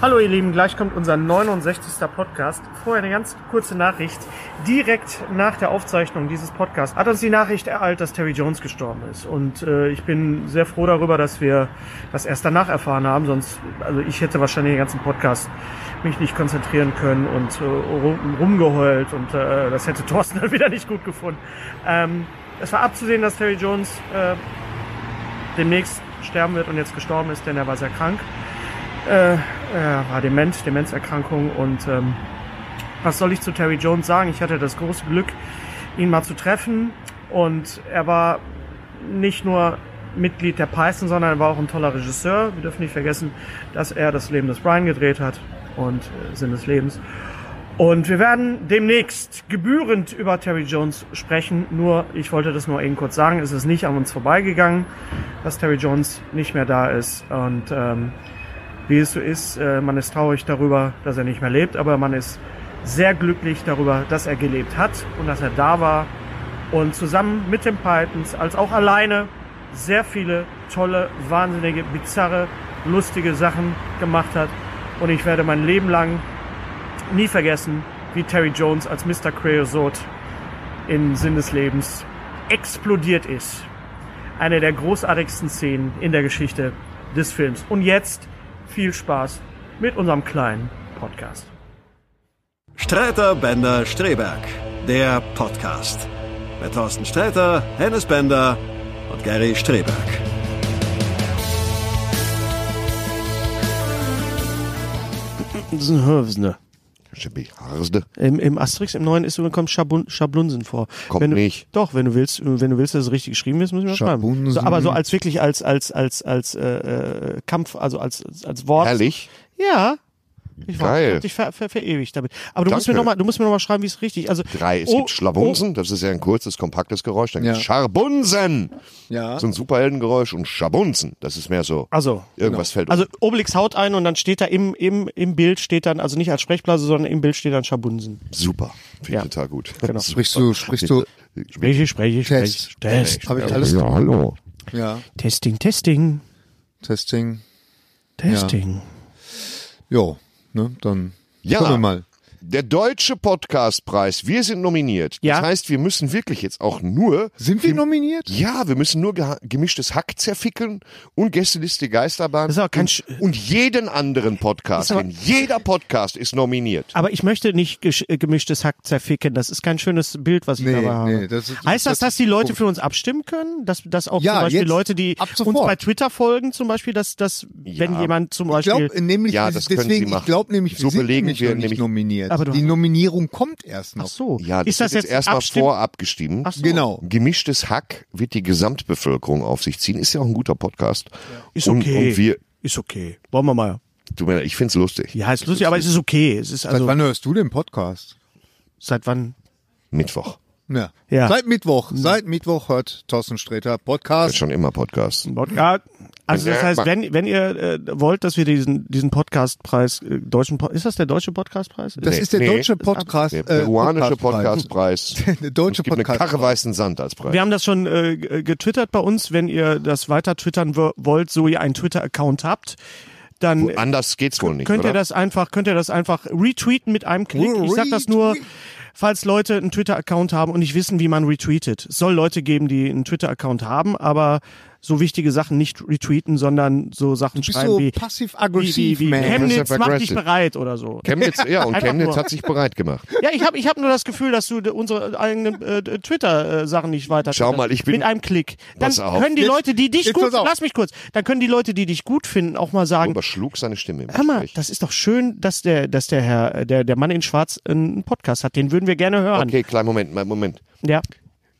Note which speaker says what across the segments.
Speaker 1: Hallo ihr Lieben, gleich kommt unser 69. Podcast. Vorher eine ganz kurze Nachricht. Direkt nach der Aufzeichnung dieses Podcasts hat uns die Nachricht ereilt, dass Terry Jones gestorben ist. Und äh, ich bin sehr froh darüber, dass wir das erst danach erfahren haben. Sonst, also ich hätte wahrscheinlich den ganzen Podcast mich nicht konzentrieren können und äh, rum- rumgeheult. Und äh, das hätte Thorsten dann wieder nicht gut gefunden. Ähm, es war abzusehen, dass Terry Jones äh, demnächst sterben wird und jetzt gestorben ist, denn er war sehr krank. Äh, er war dement, Demenzerkrankung und ähm, was soll ich zu Terry Jones sagen? Ich hatte das große Glück, ihn mal zu treffen und er war nicht nur Mitglied der Python, sondern er war auch ein toller Regisseur. Wir dürfen nicht vergessen, dass er das Leben des Brian gedreht hat und äh, Sinn des Lebens. Und wir werden demnächst gebührend über Terry Jones sprechen. Nur, ich wollte das nur eben kurz sagen, es ist nicht an uns vorbeigegangen, dass Terry Jones nicht mehr da ist. Und ähm, wie es so ist, äh, man ist traurig darüber, dass er nicht mehr lebt, aber man ist sehr glücklich darüber, dass er gelebt hat und dass er da war. Und zusammen mit den Pythons, als auch alleine, sehr viele tolle, wahnsinnige, bizarre, lustige Sachen gemacht hat. Und ich werde mein Leben lang nie vergessen, wie Terry Jones als Mr. Creosote im Sinn des Lebens explodiert ist. Eine der großartigsten Szenen in der Geschichte des Films. Und jetzt viel Spaß mit unserem kleinen Podcast.
Speaker 2: Sträter, Bender, Streberg. Der Podcast. Mit Thorsten Sträter, Hennes Bender und Gary Streberg.
Speaker 3: Hövsne.
Speaker 4: Schippi Harsde.
Speaker 3: Im, Im Asterix, im Neuen ist kommt Schabun, Schablunsen vor.
Speaker 4: Kommt
Speaker 3: wenn du,
Speaker 4: nicht.
Speaker 3: Doch, wenn du willst, wenn du willst, dass es richtig geschrieben ist, müssen wir das schreiben.
Speaker 4: Schabunsen.
Speaker 3: So, aber so als wirklich als als als als äh, äh, Kampf, also als als- als Wort.
Speaker 4: Herrlich.
Speaker 3: Ja. Ich war
Speaker 4: Geil.
Speaker 3: ich hab dich ver, ver, verewigt damit. Aber du musst mir
Speaker 4: Danke.
Speaker 3: noch mal, du musst mir noch mal schreiben, wie es richtig. Also
Speaker 4: Drei. Es
Speaker 3: oh,
Speaker 4: gibt Schlabunsen, das ist ja ein kurzes, kompaktes Geräusch. Dann
Speaker 5: Ja.
Speaker 4: gibt's Scharbunsen.
Speaker 5: Ja.
Speaker 4: So ein Superheldengeräusch und Schabunsen. Das ist mehr so.
Speaker 3: Oh, also.
Speaker 4: Irgendwas fällt
Speaker 3: Also
Speaker 4: um.
Speaker 3: Obelix haut ein und dann steht da im, im, im Bild steht dann, also nicht als Sprechblase, sondern im Bild steht dann Schabunsen.
Speaker 4: um. Super. Finde ich
Speaker 3: Ja.
Speaker 4: total gut.
Speaker 3: Genau.
Speaker 5: Sprichst du, sprichst du,
Speaker 3: Spreche, spreche,
Speaker 5: Test.
Speaker 3: spreche. Test.
Speaker 5: habe ich alles?
Speaker 4: Ja, hallo.
Speaker 5: Ja,
Speaker 3: Testing, Testing,
Speaker 5: Testing.
Speaker 3: Testing.
Speaker 5: Jo, ne, dann
Speaker 4: Ja.
Speaker 5: schauen wir mal.
Speaker 4: Der Deutsche Podcastpreis. Wir sind nominiert.
Speaker 3: Ja.
Speaker 4: Das heißt, wir müssen wirklich jetzt auch nur.
Speaker 5: Sind wir nominiert?
Speaker 4: Ja, wir müssen nur geha- gemischtes Hack zerfickeln und Gästeliste Geisterbahn
Speaker 3: Das ist aber kein
Speaker 4: und,
Speaker 3: Sch-
Speaker 4: und jeden anderen Podcast.
Speaker 3: aber-
Speaker 4: Denn jeder Podcast ist nominiert.
Speaker 3: Aber ich möchte nicht gesch- äh, gemischtes Hack zerficken. Das ist kein schönes Bild, was ich
Speaker 5: Nee,
Speaker 3: dabei habe.
Speaker 5: nee, das ist-
Speaker 3: heißt das,
Speaker 5: das
Speaker 3: dass
Speaker 5: ist
Speaker 3: die Leute
Speaker 5: komisch.
Speaker 3: für uns abstimmen können? Dass, dass auch
Speaker 5: Ja,
Speaker 3: zum Beispiel
Speaker 5: jetzt,
Speaker 3: Leute, die
Speaker 5: ab
Speaker 3: uns
Speaker 5: sofort.
Speaker 3: bei Twitter folgen, zum Beispiel, dass, dass wenn jemand zum
Speaker 5: Ich
Speaker 3: Beispiel...
Speaker 5: glaube nämlich,
Speaker 4: Ja, das können Sie
Speaker 5: deswegen, ich
Speaker 4: machen.
Speaker 5: glaube nämlich, wir
Speaker 4: So
Speaker 5: sind
Speaker 4: belegen
Speaker 5: nämlich
Speaker 4: wir
Speaker 5: noch nicht
Speaker 4: nämlich-
Speaker 5: nominiert.
Speaker 3: Aber du-
Speaker 5: die Nominierung kommt erst noch.
Speaker 3: Ach so.
Speaker 4: Ja, das
Speaker 3: ist das
Speaker 4: wird
Speaker 3: jetzt
Speaker 4: erstmal
Speaker 3: abstimmen?
Speaker 4: vorab gestimmt.
Speaker 3: Ach so.
Speaker 5: Genau.
Speaker 4: Gemischtes Hack wird die Gesamtbevölkerung auf sich ziehen. Ist ja auch ein guter Podcast.
Speaker 3: Ist okay.
Speaker 4: Und, und wir,
Speaker 3: ist okay. Wollen wir mal.
Speaker 4: du meinst, ich find's lustig.
Speaker 3: Ja, ist lustig, aber es ist okay. Es ist also
Speaker 5: Seit wann hörst du den Podcast?
Speaker 3: seit wann?
Speaker 4: Mittwoch.
Speaker 5: Ja.
Speaker 3: Ja. Hm.
Speaker 5: Seit Mittwoch. Seit Mittwoch hört Thorsten Sträter
Speaker 4: Ist
Speaker 5: Podcast.
Speaker 4: schon immer Podcast.
Speaker 3: Ja, also das
Speaker 4: Ja,
Speaker 3: heißt,
Speaker 4: mach.
Speaker 3: wenn, wenn ihr äh, wollt, dass wir diesen, diesen Podcastpreis, äh, deutschen, Po- ist das der deutsche Podcastpreis?
Speaker 5: Das
Speaker 4: Nee,
Speaker 5: ist der
Speaker 4: nee.
Speaker 5: deutsche Podcast.
Speaker 4: Der
Speaker 5: äh,
Speaker 4: peruanische
Speaker 5: Podcastpreis.
Speaker 4: Podcastpreis.
Speaker 5: Der deutsche
Speaker 4: es gibt eine
Speaker 5: Podcast-
Speaker 4: Karre weißen Sand als Preis.
Speaker 3: Wir haben das schon äh, g- getwittert bei uns. Wenn ihr das weiter twittern w- wollt, so ihr einen Twitter-Account habt, dann äh,
Speaker 4: Anders geht's wohl nicht.
Speaker 3: könnt ihr
Speaker 4: oder?
Speaker 3: das einfach, könnt ihr das einfach retweeten mit einem Klick. Ich sag das nur,
Speaker 5: Retweet.
Speaker 3: falls Leute einen Twitter-Account haben und nicht wissen, wie man retweetet. Es soll Leute geben, die einen Twitter-Account haben, aber so wichtige Sachen nicht retweeten, sondern so Sachen
Speaker 5: bist
Speaker 3: schreiben
Speaker 5: so
Speaker 3: wie, wie,
Speaker 5: passiv-aggressiv,
Speaker 3: wie, wie
Speaker 5: man.
Speaker 3: Chemnitz macht dich
Speaker 4: Passive-aggressive.
Speaker 3: bereit oder so.
Speaker 4: Chemnitz, ja, und
Speaker 3: Einfach
Speaker 4: Chemnitz
Speaker 3: nur.
Speaker 4: hat sich bereit gemacht.
Speaker 3: Ja, ich habe ich hab nur das Gefühl, dass du de- unsere eigenen äh, d- Twitter-Sachen nicht weiter.
Speaker 4: Schau mal, ich bin-
Speaker 3: Mit einem Klick. Dann
Speaker 4: Pass auf.
Speaker 3: können die
Speaker 5: Jetzt-
Speaker 3: Leute, die dich
Speaker 5: jetzt
Speaker 3: gut
Speaker 5: pass auf.
Speaker 3: lass mich kurz, dann können die Leute, die dich gut finden, auch mal sagen,
Speaker 4: Überschlug seine Stimme. im
Speaker 3: hör mal,
Speaker 4: Gespräch.
Speaker 3: das ist doch schön, dass der, dass der Herr, äh, der, der Mann in Schwarz äh, einen Podcast hat. Den würden wir gerne hören.
Speaker 4: Okay, kleinen Moment, mal- Moment.
Speaker 3: Ja.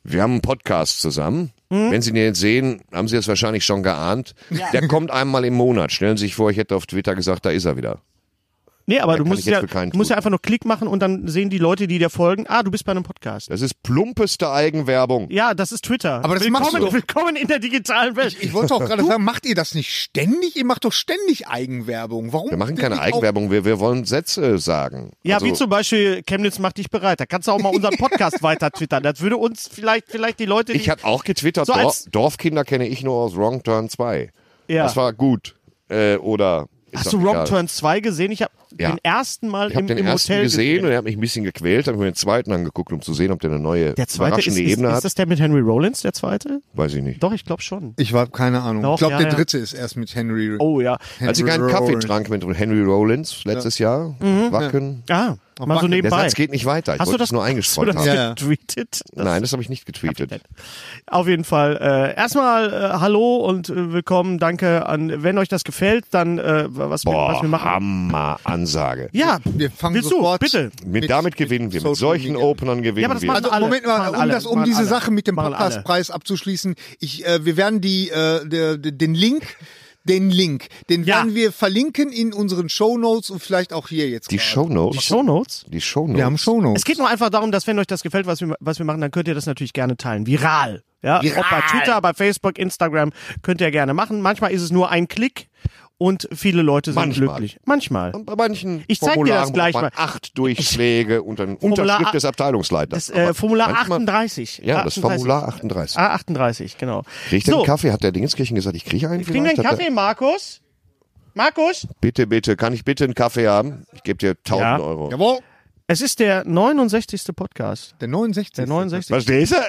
Speaker 4: Wir haben einen Podcast zusammen.
Speaker 3: Hm?
Speaker 4: Wenn Sie ihn jetzt sehen, haben Sie es wahrscheinlich schon geahnt. Der kommt einmal im Monat. Stellen Sie sich vor, ich hätte auf Twitter gesagt, da ist er wieder.
Speaker 3: Nee, aber du
Speaker 4: kann
Speaker 3: musst
Speaker 4: ich jetzt
Speaker 3: ja,
Speaker 4: für keinen
Speaker 3: du musst
Speaker 4: tun.
Speaker 3: ja einfach nur Klick machen und dann sehen die Leute, die dir folgen, ah, du bist bei einem Podcast.
Speaker 4: Das ist plumpeste Eigenwerbung.
Speaker 3: Ja, das ist Twitter.
Speaker 5: Aber das
Speaker 3: willkommen,
Speaker 5: machst du doch.
Speaker 3: willkommen in der digitalen Welt.
Speaker 5: Ich wollte auch gerade sagen, macht ihr das nicht ständig? Ihr macht doch ständig Eigenwerbung. Warum?
Speaker 4: Wir machen keine
Speaker 5: bin ich auch-
Speaker 4: Eigenwerbung, wir, wir wollen Sätze sagen.
Speaker 3: Ja,
Speaker 4: Also,
Speaker 3: wie zum Beispiel Chemnitz macht dich bereit. Da kannst du auch mal unseren Podcast weiter twittern. Das würde uns vielleicht, vielleicht die Leute, die
Speaker 4: Ich habe auch getwittert,
Speaker 3: So als-
Speaker 4: Dor Dorfkinder kenne ich nur aus Wrong Turn 2.
Speaker 3: Ja.
Speaker 4: Das war gut. Äh, oder. ist
Speaker 3: Hast
Speaker 4: doch
Speaker 3: du Wrong
Speaker 4: egal.
Speaker 3: Turn 2 gesehen? Ich habe
Speaker 4: Ja.
Speaker 3: den ersten Mal
Speaker 4: Ich habe
Speaker 3: im,
Speaker 4: den
Speaker 3: im
Speaker 4: ersten
Speaker 3: Hotel
Speaker 4: gesehen und er hat mich ein bisschen gequält, habe mir den zweiten angeguckt, um zu sehen, ob der eine neue
Speaker 3: Der zweite ist, ist,
Speaker 4: überraschende
Speaker 3: ist
Speaker 4: Ebene
Speaker 3: das
Speaker 4: hat.
Speaker 3: der mit Henry Rollins, der zweite?
Speaker 4: Weiß ich nicht.
Speaker 3: Doch, ich glaube schon.
Speaker 5: Ich war keine Ahnung.
Speaker 3: Doch,
Speaker 5: ich glaube,
Speaker 3: ja,
Speaker 5: der
Speaker 3: ja.
Speaker 5: dritte ist erst mit Henry.
Speaker 3: Oh ja.
Speaker 4: Als ich einen
Speaker 5: Henry
Speaker 4: Kaffee
Speaker 5: Rollins.
Speaker 4: trank mit Henry Rollins letztes Jahr, Wacken.
Speaker 3: Ah, mal so
Speaker 5: Wacken.
Speaker 4: Der
Speaker 3: nebenbei.
Speaker 4: Satz geht nicht weiter. Ich
Speaker 3: Hast du
Speaker 4: wollte
Speaker 3: das
Speaker 4: es nur
Speaker 3: hast du
Speaker 4: eingestreut
Speaker 3: das
Speaker 4: haben.
Speaker 5: Ja.
Speaker 3: getweetet? Das-
Speaker 4: Nein, das habe ich nicht getweetet.
Speaker 3: Auf jeden Fall. Äh, erstmal äh, hallo und äh, willkommen. Danke an, wenn euch das gefällt, dann äh, was, wir, was
Speaker 4: Boah,
Speaker 3: wir machen.
Speaker 4: Hammer-Ansage.
Speaker 3: Ja,
Speaker 5: Wir fangen
Speaker 3: willst
Speaker 5: sofort-
Speaker 3: du? Bitte.
Speaker 4: Mit, damit gewinnen wir, mit
Speaker 5: Social
Speaker 4: solchen
Speaker 5: Media.
Speaker 4: Openern
Speaker 3: Ja,
Speaker 4: gewinnen
Speaker 3: aber das
Speaker 4: wir.
Speaker 3: machen
Speaker 5: Also
Speaker 3: alle.
Speaker 5: Moment mal,
Speaker 3: Machen
Speaker 5: um,
Speaker 3: alle.
Speaker 5: das, um
Speaker 3: Machen
Speaker 5: diese
Speaker 3: alle.
Speaker 5: Sache mit dem
Speaker 3: Machen alle.
Speaker 5: Podcastpreis abzuschließen, ich, äh, wir werden die, äh, der, der, den Link, den Link, den
Speaker 3: Ja.
Speaker 5: werden wir verlinken in unseren Shownotes und vielleicht auch hier jetzt.
Speaker 4: Die
Speaker 5: gerade.
Speaker 4: Shownotes.
Speaker 3: Die Shownotes?
Speaker 4: Die Shownotes.
Speaker 5: Wir haben Shownotes.
Speaker 3: Es geht nur einfach darum, dass wenn euch das gefällt, was wir, was wir machen, dann könnt ihr das natürlich gerne teilen. Viral. Ja,
Speaker 5: Viral.
Speaker 3: Ob bei Twitter, bei Facebook, Instagram könnt ihr gerne machen. Manchmal ist es nur ein Klick und viele Leute sind
Speaker 4: Manchmal.
Speaker 3: glücklich. Manchmal.
Speaker 4: Und bei manchen
Speaker 3: Ich zeig dir
Speaker 4: Formularen
Speaker 3: das gleich
Speaker 4: braucht man
Speaker 3: mal.
Speaker 4: acht Durchschläge und dann
Speaker 3: Formular
Speaker 4: Unterschrift
Speaker 3: A-
Speaker 4: des Abteilungsleiters.
Speaker 3: Das äh,
Speaker 4: Aber
Speaker 3: Formular
Speaker 4: manchmal-
Speaker 3: 38.
Speaker 4: Ja, das
Speaker 3: 38.
Speaker 4: Formular 38.
Speaker 3: Ah, 38, genau.
Speaker 4: Krieg ich denn
Speaker 3: so,
Speaker 4: einen Kaffee? Hat der Dingenskirchen gesagt, ich kriege einen
Speaker 3: kriegen wir
Speaker 4: vielleicht?
Speaker 3: einen
Speaker 4: Hat er-
Speaker 3: Kaffee, Markus? Markus?
Speaker 4: Bitte, bitte, kann ich bitte einen Kaffee haben? Ich gebe dir 1000
Speaker 3: Ja.
Speaker 4: Euro.
Speaker 5: Jawohl,
Speaker 3: Es ist der 69. Podcast.
Speaker 5: der 69.
Speaker 3: Der 69.
Speaker 4: Verstehst du?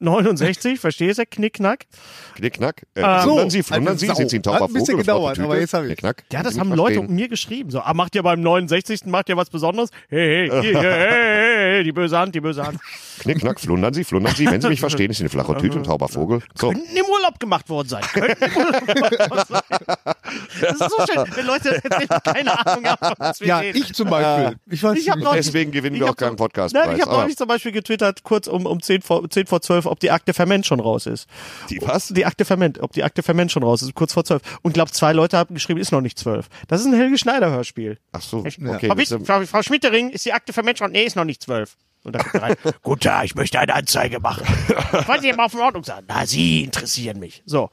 Speaker 3: 69, verstehst du? Knickknack.
Speaker 4: Knick, knack. Äh,
Speaker 3: Ah.
Speaker 4: wundern Sie,
Speaker 5: alte
Speaker 4: wundern Sie,
Speaker 5: Sau.
Speaker 4: sind Sie ein tauber
Speaker 5: Hat ein bisschen
Speaker 4: Vogel oder flaute
Speaker 5: gedauert,
Speaker 4: Tüte?
Speaker 5: aber jetzt hab ich's.
Speaker 4: Knick, knack.
Speaker 3: Ja, das
Speaker 4: Sie
Speaker 3: haben
Speaker 4: mich
Speaker 3: Leute
Speaker 4: verstehen.
Speaker 3: mir geschrieben. So, ah, macht ihr beim 69. macht ihr was Besonderes? Hey, hey, hier, hey, hey, hey, die böse Hand, die böse Hand.
Speaker 4: Knick, knack, flundern Sie, flundern Sie. Wenn Sie mich verstehen, ist Sie eine flache Tüte, ein tauber Vogel. So.
Speaker 3: Könnten im Urlaub gemacht worden sein. Könnten im Urlaub gemacht worden sein. Das ist so schön, wenn Leute tatsächlich keine Ahnung haben, was wir
Speaker 5: Ja,
Speaker 3: reden.
Speaker 5: ich zum Beispiel. Äh, Ich weiß
Speaker 3: Ich hab
Speaker 5: nicht.
Speaker 3: noch-
Speaker 4: Deswegen gewinnen
Speaker 3: Ich
Speaker 4: wir
Speaker 3: hab
Speaker 4: auch keinen
Speaker 3: zum-
Speaker 4: Podcastpreis.
Speaker 3: Nein, ich habe
Speaker 4: Aber
Speaker 3: neulich zum Beispiel getwittert, kurz um, um 10, vor, 10 vor 12, ob die Akte Ferment schon raus ist.
Speaker 4: Die was?
Speaker 3: Die Akte Ferment, ob die Akte Ferment schon raus ist, kurz vor 12. Und glaub, zwei Leute haben geschrieben, ist noch nicht 12. Das ist ein Helge Schneider-Hörspiel.
Speaker 4: Ach so, okay.
Speaker 3: Frau,
Speaker 4: das
Speaker 3: Witt-
Speaker 4: ist-
Speaker 3: Frau, Frau Schmittering, ist die Akte Ferment schon? Nee, ist noch nicht 12. Und dann kommt rein, Guten Tag, ich möchte eine Anzeige machen. Wollen Sie mal auf den Ordnung sagen? Na, Sie interessieren mich. So,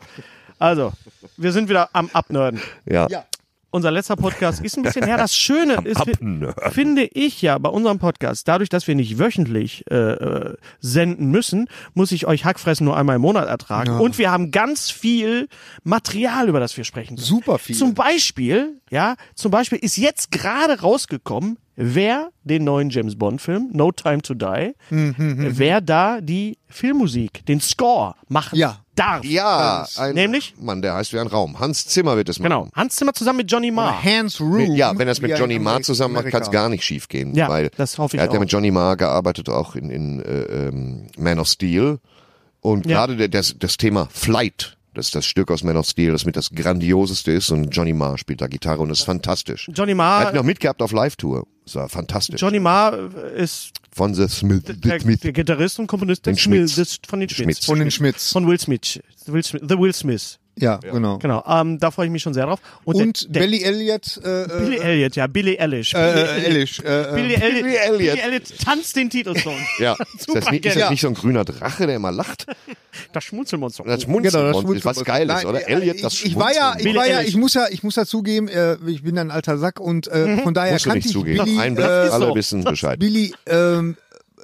Speaker 3: also, wir sind wieder am Abnörden
Speaker 4: Ja.
Speaker 5: Ja.
Speaker 3: unser letzter Podcast ist ein bisschen her. Das Schöne ist, fi- finde ich ja, bei unserem Podcast, dadurch, dass wir nicht wöchentlich äh, äh, senden müssen, muss ich euch Hackfressen nur einmal im Monat ertragen. Und wir haben ganz viel Material, über das wir sprechen können.
Speaker 5: Super viel.
Speaker 3: Zum Beispiel, ja, zum Beispiel ist jetzt gerade rausgekommen, wer den neuen James Bond-Film, No Time to Die,
Speaker 5: Mhm,
Speaker 3: wer da die Filmmusik, den Score machen
Speaker 5: Ja.
Speaker 3: darf.
Speaker 4: Ja, ein
Speaker 3: Nämlich?
Speaker 4: Mann, der heißt wie ein Raum. Hans Zimmer wird es machen.
Speaker 3: Genau. Hans Zimmer zusammen mit Johnny Marr.
Speaker 5: Hans Room.
Speaker 4: Ja, wenn er es mit
Speaker 5: Ja,
Speaker 4: Johnny
Speaker 5: in
Speaker 4: Marr zusammen macht,
Speaker 5: Amerika.
Speaker 4: kann es gar nicht schief gehen.
Speaker 3: Ja,
Speaker 4: weil
Speaker 3: das hoffe ich
Speaker 4: Er hat ja
Speaker 3: auch.
Speaker 4: mit Johnny Marr gearbeitet, auch in, in äh, ähm, Man of Steel. Und
Speaker 3: Ja.
Speaker 4: gerade der- das, das Thema Flight, das ist das Stück aus Man of Steel, das mit das Grandioseste ist. Und Johnny Marr spielt da Gitarre und das ist fantastisch.
Speaker 3: Johnny
Speaker 4: er
Speaker 3: Marr
Speaker 4: hat ihn auch mitgehabt auf Live-Tour. Das war fantastisch.
Speaker 3: Johnny Marr äh, ist
Speaker 4: Von The Smith.
Speaker 3: der,
Speaker 4: Smith.
Speaker 3: der Gitarrist und Komponist
Speaker 4: Den
Speaker 3: des Smil-
Speaker 4: Schmitz.
Speaker 3: des, von den Schmitz.
Speaker 4: Schmitz.
Speaker 5: Von den Schmitz.
Speaker 3: Von Will Smith. Will Smith. The Will Smith.
Speaker 5: Ja, genau.
Speaker 3: Genau. Ähm, da freue ich mich schon sehr drauf. Und, der-
Speaker 5: Und
Speaker 3: der,
Speaker 5: Billy Elliot, äh, äh,
Speaker 3: Billy Elliot, ja, Billy Eilish. Billy
Speaker 5: äh, Ellish, äh, äh,
Speaker 3: Billy, Elliot, Billy
Speaker 4: Billy
Speaker 3: Elliot.
Speaker 4: Elliot.
Speaker 3: tanzt den Titelsong.
Speaker 4: Ja, ist das,
Speaker 3: Super
Speaker 4: nicht, ist
Speaker 3: gerne.
Speaker 4: das nicht so ein grüner Drache, der immer lacht?
Speaker 3: Das Schmunzelmonster.
Speaker 4: Das Schmunzeln,
Speaker 5: Genau, das
Speaker 4: und
Speaker 5: Schmunzeln.
Speaker 4: was Geiles,
Speaker 5: Nein,
Speaker 4: oder?
Speaker 5: äh,
Speaker 4: Elliot, das
Speaker 5: ich, ich war ja, ich
Speaker 3: Billy
Speaker 5: war ja,
Speaker 3: Elliot.
Speaker 5: ich muss ja, ich muss ja zugeben, äh, ich bin ja ein alter Sack und äh, von daher
Speaker 4: Muss
Speaker 5: kannte
Speaker 4: Mhm. nicht
Speaker 5: ich
Speaker 4: zugeben.
Speaker 5: Billy,
Speaker 4: Ein
Speaker 5: äh,
Speaker 4: Blatt, alle
Speaker 3: so.
Speaker 4: wissen Bescheid.
Speaker 5: Billy ähm,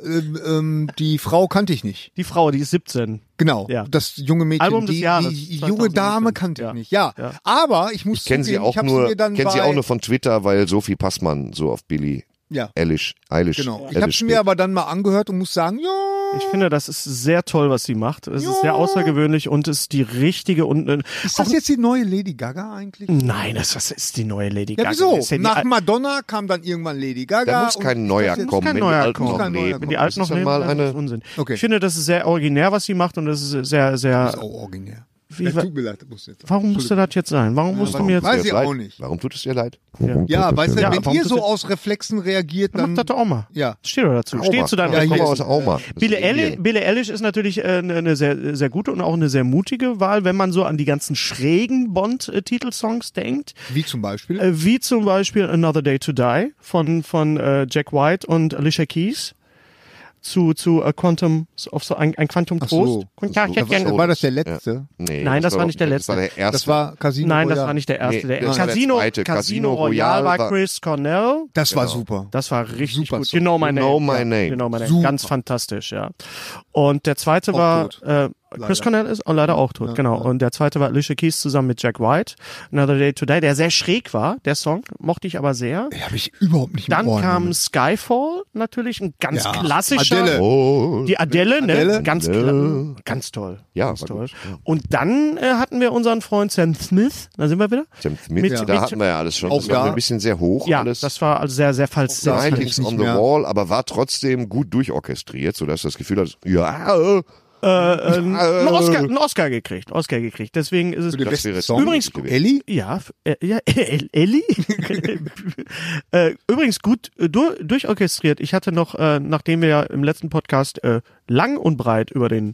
Speaker 6: ähm, ähm, die Frau kannte ich nicht.
Speaker 3: Die Frau, die ist 17.
Speaker 6: Genau,
Speaker 3: Ja.
Speaker 6: das junge Mädchen,
Speaker 3: Album des
Speaker 6: die,
Speaker 3: Jahres,
Speaker 6: die
Speaker 3: 2019.
Speaker 6: junge Dame kannte
Speaker 3: Ja.
Speaker 6: ich nicht. Ja,
Speaker 3: Ja.
Speaker 6: aber ich muss
Speaker 4: Ich kenne sie
Speaker 6: zugeben,
Speaker 4: auch
Speaker 6: ich hab
Speaker 4: nur,
Speaker 6: sie mir dann
Speaker 4: kenn
Speaker 6: bei,
Speaker 4: sie auch nur von Twitter, weil Sophie Passmann so auf Billy
Speaker 6: ja,
Speaker 4: Eilish, Eilish,
Speaker 6: genau. Ich
Speaker 4: Eilish
Speaker 6: habe sie mir
Speaker 4: steht.
Speaker 6: aber dann mal angehört und muss sagen, ja,
Speaker 3: Ich finde, das ist sehr toll, was sie macht. Es ist sehr außergewöhnlich und ist die richtige und äh,
Speaker 6: ist das jetzt die neue Lady Gaga eigentlich?
Speaker 3: nein, das, das ist die neue Lady
Speaker 6: Ja,
Speaker 3: Gaga.
Speaker 6: wieso?
Speaker 3: Das Ist ja die,
Speaker 6: Nach
Speaker 3: Al-
Speaker 6: Madonna kam dann irgendwann Lady Gaga.
Speaker 4: Da muss
Speaker 6: und
Speaker 4: kein neuer
Speaker 6: das jetzt-
Speaker 4: kommen, wenn
Speaker 3: kein
Speaker 4: die
Speaker 3: neuer
Speaker 4: Alten
Speaker 3: kommen.
Speaker 4: noch
Speaker 6: Kein neuer
Speaker 4: leben.
Speaker 6: kommen.
Speaker 3: wenn die Alten
Speaker 4: das
Speaker 3: noch
Speaker 4: ist ja
Speaker 3: leben,
Speaker 4: mal
Speaker 3: dann ist das
Speaker 4: eine,
Speaker 3: Unsinn.
Speaker 6: Okay.
Speaker 3: Ich finde, das ist sehr originär, was sie macht und das ist sehr, sehr.
Speaker 6: Ist auch originär.
Speaker 3: Wie-
Speaker 6: ja, tut mir leid, das muss jetzt.
Speaker 3: warum musste das jetzt sein? Warum musst du mir jetzt?
Speaker 6: Weiß
Speaker 4: Tut
Speaker 6: ich
Speaker 4: ihr leid?
Speaker 6: auch nicht.
Speaker 4: Warum tut es dir leid?
Speaker 6: Ja, weißt du,
Speaker 3: Ja,
Speaker 6: wenn
Speaker 3: warum
Speaker 6: ihr
Speaker 3: tut
Speaker 6: so
Speaker 3: das-
Speaker 6: aus Reflexen reagiert,
Speaker 3: Mach
Speaker 6: dann
Speaker 3: das doch auch mal.
Speaker 6: Ja.
Speaker 3: Steh doch dazu. Steh zu deinem
Speaker 6: Ja,
Speaker 4: Ich
Speaker 6: hier
Speaker 4: komme
Speaker 6: ist-
Speaker 4: aus Auma.
Speaker 3: Billie Eilish, Billie Eilish ist natürlich äh, eine eine sehr, sehr gute und auch eine sehr mutige Wahl, wenn man so an die ganzen schrägen Bond-Titelsongs denkt.
Speaker 6: wie zum Beispiel.
Speaker 3: Äh, wie zum Beispiel Another Day to Die von, von äh, Jack White und Alicia Keys zu, zu äh, Quantum, auf so ein, ein Quantum
Speaker 6: Ach so.
Speaker 3: Trost. Und ja, ich hätte
Speaker 6: war,
Speaker 3: gerne-
Speaker 6: war das der letzte?
Speaker 4: Nee,
Speaker 3: Nein, das war nicht der
Speaker 4: Das war der erste.
Speaker 6: Das war Casino
Speaker 3: Nein, das
Speaker 6: Royale.
Speaker 3: war nicht der erste.
Speaker 4: Nee, das
Speaker 3: der
Speaker 4: war der
Speaker 3: Casino,
Speaker 4: zweite.
Speaker 3: Casino
Speaker 4: Casino
Speaker 3: Royale
Speaker 4: Royale
Speaker 3: war
Speaker 4: war-
Speaker 3: Chris Cornell.
Speaker 6: Das war super.
Speaker 3: Genau. Das war richtig
Speaker 6: Super
Speaker 3: gut.
Speaker 6: Song.
Speaker 3: You know my name.
Speaker 4: Know My
Speaker 3: Ja,
Speaker 4: Name.
Speaker 3: You know my name.
Speaker 6: Super.
Speaker 3: Ganz fantastisch, ja. Und der zweite
Speaker 6: Auch
Speaker 3: war
Speaker 6: tot.
Speaker 3: äh, Chris
Speaker 6: Leider.
Speaker 3: Cornell ist oh, leider auch tot, genau. Und der zweite war Alicia Keys zusammen mit Jack White. Another Day Today, der sehr schräg war, der Song mochte ich aber sehr.
Speaker 6: habe ich überhaupt nicht
Speaker 3: Dann
Speaker 6: im Ohr.
Speaker 3: kam Skyfall natürlich, ein ganz
Speaker 6: Ja,
Speaker 3: klassischer.
Speaker 6: Adele.
Speaker 4: Oh,
Speaker 3: Die Adele, ne?
Speaker 6: Adele.
Speaker 3: Ganz,
Speaker 4: Adele.
Speaker 3: kla- ganz toll.
Speaker 4: Ja,
Speaker 3: ganz
Speaker 4: war
Speaker 3: toll.
Speaker 4: gut, ja.
Speaker 3: Und dann äh, hatten wir unseren Freund Sam Smith. Da sind wir wieder.
Speaker 4: Sam Smith,
Speaker 3: Mit-
Speaker 4: da
Speaker 3: mit-
Speaker 4: hatten wir ja alles schon.
Speaker 6: Auch
Speaker 4: das war
Speaker 6: da.
Speaker 4: ein bisschen sehr hoch
Speaker 3: Ja,
Speaker 4: alles.
Speaker 3: das war also sehr, sehr falsch.
Speaker 6: da.
Speaker 3: sehr-
Speaker 4: Writings
Speaker 6: nicht
Speaker 4: on the
Speaker 6: mehr.
Speaker 4: Wall, aber war trotzdem gut durchorchestriert, sodass du das Gefühl hast, ja, äh,
Speaker 3: Einen Oscar, einen Oscar gekriegt. Oscar gekriegt. Deswegen ist es.
Speaker 6: Für den
Speaker 4: das wäre
Speaker 6: besten Song.
Speaker 3: übrigens-
Speaker 4: gewesen.
Speaker 6: Ellie?
Speaker 3: Ja, f- äh, ja El- Elli? äh, übrigens gut äh, du, durchorchestriert. Ich hatte noch, äh, nachdem wir ja im letzten Podcast äh, lang und breit über den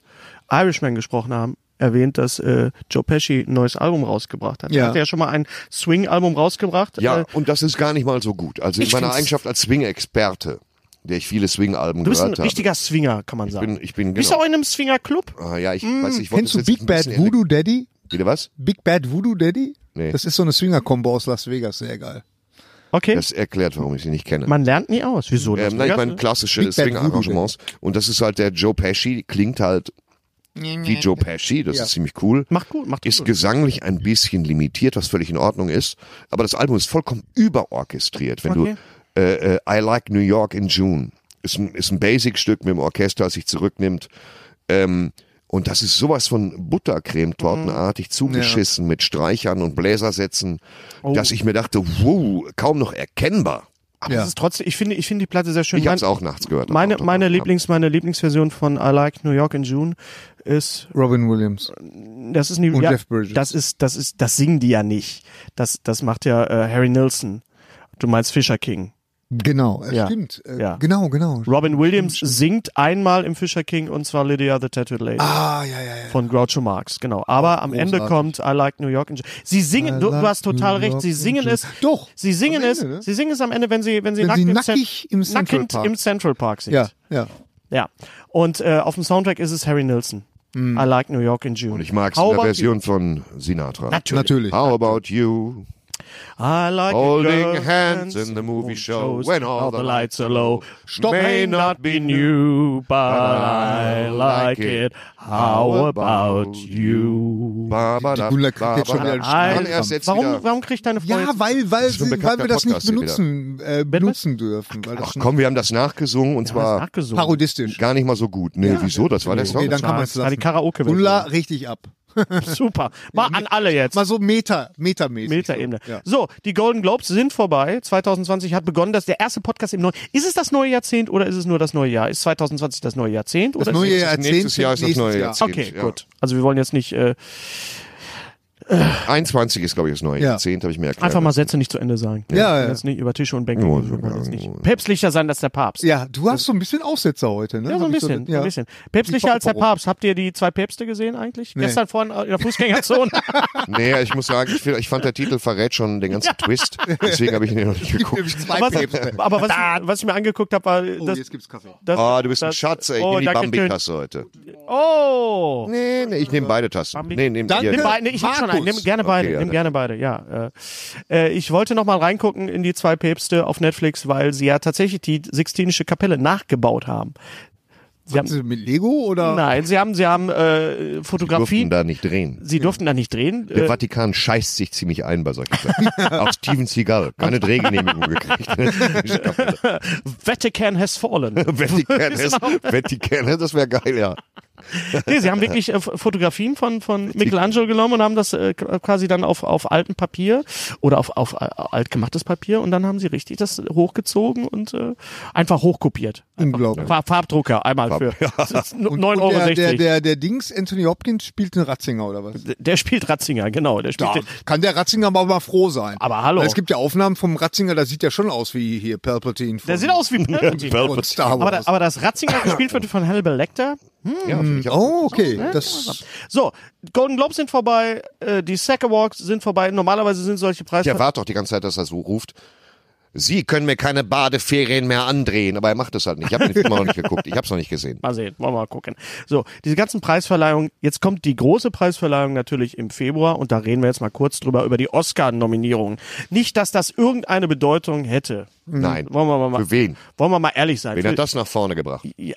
Speaker 3: Irishman gesprochen haben, erwähnt, dass äh, Joe Pesci ein neues Album rausgebracht hat.
Speaker 6: Ja.
Speaker 3: Er hat ja schon mal ein Swing-Album rausgebracht.
Speaker 4: Ja,
Speaker 3: Äh,
Speaker 4: und das ist gar nicht mal so gut. Also in
Speaker 3: Ich
Speaker 4: meiner
Speaker 3: find's-
Speaker 4: Eigenschaft als Swing-Experte, der ich viele Swing-Alben
Speaker 3: du bist ein
Speaker 4: gehört habe.
Speaker 3: richtiger Swinger, kann man sagen.
Speaker 4: bin- ich bin,
Speaker 3: Bist du
Speaker 4: genau.
Speaker 3: auch Hm, in einem Swinger-Club?
Speaker 4: Ah, ja, ich weiß nicht, ich wollte
Speaker 6: Kennst du
Speaker 4: das jetzt
Speaker 6: Big
Speaker 4: ein
Speaker 6: Bad
Speaker 4: bisschen
Speaker 6: Voodoo Daddy?
Speaker 4: elek- Wieder was?
Speaker 6: Big Bad Voodoo Daddy?
Speaker 4: Nee.
Speaker 6: Das ist so eine Swinger-Kombo aus Las Vegas, sehr geil.
Speaker 3: Okay.
Speaker 4: Das erklärt, warum ich sie nicht kenne.
Speaker 3: man lernt nie aus. Wieso? das
Speaker 4: Ähm, nein, ich
Speaker 3: Vegas- ne?
Speaker 4: meine klassische
Speaker 6: Big Bad
Speaker 4: Swing-Arrangements. Und das ist halt der Joe Pesci, klingt halt wie Joe Pesci, das
Speaker 6: Ja.
Speaker 4: ist ziemlich cool.
Speaker 3: Macht gut, macht
Speaker 4: Ist
Speaker 3: gut.
Speaker 4: gesanglich ein bisschen limitiert, was völlig in Ordnung ist. Aber das Album ist vollkommen überorchestriert. Wenn
Speaker 3: Okay.
Speaker 4: du äh, äh, I Like New York in June ist ein, ist ein Basic-Stück mit dem Orchester, das sich zurücknimmt. Ähm, und das ist sowas von
Speaker 3: Mhm.
Speaker 4: Buttercremetortenartig zugeschissen mit Streichern und Bläsersätzen,
Speaker 3: Oh.
Speaker 4: dass ich mir dachte, wow, kaum noch erkennbar.
Speaker 3: Aber es ist trotzdem, ich finde, ich finde die Platte sehr schön.
Speaker 4: Ich hab's
Speaker 3: Mein-
Speaker 4: auch nachts gehört. am
Speaker 3: Meine,
Speaker 4: Auto.
Speaker 3: meine,
Speaker 4: Ja.
Speaker 3: Lieblings, meine Lieblingsversion von I Like New York in June ist,
Speaker 6: Robin Williams.
Speaker 3: das ist nie,
Speaker 6: Und
Speaker 3: ja,
Speaker 6: Jeff Bridges.
Speaker 3: das ist, das ist, das singen die ja nicht. Das, das macht ja äh, Harry Nilsson. Du meinst Fisher King.
Speaker 6: Genau, äh,
Speaker 3: Ja.
Speaker 6: stimmt. Äh,
Speaker 3: Ja.
Speaker 6: Genau, genau.
Speaker 3: Robin Williams singt einmal im Fisher King und zwar Lydia the Tattooed Lady
Speaker 6: ah, ja, ja, ja.
Speaker 3: von Groucho Marx, genau. Aber am Ende kommt I Like New York in June. Sie singen, du, du
Speaker 6: like
Speaker 3: hast total
Speaker 6: New
Speaker 3: recht,
Speaker 6: York
Speaker 3: sie
Speaker 6: in
Speaker 3: singen
Speaker 6: June.
Speaker 3: es.
Speaker 6: Doch,
Speaker 3: Sie singen
Speaker 6: am
Speaker 3: es,
Speaker 6: Ende, ne?
Speaker 3: sie singen es am Ende, wenn sie, wenn sie,
Speaker 6: Wenn
Speaker 3: nackt,
Speaker 6: sie
Speaker 3: im Cent-
Speaker 6: nackig im Central
Speaker 3: nackend
Speaker 6: Park.
Speaker 3: im Central Park sind.
Speaker 6: Ja, ja.
Speaker 3: Ja. Und äh, auf dem Soundtrack ist es Harry Nilsson. I like New York in June.
Speaker 4: Hm. Und ich mag's
Speaker 3: How
Speaker 4: in der
Speaker 3: about
Speaker 4: Version von Sinatra.
Speaker 3: Natürlich.
Speaker 6: Natürlich.
Speaker 4: How about you?
Speaker 3: I like
Speaker 4: Holding
Speaker 3: girls'
Speaker 4: hands in the movie show when all the lights are low.
Speaker 3: Stop. May not be new, but I like it. How about you?
Speaker 4: Ba, ba,
Speaker 6: Die
Speaker 4: da,
Speaker 6: Gundler kriegt
Speaker 4: ba,
Speaker 6: jetzt schon
Speaker 4: ba,
Speaker 6: wieder
Speaker 4: da.
Speaker 6: einen
Speaker 4: Dann erst jetzt
Speaker 3: Warum,
Speaker 4: wieder.
Speaker 3: warum kriegt deine Frau
Speaker 6: Ja,
Speaker 3: jetzt-
Speaker 6: weil, weil,
Speaker 4: schon
Speaker 6: sie, weil wir das
Speaker 4: bekackter
Speaker 6: nicht
Speaker 4: Podcast hier
Speaker 6: benutzen, äh, benutzen dürfen. Weil das
Speaker 4: Ach komm, wir haben das nachgesungen und
Speaker 3: Was
Speaker 4: zwar
Speaker 3: nachgesungen?
Speaker 6: parodistisch.
Speaker 4: gar nicht mal so gut. Nee, wieso? Das war der
Speaker 6: Okay,
Speaker 4: Song.
Speaker 6: dann kann man es
Speaker 3: Das war
Speaker 6: lassen.
Speaker 3: die Karaoke-Version.
Speaker 6: Gundula, richtig ab.
Speaker 3: Super. Mal an alle jetzt.
Speaker 6: Mal so Meter, Metermäßig.
Speaker 3: Meterebene.
Speaker 6: So, ja.
Speaker 3: So, die Golden Globes sind vorbei. 2020 hat begonnen, dass der erste Podcast im neuen. Ist es das neue Jahrzehnt oder ist es nur das neue Jahr? Ist 2020 das neue Jahrzehnt oder
Speaker 6: Das neue
Speaker 3: ist
Speaker 6: Jahrzehnt.
Speaker 4: Nächstes Jahr ist das
Speaker 6: nächstes
Speaker 4: neue
Speaker 6: Jahr.
Speaker 4: Jahrzehnt.
Speaker 3: Okay,
Speaker 4: ja.
Speaker 3: gut. Also wir wollen jetzt nicht äh,
Speaker 4: 21 ist, glaube ich, das neue
Speaker 6: Ja.
Speaker 4: Jahrzehnt, habe ich mir erklärt.
Speaker 3: einfach mal Sätze nicht zu Ende sagen.
Speaker 6: Ja,
Speaker 3: Wir
Speaker 6: ja. Oh,
Speaker 3: wollen Jetzt nicht über Tische und Bänke.
Speaker 4: Ja,
Speaker 3: reden. wir wollen
Speaker 4: ja,
Speaker 3: jetzt nicht
Speaker 4: ja.
Speaker 3: päpstlicher sein als der Papst.
Speaker 6: Ja, du hast so ein bisschen Aussetzer heute, ne?
Speaker 3: Ja, so ein
Speaker 6: Hab ich
Speaker 3: bisschen,
Speaker 6: ja.
Speaker 3: ein bisschen. Päpstlicher als der
Speaker 6: Verpackung.
Speaker 3: Papst. Habt ihr die zwei Päpste gesehen eigentlich? Gestern vorhin in der Fußgängerzone.
Speaker 4: Nee, ich muss sagen, ich, find- ich fand, der Titel verrät schon den ganzen Twist. Deswegen habe ich ihn noch nicht geguckt.
Speaker 6: Zwei
Speaker 3: aber
Speaker 6: Päpste.
Speaker 3: was, aber was, ich, was ich mir angeguckt habe, war
Speaker 6: Oh,
Speaker 3: das,
Speaker 6: jetzt gibt's Kaffee.
Speaker 3: das,
Speaker 4: Ah, du bist ein
Speaker 3: das-
Speaker 4: Schatz, ey. Ich nehme
Speaker 3: oh,
Speaker 4: die
Speaker 3: danke schön.
Speaker 4: Bambi-Tasse heute.
Speaker 3: Oh!
Speaker 4: Nee, nee, ich nehme beide Tassen. Nee, nehmt
Speaker 6: Danke.
Speaker 4: ihr.
Speaker 3: Beide- nee, ich hab
Speaker 6: Marke.
Speaker 3: schon nein, nimm gerne beide,
Speaker 4: ne? Okay, ja,
Speaker 3: nimm gerne beide, ja. Äh, äh, ich wollte noch mal reingucken in die zwei Päpste auf Netflix, weil sie ja tatsächlich die Sixtinische Kapelle nachgebaut haben. Sie
Speaker 6: Haben
Speaker 3: haben,
Speaker 6: sie mit Lego oder?
Speaker 3: nein, sie haben, sie haben äh,
Speaker 4: durften
Speaker 3: Fotografien.
Speaker 4: da nicht drehen.
Speaker 3: Sie durften da nicht drehen.
Speaker 4: Der
Speaker 3: äh,
Speaker 4: Vatikan scheißt sich ziemlich ein bei solchen Sachen. Auch Steven Seagal, keine Drehgenehmigung gekriegt.
Speaker 3: Vatican has fallen.
Speaker 4: Vatikan, ist,
Speaker 3: Genau.
Speaker 4: Vatikan, das wäre geil, ja.
Speaker 3: Nee, sie haben wirklich äh, F- Fotografien von, von Michelangelo genommen und haben das äh, k- quasi dann auf, auf altem Papier oder auf, auf äh, altgemachtes Papier und dann haben sie richtig das hochgezogen und äh, einfach hochkopiert.
Speaker 6: Unglaublich.
Speaker 3: Fa- Farbdrucker einmal für
Speaker 6: Und-
Speaker 3: 9,60
Speaker 6: und
Speaker 3: Euro.
Speaker 6: der, der,
Speaker 3: Der,
Speaker 6: der, der Dings, Anthony Hopkins, spielt einen Ratzinger oder was?
Speaker 3: spielt Ratzinger, genau. Der spielt
Speaker 6: Da
Speaker 3: den,
Speaker 6: kann der Ratzinger aber mal froh sein.
Speaker 3: Aber hallo.
Speaker 6: Weil Es gibt ja Aufnahmen vom Ratzinger, da sieht ja schon aus wie hier Palpatine. Von,
Speaker 3: der sieht aus wie ein Palpatine.
Speaker 6: von Star
Speaker 3: Aber,
Speaker 6: Wars.
Speaker 3: da, aber das Ratzinger gespielt wird von Hannibal Lecter.
Speaker 4: ja finde ich auch.
Speaker 6: oh, okay. Das,
Speaker 3: So, Golden Globes sind vorbei, äh, die SAG Awards sind vorbei. Normalerweise sind solche Preise.
Speaker 4: Ich erwarte doch die ganze Zeit, dass er so ruft. Sie können mir keine Badeferien mehr andrehen, aber er macht das halt nicht. Ich habe den Film auch noch nicht geguckt. Ich habe es noch nicht gesehen.
Speaker 3: Mal sehen, wollen wir mal gucken. So, diese ganzen Preisverleihungen, jetzt kommt die große Preisverleihung natürlich im Februar und da reden wir jetzt mal kurz drüber, über die Oscar-Nominierungen. Nicht, dass das irgendeine Bedeutung hätte.
Speaker 4: Nein.
Speaker 3: Hm. Wollen wir mal,
Speaker 4: Für wen?
Speaker 3: Wollen wir mal ehrlich sein.
Speaker 4: Wen
Speaker 3: Für-
Speaker 4: hat das nach vorne gebracht?
Speaker 3: Ja.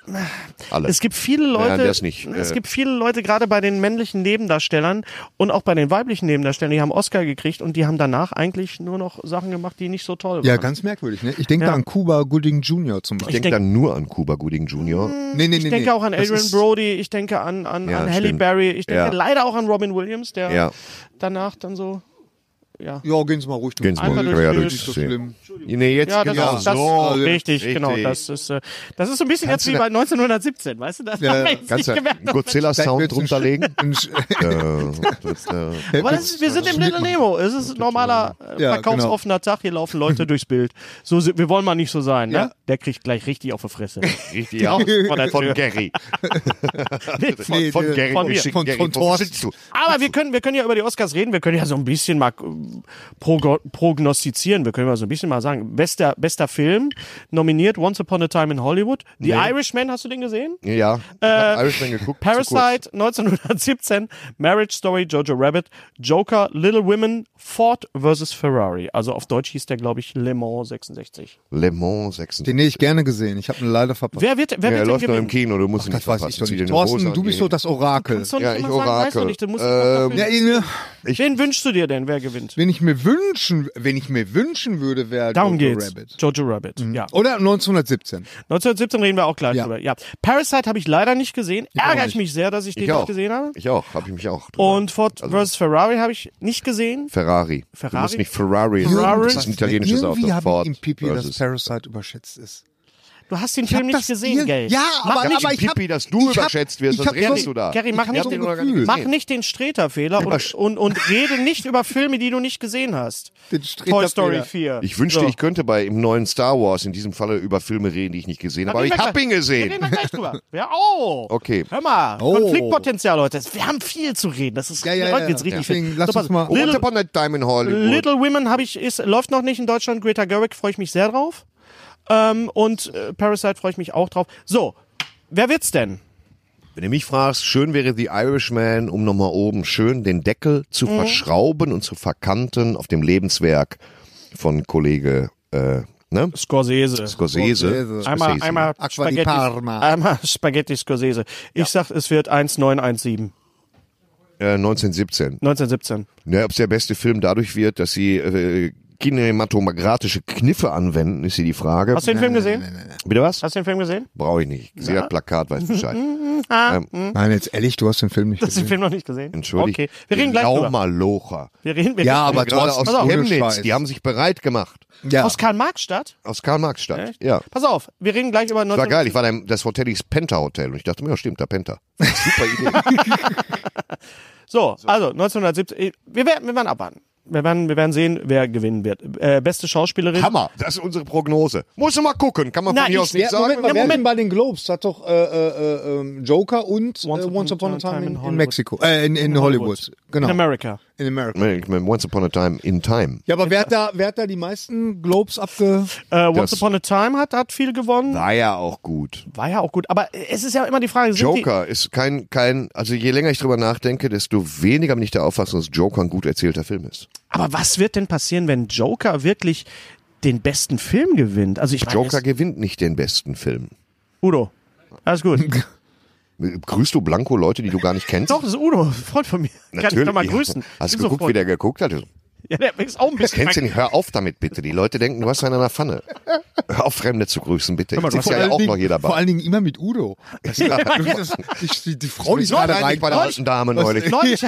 Speaker 4: Alle.
Speaker 3: Es gibt viele Leute,
Speaker 4: Nein, das nicht.
Speaker 3: es
Speaker 4: Äh.
Speaker 3: gibt viele Leute, gerade bei den männlichen Nebendarstellern und auch bei den weiblichen Nebendarstellern, die haben Oscar gekriegt und die haben danach eigentlich nur noch Sachen gemacht, die nicht so toll waren.
Speaker 6: ja, ganz merkwürdig. Ne? Ich denke
Speaker 3: Ja.
Speaker 6: da an Cuba Gooding Jr. zum Beispiel.
Speaker 4: Ich denke
Speaker 3: denk- Hm,
Speaker 4: dann nur an Cuba Gooding Jr.
Speaker 6: nee, nee,
Speaker 3: ich
Speaker 6: nee,
Speaker 3: denke
Speaker 6: nee.
Speaker 3: auch an
Speaker 6: Das
Speaker 3: Adrian
Speaker 6: ist-
Speaker 3: Brody, ich denke an, an,
Speaker 4: Ja,
Speaker 3: an Halle
Speaker 4: stimmt.
Speaker 3: Berry, ich denke
Speaker 4: Ja.
Speaker 3: leider auch an Robin Williams, der
Speaker 4: Ja.
Speaker 3: danach dann so. Ja,
Speaker 6: Ja, gehen Sie mal ruhig durch.
Speaker 4: Gehen Sie mal
Speaker 3: Einfach
Speaker 4: ruhig
Speaker 3: durch
Speaker 4: ja,
Speaker 3: die-
Speaker 4: durchs
Speaker 6: Nicht so
Speaker 4: System.
Speaker 6: schlimm.
Speaker 4: Nee, jetzt
Speaker 3: ja das,
Speaker 4: genau.
Speaker 3: das,
Speaker 4: so.
Speaker 3: richtig, genau.
Speaker 4: richtig.
Speaker 3: Das ist, äh, das ist so ein bisschen jetzt wie bei 1917, weißt du? Das
Speaker 6: Ja,
Speaker 3: haben wir jetzt
Speaker 4: Kannst
Speaker 3: nicht
Speaker 4: du
Speaker 3: gemerkt.
Speaker 4: einen Godzilla-Sound
Speaker 6: Vielleicht wird's ein
Speaker 4: drunterlegen?
Speaker 6: Ein Sch-
Speaker 4: Äh, das, äh,
Speaker 3: Aber das ist, wir sind im Little Nemo. Es ist ein normaler, äh,
Speaker 6: Ja,
Speaker 3: verkaufsoffener Tag. Hier laufen Leute durchs Bild. So, sind- wir wollen mal nicht so sein, ne?
Speaker 6: Ja.
Speaker 3: Der kriegt gleich richtig auf die Fresse.
Speaker 4: Richtig, ja.
Speaker 3: Von der
Speaker 4: Von
Speaker 3: Tür.
Speaker 4: Gary.
Speaker 3: Nee,
Speaker 4: Von,
Speaker 6: Nee,
Speaker 4: von
Speaker 6: der-
Speaker 4: Gary.
Speaker 3: von
Speaker 4: Wir
Speaker 3: mir.
Speaker 4: schicken
Speaker 6: Von-
Speaker 4: Gary
Speaker 6: von
Speaker 4: vom
Speaker 6: Thorsten.
Speaker 4: Sitz zu.
Speaker 3: Aber wir können, wir können ja über die Oscars reden. Wir können ja so ein bisschen mal äh, progo- prognostizieren. Wir können ja so ein bisschen mal sagen. Bester, bester Film nominiert Once Upon a Time in Hollywood. The Irishman, hast du den gesehen?
Speaker 4: Ja, ich hab Irishman geguckt. zu kurz.
Speaker 3: Äh, Parasite 1917, Marriage Story, Jojo Rabbit, Joker, Little Women, Ford vs. Ferrari. Also auf Deutsch hieß der, glaube ich, Le Mans 66.
Speaker 4: Le Mans 6.
Speaker 6: Den hätte ich gerne gesehen. Ich habe ihn leider verpasst.
Speaker 3: Wer wird, wer
Speaker 4: Ja, er
Speaker 3: wird
Speaker 4: läuft
Speaker 3: denn
Speaker 4: noch im
Speaker 3: gewinnen?
Speaker 4: Kino, du musst ihn nicht
Speaker 6: das weiß
Speaker 4: verpassen.
Speaker 6: ich doch
Speaker 4: Zieh
Speaker 6: nicht.
Speaker 4: dir eine Hose
Speaker 6: Thorsten,
Speaker 4: an,
Speaker 6: du
Speaker 4: geh
Speaker 6: bist
Speaker 4: hin.
Speaker 6: doch das Orakel.
Speaker 3: Kannst du
Speaker 4: Ja,
Speaker 3: nicht
Speaker 4: ich
Speaker 3: immer sagen, weißt du
Speaker 4: orakel.
Speaker 3: nicht, du musst
Speaker 4: Ähm,
Speaker 3: doch
Speaker 6: Ja,
Speaker 3: dafür-
Speaker 6: ich-
Speaker 3: Wen wünschst du dir denn, wer gewinnt?
Speaker 6: wenn ich mir wünschen, wenn ich mir wünschen würde, wäre
Speaker 3: Darum
Speaker 6: Jojo
Speaker 3: geht's.
Speaker 6: Rabbit.
Speaker 3: Jojo Rabbit.
Speaker 4: Mhm.
Speaker 3: Ja.
Speaker 6: Oder 1917.
Speaker 3: 1917 reden wir auch gleich
Speaker 6: Ja.
Speaker 3: drüber. Ja. Parasite habe ich leider nicht gesehen. Ärgere ich
Speaker 6: nicht.
Speaker 3: mich sehr, dass ich den
Speaker 4: Ich auch. Also
Speaker 3: nicht gesehen habe.
Speaker 4: Ich auch, hab ich mich auch. drüber-
Speaker 3: Und Ford vs. Ferrari habe ich nicht gesehen.
Speaker 4: Ferrari. Du
Speaker 3: Ferrari?
Speaker 4: musst nicht Ferrari.
Speaker 3: Ferrari?
Speaker 4: Das ist ein italienisches
Speaker 6: Irgendwie
Speaker 4: Auto.
Speaker 6: habe
Speaker 4: Ford
Speaker 6: ich im Pipi, dass
Speaker 4: versus-
Speaker 6: Parasite überschätzt ist.
Speaker 3: Du hast den
Speaker 6: hab
Speaker 3: Film nicht
Speaker 6: das
Speaker 3: gesehen,
Speaker 6: ir-
Speaker 3: Geld.
Speaker 6: Ja, aber,
Speaker 3: mach nicht,
Speaker 6: aber ich hab,
Speaker 4: Pipi, dass du
Speaker 6: ich hab,
Speaker 4: überschätzt wirst,
Speaker 6: ich
Speaker 4: sonst
Speaker 6: hab
Speaker 4: redest
Speaker 6: so-
Speaker 4: du da.
Speaker 3: Gary,
Speaker 6: ich
Speaker 3: mach
Speaker 6: hab
Speaker 3: nicht
Speaker 6: so ein
Speaker 3: den
Speaker 6: Gefühl.
Speaker 3: Mach nicht den Streterfehler und, und, und rede nicht über Filme, die du nicht gesehen hast.
Speaker 6: Den
Speaker 3: Toy Story
Speaker 6: Streterfehler.
Speaker 3: 4.
Speaker 4: Ich wünschte,
Speaker 3: So.
Speaker 4: ich könnte bei im neuen Star Wars in diesem Falle über Filme reden, die ich nicht gesehen habe.
Speaker 3: Da
Speaker 4: Aber
Speaker 3: reden
Speaker 4: ich
Speaker 3: wir
Speaker 4: hab
Speaker 3: gleich-
Speaker 4: ihn
Speaker 3: Da
Speaker 4: gesehen.
Speaker 3: reden wir gleich drüber. Ja, oh.
Speaker 4: Okay.
Speaker 3: Hör mal,
Speaker 6: Oh.
Speaker 3: Konfliktpotenzial, Leute. Das- Wir haben viel zu reden. Das ist
Speaker 6: Ja, ja,
Speaker 3: heute
Speaker 6: ja.
Speaker 3: geht's richtig
Speaker 6: Deswegen
Speaker 3: viel.
Speaker 6: lass
Speaker 3: So,
Speaker 6: uns mal-
Speaker 3: pass-
Speaker 4: Once
Speaker 3: Little,
Speaker 4: upon a time in Hollywood.
Speaker 3: Little Women habe ich ist läuft noch nicht in Deutschland. Greta Gerwig freue ich mich sehr drauf. Ähm, und äh, Parasite freue ich mich auch drauf. So, wer wird's denn?
Speaker 4: Wenn du mich fragst, schön wäre The Irishman, um nochmal oben schön den Deckel zu
Speaker 6: Mhm.
Speaker 4: verschrauben und zu verkanten auf dem Lebenswerk von Kollege äh, ne?
Speaker 3: Scorsese.
Speaker 4: Scorsese.
Speaker 6: Scorsese.
Speaker 3: Einmal, einmal
Speaker 6: Acqua di
Speaker 3: Spaghetti,
Speaker 6: Parma.
Speaker 3: einmal Spaghetti Scorsese. Ich sag, es wird 1917.
Speaker 4: Äh, 1917.
Speaker 3: 1917.
Speaker 4: Ne, Ob es der beste Film dadurch wird, dass sie äh, kinematografische Kniffe anwenden, ist hier die Frage.
Speaker 3: Hast du den Film gesehen?
Speaker 4: Bitte was?
Speaker 3: Hast du den Film gesehen?
Speaker 4: Brauche ich nicht. Ich sehe das Plakat, weiß Bescheid.
Speaker 6: Nein, jetzt ehrlich, du hast den Film nicht
Speaker 3: Hast du den
Speaker 6: gesehen.
Speaker 3: Film noch nicht gesehen?
Speaker 4: Entschuldigt.
Speaker 3: Okay, wir reden gleich drüber.
Speaker 4: Laumalocher.
Speaker 3: Wir reden, wir
Speaker 6: Ja,
Speaker 3: reden
Speaker 6: aber
Speaker 3: drüber.
Speaker 4: Gerade
Speaker 6: Thorsten,
Speaker 4: aus
Speaker 3: pass auf.
Speaker 6: ohne
Speaker 4: Chemnitz,
Speaker 6: Scheiß.
Speaker 4: die haben sich bereit gemacht.
Speaker 6: Ja.
Speaker 3: Aus Karl-Marx-Stadt?
Speaker 4: Aus Karl-Marx-Stadt.
Speaker 3: Echt?
Speaker 4: Ja.
Speaker 3: Pass auf, wir reden gleich über
Speaker 4: Das war
Speaker 3: 19...
Speaker 4: geil. Ich war da im, das Hotel hieß Penta Hotel und ich dachte mir, ja, stimmt, da Penta. Super Idee.
Speaker 3: So, also 1970. Wir werden, wir werden abwarten. Wir werden, wir werden sehen, wer gewinnen wird. Äh, beste Schauspielerin.
Speaker 4: Hammer. Das ist unsere Prognose. Muss mal gucken. Kann man
Speaker 3: Na,
Speaker 4: von hier
Speaker 3: ich-
Speaker 4: aus nicht
Speaker 3: Ja,
Speaker 4: sagen.
Speaker 3: Moment, Moment.
Speaker 6: bei den Globes? Das hat doch äh, äh, äh, Joker und äh, Once Upon a Time in, in Mexico. Äh, in, in Hollywood. Genau.
Speaker 3: In America.
Speaker 6: in America.
Speaker 4: Ich meine, Once Upon a Time in Time.
Speaker 6: Ja, aber wer hat da, wer hat da die meisten Globes abge...
Speaker 3: Äh, Once
Speaker 4: Das-
Speaker 3: Upon a Time hat, hat viel gewonnen.
Speaker 4: War ja auch gut.
Speaker 3: War ja auch gut. Aber es ist ja immer die Frage, sind
Speaker 4: Joker ist kein, kein, also je länger ich drüber nachdenke, desto weniger bin ich der Auffassung, dass Joker ein gut erzählter Film ist.
Speaker 3: die. Aber was wird denn passieren, wenn Joker wirklich den besten Film gewinnt? Also ich meine,
Speaker 4: Joker
Speaker 3: es-
Speaker 4: gewinnt nicht den besten Film.
Speaker 3: Udo. Alles gut.
Speaker 4: Grüßt du Blanco Leute, die du gar nicht kennst?
Speaker 3: Doch, das ist Udo, ein Freund von mir. Kann ich doch mal grüßen.
Speaker 4: Ja. Hast
Speaker 3: Bin
Speaker 4: du geguckt,
Speaker 3: so
Speaker 4: wie der geguckt hat?
Speaker 3: freundlich. Ja, der ist auch ein bisschen.
Speaker 4: Kennst du nicht? Hör auf damit bitte. Die Leute denken, du hast einen an der Pfanne. Hör auf, Fremde zu grüßen, bitte.
Speaker 3: mal,
Speaker 4: Jetzt
Speaker 3: du
Speaker 4: ist
Speaker 3: hast
Speaker 4: ja
Speaker 6: Vor allen
Speaker 4: auch
Speaker 6: Dingen-
Speaker 4: noch hier
Speaker 6: Vor
Speaker 4: dabei.
Speaker 6: allen Dingen immer mit Udo. Das, ich, die, die Frau, die
Speaker 4: Ich war
Speaker 6: gerade
Speaker 4: eigentlich bei der
Speaker 6: reinkommt.
Speaker 4: alten Dame neulich.
Speaker 3: Neulich,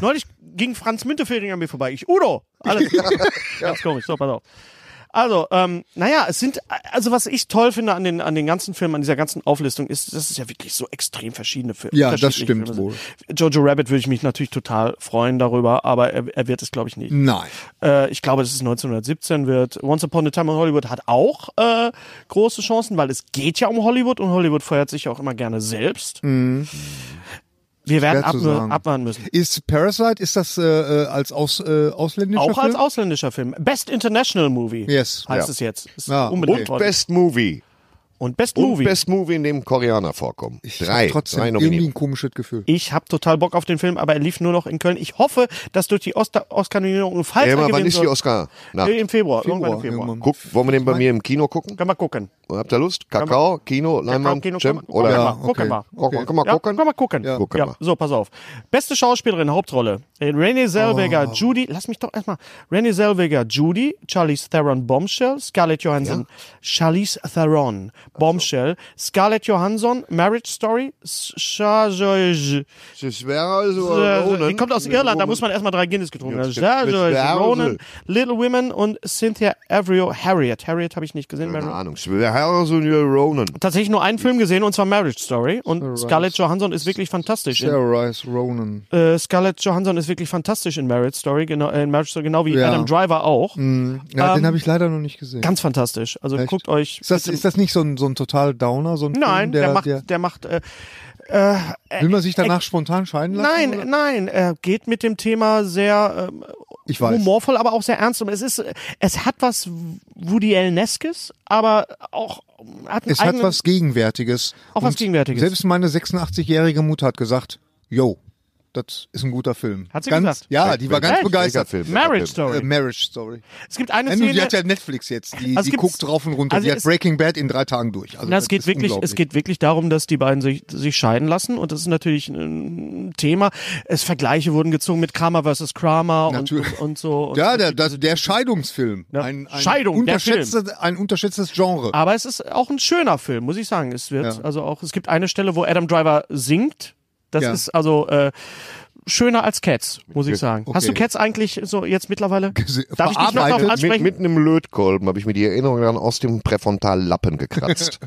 Speaker 3: neulich ging Franz Müntefering an mir vorbei. Ich, Udo! Alles. Ganz komisch, so, pass auf. Also, ähm, naja, es sind, also was ich toll finde an den, an den ganzen Filmen, an dieser ganzen Auflistung ist, dass es ja wirklich so extrem verschiedene Fil-
Speaker 6: Ja, das
Speaker 3: unterschiedliche Filme.
Speaker 6: stimmt wohl.
Speaker 3: sind. Jojo Rabbit würde ich mich natürlich total freuen darüber, aber er, er wird es, glaube ich, nicht.
Speaker 6: Nein.
Speaker 3: Äh, ich glaube, dass es 1917 wird. Once Upon a Time in Hollywood hat auch äh, große Chancen, weil es geht ja um Hollywood und Hollywood feuert sich ja auch immer gerne selbst.
Speaker 4: Mhm.
Speaker 3: Wir werden
Speaker 6: Schwer zu
Speaker 3: abw
Speaker 6: sagen.
Speaker 3: abwarten müssen.
Speaker 6: Ist Parasite, ist das äh, äh, als aus, äh, ausländischer
Speaker 3: Auch als
Speaker 6: Film?
Speaker 3: ausländischer Film. Best International Movie
Speaker 6: Yes,
Speaker 3: heißt
Speaker 4: ja.
Speaker 3: es jetzt. Ist
Speaker 6: Ah,
Speaker 3: unbedingt
Speaker 4: Und
Speaker 3: toll.
Speaker 4: Best Movie.
Speaker 3: und Best
Speaker 4: Und
Speaker 3: Movie.
Speaker 4: Best Movie, in dem Koreaner vorkommen. Drei.
Speaker 6: Ich hab trotzdem
Speaker 4: Drei
Speaker 6: irgendwie
Speaker 4: Nominierungen.
Speaker 6: ein komisches Gefühl.
Speaker 3: ich habe total Bock auf den Film, aber er lief nur noch in Köln. Ich hoffe, dass durch die Oster- Oscar-Nominierung, falls er
Speaker 4: Elmar,
Speaker 3: gewinnen
Speaker 4: wann ist die
Speaker 3: soll-
Speaker 4: Oscar? Na,
Speaker 3: Äh, Im Februar, irgendwann
Speaker 6: Februar,
Speaker 3: im Februar.
Speaker 6: irgendwann.
Speaker 4: guck, wollen wir den bei mir im Kino gucken?
Speaker 3: Können wir gucken.
Speaker 4: Habt ihr Lust? Kakao, Kino, Leinwand,
Speaker 3: Kino,
Speaker 4: Jam?
Speaker 3: gucken wir-
Speaker 4: Oder?
Speaker 3: gucken wir,
Speaker 6: Ja,
Speaker 3: gucken
Speaker 6: okay.
Speaker 3: wir.
Speaker 4: Okay. Kann man
Speaker 3: Ja,
Speaker 4: gucken?
Speaker 3: Komm mal gucken. Ja.
Speaker 4: Gucken wir.
Speaker 3: So, pass auf. Beste Schauspielerin, Hauptrolle. Äh, Renée Zellweger, Judy, lass mich doch erstmal. Renée Zellweger, Judy, Charlize Theron, Bombshell, Scarlett Johansson, Charlize Theron, Bombshell, Scarlett Johansson, Marriage Story, Charge.
Speaker 4: Das wäre also
Speaker 3: Die kommt aus Irland, da muss man erstmal drei Guinness getrunken haben.
Speaker 4: das stimmt. Mit
Speaker 3: Charge
Speaker 4: Verhoeven.
Speaker 3: Ronan, Little Women und Cynthia Averio, Harriet. Harriet habe ich nicht gesehen.
Speaker 4: Keine
Speaker 3: Mary-
Speaker 4: Ahnung. Das wäre also Ronan.
Speaker 3: tatsächlich nur einen Film gesehen und zwar Marriage Story und Scarlett Johansson ist wirklich fantastisch. In,
Speaker 6: Sarah Rice Ronan.
Speaker 3: äh, Scarlett Johansson ist wirklich fantastisch in Marriage Story, genau, äh, in Marriage Story, genau wie
Speaker 6: Ja.
Speaker 3: Adam Driver auch.
Speaker 6: Ja,
Speaker 3: Ähm,
Speaker 6: den habe ich leider noch nicht gesehen.
Speaker 3: Ganz fantastisch. Also
Speaker 6: Echt?
Speaker 3: guckt euch.
Speaker 6: Ist das, ist das nicht so ein, so ein total Downer? So ein
Speaker 3: nein,
Speaker 6: Film,
Speaker 3: der,
Speaker 6: der,
Speaker 3: macht, der,
Speaker 6: der-
Speaker 3: macht. Äh,
Speaker 6: will man sich danach spontan scheiden lassen?
Speaker 3: nein,
Speaker 6: oder?
Speaker 3: nein, er geht mit dem Thema sehr ähm,
Speaker 6: ich weiß.
Speaker 3: humorvoll, aber auch sehr ernst. um. Es ist, äh, es hat was Woody Alleneskes, aber auch hat einen
Speaker 6: Es hat
Speaker 3: eigenen,
Speaker 6: was Gegenwärtiges.
Speaker 3: Auch was
Speaker 6: Und
Speaker 3: Gegenwärtiges.
Speaker 6: Selbst meine 86-jährige Mutter hat gesagt, yo, das ist ein guter Film.
Speaker 3: Hat sie
Speaker 6: ganz,
Speaker 3: gesagt?
Speaker 6: Ja, die war ganz
Speaker 3: Echt?
Speaker 6: begeistert.
Speaker 4: Film.
Speaker 3: Marriage
Speaker 6: Äh,
Speaker 3: Story.
Speaker 6: Marriage Story.
Speaker 3: es gibt eine
Speaker 6: Äh,
Speaker 3: Szene.
Speaker 6: nur die hat ja Netflix jetzt. Die,
Speaker 3: Also
Speaker 6: die
Speaker 3: gibt's-
Speaker 6: guckt rauf und runter.
Speaker 3: also
Speaker 6: die hat
Speaker 3: es-
Speaker 6: Breaking Bad in drei Tagen durch. Also
Speaker 3: Na, es geht
Speaker 6: ist
Speaker 3: wirklich, es
Speaker 6: unglaublich.
Speaker 3: geht wirklich darum, dass die beiden sich, sich scheiden lassen und das ist natürlich ein Thema. Es Vergleiche wurden gezogen mit Kramer versus Kramer und,
Speaker 6: Natürlich.
Speaker 3: und, und so. Und
Speaker 6: Ja, der, der, der Scheidungsfilm.
Speaker 3: also Ja.
Speaker 6: Ein, ein
Speaker 3: Scheidung, der
Speaker 6: unterschätztes, Ein unterschätztes Genre.
Speaker 3: aber es ist auch ein schöner Film, muss ich sagen. Es wird
Speaker 6: Ja.
Speaker 3: also auch, es gibt eine Stelle, wo Adam Driver singt. Das
Speaker 6: Ja.
Speaker 3: ist also äh, schöner als Cats, muss ich sagen.
Speaker 6: Okay.
Speaker 3: Hast du Cats eigentlich so jetzt mittlerweile?
Speaker 6: Gese-
Speaker 3: Darf ich dich noch
Speaker 6: verarbeitet
Speaker 3: darauf
Speaker 6: mit-
Speaker 4: Mit,
Speaker 3: ansprechen?
Speaker 4: mit einem Lötkolben habe ich mir die Erinnerung dann aus dem Präfrontallappen gekratzt.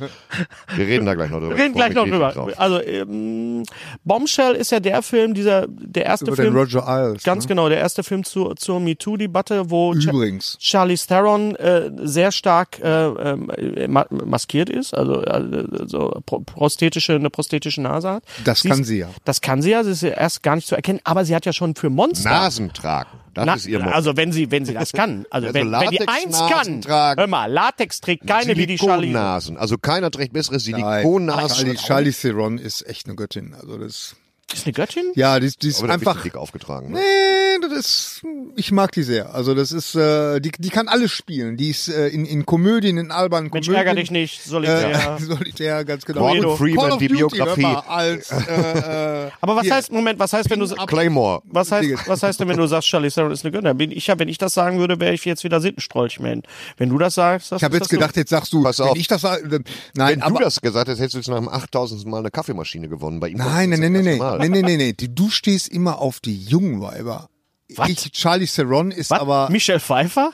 Speaker 4: Wir reden da gleich noch drüber.
Speaker 3: Wir reden
Speaker 4: Ich freu
Speaker 3: gleich noch
Speaker 4: mich riesig
Speaker 3: drüber.
Speaker 4: drauf.
Speaker 3: Also ähm, Bombshell ist ja der Film, dieser der erste
Speaker 6: Über den
Speaker 3: Film.
Speaker 6: Roger Iles.
Speaker 3: Ganz
Speaker 6: ne?
Speaker 3: genau, der erste Film zur, zur MeToo-Debatte, wo Cha-
Speaker 6: Übrigens.
Speaker 3: Charlize Theron äh, sehr stark äh, ähm, ma maskiert ist, also äh, so pro prosthetische, eine prosthetische Nase hat.
Speaker 6: Das kann
Speaker 3: ist,
Speaker 6: sie ja.
Speaker 3: Das kann sie ja, sie ist ja erst gar nicht zu erkennen, aber sie hat ja schon für Monster.
Speaker 4: Nasen tragen. Das
Speaker 3: Na-
Speaker 4: ist ihr Motto.
Speaker 3: also wenn sie, wenn sie das kann, also,
Speaker 4: Also
Speaker 3: wenn, wenn die eins
Speaker 4: Latexnasen
Speaker 3: kann,
Speaker 4: tragen.
Speaker 3: hör mal, Latex trägt keine wie die Charlize.
Speaker 4: Silikonnasen. Also keiner trägt besseres
Speaker 6: Nein.
Speaker 4: Silikonnasen.
Speaker 6: Charlie, Charlie Theron ist echt eine Göttin. Also das,
Speaker 3: Ist eine Göttin?
Speaker 6: ja, die, die ist
Speaker 4: Aber da bist du
Speaker 6: einfach.
Speaker 4: dick aufgetragen. Ne?
Speaker 6: Nee, das ist, ich mag die sehr. Also das ist, äh, die, die kann alles spielen. Die ist äh, in, in Komödien, in albanen
Speaker 3: Mensch,
Speaker 6: Komödien.
Speaker 3: ärger dich nicht, solitär.
Speaker 6: Äh, solitär, ganz genau.
Speaker 4: Morgan
Speaker 6: Und
Speaker 4: Freeman,
Speaker 6: Call of
Speaker 4: die
Speaker 6: Duty,
Speaker 4: Biografie.
Speaker 6: hör mal, Als, äh, äh,
Speaker 3: aber was
Speaker 6: hier.
Speaker 3: heißt, Moment, was heißt, wenn du...
Speaker 4: Claymore.
Speaker 3: Was heißt,
Speaker 6: Digga.
Speaker 3: was heißt denn, wenn du sagst, Charlize Theron ist eine Göttin? Bin ich ja, wenn ich das sagen würde, wäre ich jetzt wieder Sittenstrolchman. Wenn du das sagst, das
Speaker 6: ich habe
Speaker 3: ist
Speaker 6: jetzt
Speaker 3: das
Speaker 6: gedacht, jetzt sagst du,
Speaker 4: Pass
Speaker 6: wenn
Speaker 4: auf.
Speaker 6: ich das sage, dann- nein,
Speaker 4: Wenn
Speaker 6: aber,
Speaker 4: du das gesagt hättest, hättest du jetzt nach dem 8000. Mal eine Kaffeemaschine gewonnen bei ihm.
Speaker 6: nein, nein, nein,
Speaker 4: Das
Speaker 6: nein,
Speaker 4: ist das
Speaker 6: nein,
Speaker 4: erste Mal.
Speaker 6: nein, nein, nein, nein, die- du stehst immer auf die jungen Weiber. Ich, Charlie Theron ist
Speaker 3: Was?
Speaker 6: aber, Ähm,
Speaker 3: Michelle Pfeiffer?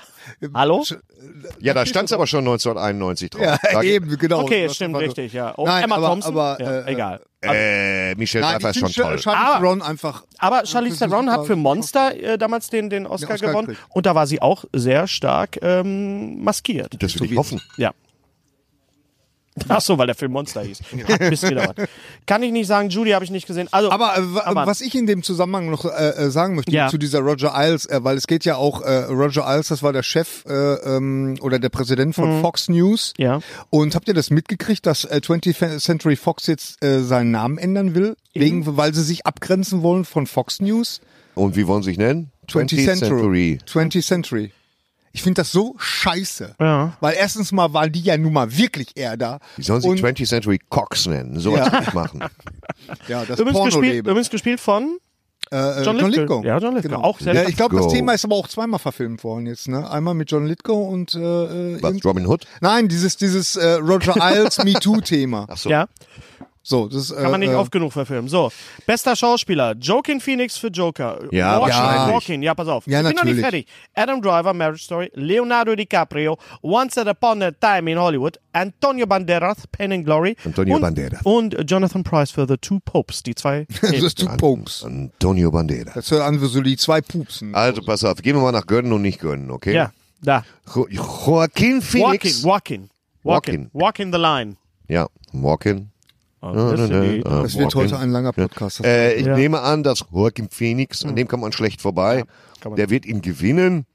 Speaker 3: Hallo?
Speaker 4: Ja, da stand es aber schon 1991 drauf.
Speaker 6: ja,
Speaker 4: Sag-
Speaker 6: eben, genau.
Speaker 3: Okay,
Speaker 6: Das
Speaker 3: stimmt,
Speaker 6: war so.
Speaker 3: richtig, ja. Oh,
Speaker 6: Nein,
Speaker 3: Emma
Speaker 6: aber-
Speaker 3: Thompson?
Speaker 6: aber,
Speaker 3: ja,
Speaker 6: äh,
Speaker 3: egal.
Speaker 4: Äh, Michelle
Speaker 6: Nein,
Speaker 4: Pfeiffer
Speaker 6: ich
Speaker 4: ist schon
Speaker 6: finde
Speaker 4: toll.
Speaker 6: Char-
Speaker 3: Ah!
Speaker 6: Charlize Theron einfach,
Speaker 3: Aber Charlize
Speaker 6: das ist
Speaker 3: Theron
Speaker 6: super.
Speaker 3: hat für Monster äh, damals den, den Oscar,
Speaker 6: Den Oscar
Speaker 3: gewonnen
Speaker 6: gekriegt.
Speaker 3: und da war sie auch sehr stark ähm, maskiert.
Speaker 4: Das will ich hoffen.
Speaker 3: Ja. Ach so, weil der Film Monster hieß. Hat ein bisschen gedauert. Kann ich nicht sagen, Judy habe ich nicht gesehen. Also,
Speaker 6: Aber, äh, wa-
Speaker 3: Aber-
Speaker 6: was ich in dem Zusammenhang noch äh, äh, sagen möchte
Speaker 3: Ja.
Speaker 6: zu dieser Roger Iles, äh, weil es geht ja auch, äh, Roger Iles, das war der Chef äh, ähm, oder der Präsident von Fox News.
Speaker 3: Mhm. Ja.
Speaker 6: Und habt ihr das mitgekriegt, dass äh, 20th Century Fox jetzt äh, seinen Namen ändern will, wegen, weil sie sich abgrenzen wollen von Fox News?
Speaker 4: Und wie wollen sie sich nennen?
Speaker 6: 20th Century. 20th Century. Ich finde das so scheiße.
Speaker 3: Ja.
Speaker 6: Weil erstens mal waren die ja nun mal wirklich eher da.
Speaker 4: Die sollen sich
Speaker 6: Und-
Speaker 4: 20th Century Cox nennen. So was
Speaker 6: Ja.
Speaker 4: will ich machen.
Speaker 6: ja, das
Speaker 3: übrigens gespielt,
Speaker 6: Pornoleben.
Speaker 3: übrigens gespielt von
Speaker 6: Äh, Genau. äh,
Speaker 3: John Lithgow. Ja, John Lithgow. Auch sehr-
Speaker 6: ja, ich glaube, das
Speaker 4: Lithgow.
Speaker 6: Thema ist aber auch zweimal verfilmt worden jetzt. Ne? Einmal mit John Lithgow und äh, äh,
Speaker 4: Was?
Speaker 6: irgend-
Speaker 4: Robin Hood?
Speaker 6: Nein, dieses dieses äh, Roger Iles Me Too Thema.
Speaker 4: So.
Speaker 3: ja,
Speaker 6: So, das äh,
Speaker 3: kann man nicht
Speaker 6: äh,
Speaker 3: oft genug verfilmen. So, bester Schauspieler, Joaquin Phoenix für Joker.
Speaker 4: Ja,
Speaker 3: Walken,
Speaker 6: wahrscheinlich.
Speaker 3: Walken, ja, pass auf.
Speaker 6: Ja,
Speaker 3: ich bin noch nicht
Speaker 6: natürlich.
Speaker 3: fertig. Adam Driver, Marriage Story, Leonardo DiCaprio, Once Upon a Time in Hollywood, Antonio Banderas, Pain and Glory
Speaker 4: Antonio
Speaker 3: und,
Speaker 4: Banderas.
Speaker 3: und Jonathan Price für The Two Popes, die zwei.
Speaker 6: Das ist zu Popes.
Speaker 4: Antonio Banderas.
Speaker 6: Das hört an wie so die zwei Pupsen.
Speaker 4: Also pass auf, gehen wir mal nach Gönnen und nicht Gönnen, okay?
Speaker 3: ja, da.
Speaker 4: Jo Joaquin Phoenix.
Speaker 3: Walking, walking, walking,
Speaker 4: Walking.
Speaker 3: walking the line.
Speaker 4: Ja, Walking.
Speaker 3: Oh, das sind die-
Speaker 4: äh,
Speaker 6: Das wird
Speaker 4: Walken.
Speaker 6: heute ein langer Podcast.
Speaker 4: Äh, ich
Speaker 3: Ja. Mhm.
Speaker 4: nehme an, dass Joaquin Phoenix, an dem kommt man schlecht vorbei,
Speaker 3: kann man
Speaker 4: der wird ihn gewinnen.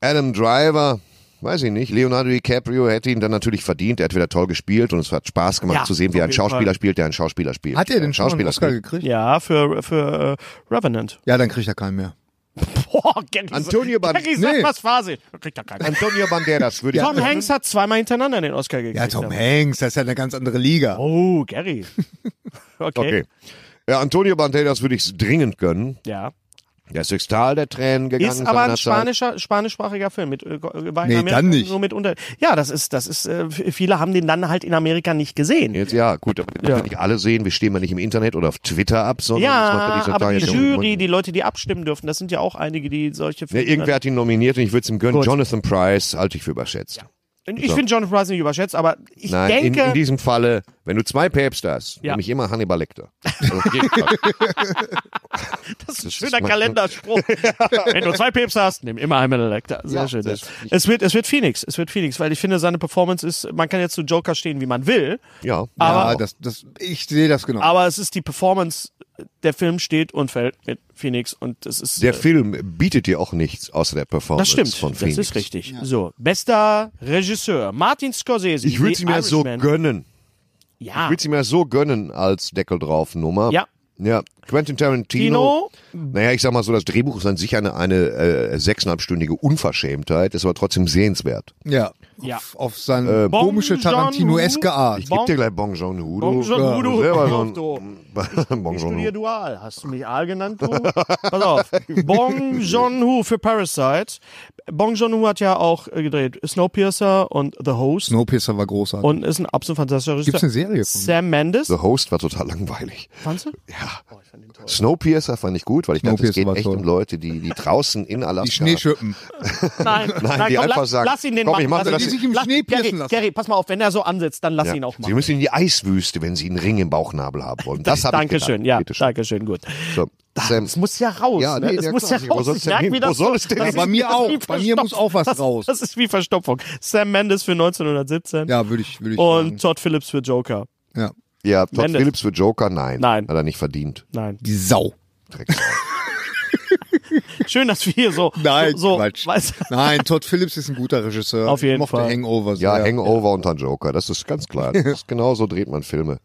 Speaker 4: Adam Driver, weiß ich nicht, Leonardo DiCaprio hätte ihn dann natürlich verdient. Er hat wieder toll gespielt und es hat Spaß gemacht
Speaker 3: Ja,
Speaker 4: zu sehen, wie
Speaker 3: auf
Speaker 4: ein
Speaker 3: jeden
Speaker 4: Schauspieler
Speaker 3: Fall.
Speaker 4: spielt, der einen Schauspieler spielt.
Speaker 6: Hat er
Speaker 4: Ein
Speaker 6: denn schon mal
Speaker 4: Schauspieler
Speaker 6: einen Oscar
Speaker 4: spielt.
Speaker 6: gekriegt?
Speaker 3: Ja, für, für äh, Revenant.
Speaker 6: Ja, dann kriegt er keinen mehr.
Speaker 3: Boah, Gary,
Speaker 4: Antonio Ban-
Speaker 3: Gary, sag
Speaker 6: nee.
Speaker 3: was Phase. Kriegt er keinen.
Speaker 4: Antonio Banderas würde ich
Speaker 3: Tom Hanks hat zweimal hintereinander den Oscar gekriegt.
Speaker 6: Ja, Tom Hanks, das ist ja eine ganz andere Liga.
Speaker 3: Oh, Gary. Okay.
Speaker 4: Okay. Ja, Antonio Banderas würde ich dringend gönnen.
Speaker 3: Ja.
Speaker 4: Der ist durchs Tal der Tränen gegangen.
Speaker 3: Ist aber ein
Speaker 4: seinerzeit.
Speaker 3: spanischer, spanischsprachiger Film. Mit, äh, war in
Speaker 6: Nee,
Speaker 3: Amerika
Speaker 6: dann nicht.
Speaker 3: Nur mit unter ja, das ist, das ist, äh, viele haben den dann halt in Amerika nicht gesehen.
Speaker 4: Jetzt, ja, gut, aber wir
Speaker 3: Ja.
Speaker 4: ja. nicht alle sehen, wir stehen mal nicht im Internet oder auf Twitter ab, sondern das macht ja
Speaker 3: Ja,
Speaker 4: dieser
Speaker 3: aber die
Speaker 4: Tage-
Speaker 3: Jury, die Leute, die abstimmen dürfen, das sind ja auch einige, die solche
Speaker 4: Ja,
Speaker 3: Filme.
Speaker 4: Ne, irgendwer hat ihn nominiert und ich würde es ihm gönnen.
Speaker 3: Gut.
Speaker 4: Jonathan Price halte ich für überschätzt.
Speaker 3: ich finde Jonathan Price nicht überschätzt, aber ich
Speaker 4: Nein, in,
Speaker 3: denke.
Speaker 4: in diesem Falle, wenn du zwei Päpste hast,
Speaker 3: Ja.
Speaker 4: nämlich immer Hannibal Lecter. Also auf jeden Fall.
Speaker 3: Das ist ein
Speaker 4: Das
Speaker 3: schöner
Speaker 4: ist mein-
Speaker 3: Kalenderspruch. Wenn du zwei Päpste hast, nimm immer einen Elektor. Sehr
Speaker 4: Ja,
Speaker 3: schön.
Speaker 4: das ist
Speaker 3: es, wird, es wird Phoenix. Es wird Phoenix, weil ich finde, seine Performance ist, man kann jetzt zu Joker stehen, wie man will,
Speaker 4: ja.
Speaker 3: Aber-
Speaker 6: ja, das, das, ich sehe das genau.
Speaker 3: aber es ist die Performance, der Film steht und fällt mit Phoenix und es ist.
Speaker 4: Der
Speaker 3: äh,
Speaker 4: Film bietet dir auch nichts außer der
Speaker 3: das
Speaker 4: Performance
Speaker 3: stimmt,
Speaker 4: von
Speaker 3: das
Speaker 4: Phoenix.
Speaker 3: ist richtig. So, bester Regisseur, Martin Scorsese.
Speaker 4: Ich würde
Speaker 3: The
Speaker 4: sie mir so
Speaker 3: Irishman.
Speaker 4: gönnen. Ich
Speaker 3: Ja,
Speaker 4: würde sie mir so gönnen als Deckel drauf Nummer.
Speaker 3: Ja.
Speaker 4: Ja, Quentin Tarantino.
Speaker 3: Tino.
Speaker 4: Naja, ich sag mal so, das Drehbuch ist an sich eine, eine äh, sechseinhalbstündige Unverschämtheit, ist aber trotzdem sehenswert.
Speaker 6: ja.
Speaker 3: Ja.
Speaker 6: Auf, auf seine
Speaker 4: Äh,
Speaker 6: komische
Speaker 3: Bong
Speaker 6: Tarantino-eske
Speaker 3: Joon-ho.
Speaker 6: Art.
Speaker 4: Ich
Speaker 3: Bon-
Speaker 4: geb dir gleich Bong Joon-ho.
Speaker 3: Bong
Speaker 4: du.
Speaker 3: Joon-ho, du.
Speaker 4: Selber
Speaker 3: Hör auf,
Speaker 4: so ein- Bong
Speaker 3: Ich studiere
Speaker 4: Joon-ho.
Speaker 3: dual. Hast du mich Aal genannt, du? Pass auf. Bong Joon-ho für Parasite. Bong Joon-ho hat ja auch äh, gedreht Snowpiercer und The Host.
Speaker 6: Snowpiercer war großartig.
Speaker 3: Und ist ein absolut fantastischer Regisseur.
Speaker 6: Gibt's eine Serie von?
Speaker 3: Sam Mendes.
Speaker 4: The Host war total langweilig.
Speaker 3: Fandst du?
Speaker 4: Ja. Snowpiercer fand ich gut, weil ich dachte, es
Speaker 6: Snowpiercer
Speaker 4: geht
Speaker 6: war
Speaker 4: echt
Speaker 6: toll.
Speaker 4: um Leute, die, die draußen in Alaska.
Speaker 6: Die Schneeschippen.
Speaker 3: Nein,
Speaker 4: Nein, die einfach
Speaker 3: lass,
Speaker 4: sagen,
Speaker 3: lass ihn den
Speaker 4: komm,
Speaker 3: machen.
Speaker 4: ich mach
Speaker 3: lass
Speaker 4: dir das-
Speaker 3: ihn-
Speaker 6: Die sich im
Speaker 3: lass-
Speaker 6: Schnee
Speaker 3: Gary,
Speaker 6: piercen lassen.
Speaker 3: Gary, pass mal auf, wenn er so ansetzt, dann lass
Speaker 4: ja.
Speaker 3: ihn auch
Speaker 4: Sie
Speaker 3: machen.
Speaker 4: müssen in die Eiswüste, wenn sie einen Ring im Bauchnabel haben wollen. Das, habe ich gedacht.
Speaker 3: Dankeschön, ja,
Speaker 4: Bitteschön.
Speaker 3: Dankeschön, gut.
Speaker 4: So, Sam,
Speaker 3: Es muss ja raus,
Speaker 4: Ja,
Speaker 3: ne?
Speaker 4: nee,
Speaker 3: es
Speaker 4: ja,
Speaker 3: muss
Speaker 4: klar,
Speaker 3: ja
Speaker 4: wo
Speaker 3: raus.
Speaker 4: soll's
Speaker 3: Ich
Speaker 4: denn
Speaker 3: merke,
Speaker 4: hin?
Speaker 3: wie
Speaker 4: Wo
Speaker 3: das
Speaker 4: soll
Speaker 3: so-
Speaker 4: es denn
Speaker 3: das
Speaker 4: hin?
Speaker 3: ist
Speaker 6: Bei
Speaker 3: wie-
Speaker 6: mir
Speaker 3: das ist
Speaker 6: auch.
Speaker 3: wie
Speaker 6: Bei mir muss
Speaker 3: Verstopfung.
Speaker 6: auch was
Speaker 3: das,
Speaker 6: raus.
Speaker 3: Das ist wie Verstopfung. Sam Mendes für 1917
Speaker 6: Ja, würde ich, würde ich
Speaker 3: und
Speaker 6: sagen.
Speaker 3: Todd Phillips für Joker.
Speaker 6: Ja.
Speaker 4: ja, Todd
Speaker 3: Mendes.
Speaker 4: Phillips für Joker, nein.
Speaker 3: Nein.
Speaker 4: Hat er nicht verdient.
Speaker 3: Nein.
Speaker 6: Die Sau.
Speaker 3: Schön, dass wir hier so.
Speaker 6: Nein,
Speaker 3: so,
Speaker 6: Quatsch.
Speaker 3: Weißt,
Speaker 6: Nein, Todd Phillips ist ein guter Regisseur.
Speaker 3: Auf jeden
Speaker 6: ich mochte
Speaker 3: Fall.
Speaker 6: Hangover
Speaker 4: Ja,
Speaker 6: sehr.
Speaker 4: Hangover und dann Joker, das ist ganz klar. Das ist genau so dreht man Filme.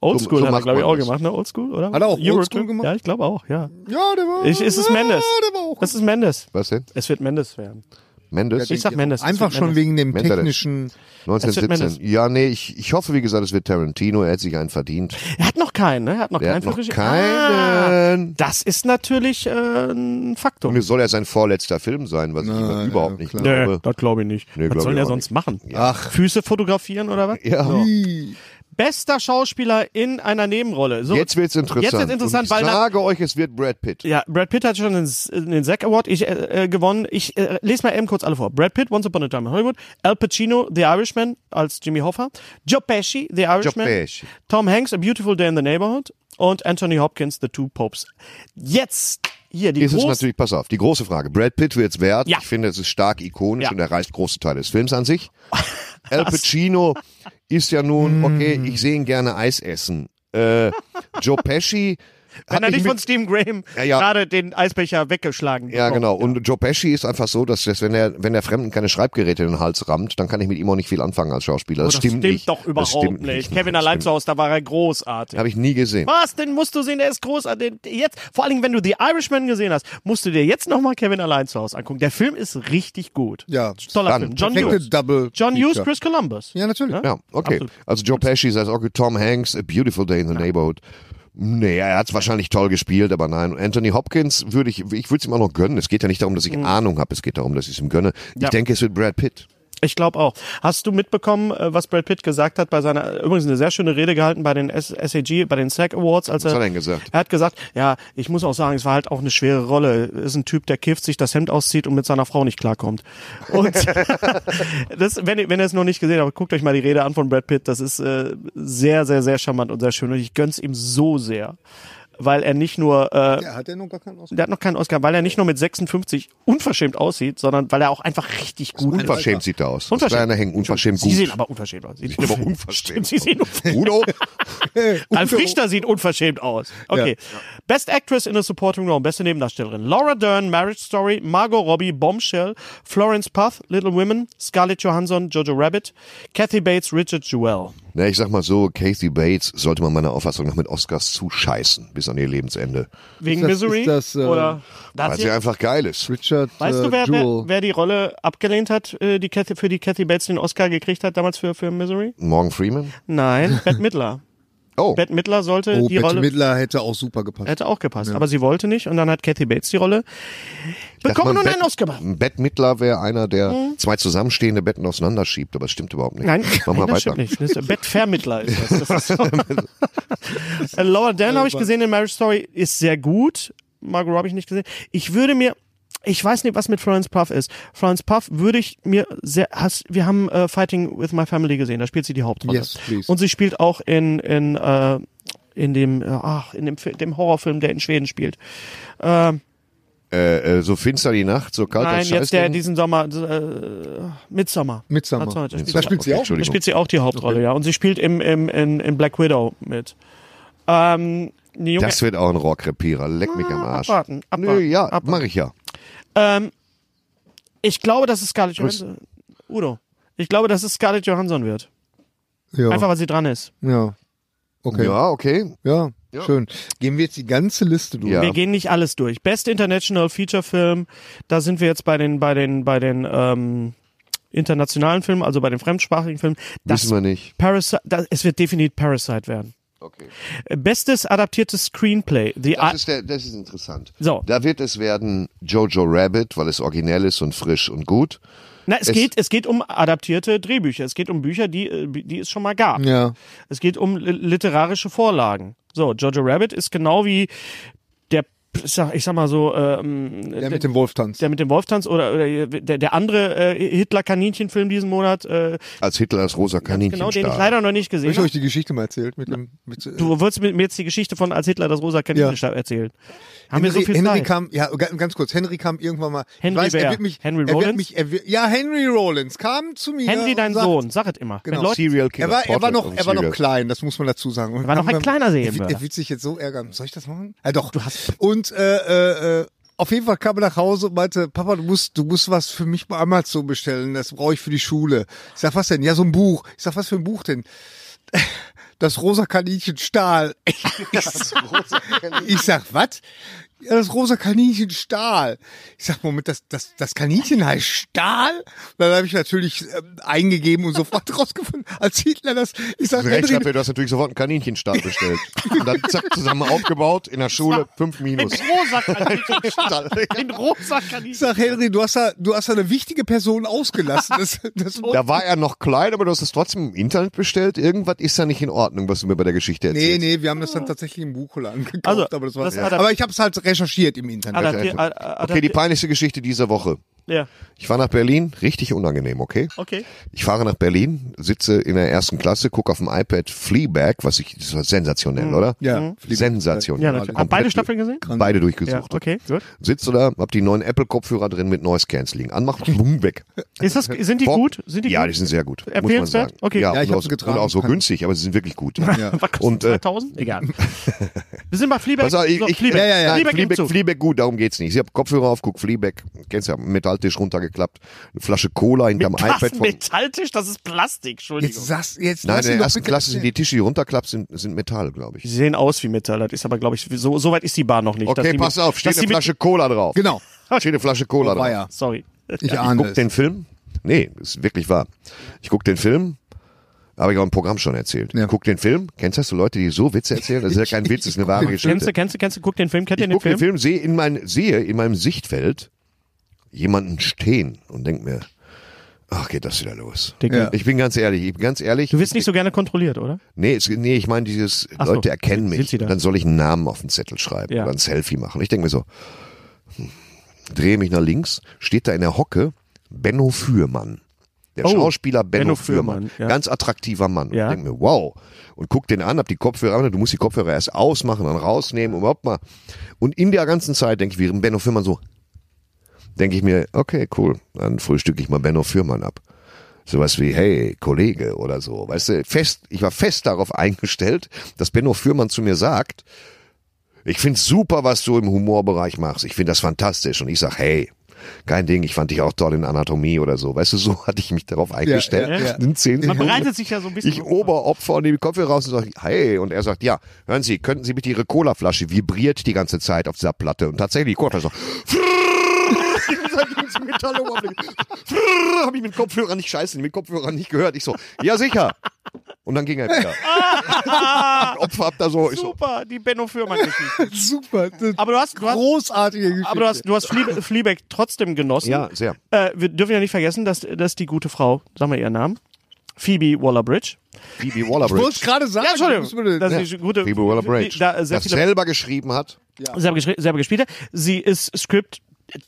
Speaker 3: Oldschool
Speaker 4: so
Speaker 3: hat er,
Speaker 4: macht
Speaker 3: glaube ich,
Speaker 4: man
Speaker 3: auch
Speaker 4: das.
Speaker 3: gemacht, ne? Oldschool, oder?
Speaker 6: Hat er auch
Speaker 3: Eurotrip?
Speaker 6: Oldschool gemacht?
Speaker 3: Ja, ich glaube auch, ja.
Speaker 6: Ja, der war.
Speaker 3: Ich, ist es
Speaker 6: ja,
Speaker 3: Mendes?
Speaker 6: Der war auch.
Speaker 3: Das ist Mendes.
Speaker 4: Was denn?
Speaker 3: Es wird Mendes werden.
Speaker 4: Mendes?
Speaker 3: Ich sag Mendes. es
Speaker 6: Einfach
Speaker 3: wird
Speaker 6: schon
Speaker 3: Mendes.
Speaker 6: wegen dem
Speaker 4: Mendes.
Speaker 6: technischen.
Speaker 3: Mendes.
Speaker 4: 1917. Ja, nee, ich, ich hoffe, wie gesagt, es wird Tarantino. Er hat sich einen verdient.
Speaker 3: Er hat noch keinen, ne? Er hat noch
Speaker 4: Er
Speaker 3: keinen
Speaker 4: hat
Speaker 3: für
Speaker 4: noch
Speaker 3: Regie- Ah,
Speaker 4: keinen.
Speaker 3: das ist natürlich äh, ein Faktor.
Speaker 4: Und es soll ja sein vorletzter Film sein, was ich
Speaker 6: Na,
Speaker 4: überhaupt
Speaker 6: ja,
Speaker 4: nicht
Speaker 6: klar.
Speaker 3: Nee,
Speaker 4: glaube.
Speaker 3: das glaube ich nicht.
Speaker 4: Äh, Nee,
Speaker 3: was
Speaker 4: glaub
Speaker 3: soll
Speaker 4: ich
Speaker 3: der
Speaker 4: auch
Speaker 3: sonst
Speaker 4: nicht.
Speaker 3: machen?
Speaker 6: Ach.
Speaker 3: Füße fotografieren oder was?
Speaker 4: Ja.
Speaker 6: Ih.
Speaker 3: Bester Schauspieler in einer Nebenrolle. So,
Speaker 4: Jetzt wird's interessant.
Speaker 3: Jetzt wird's interessant,
Speaker 4: Und
Speaker 3: weil
Speaker 4: ich
Speaker 3: dann-
Speaker 4: sage euch, es wird Brad Pitt.
Speaker 3: Ja, Brad Pitt hat schon den, S- den Zack Award ich, äh, äh, gewonnen. Ich äh, lese mal eben kurz alle vor. Brad Pitt, Once Upon a Time in Hollywood. Al Pacino, The Irishman als Jimmy Hoffa. Joe Pesci, The Irishman.
Speaker 4: Pesci.
Speaker 3: Tom Hanks, A Beautiful Day in the Neighborhood. Und Anthony Hopkins, The Two Popes. Jetzt hier die
Speaker 4: Ist es
Speaker 3: große...
Speaker 4: natürlich, pass auf, die große Frage. Brad Pitt wird's wert.
Speaker 3: Ja.
Speaker 4: Ich finde, es ist stark ikonisch
Speaker 3: Ja.
Speaker 4: und erreicht große Teile des Films an sich. Al Pacino ist ja nun, okay, ich sehe ihn gerne Eis essen. Äh, Joe Pesci. hat
Speaker 3: Wenn er
Speaker 4: mich
Speaker 3: nicht
Speaker 4: mit-
Speaker 3: von Oh, Steve Graham
Speaker 4: Ja, ja.
Speaker 3: gerade den Eisbecher weggeschlagen
Speaker 4: Ja,
Speaker 3: bekommt.
Speaker 4: genau. Und Joe Pesci ist einfach so, dass, dass wenn er wenn der Fremden keine Schreibgeräte in den Hals rammt, dann kann ich mit ihm auch nicht viel anfangen als Schauspieler. Das,
Speaker 3: Oh, Das
Speaker 4: stimmt,
Speaker 3: stimmt,
Speaker 4: nicht.
Speaker 3: doch überhaupt
Speaker 4: das stimmt
Speaker 3: nicht.
Speaker 4: nicht.
Speaker 3: Kevin allein zu Hause, da war er großartig.
Speaker 4: Habe ich nie gesehen.
Speaker 3: Was? Den musst du sehen, der ist großartig. Jetzt, vor allem, wenn du The Irishman gesehen hast, musst du dir jetzt nochmal Kevin allein zu Hause angucken. Der Film ist richtig gut.
Speaker 6: Ja,
Speaker 3: Toller
Speaker 4: dann.
Speaker 3: Film. John
Speaker 6: perfekte
Speaker 3: Hughes.
Speaker 6: Double.
Speaker 3: John
Speaker 6: Feature.
Speaker 3: Hughes, Chris Columbus.
Speaker 6: Ja, natürlich.
Speaker 4: Ja, okay.
Speaker 3: Absolut.
Speaker 4: Also Joe Pesci sagt auch Tom Hanks, A Beautiful Day in the Neighborhood. Nee, er hat's wahrscheinlich toll gespielt, aber nein. Anthony Hopkins würde ich, ich würde es ihm auch noch gönnen. Es geht ja nicht darum, dass ich Ahnung habe, es geht darum, dass ich es ihm gönne. Ich
Speaker 3: Mhm. Ja.
Speaker 4: denke, es wird Brad Pitt.
Speaker 3: Ich glaube auch. Hast du mitbekommen, äh, was Brad Pitt gesagt hat bei seiner, übrigens eine sehr schöne Rede gehalten bei den S SAG, bei den SAG Awards, als
Speaker 4: Was
Speaker 3: er,
Speaker 4: hat er denn gesagt?
Speaker 3: er hat gesagt, ja, ich muss auch sagen, es war halt auch eine schwere Rolle. Ist ein Typ, der kifft, sich das Hemd auszieht und mit seiner Frau nicht klarkommt. Und das, wenn, ihr- wenn ihr es noch nicht gesehen habt, guckt euch mal die Rede an von Brad Pitt. Das ist äh, sehr, sehr, sehr charmant und sehr schön. Und ich gönn's ihm so sehr. Weil er nicht nur äh,
Speaker 6: Ja, hat er noch gar keinen Oscar?
Speaker 3: der hat noch keinen Oscar, weil er nicht nur mit 56 unverschämt aussieht, sondern weil er auch einfach richtig gut ist.
Speaker 4: Unverschämt sieht er aus.
Speaker 3: Unverschämt.
Speaker 4: Unverschämt. Das hängen unverschämt
Speaker 3: Sie sehen
Speaker 4: gut.
Speaker 3: aber unverschämt aus. Sie
Speaker 4: Sieht aber unverschämt
Speaker 3: Sie sehen unverschämt.
Speaker 4: Bruno?
Speaker 3: Alf Richter sieht unverschämt aus. Okay. Best Actress in a Supporting Role, beste Nebendarstellerin. Laura Dern, Marriage Story, Margot Robbie, Bombshell, Florence Puth, Little Women, Scarlett Johansson, Jojo Rabbit, Kathy Bates, Richard Jewell.
Speaker 4: Na, ich sag mal so, Kathy Bates sollte man meiner Auffassung nach mit Oscars zuscheißen bis an ihr Lebensende.
Speaker 3: Wegen
Speaker 6: das-
Speaker 3: Misery?
Speaker 6: ist das, äh,
Speaker 3: Oder Da
Speaker 4: Weil
Speaker 3: hat
Speaker 4: sie
Speaker 3: sie-
Speaker 4: einfach geil ist.
Speaker 6: Richard
Speaker 3: Weißt
Speaker 6: äh,
Speaker 3: du, wer,
Speaker 6: Jewell.
Speaker 3: wer, wer die Rolle abgelehnt hat, äh, die Kathy, für die Kathy Bates den Oscar gekriegt hat damals für, für Misery?
Speaker 4: Morgan Freeman?
Speaker 3: Nein, Bette Midler.
Speaker 4: Oh,
Speaker 3: Bette Midler sollte
Speaker 6: oh,
Speaker 3: die
Speaker 6: Bette
Speaker 3: Rolle.
Speaker 6: Midler hätte auch super gepasst.
Speaker 3: Hätte auch gepasst, aber sie wollte nicht und dann hat Kathy Bates die Rolle bekommen und einen Oscar.
Speaker 4: Bett Mittler wäre einer, der zwei zusammenstehende Betten auseinanderschiebt, aber das stimmt überhaupt nicht.
Speaker 3: Hm? Nein,
Speaker 4: mach mal
Speaker 3: nein das
Speaker 4: weiter.
Speaker 3: stimmt nicht. Das ist Bettvermittler ist das. das ist so. Äh, Laura Dern habe ich gesehen in Marriage Story, ist sehr gut. Margot Robbie habe ich nicht gesehen. Ich würde mir, ich weiß nicht, was mit Florence Puff ist. Florence Puff würde ich mir sehr, hast, wir haben äh, Fighting with My Family gesehen, da spielt sie die Hauptrolle.
Speaker 6: Yes, please.
Speaker 3: Und sie spielt auch in, in, äh, in dem, äh, ach, in dem, Fi- dem Horrorfilm, der in Schweden spielt.
Speaker 4: Äh, äh, so finster die Nacht, so kalt
Speaker 3: Nein,
Speaker 4: das
Speaker 3: jetzt der
Speaker 4: Scheißding.
Speaker 3: diesen Sommer, äh, Midsommar.
Speaker 6: Midsommar.
Speaker 3: Midsommar, da
Speaker 4: Jetzt-
Speaker 3: spielt
Speaker 6: Da
Speaker 3: sie
Speaker 6: spielt sie auch.
Speaker 3: Da
Speaker 4: Entschuldigung.
Speaker 3: spielt sie auch die Hauptrolle, ja. Und sie spielt im, im, in, in Black Widow mit. Ähm, eine junge
Speaker 4: Das wird auch ein Rohrkrepierer. Leck mich am Arsch.
Speaker 3: abwarten, abwarten,
Speaker 4: Nö, ja,
Speaker 3: abwarten.
Speaker 4: mache ich ja.
Speaker 3: ähm, ich glaube, dass es Scarlett Johansson. Udo. Ich glaube, dass es Scarlett Johansson wird.
Speaker 6: Ja.
Speaker 3: Einfach, weil sie dran ist.
Speaker 6: ja. Okay. Ja.
Speaker 4: Ja, okay.
Speaker 6: ja. Schön. Gehen wir jetzt die ganze Liste durch.
Speaker 4: Ja.
Speaker 3: Wir gehen nicht alles durch. Best International Feature Film, da sind wir jetzt bei den, bei den, bei den ähm, internationalen Filmen, also bei den fremdsprachigen Filmen. Das
Speaker 4: Wissen wir nicht.
Speaker 3: Parasite, das, es wird definitiv Parasite werden.
Speaker 4: Okay.
Speaker 3: Bestes adaptiertes Screenplay. The
Speaker 4: Das
Speaker 3: Ar-
Speaker 4: ist, der, das ist interessant.
Speaker 3: So.
Speaker 4: Da wird es werden Jojo Rabbit, weil es originell ist und frisch und gut.
Speaker 3: Na, es,
Speaker 4: Es-
Speaker 3: geht, es geht um adaptierte Drehbücher. Es geht um Bücher, die, äh, die es schon mal gab.
Speaker 6: Ja.
Speaker 3: Es geht um li- literarische Vorlagen. So, Jojo Rabbit ist genau wie der, ich sag, ich sag mal so, ähm,
Speaker 6: Der mit dem Wolf tanzt.
Speaker 3: der mit dem Wolftanz oder, oder der, der andere äh, Hitler-Kaninchenffilm diesen Monat, äh,
Speaker 4: Als Hitler das rosa Kaninchen
Speaker 3: genau, den ich
Speaker 4: stahl.
Speaker 3: leider noch nicht
Speaker 6: Hab
Speaker 3: gesehen
Speaker 6: ich euch
Speaker 3: habe.
Speaker 6: die Geschichte mal erzählt mit dem mit, äh,
Speaker 3: Du wolltest mir jetzt die Geschichte von als Hitler das rosa Kaninchen stahl erzählen. Haben wir so viel
Speaker 6: Henry
Speaker 3: Zeit?
Speaker 6: kam, ja, ga- ganz kurz, Henry kam irgendwann mal. ich
Speaker 3: Henry
Speaker 6: weiß,
Speaker 3: wer?
Speaker 6: er wird mich,
Speaker 3: Henry
Speaker 6: er wird
Speaker 3: Rollins?
Speaker 6: mich, er wird, Ja, Henry Rollins kam zu mir.
Speaker 3: Henry,
Speaker 6: und
Speaker 3: dein
Speaker 6: sagt-
Speaker 3: Sohn, sag es immer.
Speaker 6: Genau.
Speaker 3: Wenn Leute,
Speaker 4: Serial Killer.
Speaker 6: Er war, er war
Speaker 4: Portrait
Speaker 6: noch,
Speaker 4: of a
Speaker 6: er war noch
Speaker 4: Serial
Speaker 6: klein, das muss man dazu sagen. Und
Speaker 3: war noch ein
Speaker 6: dann-
Speaker 3: kleiner
Speaker 6: Er,
Speaker 3: Serienmörder.
Speaker 6: er wird sich jetzt so ärgern. Soll ich das machen? Ja, doch. Und äh, äh, äh, auf jeden Fall kam er nach Hause und meinte, Papa, du musst, du musst was für mich bei Amazon bestellen. Das brauche ich für die Schule. Ich sag, was denn? Ja, so ein Buch. Ich sag, was für ein Buch denn? Das rosa Kaninchen Stahl. Ich, ich sag, was? Ja, das rosa Kaninchen Stahl. Ich sag, Moment, das, das, das Kaninchen heißt Stahl? Dann habe ich natürlich ähm, eingegeben und sofort rausgefunden, als Hitler das. Ich sag,
Speaker 4: Recht
Speaker 6: Henry,
Speaker 4: habt ihr, du hast natürlich sofort einen Kaninchenstab bestellt. Und dann zack, zusammen aufgebaut, in der Schule, fünf Minus.
Speaker 3: Mit rosa Kaninchen stahl. Mit rosa
Speaker 6: Ich
Speaker 3: Kaninchen.
Speaker 6: sag, Henry, du hast da, du hast da eine wichtige Person ausgelassen. Das, das,
Speaker 4: Da war er noch klein, aber du hast es trotzdem im Internet bestellt. Irgendwas ist da nicht in Ordnung, was du mir bei der Geschichte
Speaker 6: nee,
Speaker 4: erzählst.
Speaker 6: nee, wir haben das dann tatsächlich im Buchholer angekauft,
Speaker 3: Also,
Speaker 6: aber das war
Speaker 3: das
Speaker 6: ja.
Speaker 3: adap-
Speaker 6: Aber ich habe es halt recherchiert im Internet.
Speaker 3: Adaptier- ad- ad-
Speaker 4: Okay, die peinlichste Geschichte dieser Woche.
Speaker 3: Ja,
Speaker 4: Ich war nach Berlin, richtig unangenehm, okay?
Speaker 3: okay.
Speaker 4: Ich fahre nach Berlin, sitze in der ersten Klasse, gucke auf dem iPad Fleabag, was ich, das war sensationell, oder?
Speaker 6: Mhm. Ja,
Speaker 3: Mhm.
Speaker 6: Fleabag.
Speaker 4: sensationell.
Speaker 3: Ja, natürlich. Hab
Speaker 4: Komplett
Speaker 3: beide Staffeln gesehen?
Speaker 4: durch- Beide
Speaker 3: Ja,
Speaker 4: durchgesucht.
Speaker 3: okay, gut.
Speaker 4: Sitze da, hab die neuen Apple-Kopfhörer drin mit Noise Cancelling. Anmachen, bumm, weg.
Speaker 3: Ist das, sind die
Speaker 4: Bock.
Speaker 3: gut? Sind die
Speaker 4: ja,
Speaker 3: gut?
Speaker 4: die sind sehr gut. Muss man
Speaker 3: Empfehlenswert?
Speaker 4: sagen.
Speaker 3: Okay.
Speaker 4: Ja,
Speaker 6: Ja, ich
Speaker 4: und,
Speaker 6: hab's
Speaker 4: auch,
Speaker 6: getragen,
Speaker 4: und auch so
Speaker 6: kann-
Speaker 4: günstig, aber sie sind wirklich gut. Ja.
Speaker 3: Was kostet
Speaker 4: Und, äh,
Speaker 3: 2000? Egal. Wir sind bei Fleabag.
Speaker 4: Pass auf, ich, ich,
Speaker 3: Fleabag.
Speaker 4: ja, ja, ja.
Speaker 3: Fleabag im
Speaker 4: Fleabag,
Speaker 3: Zug.
Speaker 4: Fleabag, gut, darum geht's nicht. Ich hab Kopfhörer auf, guck Fleabag, kennst ja, Metalltisch runtergeklappt, eine Flasche Cola hinterm
Speaker 3: Was?
Speaker 4: iPad von.
Speaker 3: Metalltisch? Das ist Plastik, Entschuldigung.
Speaker 6: Jetzt sagst jetzt
Speaker 4: Nein,
Speaker 6: lass
Speaker 4: in der
Speaker 6: ihn doch
Speaker 4: ersten
Speaker 6: bitte
Speaker 4: Klasse sind
Speaker 6: erzählen.
Speaker 4: die Tische, die runterklappst, sind, sind Metall, glaube ich.
Speaker 3: Die sehen aus wie Metall, das ist aber, glaube ich, so, so weit ist die Bar noch nicht. dass
Speaker 4: Okay,
Speaker 3: die
Speaker 4: pass
Speaker 3: mit,
Speaker 4: auf, steht
Speaker 3: dass die
Speaker 4: eine Flasche Cola drauf.
Speaker 6: Genau.
Speaker 4: Steht eine Flasche Cola
Speaker 6: Oh, war
Speaker 4: drauf.
Speaker 6: ja.
Speaker 3: Mit, sorry.
Speaker 6: Ich ahne
Speaker 4: Guck
Speaker 6: es.
Speaker 4: den Film? Nee, ist wirklich wahr. Ich guck den Film, habe ich auch im Programm schon erzählt.
Speaker 6: Ja.
Speaker 4: Guck den Film. Kennst du das, so Leute, die so Witze erzählen? Das ist ja kein Witz, das ist eine wahre Geschichte.
Speaker 3: Kennst du, kennst du, kennst du, guck den Film, kennt ihr
Speaker 4: ich
Speaker 3: den
Speaker 4: guck
Speaker 3: Film?
Speaker 4: den Film, sehe in, mein, sehe in meinem Sichtfeld jemanden stehen und denk mir, ach, geht das wieder los.
Speaker 3: Dicke.
Speaker 6: Ja.
Speaker 4: Ich bin ganz ehrlich, ich bin ganz ehrlich.
Speaker 3: Du wirst nicht so gerne kontrolliert, oder?
Speaker 4: Nee, es, nee ich meine dieses,
Speaker 3: Ach so,
Speaker 4: Leute erkennen
Speaker 3: sind
Speaker 4: mich,
Speaker 3: sie da?
Speaker 4: dann soll ich einen Namen auf den Zettel schreiben
Speaker 3: Ja.
Speaker 4: oder ein Selfie machen. Ich denke mir so, hm, drehe mich nach links, steht da in der Hocke Benno Fürmann. Der
Speaker 3: Oh,
Speaker 4: Schauspieler Benno,
Speaker 3: Benno
Speaker 4: Fürmann.
Speaker 3: Fürmann, ja.
Speaker 4: Ganz attraktiver Mann.
Speaker 3: Ja.
Speaker 4: Ich denke mir, wow. Und guck den an, hab die Kopfhörer an, du musst die Kopfhörer erst ausmachen, dann rausnehmen, um überhaupt mal. Und in der ganzen Zeit denke ich, während Benno Fürmann so, denke ich mir, okay, cool, dann frühstücke ich mal Benno Fürmann ab. Sowas wie, hey, Kollege oder so. Weißt du, fest, ich war fest darauf eingestellt, dass Benno Fürmann zu mir sagt, ich find's super, was du im Humorbereich machst. Ich find das fantastisch. Und ich sag, hey, kein Ding, ich fand dich auch toll in Anatomie oder so. Weißt du, so hatte ich mich darauf eingestellt.
Speaker 6: ja, ja.
Speaker 4: In zehn
Speaker 3: Man
Speaker 4: Sekunden-
Speaker 3: bereitet sich ja so ein bisschen
Speaker 4: ich
Speaker 3: so vor.
Speaker 4: Oberopfer und nehme die Kopfhörer raus und sage, hey. Und er sagt, ja, hören Sie, könnten Sie bitte Ihre Colaflasche vibriert die ganze Zeit auf dieser Platte. Und tatsächlich, die Colaflasche so, die ganze Zeit gegen das Metall umfliegt. Frrrr, hab ich mit Kopfhörern nicht scheiße, mit Kopfhörern nicht gehört. Ich so, ja sicher. Und dann ging er wieder. Opfer hab da so, ich so,
Speaker 3: Super, die Benno Fürmann-Geschichte.
Speaker 6: Super. das-
Speaker 3: Aber du hast, du hast
Speaker 6: Großartige Geschichte.
Speaker 3: Aber du hast, du hast Fleabag, Fleabag trotzdem genossen.
Speaker 4: Ja, sehr.
Speaker 3: Äh, wir dürfen ja nicht vergessen, dass, dass die gute Frau, sagen wir ihren Namen, Phoebe Waller-Bridge.
Speaker 4: Phoebe
Speaker 6: ich wollte es
Speaker 4: Waller-Bridge.
Speaker 6: gerade sagen.
Speaker 3: Ja,
Speaker 6: muss man denn-
Speaker 3: Entschuldigung. Dass die gute,
Speaker 4: Phoebe Waller-Bridge.
Speaker 3: die- Da äh, sehr
Speaker 4: Das
Speaker 3: viele,
Speaker 4: selber geschrieben hat.
Speaker 3: selber, geschri- selber gespielt hat. Sie ist Script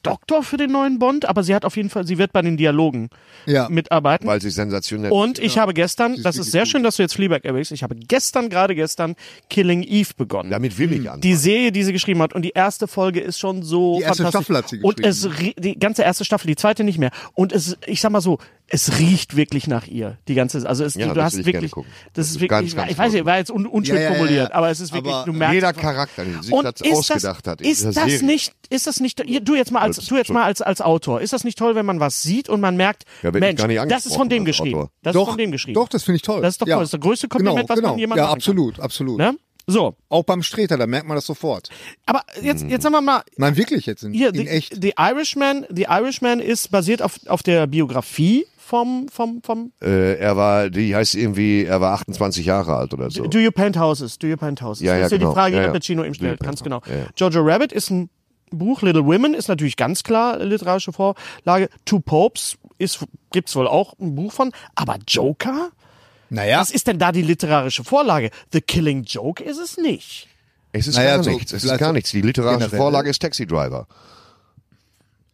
Speaker 3: Doktor für den neuen Bond, aber sie hat auf jeden Fall, sie wird bei den Dialogen
Speaker 6: Ja.
Speaker 3: mitarbeiten.
Speaker 4: Weil sie sensationell
Speaker 3: Und ich habe gestern, das ist
Speaker 6: wirklich
Speaker 3: sehr schön, dass du jetzt Fleabag erwähnst, ich habe gestern, gerade gestern, Killing Eve begonnen.
Speaker 4: Damit will ich an.
Speaker 3: Die Serie, die sie geschrieben hat. Und die erste Folge ist schon so.
Speaker 6: Die erste
Speaker 3: fantastisch.
Speaker 6: Staffel hat sie
Speaker 3: Und
Speaker 6: geschrieben.
Speaker 3: es, rie- die ganze erste Staffel, die zweite nicht mehr. Und es, ich sag mal so, es riecht wirklich nach ihr. Die ganze, also es,
Speaker 4: Ja,
Speaker 3: du, du
Speaker 4: das
Speaker 3: hast
Speaker 4: will ich gerne
Speaker 3: wirklich,
Speaker 4: gucken.
Speaker 3: das
Speaker 4: Das
Speaker 3: ist
Speaker 4: ist
Speaker 3: wirklich,
Speaker 4: ganz, ganz
Speaker 3: ich weiß
Speaker 4: toll.
Speaker 3: nicht, war jetzt un, unschön
Speaker 6: Ja, ja, ja, ja.
Speaker 3: formuliert, aber es ist wirklich,
Speaker 6: Aber
Speaker 3: du merkst.
Speaker 4: Jeder Charakter, den sie sich
Speaker 3: und
Speaker 4: das
Speaker 3: ist das,
Speaker 4: ausgedacht hat. in
Speaker 3: ist
Speaker 4: dieser
Speaker 3: das
Speaker 4: Serie.
Speaker 3: nicht, ist das nicht, ihr- du jetzt mal als, du jetzt mal als, als Autor, ist das nicht toll, wenn man was sieht und man merkt,
Speaker 4: Ja, werd ich
Speaker 3: Mensch,
Speaker 4: gar nicht
Speaker 3: das ist von
Speaker 4: angesprochen
Speaker 3: dem
Speaker 4: als
Speaker 3: geschrieben.
Speaker 4: Autor.
Speaker 3: Das ist
Speaker 6: doch,
Speaker 3: von dem geschrieben.
Speaker 6: Doch, das finde ich toll.
Speaker 3: Das ist doch
Speaker 6: ja.
Speaker 3: toll. Das ist das größte Kompliment,
Speaker 6: genau,
Speaker 3: was man
Speaker 6: genau.
Speaker 3: jemandem
Speaker 6: Ja,
Speaker 3: machen kann.
Speaker 6: absolut, absolut.
Speaker 3: Ne? So,
Speaker 6: Auch beim Streter, da merkt man das sofort.
Speaker 3: aber jetzt,
Speaker 4: Hm.
Speaker 3: jetzt sagen wir mal,
Speaker 6: Nein, wirklich jetzt in,
Speaker 3: Hier,
Speaker 6: in
Speaker 3: The,
Speaker 6: echt.
Speaker 3: The Irishman, The Irishman ist basiert auf, auf der Biografie vom, vom, vom
Speaker 4: Äh, er war, die heißt irgendwie, er war 28 Jahre alt oder so.
Speaker 3: Do You Paint Houses? Do You Paint Houses?
Speaker 4: Ja,
Speaker 3: das
Speaker 4: ja,
Speaker 3: ist ja
Speaker 4: genau.
Speaker 3: die Frage,
Speaker 4: Ja,
Speaker 3: die
Speaker 4: ja.
Speaker 3: Al Pacino ihm stellt.
Speaker 4: Do You
Speaker 3: Ganz genau.
Speaker 4: Paint House, ja, ja.
Speaker 3: Jojo Rabbit ist ein Buch. Little Women ist natürlich ganz klar literarische Vorlage. Two Popes ist, gibt's wohl auch ein Buch von. Aber Joker?
Speaker 6: Naja,
Speaker 3: Was ist denn da die literarische Vorlage? The Killing Joke ist es nicht.
Speaker 4: Es ist
Speaker 6: Naja,
Speaker 4: gar
Speaker 6: so
Speaker 4: nichts. Es ist
Speaker 6: vielleicht
Speaker 4: gar nichts. Die literarische
Speaker 6: generell.
Speaker 4: Vorlage ist Taxi Driver.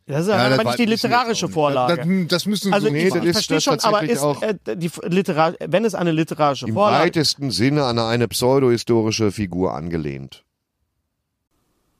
Speaker 3: Das ist
Speaker 6: Ja,
Speaker 3: aber
Speaker 6: das
Speaker 3: nicht
Speaker 6: war-
Speaker 3: die
Speaker 6: wissen wir
Speaker 3: literarische
Speaker 6: jetzt auch nicht.
Speaker 3: Vorlage.
Speaker 6: Das, das, das müssen
Speaker 3: also
Speaker 6: so
Speaker 4: nee,
Speaker 3: ich,
Speaker 4: das
Speaker 3: ich
Speaker 4: ist
Speaker 3: verstehe
Speaker 4: das
Speaker 3: schon, aber
Speaker 4: tatsächlich
Speaker 3: ist,
Speaker 4: auch-
Speaker 3: äh, die Literar wenn es eine literarische
Speaker 4: Im
Speaker 3: Vorlage
Speaker 4: weitesten Sinne an eine pseudohistorische Figur angelehnt.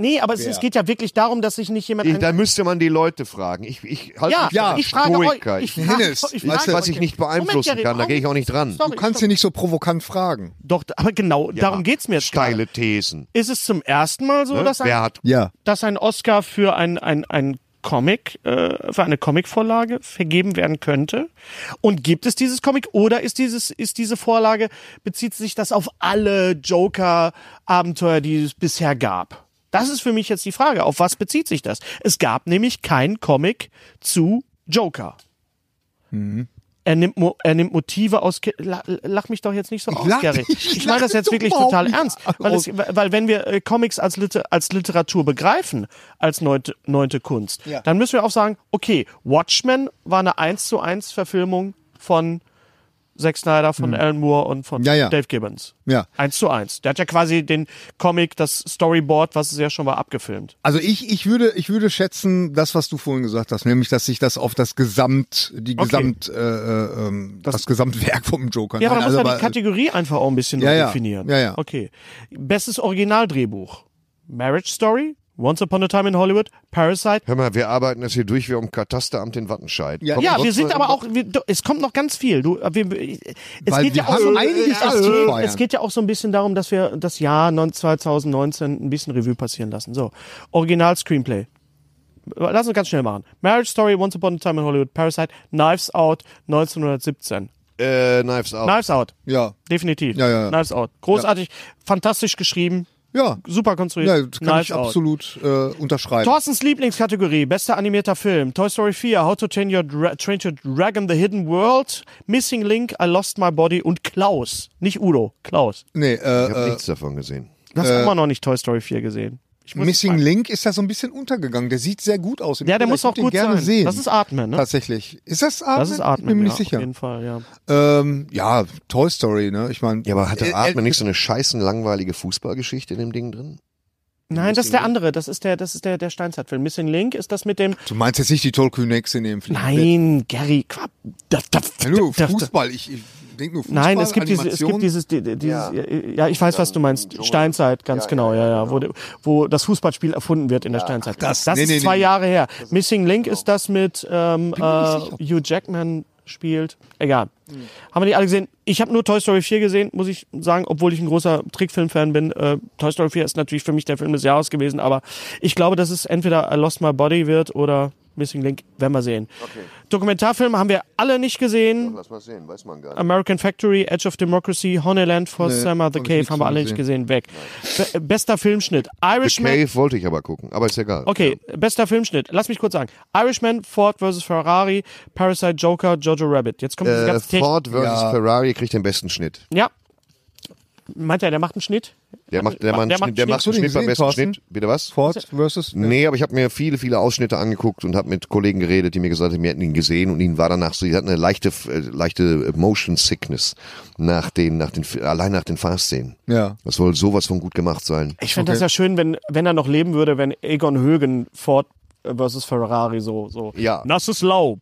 Speaker 3: Nee, aber es, es geht ja wirklich darum, dass sich nicht jemand.
Speaker 4: Ich, da müsste man die Leute fragen. Ich, ich halte
Speaker 3: ja,
Speaker 4: mich für einen
Speaker 3: Also ich frage euch.
Speaker 4: Stoiker.
Speaker 3: Ich
Speaker 4: Ich,
Speaker 3: frage,
Speaker 6: Hennes,
Speaker 3: ich
Speaker 4: weiß,
Speaker 3: frage
Speaker 4: was ich
Speaker 3: euch-
Speaker 4: nicht beeinflussen
Speaker 3: Moment,
Speaker 4: kann, da
Speaker 3: Jerry,
Speaker 4: gehe ich auch nicht dran.
Speaker 3: Sorry,
Speaker 6: Du kannst
Speaker 3: sorry.
Speaker 6: hier nicht so provokant fragen.
Speaker 3: Doch, aber genau, darum geht's mir jetzt gerade.
Speaker 4: Steile Thesen.
Speaker 3: Ist es zum ersten Mal so,
Speaker 4: Ne?
Speaker 3: dass ein
Speaker 4: Wer hat
Speaker 6: Ja.
Speaker 3: dass ein Oscar für ein, ein, ein Comic, äh, für eine Comicvorlage vergeben werden könnte? Und gibt es dieses Comic oder ist dieses, ist diese Vorlage, bezieht sich das auf alle Joker-Abenteuer, die es bisher gab? Das ist für mich jetzt die Frage. Auf was bezieht sich das? Es gab nämlich kein Comic zu Joker.
Speaker 6: Mhm.
Speaker 3: Er nimmt, Mo- er nimmt Motive aus. Ki- La- Lach mich doch jetzt nicht so aus,
Speaker 6: lach
Speaker 3: Gary.
Speaker 6: nicht, ich
Speaker 3: Ich meine das
Speaker 6: lach
Speaker 3: jetzt wirklich
Speaker 6: überhaupt
Speaker 3: total
Speaker 6: nicht
Speaker 3: ernst. Weil, es, weil wenn wir äh, Comics als, Liter, als Literatur begreifen, als neunte, neunte Kunst,
Speaker 6: Ja.
Speaker 3: dann müssen wir auch sagen, okay, Watchmen war eine 1 zu 1 Verfilmung von Zack Snyder, von Alan Moore und von
Speaker 6: Mhm. Ja, ja.
Speaker 3: Dave Gibbons.
Speaker 6: Ja.
Speaker 3: 1 zu 1. Der hat ja quasi den Comic, das Storyboard, was es ja schon war, abgefilmt.
Speaker 6: Also ich, ich würde, ich würde schätzen, das, was du vorhin gesagt hast, nämlich, dass sich das auf das Gesamt, die
Speaker 3: Okay.
Speaker 6: Gesamt, äh, ähm, das, Gesamtwerk vom Joker.
Speaker 3: Ja, aber da
Speaker 6: also,
Speaker 3: muss man
Speaker 6: weil-
Speaker 3: die Kategorie einfach auch ein bisschen
Speaker 6: Ja,
Speaker 3: neu
Speaker 6: ja.
Speaker 3: definieren.
Speaker 6: Ja, ja.
Speaker 3: Okay. Bestes Originaldrehbuch. Marriage Story, Once Upon a Time in Hollywood, Parasite.
Speaker 4: Hör mal, wir arbeiten das hier durch wie am Katasteramt in Wattenscheid.
Speaker 6: Ja,
Speaker 4: Kommt
Speaker 3: Ja,
Speaker 4: sonst
Speaker 3: wir sind
Speaker 4: was-
Speaker 3: aber auch, wir, do- es kommt noch ganz viel. Du, äh, wir, äh, es
Speaker 6: Weil
Speaker 3: geht
Speaker 6: wir
Speaker 3: ja auch
Speaker 6: haben
Speaker 3: so,
Speaker 6: einiges
Speaker 3: es,
Speaker 6: zu
Speaker 3: geht,
Speaker 6: feiern.
Speaker 3: es geht ja auch so ein bisschen darum, dass wir das Jahr 9 2019 ein bisschen Revue passieren lassen. So, Original Screenplay. Lass uns ganz schnell machen. Marriage Story, Once Upon a Time in Hollywood, Parasite, Knives Out, 1917.
Speaker 4: Äh, Knives Out.
Speaker 3: Knives Out.
Speaker 6: ja,
Speaker 3: Definitiv.
Speaker 6: Ja, ja, ja.
Speaker 3: Knives Out. Großartig, fantastisch geschrieben,
Speaker 6: ja,
Speaker 3: super konstruiert.
Speaker 6: ja, das kann
Speaker 3: Knives
Speaker 6: ich
Speaker 3: Out.
Speaker 6: absolut äh, unterschreiben.
Speaker 3: Thorstens Lieblingskategorie, bester animierter Film, Toy Story 4, How to Train Your, Dra Train Your Dragon, The Hidden World, Missing Link, I Lost My Body und Klaus. Nicht Udo, Klaus.
Speaker 6: Nee,
Speaker 4: Ich habe
Speaker 6: äh, äh,
Speaker 4: nichts davon gesehen.
Speaker 3: Du hast immer noch nicht Toy Story 4 gesehen. Ich muss-
Speaker 6: Missing Link ist da so ein bisschen untergegangen. Der sieht sehr gut aus. im
Speaker 3: Ja, der
Speaker 6: Trailer.
Speaker 3: muss
Speaker 6: Ich würd
Speaker 3: auch
Speaker 6: den
Speaker 3: gut
Speaker 6: gerne
Speaker 3: sein.
Speaker 6: Sehen.
Speaker 3: Das ist Atmen, ne?
Speaker 6: Tatsächlich. Ist das Atmen?
Speaker 3: Das ist Atmen,
Speaker 6: Ich bin mir
Speaker 3: ja,
Speaker 6: nicht sicher.
Speaker 3: auf jeden Fall, ja.
Speaker 6: Ähm, ja, Toy Story, ne? Ich meine.
Speaker 4: Ja, aber hat der Atmen
Speaker 6: äh,
Speaker 4: nicht so eine scheißen langweilige Fußballgeschichte in dem Ding drin?
Speaker 3: Nein, das ist der andere, das ist der, das ist der, der Steinzeitfilm. Missing Link ist das mit dem,
Speaker 6: Du meinst jetzt nicht die Tollkühnexe in dem Film?
Speaker 3: nein, Gary, Quapp. Da, da,
Speaker 6: Hallo,
Speaker 3: da- da-
Speaker 6: Fußball. Ich, ich denke nur Fußball.
Speaker 3: Nein, es gibt, diese, es
Speaker 6: Animation.
Speaker 3: gibt dieses, die- die- dieses, ja. ja, ich weiß, was du meinst, Steinzeit, ganz genau, ja, ja, wo, wo das Fußballspiel erfunden wird in der Steinzeit.
Speaker 6: das-
Speaker 3: das
Speaker 6: nee,
Speaker 3: ist
Speaker 6: nee,
Speaker 3: zwei
Speaker 6: nee.
Speaker 3: Jahre her. Missing Link ist genau. das mit ähm, äh, Hugh Jackman spielt. Egal. Haben wir die alle gesehen? Ich habe nur Toy Story 4 gesehen, muss ich sagen, obwohl ich ein großer Trickfilm-Fan bin. Äh, Toy Story 4 ist natürlich für mich der Film des Jahres gewesen, aber ich glaube, dass es entweder I Lost My Body wird oder Missing Link, werden wir sehen. Dokumentarfilme haben wir alle nicht gesehen.
Speaker 4: Lass mal sehen, weiß man gar
Speaker 3: American Factory, Edge of Democracy, Honeyland for Summer, The
Speaker 6: hab ich
Speaker 3: Cave
Speaker 6: nichts
Speaker 3: haben
Speaker 6: von
Speaker 3: wir alle nicht gesehen, weg. Be bester Filmschnitt,
Speaker 4: The
Speaker 3: Irishman.
Speaker 4: Cave wollte ich aber gucken, aber ist egal.
Speaker 3: Okay, bester Filmschnitt. Lass mich kurz sagen. Irishman, Ford vs. Ferrari, Parasite, Joker, Jojo Rabbit. Jetzt kommt diese
Speaker 4: Äh,
Speaker 3: ganze Technik.
Speaker 4: Ford versus Ferrari kriegt den besten Schnitt.
Speaker 3: Ja. Meint er, der macht einen Schnitt?
Speaker 4: Der macht, der macht,
Speaker 3: der
Speaker 4: der
Speaker 3: macht
Speaker 4: macht, der
Speaker 3: Schnitt.
Speaker 4: macht einen
Speaker 6: Hast du den
Speaker 4: Schnitt beim
Speaker 6: gesehen,
Speaker 4: besten
Speaker 6: Thorsten?
Speaker 4: Schnitt. Bitte was?
Speaker 6: Ford versus.
Speaker 4: Nee, aber ich habe mir viele, viele Ausschnitte angeguckt und habe mit Kollegen geredet, die mir gesagt haben, wir hätten ihn gesehen und ihnen war danach so, die hatten eine leichte, äh, leichte Motion Sickness nach den, nach den, allein nach den Fahrszenen.
Speaker 6: Ja.
Speaker 4: Das soll sowas von gut gemacht sein.
Speaker 3: Ich finde das ja schön, wenn, wenn er noch leben würde, wenn Egon Högen Ford vs. Ferrari so, so.
Speaker 4: Ja.
Speaker 3: Nasses Laub.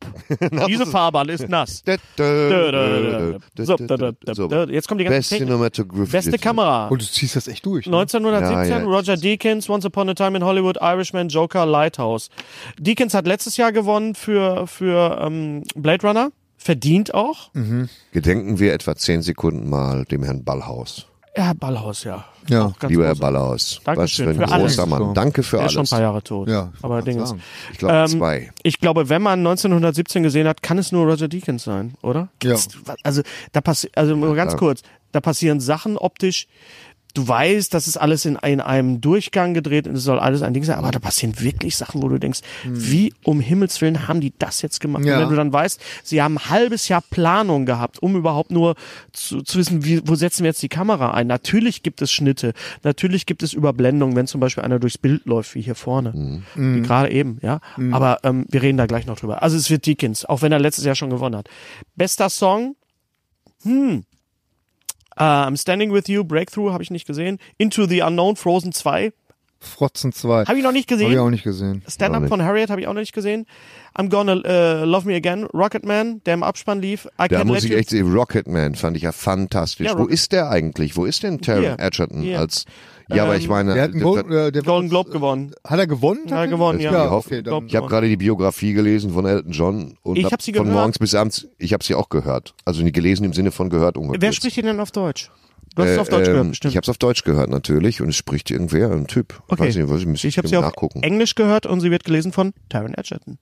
Speaker 3: Diese Fahrbahn ist nass. So, Jetzt kommt
Speaker 4: Beste
Speaker 3: die ganze Technik.
Speaker 4: Cinematography.
Speaker 3: Beste Kamera.
Speaker 6: Und Oh, du ziehst das echt durch. Ne?
Speaker 3: 1917,
Speaker 4: Ja, ja.
Speaker 3: Roger Deakins, Once Upon a Time in Hollywood, Irishman, Joker, Lighthouse. Deakins hat letztes Jahr gewonnen für, für ähm, Blade Runner. Verdient auch.
Speaker 6: Hm.
Speaker 4: Gedenken wir etwa zehn Sekunden mal dem Herrn Ballhaus.
Speaker 3: Ja, Ballhaus, ja.
Speaker 6: Ja.
Speaker 3: Auch ganz
Speaker 4: Lieber Herr
Speaker 3: großer.
Speaker 4: Ballhaus.
Speaker 3: Dankeschön
Speaker 4: was für ein
Speaker 3: für alles.
Speaker 4: großer Mann. Danke für
Speaker 3: Der ist schon ein
Speaker 4: alles.
Speaker 3: paar Jahre tot.
Speaker 6: Ja, ich
Speaker 3: aber
Speaker 6: wollte
Speaker 3: Ding ist,
Speaker 6: sagen.
Speaker 4: Ich glaube
Speaker 3: Ähm,
Speaker 4: zwei.
Speaker 3: ich glaube, wenn man 1917 gesehen hat, kann es nur Roger Deakins sein, oder?
Speaker 6: Ja.
Speaker 3: Gibt's- Also da passi also nur ganz
Speaker 4: klar.
Speaker 3: kurz, da passieren Sachen optisch. Du weißt, das ist alles in, in einem Durchgang gedreht und es soll alles ein Ding sein, aber da passieren wirklich Sachen, wo du denkst, wie um Himmels Willen haben die das jetzt gemacht? Und
Speaker 6: Ja.
Speaker 3: wenn du dann weißt, sie haben ein halbes Jahr Planung gehabt, um überhaupt nur zu, zu wissen, wie, wo setzen wir jetzt die Kamera ein. Natürlich gibt es Schnitte, natürlich gibt es Überblendungen, wenn zum Beispiel einer durchs Bild läuft, wie hier vorne, wie gerade eben, ja. Aber ähm, wir reden da gleich noch drüber. Also es wird Deakins, auch wenn er letztes Jahr schon gewonnen hat. Bester Song, äh, I'm Standing With You, Breakthrough habe ich nicht gesehen. Into the Unknown, Frozen 2
Speaker 6: Frotzen 2.
Speaker 3: habe ich noch nicht gesehen.
Speaker 6: Hab ich auch nicht gesehen.
Speaker 4: Auch
Speaker 3: Stand-up
Speaker 4: nicht.
Speaker 3: von Harriet habe ich auch noch nicht gesehen. I'm Gonna äh, Love Me Again, Rocketman, der im Abspann lief. I
Speaker 4: Da
Speaker 3: Can't
Speaker 4: muss
Speaker 3: Let
Speaker 4: ich
Speaker 3: You-
Speaker 4: echt sehen, Rocketman fand ich ja fantastisch.
Speaker 3: Ja,
Speaker 4: Wo
Speaker 3: Rocket-
Speaker 4: ist der eigentlich? Wo ist denn Taron
Speaker 3: Hier.
Speaker 4: Edgerton
Speaker 3: Hier. Ähm,
Speaker 4: als Ja, aber ich meine,
Speaker 6: Der hat, einen Gold,
Speaker 4: das-
Speaker 6: äh, der
Speaker 3: Golden Globe gewonnen.
Speaker 6: hat er gewonnen?
Speaker 3: Hat er gewonnen,
Speaker 4: ja.
Speaker 6: ja
Speaker 4: Ich hoffe-
Speaker 6: okay, dann,
Speaker 3: Golden
Speaker 4: ich habe gerade die Biografie gelesen von Elton John und
Speaker 3: Ich
Speaker 4: hab
Speaker 3: hab sie
Speaker 4: von
Speaker 3: gehört.
Speaker 4: morgens bis abends, ich habe sie auch gehört. Also nicht gelesen im Sinne von gehört ungefähr.
Speaker 3: Wer spricht den denn auf Deutsch? Du hast es auf Deutsch
Speaker 4: ähm,
Speaker 3: gehört, bestimmt.
Speaker 4: Ich habe es auf Deutsch gehört natürlich und es spricht irgendwer, ein Typ.
Speaker 3: Okay.
Speaker 4: Weiß nicht, was, müsste
Speaker 3: Ich habe
Speaker 4: dem
Speaker 3: sie auf
Speaker 4: nachgucken.
Speaker 3: Englisch gehört und sie wird gelesen von Taron Edgerton.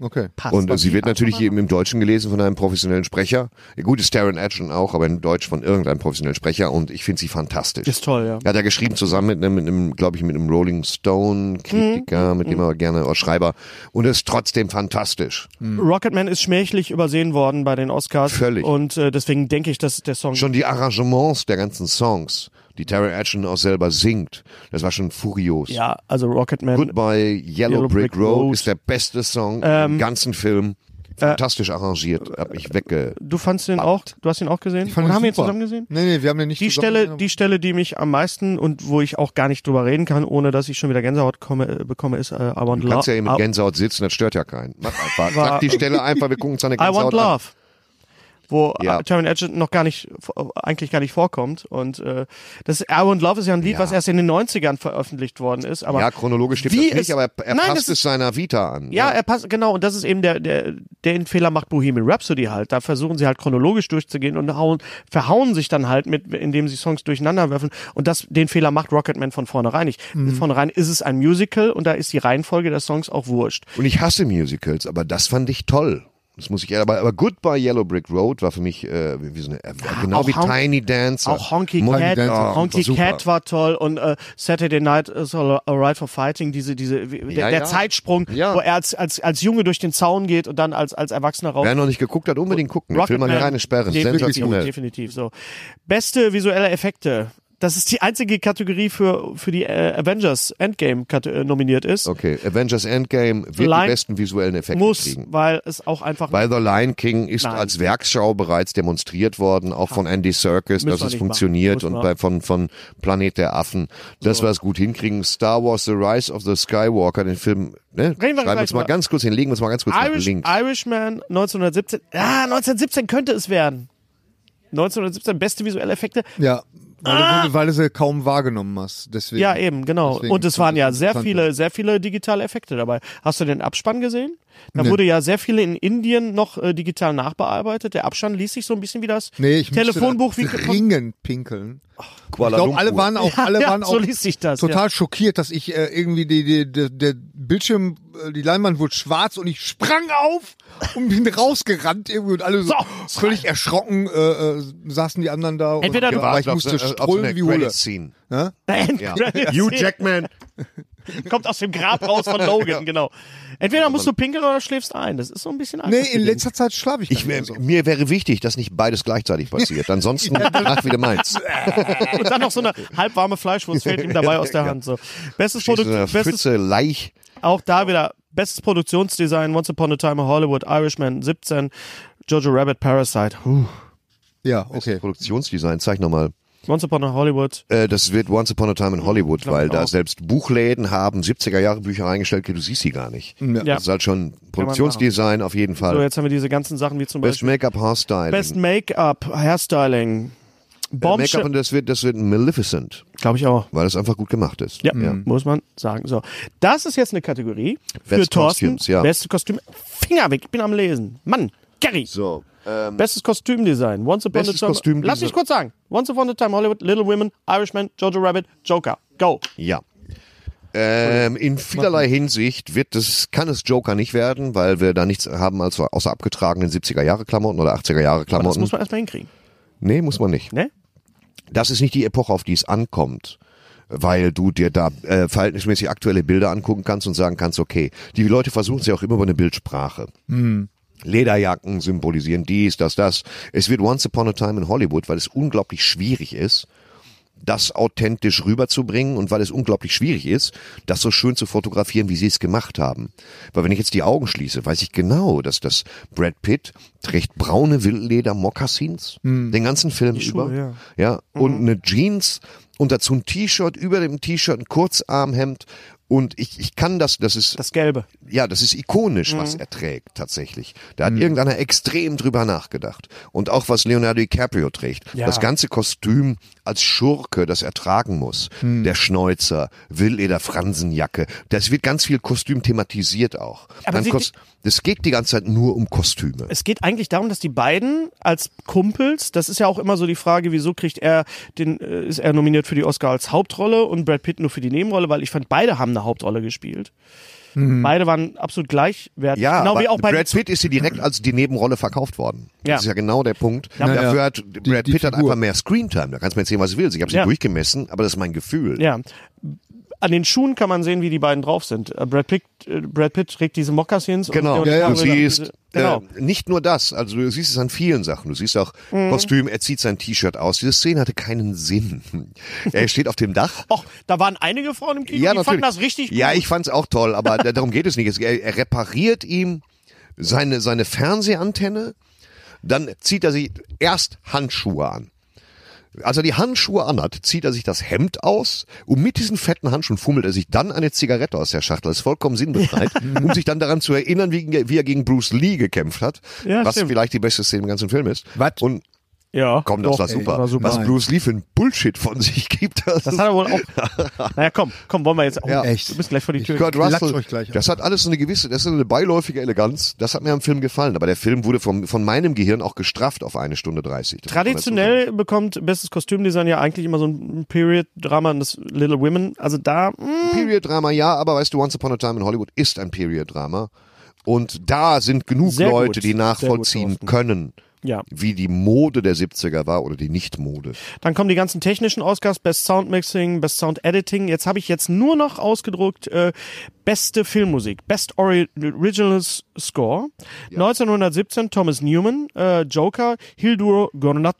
Speaker 6: okay.
Speaker 3: Passt.
Speaker 4: Und äh, sie wird natürlich eben im Deutschen gelesen von einem professionellen Sprecher. Ja, gut, ist Darren Edgerton auch, aber in Deutsch von irgendeinem professionellen Sprecher und ich finde sie fantastisch.
Speaker 3: Ist toll, ja.
Speaker 4: Er hat ja geschrieben zusammen mit einem, mit einem glaube ich, mit einem Rolling Stone
Speaker 3: Mhm.
Speaker 4: Kritiker, mit dem er gerne oder Schreiber und ist trotzdem fantastisch.
Speaker 3: Mhm. Rocketman ist schmählich übersehen worden bei den Oscars.
Speaker 4: Mhm. Völlig.
Speaker 3: Und äh, deswegen denke ich, dass der Song.
Speaker 4: Schon die Arrangements der ganzen Songs, die Terry Edgerton auch selber singt, das war schon furios.
Speaker 3: ja, also Rocketman.
Speaker 4: Goodbye Yellow,
Speaker 3: Yellow
Speaker 4: Brick,
Speaker 3: Brick
Speaker 4: Road,
Speaker 3: Road. Ähm, äh,
Speaker 4: ist der beste Song im ganzen Film. Fantastisch arrangiert, hab ich wegge.
Speaker 3: Du fandst den auch, du hast ihn auch gesehen?
Speaker 6: Ich fand
Speaker 3: und
Speaker 6: den
Speaker 3: haben wir ihn
Speaker 6: super.
Speaker 3: zusammen gesehen?
Speaker 6: Nee, nee, wir haben den nicht
Speaker 3: Die
Speaker 6: zusammen
Speaker 3: Stelle,
Speaker 6: gesehen,
Speaker 3: die Stelle, die mich am meisten und wo ich auch gar nicht drüber reden kann, ohne dass ich schon wieder Gänsehaut komme, äh, bekomme, ist äh, I Want
Speaker 4: Du kannst ja
Speaker 3: Love.
Speaker 4: eben mit Gänsehaut sitzen, das stört ja keinen. Mach einfach.
Speaker 3: War-
Speaker 4: Sag die Stelle einfach, wir gucken uns an der
Speaker 3: I I Want
Speaker 4: Gänsehaut an.
Speaker 3: Love. Wo
Speaker 4: Ja.
Speaker 3: ja. Taron Edgerton noch gar nicht, äh, eigentlich gar nicht vorkommt. Und äh, das I Want Love ist ja ein Lied, was erst in den 90ern veröffentlicht worden ist. Aber
Speaker 4: Ja, chronologisch stimmt das
Speaker 3: Wie
Speaker 4: nicht,
Speaker 3: es-
Speaker 4: aber er, er
Speaker 3: Nein,
Speaker 4: passt
Speaker 3: das
Speaker 4: es
Speaker 3: ist-
Speaker 4: seiner Vita an.
Speaker 3: Ja, er passt, genau, und das ist eben der, der, den Fehler macht Bohemian Rhapsody halt. Da versuchen sie halt chronologisch durchzugehen und hauen, verhauen sich dann halt mit, indem sie Songs durcheinander werfen. Und das, den Fehler macht Rocketman von vornherein nicht.
Speaker 4: Mhm.
Speaker 3: Von vornherein ist es ein Musical und da ist die Reihenfolge der Songs auch wurscht.
Speaker 4: Und ich hasse Musicals, aber das fand ich toll. Das muss ich ehrlich- aber, aber Goodbye Yellow Brick Road war für mich äh, wie wie so eine äh, genau
Speaker 3: Ah, auch
Speaker 4: wie
Speaker 3: Honk-
Speaker 4: Tiny Dancer.
Speaker 3: Auch Honky
Speaker 4: Mon-
Speaker 3: Cat, oh,
Speaker 4: Ja,
Speaker 3: Honky
Speaker 4: super.
Speaker 3: Cat war toll und äh, Saturday Night is all- Alright for Fighting, diese, diese, wie- der,
Speaker 4: Ja,
Speaker 3: der
Speaker 4: ja.
Speaker 3: Zeitsprung,
Speaker 4: Ja.
Speaker 3: wo er als, als, als Junge durch den Zaun geht und dann als, als Erwachsener raus.
Speaker 4: Wer noch nicht geguckt hat, unbedingt gucken. Ich will mal hier
Speaker 3: Rocketman.
Speaker 4: reine Sperren.
Speaker 3: Definitiv,
Speaker 4: Sensationell.
Speaker 3: Definitiv so. Beste visuelle Effekte. Das ist die einzige Kategorie für, für die äh, Avengers Endgame kate- äh, nominiert ist.
Speaker 4: Okay, Avengers Endgame wird
Speaker 3: Lion-
Speaker 4: die besten visuellen Effekte
Speaker 3: Muss,
Speaker 4: kriegen.
Speaker 3: weil es auch einfach.
Speaker 4: Bei The Lion King ist
Speaker 3: Nein.
Speaker 4: als Werksschau bereits demonstriert worden, auch von Andy Serkis,
Speaker 3: Müssen
Speaker 4: dass
Speaker 3: wir
Speaker 4: es
Speaker 3: nicht
Speaker 4: funktioniert
Speaker 3: machen.
Speaker 4: und
Speaker 3: Muss
Speaker 4: bei, von, von Planet der Affen, dass wir es gut hinkriegen. Star Wars The Rise of the Skywalker, den Film, ne?
Speaker 3: wir
Speaker 4: Schreiben wir
Speaker 3: gleich
Speaker 4: uns mal
Speaker 3: mal.
Speaker 4: ganz kurz hin, legen wir uns mal ganz kurz nach
Speaker 3: Irish,
Speaker 4: links.
Speaker 3: Irishman 1917. Ah, 1917 könnte es werden. 1917, beste visuelle Effekte.
Speaker 6: Ja, weil, du, weil du sie kaum wahrgenommen hast. Deswegen.
Speaker 3: Ah! Ja, eben, genau.
Speaker 6: Deswegen
Speaker 3: und es waren ja sehr
Speaker 6: interessant.
Speaker 3: viele, sehr viele digitale Effekte dabei. Hast du den Abspann gesehen? Da wurde ja sehr viele in Indien noch äh, digital nachbearbeitet. Der Abspann ließ sich so ein bisschen wie das
Speaker 6: Nee, ich musste
Speaker 3: Telefonbuch
Speaker 6: da
Speaker 3: wie
Speaker 6: dringend pinkeln. Ich
Speaker 4: Kuala
Speaker 6: glaube, alle
Speaker 4: Lumpur.
Speaker 6: waren auch, alle
Speaker 3: Ja,
Speaker 6: waren
Speaker 3: so
Speaker 6: auch
Speaker 3: liest sich das.
Speaker 6: total schockiert, dass ich äh, irgendwie die, die, die, der Bildschirm, äh, die Leinwand wurde schwarz und ich sprang auf und bin rausgerannt irgendwie und alle so,
Speaker 3: So,
Speaker 6: völlig erschrocken äh, äh, saßen die anderen da.
Speaker 3: Entweder
Speaker 6: und,
Speaker 3: du-
Speaker 6: aber ich
Speaker 4: äh, auf
Speaker 6: musste
Speaker 3: äh,
Speaker 4: so- auf so eine
Speaker 6: strömen wie Hule.
Speaker 4: Credit Scene.
Speaker 6: Ja?
Speaker 3: ja.
Speaker 4: Ja.
Speaker 3: Endcredits.
Speaker 4: Hugh Jackman.
Speaker 3: Kommt aus dem Grab raus von Logan, genau. Entweder musst du pinkeln oder schläfst ein. Das ist so ein bisschen
Speaker 6: Nee,
Speaker 3: anders.
Speaker 6: in letzter Zeit schlafe ich,
Speaker 4: Ich,
Speaker 6: nicht
Speaker 4: wär-
Speaker 6: mehr
Speaker 3: Also.
Speaker 6: so.
Speaker 4: mir wäre wichtig, dass nicht beides gleichzeitig passiert. Ansonsten nach wieder meins.
Speaker 3: Und dann noch so eine halbwarme Fleischwurst fehlt ihm dabei aus der Hand. So. Bestes,
Speaker 4: Stehst du in
Speaker 3: Produkt,
Speaker 4: einer
Speaker 3: bestes
Speaker 4: Pfütze, Laich.
Speaker 3: Auch da wieder bestes Produktionsdesign, Once Upon a Time in Hollywood, Irishman 17, Jojo Rabbit, Parasite. Huh.
Speaker 6: Ja, okay.
Speaker 4: Produktionsdesign, zeig nochmal.
Speaker 3: Once Upon a Hollywood.
Speaker 4: Äh, das wird Once Upon a Time in Hollywood, weil da
Speaker 3: auch.
Speaker 4: selbst Buchläden haben 70er Jahre Bücher reingestellt, du siehst sie gar nicht.
Speaker 3: Ja.
Speaker 4: Das ist halt schon Produktionsdesign auf jeden
Speaker 3: So,
Speaker 4: Fall.
Speaker 3: jetzt haben wir diese ganzen Sachen wie zum
Speaker 4: Best
Speaker 3: Beispiel
Speaker 4: Make-up, Hairstyle.
Speaker 3: Best Make-up, Hairstyling,
Speaker 4: Make-up
Speaker 3: Bombshell,
Speaker 4: und das wird, das wird Maleficent,
Speaker 3: glaube ich auch.
Speaker 4: weil das einfach gut gemacht ist.
Speaker 3: Ja, muss man sagen. So, das ist jetzt eine Kategorie für
Speaker 4: Best
Speaker 3: Thorsten.
Speaker 4: Costumes, ja.
Speaker 3: Beste Kostüm. Finger weg, ich bin am Lesen. Mann, Gary.
Speaker 4: So, ähm,
Speaker 3: Bestes Kostümdesign. Once upon
Speaker 4: Bestes
Speaker 3: a time.
Speaker 4: Kostümdesign.
Speaker 3: Lass mich kurz sagen. Once upon a time Hollywood, Little Women, Irishman, Jojo Rabbit, Joker. Go.
Speaker 4: Ja. Ähm, in vielerlei Hinsicht wird es, kann es Joker nicht werden, weil wir da nichts haben als außer abgetragenen 70er Jahre Klamotten oder 80er Jahre
Speaker 3: Aber das
Speaker 4: Klamotten.
Speaker 3: muss man erstmal hinkriegen.
Speaker 4: nee, muss man nicht.
Speaker 3: Ne?
Speaker 4: Das ist nicht die Epoche, auf die es ankommt, weil du dir da äh, verhältnismäßig aktuelle Bilder angucken kannst und sagen kannst, okay, die Leute versuchen es ja auch immer über eine Bildsprache.
Speaker 3: Hm.
Speaker 4: Lederjacken symbolisieren dies, das, das. Es wird Once Upon a Time in Hollywood, weil es unglaublich schwierig ist, das authentisch rüberzubringen und weil es unglaublich schwierig ist, das so schön zu fotografieren, wie sie es gemacht haben. Weil wenn ich jetzt die Augen schließe, weiß ich genau, dass das Brad Pitt trägt braune Wildleder-Mokassins den ganzen Film über. Ja, und eine Jeans und dazu ein T-Shirt, über dem T-Shirt ein Kurzarmhemd und ich, ich kann das, das ist
Speaker 3: Das Gelbe.
Speaker 4: ja, das ist ikonisch, was er trägt tatsächlich. Da
Speaker 3: Mhm.
Speaker 4: hat irgendeiner extrem drüber nachgedacht. Und auch was Leonardo DiCaprio trägt. Das ganze Kostüm als Schurke, das er tragen muss.
Speaker 3: Mhm.
Speaker 4: Der Schnäuzer, Willleder, Fransenjacke. Das wird ganz viel Kostüm thematisiert auch.
Speaker 3: Aber
Speaker 4: Dann
Speaker 3: sie-
Speaker 4: kost- das geht die ganze Zeit nur um Kostüme.
Speaker 3: Es geht eigentlich darum, dass die beiden als Kumpels, das ist ja auch immer so die Frage, wieso kriegt er den, äh, ist er nominiert für die Oscar als Hauptrolle und Brad Pitt nur für die Nebenrolle, weil ich fand, beide haben eine Hauptrolle gespielt. Beide waren absolut gleichwertig.
Speaker 4: Mhm. Ja,
Speaker 3: genau
Speaker 4: aber
Speaker 3: wie auch bei
Speaker 4: Brad Pitt ist hier direkt als die Nebenrolle verkauft worden.
Speaker 3: Ja.
Speaker 4: Das ist ja genau der Punkt.
Speaker 6: ja.
Speaker 4: Dafür hat Brad
Speaker 6: die
Speaker 4: Pitt hat
Speaker 6: Figur.
Speaker 4: einfach mehr Screentime. Da kannst du mir erzählen, was du willst. Ich habe sie
Speaker 3: Ja.
Speaker 4: durchgemessen, aber das ist mein Gefühl.
Speaker 3: Ja. An den Schuhen kann man sehen, wie die beiden drauf sind. Äh, Brad Pitt, äh, Brad Pitt trägt diese Mokassins. und-
Speaker 4: Genau,
Speaker 3: und
Speaker 4: du
Speaker 3: andere-
Speaker 4: siehst
Speaker 3: Genau.
Speaker 4: äh, nicht nur das, also du siehst es an vielen Sachen. Du siehst auch Kostüm, er zieht sein T-Shirt aus. Diese Szene hatte keinen Sinn. er steht auf dem Dach.
Speaker 3: Och, da waren einige Frauen im Kino, die fanden das richtig gut.
Speaker 4: Ja, ich fand's auch toll, aber da- darum geht es nicht. Es- Er, er repariert ihm seine, seine Fernsehantenne, dann zieht er sich erst Handschuhe an. Als er die Handschuhe anhat, zieht er sich das Hemd aus und mit diesen fetten Handschuhen fummelt er sich dann eine Zigarette aus der Schachtel. Das ist vollkommen sinnbefreit, um sich dann daran zu erinnern, wie, wie er gegen Bruce Lee gekämpft hat,
Speaker 3: Ja,
Speaker 4: was
Speaker 3: stimmt.
Speaker 4: vielleicht die beste Szene im ganzen Film ist.
Speaker 6: Was?
Speaker 4: Und
Speaker 3: ja.
Speaker 4: komm, das
Speaker 3: Doch,
Speaker 4: war
Speaker 3: ey,
Speaker 4: super.
Speaker 3: war super.
Speaker 4: Was Bruce Lee für ein Bullshit von sich gibt. Das,
Speaker 3: Das
Speaker 4: ist-
Speaker 3: hat er wohl auch. Naja, komm, komm, wollen wir jetzt auch.
Speaker 4: Ja.
Speaker 6: Echt.
Speaker 3: Du bist gleich vor die Tür.
Speaker 4: Kurt
Speaker 6: Klatsch
Speaker 4: Russell,
Speaker 6: euch gleich
Speaker 4: das hat alles so eine gewisse, das ist eine beiläufige Eleganz. Das hat mir am Film gefallen. Aber der Film wurde vom, von meinem Gehirn auch gestrafft auf eine Stunde 30. Das muss man dazu sagen.
Speaker 3: Traditionell bekommt bestes Kostümdesign ja eigentlich immer so ein Period-Drama und das Little Women. Also da, mh,
Speaker 4: Period-Drama, ja, aber weißt du, Once Upon a Time in Hollywood ist ein Period-Drama. Und da sind genug
Speaker 3: Sehr
Speaker 4: Leute,
Speaker 3: gut.
Speaker 4: die
Speaker 3: Sehr gut,
Speaker 4: nachvollziehen
Speaker 3: Thorsten.
Speaker 4: können,
Speaker 3: ja.
Speaker 4: wie die Mode der 70er war oder die Nicht-Mode.
Speaker 3: Dann kommen die ganzen technischen Oscars, Best Sound Mixing, Best Sound Editing. Jetzt habe ich jetzt nur noch ausgedruckt äh, beste Filmmusik, Best Ori Original S- Score. 1917 Thomas Newman, äh, Joker, Hildur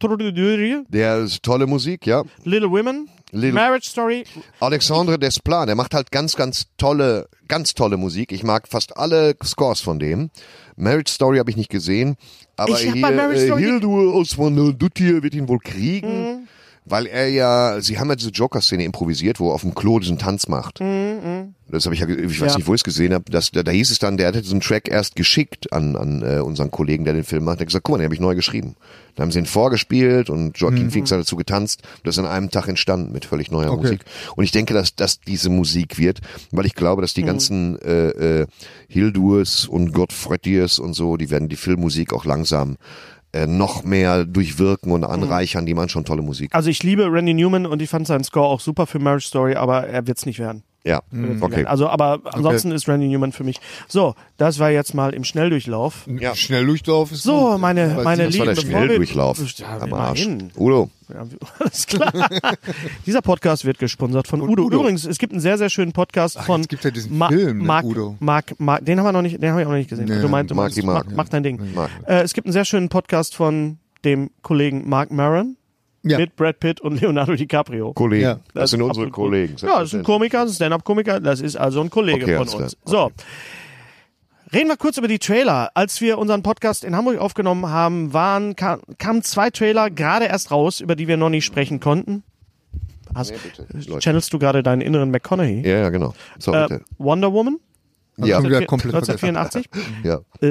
Speaker 3: Gornatodoury,
Speaker 4: Der ist tolle Musik, ja.
Speaker 3: Little Women,
Speaker 4: Little-
Speaker 3: Marriage Story.
Speaker 4: Alexandre Desplat, der macht halt ganz, ganz tolle, ganz tolle Musik. Ich mag fast alle Scores von dem. Marriage Story habe ich nicht gesehen, aber
Speaker 3: Ich hab bei
Speaker 4: hier
Speaker 3: Marriage
Speaker 4: äh,
Speaker 3: Story- Mhm.
Speaker 4: Hildur Osman Duttir wird ihn wohl kriegen. Weil er ja, sie haben ja diese Joker-Szene improvisiert, wo er auf dem Klo diesen Tanz
Speaker 3: Mhm.
Speaker 4: macht. Das habe ich ja, ge- ich weiß
Speaker 3: Ja.
Speaker 4: nicht, wo ich es gesehen habe. Das, da, da hieß es dann, der hatte diesen Track erst geschickt an, an äh, unseren Kollegen, der den Film macht. Der hat gesagt, guck mal, den habe ich neu geschrieben. Da haben sie ihn vorgespielt und Joaquin Phoenix hat dazu getanzt. Das ist an einem Tag entstanden mit völlig neuer Musik. Und ich denke, dass das diese Musik wird, weil ich glaube, dass die ganzen äh, äh, Hildurs und Gottfriediers und so, die werden die Filmmusik auch langsam äh, noch mehr durchwirken und anreichern. Die machen schon tolle Musik.
Speaker 3: Also ich liebe Randy Newman und ich fand seinen Score auch super für Marriage Story, aber er wird's nicht werden.
Speaker 4: Ja, okay.
Speaker 3: Also, aber ansonsten ist Randy Newman für mich. So, das war jetzt mal im Schnelldurchlauf.
Speaker 4: Ja.
Speaker 6: Schnell Durchlauf ist
Speaker 3: So,
Speaker 6: gut.
Speaker 3: meine,
Speaker 6: Weiß
Speaker 3: meine
Speaker 6: nicht,
Speaker 4: Das war
Speaker 3: Lieben,
Speaker 4: der
Speaker 3: bevor wir-
Speaker 4: Schnelldurchlauf
Speaker 3: Ja,
Speaker 4: am Arsch.
Speaker 3: immerhin.
Speaker 4: Udo,
Speaker 3: Ja, alles klar. Dieser Podcast wird gesponsert von Udo.
Speaker 6: Udo.
Speaker 3: Übrigens, es gibt einen sehr, sehr schönen Podcast von
Speaker 6: jetzt gibt ja diesen
Speaker 3: Ma-
Speaker 6: Film mit
Speaker 3: Mark,
Speaker 6: Udo.
Speaker 3: Mark, Mark, den haben wir noch nicht, den habe ich auch noch nicht gesehen. du meinst, du
Speaker 4: Mark
Speaker 3: meinst,
Speaker 4: die Mark.
Speaker 3: Mach, mach dein Ding.
Speaker 4: Mark.
Speaker 3: Äh, es gibt einen sehr schönen Podcast von dem Kollegen Mark Maron
Speaker 6: Ja.
Speaker 3: mit Brad Pitt und Leonardo DiCaprio.
Speaker 4: Kollegen.
Speaker 6: Ja.
Speaker 4: Das, sind
Speaker 3: ist
Speaker 4: unsere
Speaker 3: absolut-
Speaker 4: Kollegen.
Speaker 3: Ja, das ist ein Komiker, das ist ein Stand-Up-Komiker, das ist also ein Kollege
Speaker 4: Okay,
Speaker 3: von
Speaker 4: alles
Speaker 3: uns. So. Reden wir kurz über die Trailer. Als wir unseren Podcast in Hamburg aufgenommen haben, waren, kam, kamen zwei Trailer gerade erst raus, über die wir noch nicht sprechen konnten. Hast,
Speaker 4: Leute.
Speaker 3: channelst du gerade deinen inneren McConaughey?
Speaker 4: Ja, ja, genau. So,
Speaker 3: äh,
Speaker 4: bitte.
Speaker 3: Wonder Woman
Speaker 4: Ja,
Speaker 6: schon wieder Also komplett
Speaker 3: 1984,
Speaker 4: ja.
Speaker 3: Äh,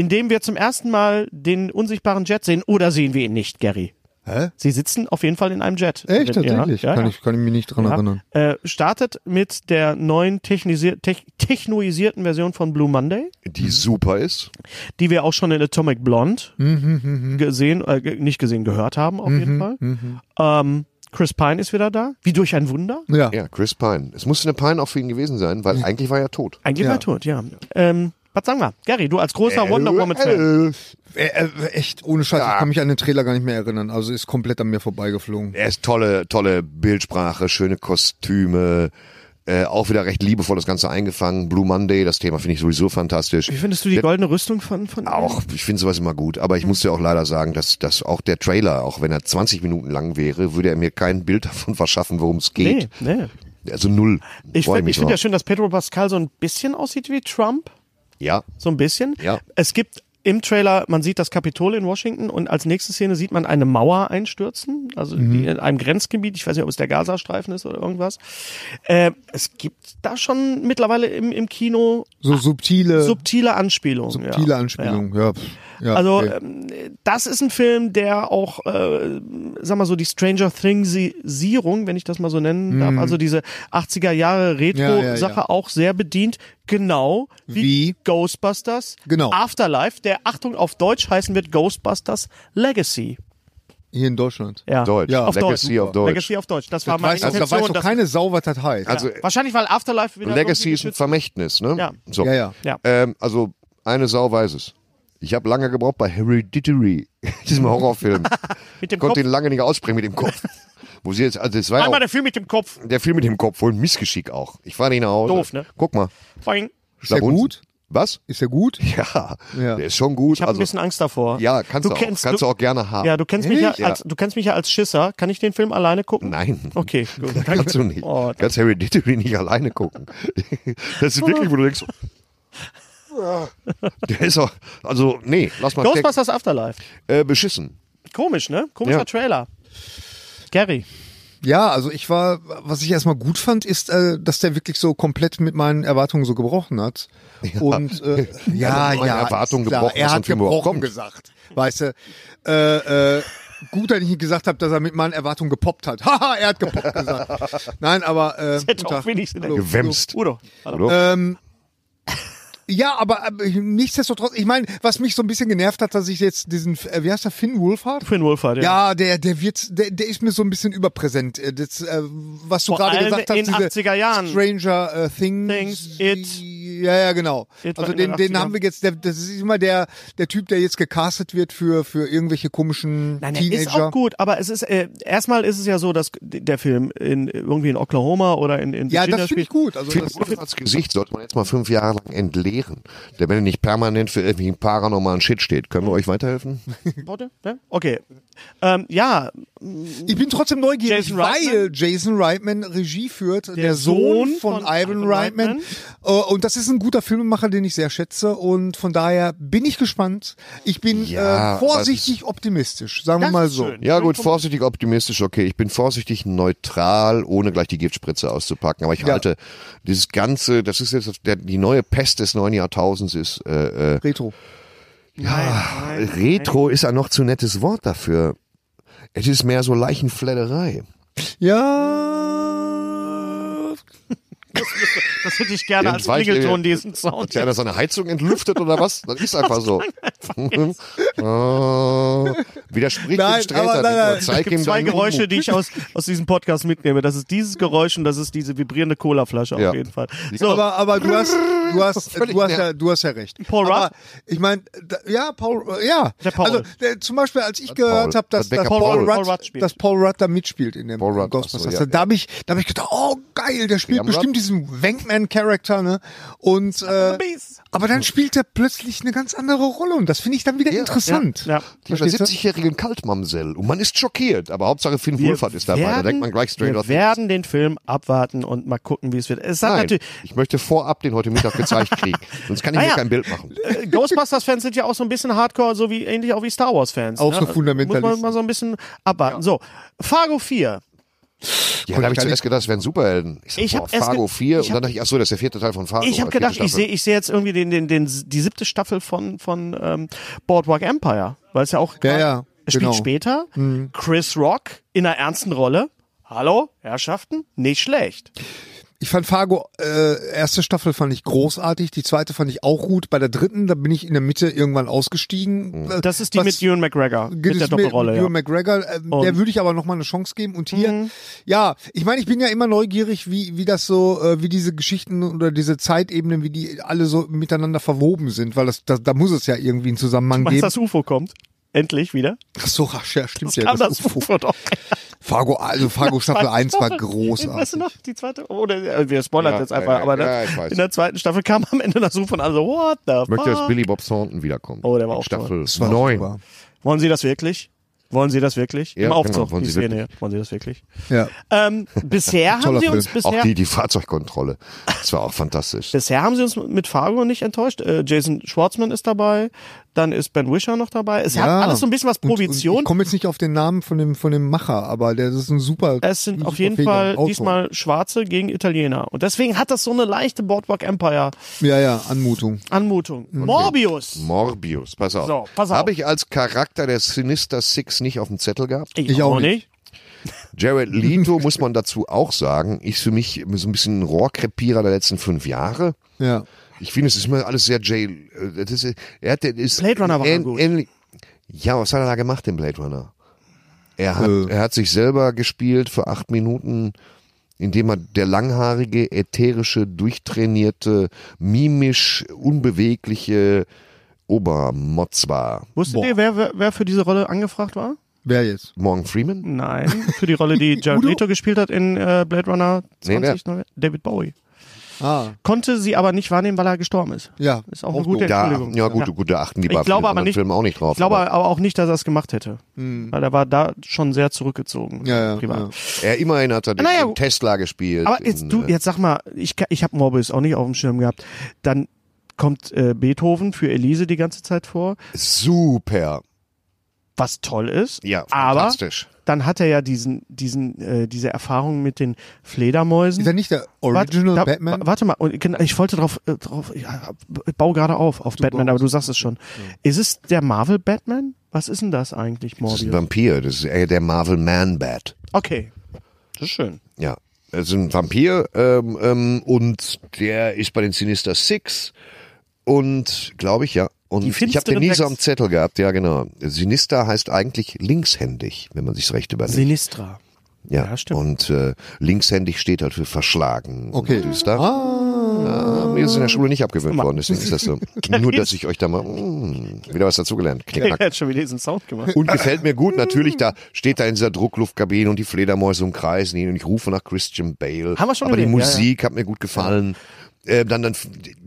Speaker 3: in dem wir zum ersten Mal den unsichtbaren Jet sehen. Oder sehen wir ihn nicht, Gary?
Speaker 6: Hä?
Speaker 3: Sie sitzen auf jeden Fall in einem Jet.
Speaker 6: Echt,
Speaker 3: Ja,
Speaker 6: tatsächlich?
Speaker 3: Ja,
Speaker 6: kann,
Speaker 3: ja.
Speaker 6: Ich, kann ich mich nicht dran
Speaker 3: Ja.
Speaker 6: erinnern.
Speaker 3: Äh, startet mit der neuen technisier tech technoisierten Version von Blue Monday,
Speaker 4: Die super ist.
Speaker 3: die wir auch schon in Atomic Blonde
Speaker 6: Mhm,
Speaker 3: gesehen, äh, ge- nicht gesehen, gehört haben auf jeden Fall.
Speaker 6: mhm.
Speaker 3: Ähm, Chris Pine ist wieder da, wie durch ein Wunder.
Speaker 6: Ja.
Speaker 4: Ja, Chris Pine. Es musste eine Pine auch für ihn gewesen sein, weil eigentlich war er tot.
Speaker 3: Eigentlich
Speaker 6: Ja.
Speaker 3: war er tot, ja. Ähm, was sagen wir? Gary, du als großer Wonder Woman-Fan.
Speaker 4: Äh, äh,
Speaker 6: Äh, äh, echt, ohne Scheiß, ich kann mich an den Trailer gar nicht mehr erinnern. Also ist komplett an mir vorbeigeflogen.
Speaker 4: Er ist tolle, tolle Bildsprache, schöne Kostüme. Äh, auch wieder recht liebevoll das Ganze eingefangen. Blue Monday, das Thema finde ich sowieso fantastisch.
Speaker 3: Wie findest du die goldene Rüstung von, von ihm?
Speaker 4: Auch, ich finde sowas immer gut, aber ich muss dir auch leider sagen, dass, dass auch der Trailer, auch wenn er 20 Minuten lang wäre, würde er mir kein Bild davon verschaffen, worum es
Speaker 3: Nee,
Speaker 4: geht.
Speaker 3: nee.
Speaker 4: Also null.
Speaker 3: Ich
Speaker 4: Freu
Speaker 3: finde
Speaker 4: mich
Speaker 3: find ja
Speaker 4: drauf.
Speaker 3: schön, dass Pedro Pascal so ein bisschen aussieht wie Trump.
Speaker 4: ja,
Speaker 3: So ein bisschen.
Speaker 4: Ja.
Speaker 3: Es gibt im Trailer, man sieht das Kapitol in Washington und als nächste Szene sieht man eine Mauer einstürzen, also
Speaker 4: Mhm.
Speaker 3: die in einem Grenzgebiet. Ich weiß nicht, ob es der Gazastreifen ist oder irgendwas. Äh, es gibt da schon mittlerweile im, im Kino
Speaker 6: So subtile,
Speaker 3: subtile Anspielungen.
Speaker 6: subtile
Speaker 3: ja.
Speaker 6: Anspielungen. Ja. pff, ja,
Speaker 3: Also
Speaker 6: okay.
Speaker 3: ähm, das ist ein Film, der auch, äh, sag mal so, die Stranger Thingsisierung, wenn ich das mal so
Speaker 4: Mhm.
Speaker 3: nennen darf, also diese 80er Jahre
Speaker 6: Ja, ja,
Speaker 3: Retro-Sache
Speaker 6: ja.
Speaker 3: auch sehr bedient, genau wie,
Speaker 6: Wie?
Speaker 3: Ghostbusters
Speaker 6: Genau.
Speaker 3: Afterlife, der Achtung auf Deutsch heißen wird Ghostbusters Legacy.
Speaker 6: hier in Deutschland.
Speaker 3: Ja.
Speaker 4: Deutsch.
Speaker 6: Ja, auf
Speaker 4: Legacy
Speaker 6: Deutsch.
Speaker 4: auf Deutsch.
Speaker 3: Legacy auf Deutsch. Das, war
Speaker 6: Das
Speaker 3: meine
Speaker 6: weiß, also, da weiß
Speaker 3: Intention.
Speaker 6: doch
Speaker 3: dass-
Speaker 6: keine Sau, was das heißt.
Speaker 4: Also
Speaker 3: wahrscheinlich, weil Afterlife wieder
Speaker 4: Legacy
Speaker 3: irgendwie
Speaker 4: ist ein
Speaker 3: geschützt-
Speaker 4: Vermächtnis, ne?
Speaker 3: Ja.
Speaker 4: So.
Speaker 6: ja, ja.
Speaker 3: Ja.
Speaker 4: Ähm, also eine Sau weiß es. Ich habe lange gebraucht bei Hereditary, diesem Horrorfilm.
Speaker 3: Mit dem
Speaker 4: Konnte
Speaker 3: Kopf.
Speaker 4: ihn lange nicht aussprechen mit dem Kopf. Wo sie jetzt, also es war ja
Speaker 3: Einmal
Speaker 4: auch,
Speaker 3: der Film mit dem Kopf.
Speaker 4: der Film mit dem Kopf, wohl ein Missgeschick auch. Ich fahre nicht nach Hause.
Speaker 3: Doof, ne?
Speaker 4: Guck mal.
Speaker 3: Boing.
Speaker 6: Ist der
Speaker 4: Schlabunzen.
Speaker 6: gut?
Speaker 4: Was?
Speaker 6: Ist der gut?
Speaker 4: Ja,
Speaker 6: Ja.
Speaker 4: der ist schon gut.
Speaker 3: Ich habe
Speaker 4: also,
Speaker 3: ein bisschen Angst davor.
Speaker 4: ja, kannst du, auch,
Speaker 3: kennst-
Speaker 4: kannst du auch gerne haben.
Speaker 3: Ja, du kennst mich ja,
Speaker 4: Ehrlich? Ja.
Speaker 3: als du kennst mich ja als Schisser. Kann ich den Film alleine gucken?
Speaker 4: Nein.
Speaker 3: Okay, gut. Danke.
Speaker 4: Kannst du nicht.
Speaker 3: Oh,
Speaker 4: kannst Hereditary nicht alleine gucken. Das ist wirklich, wo du denkst, so, der ist auch, also, nee, lass mal stecken.
Speaker 3: Ghostbusters Afterlife.
Speaker 4: Äh, beschissen.
Speaker 3: Komisch, ne? Komischer
Speaker 4: Ja.
Speaker 3: Trailer. Gary.
Speaker 6: Ja, also ich war, was ich erstmal gut fand, ist, äh, dass der wirklich so komplett mit meinen Erwartungen so gebrochen hat. Und äh, ja,
Speaker 4: Also meine
Speaker 6: ja,
Speaker 4: Erwartungen
Speaker 6: ist klar.
Speaker 4: gebrochen,
Speaker 6: Er
Speaker 4: was so ein
Speaker 6: hat
Speaker 4: Film überhaupt
Speaker 6: gebrochen
Speaker 4: kommt.
Speaker 6: gesagt, weißt du. Äh, äh, gut, dass ich nicht gesagt habe, dass er mit meinen Erwartungen gepoppt hat. Haha, er hat gepoppt gesagt. Nein, aber äh,
Speaker 3: hätte
Speaker 6: guten
Speaker 3: auch
Speaker 6: Tag.
Speaker 3: wenigstens-
Speaker 6: Hallo.
Speaker 4: Gewämst.
Speaker 3: Udo. Hallo.
Speaker 4: Hallo?
Speaker 6: Ja, aber, aber nichtsdestotrotz, ich meine, was mich so ein bisschen genervt hat, dass ich jetzt diesen, äh, wie heißt der, Finn Wolfhard?
Speaker 3: Finn Wolfhard, ja.
Speaker 6: Ja, der, der wird, der, der ist mir so ein bisschen überpräsent. Äh, Das, äh, was du
Speaker 3: Vor
Speaker 6: gerade
Speaker 3: allem
Speaker 6: gesagt hast,
Speaker 3: in
Speaker 6: diese
Speaker 3: 80er Jahren.
Speaker 6: Stranger äh, Things.
Speaker 3: Things, It.
Speaker 6: Ja, ja, genau.
Speaker 3: It war
Speaker 6: also
Speaker 3: in den
Speaker 6: den, den
Speaker 3: 80ern.
Speaker 6: haben wir jetzt, der, das ist immer der, der Typ, der jetzt gecastet wird für, für irgendwelche komischen
Speaker 3: Nein, er
Speaker 6: Teenager.
Speaker 3: ist auch gut, aber es ist äh, erstmal ist es ja so, dass der Film in irgendwie in Oklahoma oder in, in
Speaker 6: Ja,
Speaker 3: Virginia
Speaker 6: das finde ich
Speaker 3: spielt.
Speaker 6: gut. Also
Speaker 4: Philipp
Speaker 6: das,
Speaker 4: Wohlfahrts Gesicht sollte man jetzt mal fünf Jahre lang entleeren. Der, wenn er nicht permanent für irgendwelchen paranormalen Shit steht. Können wir euch weiterhelfen?
Speaker 3: Warte, ne? Okay. Ähm, ja,
Speaker 6: ich bin trotzdem neugierig,
Speaker 3: Jason
Speaker 6: weil
Speaker 3: Reitman?
Speaker 6: Jason Reitman Regie führt, der, Sohn,
Speaker 3: Sohn
Speaker 6: von,
Speaker 3: von
Speaker 6: Ivan
Speaker 3: Ivan
Speaker 6: Reitman.
Speaker 3: Reitman.
Speaker 6: Äh, Und das ist ein guter Filmemacher, den ich sehr schätze. Und von daher bin ich gespannt. Ich bin
Speaker 4: Ja,
Speaker 6: äh, vorsichtig optimistisch, sagen wir
Speaker 3: Das
Speaker 6: mal
Speaker 3: ist
Speaker 6: so.
Speaker 3: schön.
Speaker 4: Ja gut, vorsichtig optimistisch, okay. Ich bin vorsichtig neutral, ohne gleich die Giftspritze auszupacken. Aber ich halte dieses Ganze, das ist jetzt der, die neue Pest des neuen Jahrtausends ist. Äh, äh,
Speaker 6: Retro.
Speaker 3: nein, nein.
Speaker 4: Retro ist ein noch zu nettes Wort dafür. Es ist mehr so Leichenfledderei.
Speaker 6: Ja.
Speaker 3: das hätte ich gerne als
Speaker 4: Jetzt weiß ich-
Speaker 3: Klingelton diesen Sound.
Speaker 4: Hat ja einer seine Heizung entlüftet oder was? Das ist einfach so. äh, widerspricht
Speaker 6: Nein,
Speaker 4: dem Sträter
Speaker 6: aber
Speaker 4: nicht
Speaker 6: nein,
Speaker 4: nur.
Speaker 6: nein.
Speaker 3: Es
Speaker 4: Zeig
Speaker 3: gibt
Speaker 4: ihm
Speaker 3: zwei
Speaker 4: deinen
Speaker 3: Geräusche,
Speaker 4: Unmut.
Speaker 3: die ich aus, aus diesem Podcast mitnehme. Das ist dieses Geräusch und das ist diese vibrierende Colaflasche auf
Speaker 4: Ja.
Speaker 3: jeden Fall. So,
Speaker 6: Aber, aber du hast, du hast,
Speaker 4: Völlig
Speaker 6: du hast
Speaker 4: nerv-
Speaker 6: ja, du hast ja recht.
Speaker 3: Paul
Speaker 6: aber
Speaker 3: Rudd?
Speaker 6: ich meine, da- ja, Paul, äh, ja.
Speaker 3: Der Paul.
Speaker 6: Also der, zum Beispiel, als ich
Speaker 4: Paul.
Speaker 6: gehört habe, dass,
Speaker 4: Der
Speaker 6: dass
Speaker 4: Becker
Speaker 6: Paul,
Speaker 4: Paul.
Speaker 6: Rudd,
Speaker 3: Paul Rudd spielt.
Speaker 6: dass Paul Rudd da mitspielt in dem
Speaker 4: Paul Rudd,
Speaker 6: Ghostbusters,
Speaker 4: ach so, ja,
Speaker 6: da habe ich, da habe ich gedacht, oh geil, der spielt
Speaker 4: haben
Speaker 6: bestimmt
Speaker 4: Rudd.
Speaker 6: diesen Wankman-Charakter, ne? Und äh,
Speaker 3: Beast.
Speaker 6: aber dann spielt er plötzlich eine ganz andere Rolle und das finde ich dann wieder interessant.
Speaker 3: ja.
Speaker 4: Die einer
Speaker 6: Verstehst du?
Speaker 4: 70-jährigen Kaltmamsell. Und man ist schockiert. Aber Hauptsache Finn Wohlfahrt ist dabei. da denkt man gleich straight
Speaker 3: wir
Speaker 4: off.
Speaker 3: werden den Film abwarten und mal gucken, wie es wird. Es hat
Speaker 4: Nein,
Speaker 3: natürlich
Speaker 4: ich möchte vorab den heute Mittag gezeigt kriegen. Sonst kann ich
Speaker 3: Ah
Speaker 4: mir
Speaker 3: ja.
Speaker 4: kein Bild machen.
Speaker 3: äh, Ghostbusters-Fans sind ja auch so ein bisschen Hardcore, so wie ähnlich auch wie Star Wars-Fans.
Speaker 6: Auch so
Speaker 3: ne?
Speaker 6: Fundamentalisten.
Speaker 3: Muss man mal so ein bisschen abwarten. So, Fargo 4.
Speaker 4: Ja, da habe ich
Speaker 6: kann
Speaker 4: zuerst gedacht, es wären Superhelden. Ich, sag,
Speaker 3: Ich
Speaker 4: boah,
Speaker 3: hab erst
Speaker 4: Fargo
Speaker 3: ge-
Speaker 4: 4
Speaker 3: ich
Speaker 4: und dann dachte ich, ach so, das ist der vierte Teil von Fargo.
Speaker 3: Ich habe
Speaker 4: oder vierte
Speaker 3: gedacht, ich
Speaker 4: Staffel.
Speaker 3: sehe ich seh jetzt irgendwie den, den, den, die siebte Staffel von, von ähm, Boardwalk Empire, weil es ja auch
Speaker 6: Ja, ja,
Speaker 3: es spielt
Speaker 6: genau.
Speaker 3: später.
Speaker 4: Mhm.
Speaker 3: Chris Rock in einer ernsten Rolle. Hallo, Herrschaften, nicht schlecht.
Speaker 6: Ich fand Fargo, äh, erste Staffel fand ich großartig, die zweite fand ich auch gut. Bei der dritten, da bin ich in der Mitte irgendwann
Speaker 4: Mhm.
Speaker 6: ausgestiegen. Äh,
Speaker 3: Das ist die
Speaker 6: was-
Speaker 3: mit Ewan McGregor, mit
Speaker 6: Guinness
Speaker 3: der Doppelrolle.
Speaker 6: mit
Speaker 3: Ja. Mhm.
Speaker 6: Ewan McGregor, äh, der würde ich aber noch mal eine Chance geben. Und hier, ja, ich meine, ich bin ja immer neugierig, wie wie das so, äh, wie diese Geschichten oder diese Zeitebenen, wie die alle so miteinander verwoben sind, weil das, das da muss es ja irgendwie einen Zusammenhang
Speaker 3: Meinst
Speaker 6: geben.
Speaker 3: du, das UFO kommt? endlich wieder.
Speaker 6: Ach so, ach, ja, stimmt ja.
Speaker 3: Kam das Buch von doch.
Speaker 6: Fargo, also Fargo Staffel 1 war großartig.
Speaker 3: Weißt du noch, die zweite? Oder äh, wir spoilern
Speaker 4: Ja,
Speaker 3: jetzt einfach,
Speaker 4: ja,
Speaker 3: aber
Speaker 4: ja,
Speaker 3: ne,
Speaker 4: ich weiß.
Speaker 3: in der zweiten Staffel kam am Ende das Ruf von alle so, what the
Speaker 4: Ich möchte, dass
Speaker 3: fuck?
Speaker 4: Billy Bob Thornton wiederkommt.
Speaker 3: Ah. Oh, der war
Speaker 4: In
Speaker 3: auch
Speaker 4: Staffel
Speaker 6: Das war doch
Speaker 4: 9.
Speaker 6: super.
Speaker 3: Wollen Sie das wirklich? Wollen Sie das wirklich?
Speaker 4: Ja,
Speaker 3: Im Aufzug,
Speaker 4: genau, wollen
Speaker 3: die
Speaker 4: Sie
Speaker 3: Szene. Wollen Sie das wirklich?
Speaker 6: Ja.
Speaker 3: Ähm, bisher haben
Speaker 6: Toller
Speaker 3: Sie uns
Speaker 6: Film.
Speaker 4: Auch
Speaker 3: bisher,
Speaker 4: die, die Fahrzeugkontrolle. Das war auch fantastisch.
Speaker 3: bisher haben Sie uns mit Fargo nicht enttäuscht. Äh, Jason Schwartzman ist dabei, dann ist Ben Wisher noch dabei. Es hat
Speaker 6: Ja.
Speaker 3: alles so ein bisschen was
Speaker 6: Und- Und
Speaker 3: Provision.
Speaker 6: ich komme jetzt nicht auf den Namen von dem, von dem Macher, aber der das ist ein super.
Speaker 3: es sind
Speaker 6: super
Speaker 3: auf jeden
Speaker 6: fähiger
Speaker 3: Fall
Speaker 6: Autor.
Speaker 3: diesmal Schwarze gegen Italiener. Und deswegen hat das so eine leichte Boardwalk Empire
Speaker 6: Ja, ja, Anmutung.
Speaker 3: Anmutung.
Speaker 4: Mhm.
Speaker 3: Morbius.
Speaker 4: Morbius, pass auf.
Speaker 3: So, pass auf.
Speaker 4: Habe ich als Charakter der Sinister Six nicht auf dem Zettel gehabt.
Speaker 6: Ich auch nicht.
Speaker 4: Jared Leto, muss man dazu auch sagen, ist für mich so ein bisschen ein Rohrkrepierer der letzten fünf Jahre.
Speaker 6: Ja.
Speaker 4: Ich finde, es ist immer alles sehr Jay. äh, Das ist, er hat, der ist
Speaker 3: Blade Runner war
Speaker 4: ähn-
Speaker 3: gut.
Speaker 4: ähnlich- ja, was hat er da gemacht im Blade Runner? Er hat, er hat sich selber gespielt für acht Minuten, indem er der langhaarige, ätherische, durchtrainierte, mimisch unbewegliche Obermotz war.
Speaker 3: Wusstet ihr, wer, wer, wer für diese Rolle angefragt war?
Speaker 6: Wer jetzt?
Speaker 4: Morgan Freeman?
Speaker 3: Nein. Für die Rolle, die Jared
Speaker 6: Udo?
Speaker 3: Leto gespielt hat in äh, Blade Runner
Speaker 4: Nee, wer?
Speaker 3: 20, David Bowie.
Speaker 6: Ah,
Speaker 3: Konnte sie aber nicht wahrnehmen, weil er gestorben ist.
Speaker 6: ja.
Speaker 3: Ist auch eine gute
Speaker 4: Ja,
Speaker 3: Entschuldigung.
Speaker 4: ja gut, gut, da achten die
Speaker 3: Ich
Speaker 4: bei
Speaker 3: glaube
Speaker 4: vielen
Speaker 3: aber
Speaker 4: anderen
Speaker 3: nicht-
Speaker 4: Filmen auch nicht drauf.
Speaker 3: Ich glaube
Speaker 4: aber
Speaker 3: aber auch nicht, dass er es gemacht hätte.
Speaker 4: Hm.
Speaker 3: Weil er war da schon sehr zurückgezogen.
Speaker 6: Ja, ja,
Speaker 3: privat.
Speaker 6: ja.
Speaker 4: er immerhin hat er den,
Speaker 3: Naja,
Speaker 4: den Tesla gespielt.
Speaker 3: Aber jetzt
Speaker 4: in,
Speaker 3: du,
Speaker 4: äh,
Speaker 3: jetzt sag mal, ich, ka- ich habe Morbius auch nicht auf dem Schirm gehabt. Dann kommt äh, Beethoven für Elise die ganze Zeit vor,
Speaker 4: super.
Speaker 3: was toll ist.
Speaker 4: Ja,
Speaker 3: aber
Speaker 4: fantastisch.
Speaker 3: dann hat er ja diesen, diesen, äh, diese Erfahrung mit den Fledermäusen.
Speaker 6: Ist er nicht der Original
Speaker 3: warte, da-
Speaker 6: Batman?
Speaker 3: wa- Warte mal, und genau, ich wollte drauf, äh, drauf ja, ich baue gerade auf, auf Batman,
Speaker 6: baust.
Speaker 3: aber du sagst es schon. Ist es der Marvel Batman? Was ist denn das eigentlich,
Speaker 4: Das ist ein
Speaker 3: Morbius?
Speaker 4: Vampir, das ist eher der Marvel Man Bat.
Speaker 3: Okay. Das ist schön.
Speaker 4: Ja. Das ist ein Vampir ähm, ähm, und der ist bei den Sinister Six und glaube ich, ja. Und
Speaker 3: Die
Speaker 4: ich habe den
Speaker 3: finsteren
Speaker 4: nie so
Speaker 3: Sechs.
Speaker 4: am Zettel gehabt, ja genau. Sinister heißt eigentlich linkshändig, wenn man sich's recht überlegt.
Speaker 3: Sinistra.
Speaker 4: ja.
Speaker 3: ja, stimmt.
Speaker 4: Und äh, linkshändig steht halt für verschlagen
Speaker 6: Okay.
Speaker 4: und düster. Ah, mir ist in der Schule nicht abgewöhnt worden, deswegen ist das so. Nur, dass ich euch da mal mm, wieder was dazugelernt. Knick,
Speaker 3: Er
Speaker 4: knack.
Speaker 3: hat schon wieder diesen Sound gemacht.
Speaker 4: Und gefällt mir gut, natürlich, da steht da in dieser Druckluftkabine und die Fledermäuse umkreisen ihn und ich rufe nach Christian Bale.
Speaker 3: Haben wir schon
Speaker 4: Aber die
Speaker 3: gesehen, ja,
Speaker 4: Musik hat mir gut gefallen. Äh, dann, dann,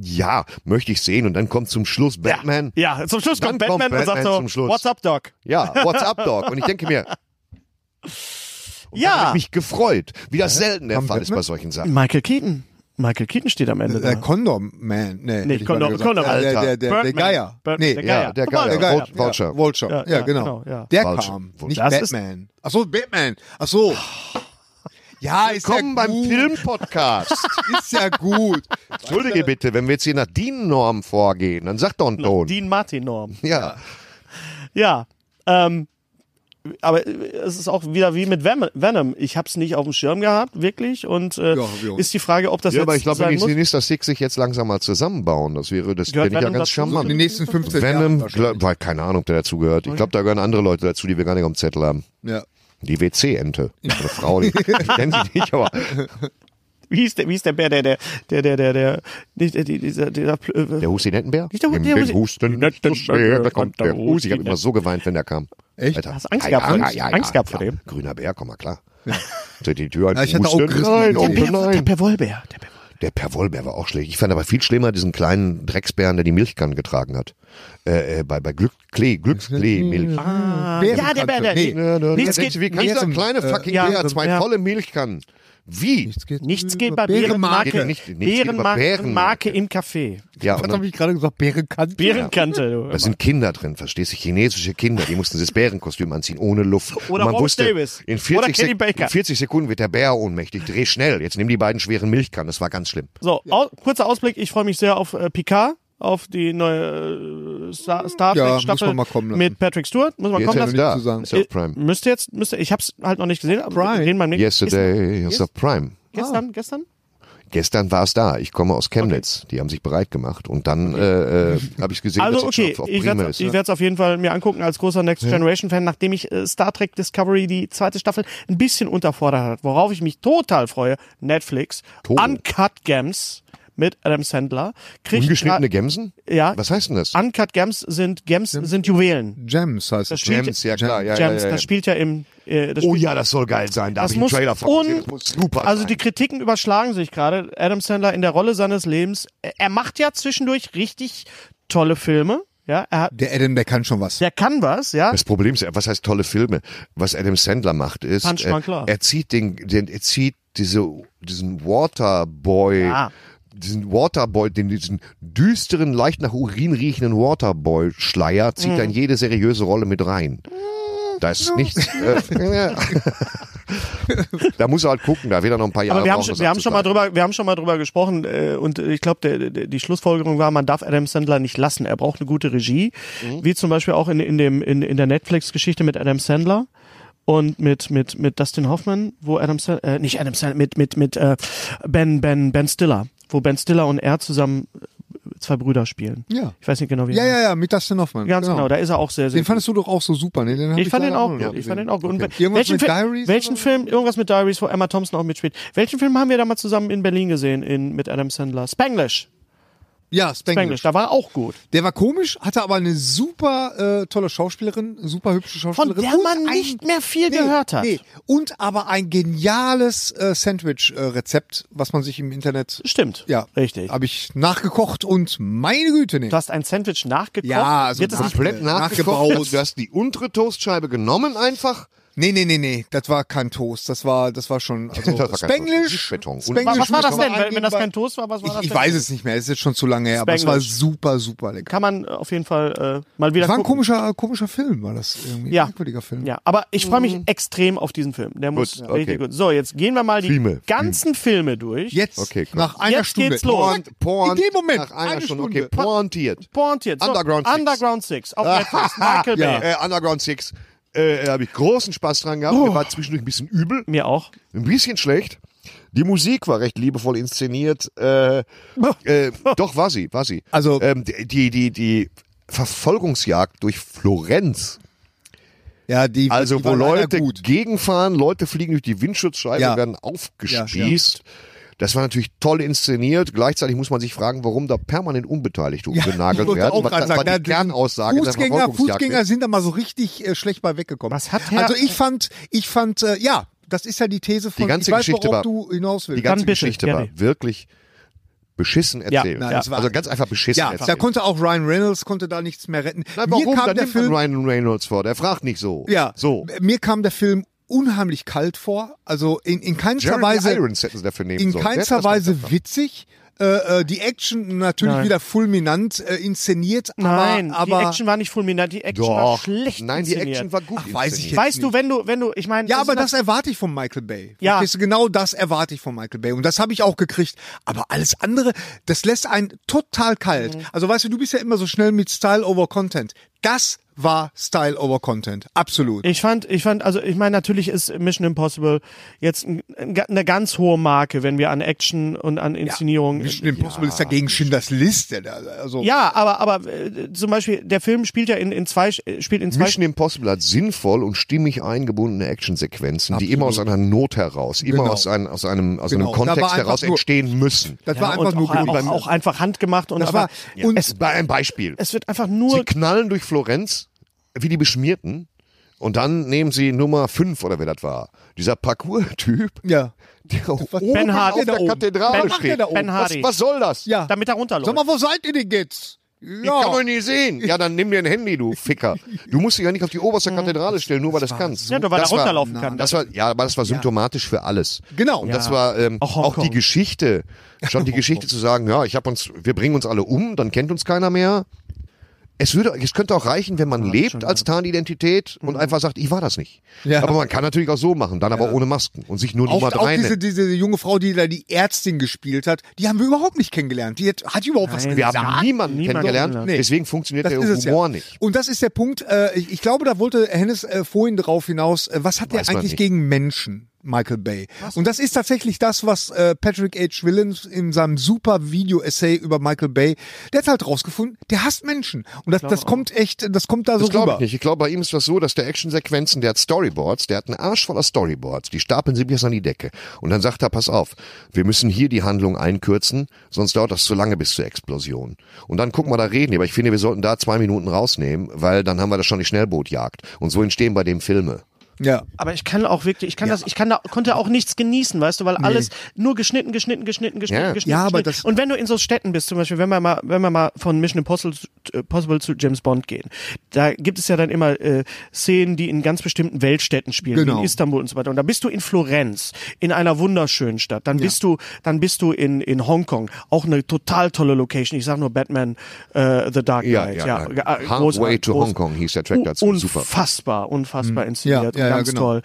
Speaker 4: ja, möchte ich sehen. Und dann kommt zum Schluss Batman.
Speaker 3: Ja, zum Schluss kommt
Speaker 4: Dann kommt
Speaker 3: Batman, und sagt
Speaker 4: Batman zum
Speaker 3: so,
Speaker 4: Schluss.
Speaker 3: what's up, Doc?
Speaker 4: Ja, what's up, Dog? Und ich denke mir, hab
Speaker 3: ja,
Speaker 4: mich gefreut, wie das selten der
Speaker 6: Am
Speaker 4: Fall ist
Speaker 6: Batman?
Speaker 4: bei solchen Sachen.
Speaker 3: Michael Keaton. Michael Keaton steht am Ende
Speaker 6: der
Speaker 3: da.
Speaker 6: Condom Man. Nee, hätte Äh, ich mal
Speaker 3: Condom-
Speaker 6: gesagt.
Speaker 3: Condom,
Speaker 6: Ja, Der,
Speaker 4: Alter.
Speaker 6: der, der, der
Speaker 3: Birdman.
Speaker 6: Geier.
Speaker 3: Bird-
Speaker 6: nee,
Speaker 3: der
Speaker 6: ja,
Speaker 3: Geier.
Speaker 4: Ja, der Geier.
Speaker 6: der Geier.
Speaker 4: Vul- Vulture.
Speaker 6: Ja, Vulture. Ja,
Speaker 3: Ja, ja,
Speaker 6: genau.
Speaker 3: genau, ja.
Speaker 6: Der
Speaker 4: Vulture.
Speaker 6: kam.
Speaker 4: Vulture.
Speaker 6: Nicht
Speaker 3: Das ist-
Speaker 6: Batman. Ach so, Batman. Ach so. Ja, ist
Speaker 4: Willkommen
Speaker 6: ja
Speaker 4: beim
Speaker 6: gut.
Speaker 4: Filmpodcast.
Speaker 6: Ist ja gut.
Speaker 4: Entschuldige bitte, wenn wir jetzt hier nach DIN-Norm vorgehen, dann sagt doch einen Ton.
Speaker 3: Dean Martin Norm.
Speaker 4: Ja,
Speaker 3: Ja, ähm, aber äh, es ist auch wieder wie mit Ven- Venom. Ich hab's nicht auf dem Schirm gehabt, wirklich. Und äh,
Speaker 6: Ja, hab ich auch.
Speaker 3: ist die Frage, ob das
Speaker 4: ja
Speaker 3: jetzt
Speaker 4: aber ich glaube, wenn
Speaker 3: sein
Speaker 4: die
Speaker 3: muss.
Speaker 4: Sinister Six sich jetzt langsam mal zusammenbauen, das wäre, das finde
Speaker 3: Gehört
Speaker 4: ich ja
Speaker 3: Venom
Speaker 4: ganz
Speaker 3: dazu?
Speaker 4: charmant.
Speaker 6: In den nächsten 15 Jahren.
Speaker 4: Venom,
Speaker 6: wahrscheinlich.
Speaker 4: glaub, weil keine Ahnung, ob der dazu gehört. Ich glaube, da gehören andere Leute dazu, die wir gar nicht am Zettel haben.
Speaker 6: Ja.
Speaker 4: Die WC-Ente. Eine Frau, die, ich kenne sie nicht, aber
Speaker 3: Wie ist der, wie ist der Bär, der, der, der, der, der, der, nicht, der, die- dieser, dieser, äh,
Speaker 4: der Hustinettenbär?
Speaker 3: Nicht der Hu-
Speaker 4: Nimm
Speaker 3: der
Speaker 4: den
Speaker 3: Husi-
Speaker 4: Husten, Hustenbär, da kommt der Husi. Ich habe immer so geweint, wenn der kam.
Speaker 6: Echt?
Speaker 4: Alter.
Speaker 3: Hast du Angst gehabt vor dem? Angst gehabt vor dem?
Speaker 4: Grüner Bär, komm mal klar. Der Die Tür
Speaker 6: Ja,
Speaker 4: hat
Speaker 6: ich hatte auch
Speaker 4: Husten.
Speaker 6: Christen-
Speaker 4: Nein,
Speaker 6: Der
Speaker 4: oh
Speaker 3: Bär, der
Speaker 4: nein.
Speaker 3: Perwollbär. Der Perwollbär.
Speaker 4: Der Perwollbär war auch schlecht. Ich fand aber viel schlimmer diesen kleinen Drecksbären, der die Milchkanne getragen hat. Äh, äh, bei bei Glück, Klee, Glücksklee-Milch.
Speaker 6: Ah,
Speaker 3: Ja, der Bär, der,
Speaker 6: Nee.
Speaker 4: Ja, da-
Speaker 3: Nichts
Speaker 4: da denkst
Speaker 3: geht-
Speaker 4: du, wie kann
Speaker 3: nichts-
Speaker 4: dieser kleine
Speaker 6: äh,
Speaker 4: fucking
Speaker 3: ja,
Speaker 4: Bär
Speaker 3: das-
Speaker 4: zwei
Speaker 3: ja.
Speaker 4: volle Milchkannen? Wie?
Speaker 6: geht
Speaker 3: Nichts geht
Speaker 6: über
Speaker 3: bei
Speaker 6: Bärenmarke.
Speaker 3: Bärenmarke.
Speaker 4: Nicht- nichts geht über
Speaker 3: Bärenmarke,
Speaker 4: Bärenmarke.
Speaker 3: Bärenmarke im Café.
Speaker 4: Ja, und
Speaker 6: Was
Speaker 4: dann-
Speaker 6: habe ich gerade gesagt? Bärenkante?
Speaker 3: Bärenkante, du.
Speaker 4: Da sind Kinder drin, verstehst du? Chinesische Kinder, die mussten das Bärenkostüm anziehen, ohne Luft. Und
Speaker 3: Oder
Speaker 4: man
Speaker 3: Robert
Speaker 4: wusste,
Speaker 3: Davis.
Speaker 4: In 40,
Speaker 3: Oder Kenny
Speaker 4: Sek-
Speaker 3: Baker.
Speaker 4: in 40 Sekunden wird der Bär ohnmächtig. Dreh schnell. Jetzt nimm die beiden schweren Milchkannen. Das war ganz schlimm.
Speaker 3: So, au kurzer Ausblick. Ich freue mich sehr auf äh, Picard, auf die neue äh, Star, Star Trek
Speaker 6: Ja, muss
Speaker 3: Staffel
Speaker 6: man mal kommen lassen.
Speaker 3: mit Patrick Stewart. Muss man
Speaker 4: Jetzt
Speaker 3: kommen
Speaker 4: ist
Speaker 3: lassen.
Speaker 4: da.
Speaker 6: zu sagen.
Speaker 3: Äh,
Speaker 4: Ist auf Prime.
Speaker 3: Müsste jetzt, müsste, ich hab's halt noch nicht gesehen, aber
Speaker 6: Prime.
Speaker 3: wir reden beim nächsten.
Speaker 4: Yesterday ist auf Prime.
Speaker 3: Gestern, gestern?
Speaker 4: Gestern war es da. Ich komme aus Chemnitz. Die haben sich bereit gemacht. Und dann äh, äh, habe ich gesehen,
Speaker 3: Also
Speaker 4: dass es
Speaker 3: okay,
Speaker 4: schon auf, auf
Speaker 3: ich
Speaker 4: Prime
Speaker 3: werde
Speaker 4: ist.
Speaker 3: ich werd's auf jeden Fall mir angucken als großer Next Generation Fan, nachdem ich äh, Star Trek Discovery die zweite Staffel ein bisschen unterfordert hat, worauf ich mich total freue. Netflix,
Speaker 4: Total.
Speaker 3: Uncut Gems mit Adam Sandler. Kriegt
Speaker 4: Ungeschnittene Gemsen?
Speaker 3: gra- ja,
Speaker 4: Was heißt denn das?
Speaker 3: Uncut Gems sind Gems sind Juwelen.
Speaker 6: Gems heißt
Speaker 3: Das
Speaker 6: es.
Speaker 3: spielt-
Speaker 4: Gems, ja klar. Ja,
Speaker 3: Gems,
Speaker 4: ja, ja,
Speaker 3: das
Speaker 4: ja.
Speaker 3: spielt ja im äh, das
Speaker 4: Oh
Speaker 3: spielt-
Speaker 4: ja, das soll geil sein. Da habe
Speaker 3: das
Speaker 4: ich einen
Speaker 3: muss
Speaker 4: Trailer von gesehen.
Speaker 3: un
Speaker 4: Das muss super
Speaker 3: also die
Speaker 4: sein.
Speaker 3: Kritiken überschlagen sich gerade. Adam Sandler in der Rolle seines Lebens. Er- Er macht ja zwischendurch richtig tolle Filme. Ja, er hat,
Speaker 6: Der Adam, der kann schon was.
Speaker 3: der kann was. Ja,
Speaker 4: Das Problem ist, was heißt tolle Filme? Was Adam Sandler macht, ist,
Speaker 3: Punch
Speaker 4: äh,
Speaker 3: Drunk Love.
Speaker 4: er zieht den, den, er zieht diese, diesen Waterboy,
Speaker 3: Ja.
Speaker 4: diesen Waterboy, den, diesen düsteren, leicht nach Urin riechenden Waterboy-Schleier, zieht
Speaker 3: Mhm.
Speaker 4: er in jede seriöse Rolle mit rein. Da ist nichts. Äh, da muss er halt gucken, da wird er noch ein paar Jahre
Speaker 3: Aber wir haben,
Speaker 4: brauchen,
Speaker 3: schon,
Speaker 4: das
Speaker 3: wir haben schon mal
Speaker 4: abzusteigen.
Speaker 3: drüber, wir haben schon mal drüber gesprochen äh, und äh, ich glaube, die Schlussfolgerung war, man darf Adam Sandler nicht lassen. Er braucht eine gute Regie, wie zum Beispiel auch in, in dem in, in der Netflix-Geschichte mit Adam Sandler und mit mit mit Dustin Hoffman, wo Adam Sandler, äh, nicht Adam Sandler, mit mit mit äh, Ben Ben Ben Stiller, wo Ben Stiller und er zusammen äh, zwei Brüder spielen.
Speaker 6: Ja.
Speaker 3: Ich weiß nicht genau wie.
Speaker 6: Ja,
Speaker 3: er
Speaker 6: ja, ja, mit Dustin Hoffmann.
Speaker 3: Ganz genau. da ist er auch sehr sehr.
Speaker 6: Den fandest du doch auch so super, ne? Den hab
Speaker 3: Ich fand den
Speaker 6: leider
Speaker 3: auch
Speaker 6: noch
Speaker 3: gut.
Speaker 6: nicht
Speaker 3: Ich fand den
Speaker 6: gesehen.
Speaker 3: auch gut. Und
Speaker 6: Okay. Irgendwas
Speaker 3: welchen
Speaker 6: mit
Speaker 3: Film-
Speaker 6: Diaries?
Speaker 3: Welchen
Speaker 6: oder?
Speaker 3: Film, irgendwas mit Diaries, wo Emma Thompson auch mitspielt. Welchen Film haben wir da mal zusammen in Berlin gesehen, in, mit Adam Sandler? Spanglish.
Speaker 6: Ja,
Speaker 3: Spanglish,
Speaker 6: Spanglish.
Speaker 3: da war er auch gut.
Speaker 6: Der war komisch, hatte aber eine super äh, tolle Schauspielerin, super hübsche
Speaker 3: Von
Speaker 6: Schauspielerin.
Speaker 3: der
Speaker 6: und
Speaker 3: man
Speaker 6: ein-
Speaker 3: nicht mehr viel gehört hat.
Speaker 6: Nee. Und aber ein geniales äh, Sandwich-Rezept, äh, was man sich im Internet.
Speaker 3: Stimmt.
Speaker 6: Ja,
Speaker 3: Richtig.
Speaker 6: Habe ich nachgekocht und meine Güte, nee.
Speaker 3: Du hast ein Sandwich nachgekocht.
Speaker 6: Ja, also
Speaker 3: Wird es nicht
Speaker 4: komplett
Speaker 6: Nachgebaut.
Speaker 4: nachgebaut. Du hast die untere Toastscheibe genommen einfach.
Speaker 6: Nee, nee, nee, nee, das war kein Toast, das war, das war schon, also
Speaker 4: Das war kein Toast, das ist
Speaker 6: Spanglish.
Speaker 4: Beton. Und-
Speaker 6: Spanglish
Speaker 3: was war das denn?
Speaker 6: mit-
Speaker 3: Weil, wenn das kein Toast war, was war
Speaker 6: Ich,
Speaker 3: das
Speaker 6: ich
Speaker 3: denn?
Speaker 6: weiß es nicht mehr, es ist jetzt schon zu lange her, aber es war
Speaker 3: Spanglish.
Speaker 6: super, super lecker.
Speaker 3: Kann man äh, auf jeden Fall äh, mal wieder
Speaker 6: Das war ein
Speaker 3: gucken.
Speaker 6: komischer, komischer Film, war das irgendwie.
Speaker 3: Ja.
Speaker 6: Merkwürdiger Film.
Speaker 3: Ja, aber ich freue mich extrem auf diesen Film. Der muss
Speaker 4: Gut,
Speaker 3: richtig
Speaker 4: okay.
Speaker 3: gut. So, jetzt gehen wir mal die
Speaker 4: Filme.
Speaker 3: ganzen Filme durch.
Speaker 6: Jetzt,
Speaker 4: Okay, cool.
Speaker 6: nach einer
Speaker 3: Jetzt
Speaker 6: Stunde.
Speaker 3: geht's los.
Speaker 6: Zack, In dem Moment,
Speaker 4: Nach einer
Speaker 6: eine
Speaker 4: Stunde,
Speaker 6: Stunde.
Speaker 4: okay, pointiert.
Speaker 3: Pointiert. So,
Speaker 4: Underground Six.
Speaker 3: Underground Six. Auf Netflix. Michael
Speaker 6: Ja.
Speaker 3: Bay.
Speaker 4: Äh, Underground Six. Äh, da habe ich großen Spaß dran gehabt.
Speaker 6: Oh.
Speaker 4: Mir war zwischendurch ein bisschen übel,
Speaker 3: Mir auch.
Speaker 4: ein bisschen schlecht. Die Musik war recht liebevoll inszeniert. Äh, äh, doch, war sie, war sie.
Speaker 6: Also-
Speaker 4: ähm, die, die, die Verfolgungsjagd durch Florenz.
Speaker 6: Ja, die,
Speaker 4: Also,
Speaker 6: die
Speaker 4: wo
Speaker 6: war leider
Speaker 4: Leute
Speaker 6: gut.
Speaker 4: gegenfahren, Leute fliegen durch die Windschutzscheibe,
Speaker 6: Ja.
Speaker 4: werden aufgespießt. Das war natürlich toll inszeniert. Gleichzeitig muss man sich fragen, warum da permanent Unbeteiligte umgenagelt
Speaker 6: wollte
Speaker 4: werden.
Speaker 6: auch
Speaker 4: Was-
Speaker 6: gerade
Speaker 4: das war
Speaker 6: sagen, da-
Speaker 4: die Kernaussage der
Speaker 6: Fußgänger,
Speaker 4: Verfolgungsjagd. ne?
Speaker 6: Fußgänger sind da mal so richtig äh, schlecht bei weggekommen.
Speaker 3: Was hat Herr-
Speaker 6: also ich fand, ich fand, äh, ja, das ist ja die These von,
Speaker 4: Die ganze
Speaker 6: ich weiß,
Speaker 4: Geschichte
Speaker 6: worauf
Speaker 4: war-
Speaker 6: du hinaus
Speaker 4: die
Speaker 6: willst.
Speaker 4: ganze
Speaker 3: Dann bitte,
Speaker 4: Geschichte
Speaker 3: Gary.
Speaker 4: war wirklich beschissen erzählt.
Speaker 6: nein, es war-
Speaker 4: also ganz einfach beschissen
Speaker 6: Ja, da
Speaker 4: erzählt.
Speaker 6: konnte auch Ryan Reynolds konnte da nichts mehr retten.
Speaker 4: Na,
Speaker 6: Mir
Speaker 4: warum?
Speaker 6: kam
Speaker 4: Dann
Speaker 6: der
Speaker 4: nimmt man
Speaker 6: Film,
Speaker 4: Ryan Reynolds vor. Der fragt nicht so.
Speaker 6: ja,
Speaker 4: So.
Speaker 6: m- mir kam der Film unheimlich kalt vor. Also in, in keinster
Speaker 4: Jeremy
Speaker 6: Weise,
Speaker 4: Irons hätten sie dafür nehmen
Speaker 6: in
Speaker 4: sollen.
Speaker 6: keinster
Speaker 4: Das war
Speaker 6: Weise
Speaker 4: einfach.
Speaker 6: witzig. Äh, äh, die Action natürlich
Speaker 3: Nein.
Speaker 6: wieder fulminant äh, inszeniert,
Speaker 3: Nein,
Speaker 6: aber, aber
Speaker 3: die Action war nicht fulminant, die Action war
Speaker 4: Doch.
Speaker 3: schlecht
Speaker 4: Nein, die
Speaker 3: inszeniert.
Speaker 4: Action war gut. Ach,
Speaker 6: weiß ich jetzt
Speaker 3: Weißt du, wenn du, wenn du, ich meine,
Speaker 6: Ja, aber
Speaker 3: ist
Speaker 6: das erwarte ich von Michael Bay.
Speaker 3: Also Ja.
Speaker 6: Verstehst du, genau das erwarte ich von Michael Bay. Und das habe ich auch gekriegt. Aber alles andere, das lässt einen total kalt.
Speaker 3: Mhm.
Speaker 6: Also weißt du, du bist ja immer so schnell mit Style over Content. Das war Style over Content. Absolut.
Speaker 3: Ich fand, ich fand, also ich meine, natürlich ist Mission Impossible jetzt ein, ein, eine ganz hohe Marke, wenn wir an Action und an Inszenierung. Ja,
Speaker 6: Mission Impossible ist dagegen Schindlers Liste. da- Also,
Speaker 3: aber, aber äh, zum Beispiel der Film spielt ja in, in zwei, äh, spielt in zwei.
Speaker 4: Mission Impossible hat sinnvoll und stimmig eingebundene Actionsequenzen, die immer aus einer Not heraus, immer
Speaker 6: Genau.
Speaker 4: aus, einem, aus einem, aus einem
Speaker 6: Genau. Da war
Speaker 4: Kontext
Speaker 6: einfach
Speaker 4: heraus
Speaker 6: nur-
Speaker 4: entstehen müssen.
Speaker 6: das war
Speaker 3: ja, und
Speaker 6: einfach nur
Speaker 3: auch,
Speaker 6: gut.
Speaker 3: auch, auch einfach handgemacht und
Speaker 6: das
Speaker 3: aber
Speaker 6: war, und
Speaker 4: Es war ein Beispiel.
Speaker 3: es wird einfach nur
Speaker 4: Sie knallen durch Florenz wie die Beschmierten und dann nehmen sie Nummer 5 oder wer das war. Dieser Parcours-Typ,
Speaker 6: ja.
Speaker 4: der auch
Speaker 6: Was-
Speaker 4: oben
Speaker 6: Ben
Speaker 4: auf
Speaker 3: Hardy.
Speaker 4: der
Speaker 6: Ben-
Speaker 4: Kathedrale
Speaker 3: Ben-
Speaker 4: steht.
Speaker 3: Ben Hardy.
Speaker 4: was, was soll das?
Speaker 6: ja. genau.
Speaker 3: damit er runterläuft.
Speaker 6: Sag mal, wo seid ihr denn jetzt?
Speaker 4: Ich kann man nie sehen. Ja, dann nimm dir ein Handy, du Ficker. Du musst dich ja nicht auf die oberste Kathedrale stellen, nur weil das kannst.
Speaker 3: ja, nur weil
Speaker 4: das
Speaker 3: er runterlaufen
Speaker 4: war,
Speaker 3: kann.
Speaker 4: Das war, ja, aber das war symptomatisch für alles.
Speaker 6: Genau.
Speaker 4: Und das war ähm, auch,
Speaker 3: Auch Hongkong.
Speaker 4: die Geschichte. Schon die Geschichte zu sagen, ja, ich hab uns, wir bringen uns alle um, dann kennt uns keiner mehr. Es, würde, es könnte auch reichen, wenn man lebt als Tarnidentität und einfach sagt, ich war das nicht.
Speaker 6: Mhm. Ja.
Speaker 4: Aber man kann natürlich auch so machen, dann aber ohne Masken und sich nur Nummer
Speaker 6: Auch, auch
Speaker 4: drei
Speaker 6: diese,
Speaker 3: ne.
Speaker 4: nennen.
Speaker 6: diese junge Frau, die da die Ärztin gespielt hat, die haben wir überhaupt nicht kennengelernt. Die hat, hat die überhaupt was
Speaker 3: Nein.
Speaker 6: gesagt?
Speaker 4: Wir haben niemanden
Speaker 3: Niemand
Speaker 4: kennengelernt,
Speaker 3: kennengelernt.
Speaker 4: deswegen funktioniert
Speaker 6: Das
Speaker 4: der
Speaker 6: ist es
Speaker 4: Äh, Humor
Speaker 6: ja.
Speaker 4: nicht.
Speaker 6: Und das ist der Punkt, äh, ich, ich glaube, da wollte Hennes äh, vorhin drauf hinaus, äh, was hat
Speaker 4: Weiß
Speaker 6: der
Speaker 4: man
Speaker 6: eigentlich
Speaker 4: nicht.
Speaker 6: gegen Menschen? Michael Bay. Und das ist tatsächlich das, was äh, Patrick H. Williams in seinem super Video-Essay über Michael Bay, der hat halt rausgefunden, der hasst Menschen. Und das, das kommt echt, das kommt da so
Speaker 4: Das glaube
Speaker 6: rüber.
Speaker 4: ich nicht. Ich glaube, bei ihm ist das so, dass der Actionsequenzen, der hat Storyboards, der hat einen Arsch voller Storyboards, die stapeln sie bis an die Decke. Und dann sagt er, pass auf, wir müssen hier die Handlung einkürzen, sonst dauert das zu lange bis zur Explosion. Und dann gucken wir da reden, aber ich finde, wir sollten da zwei Minuten rausnehmen, weil dann haben wir da schon die Schnellbootjagd. Und so entstehen bei dem Filme.
Speaker 6: Ja.
Speaker 3: Aber ich kann auch wirklich, ich kann das, ich kann da, konnte auch nichts genießen, weißt du, weil alles nur geschnitten, geschnitten, geschnitten, geschnitten,
Speaker 4: Ja.
Speaker 3: geschnitten.
Speaker 6: Ja, aber
Speaker 3: geschnitten.
Speaker 6: das-
Speaker 3: und wenn du in so Städten bist, zum Beispiel, wenn wir mal, wenn wir mal von Mission Impossible, zu- äh, Possible zu James Bond gehen, da gibt es ja dann immer äh, Szenen, die in ganz bestimmten Weltstädten spielen,
Speaker 6: Genau.
Speaker 3: wie in Istanbul und so weiter. Und da bist du in Florenz, in einer wunderschönen Stadt. Dann bist du, dann bist du in in Hongkong, auch eine total tolle Location. Ich sag nur Batman, äh, The Dark Knight.
Speaker 4: Ja,
Speaker 3: Ja,
Speaker 4: ja, ja.
Speaker 3: äh,
Speaker 4: Halfway
Speaker 3: großartig,
Speaker 4: to
Speaker 3: groß-
Speaker 4: Hong Kong hieß der Track dazu. Super.
Speaker 3: Unfassbar, unfassbar inszeniert
Speaker 6: Ja, ja,
Speaker 3: und
Speaker 6: ja,
Speaker 3: ganz
Speaker 6: genau.
Speaker 3: toll.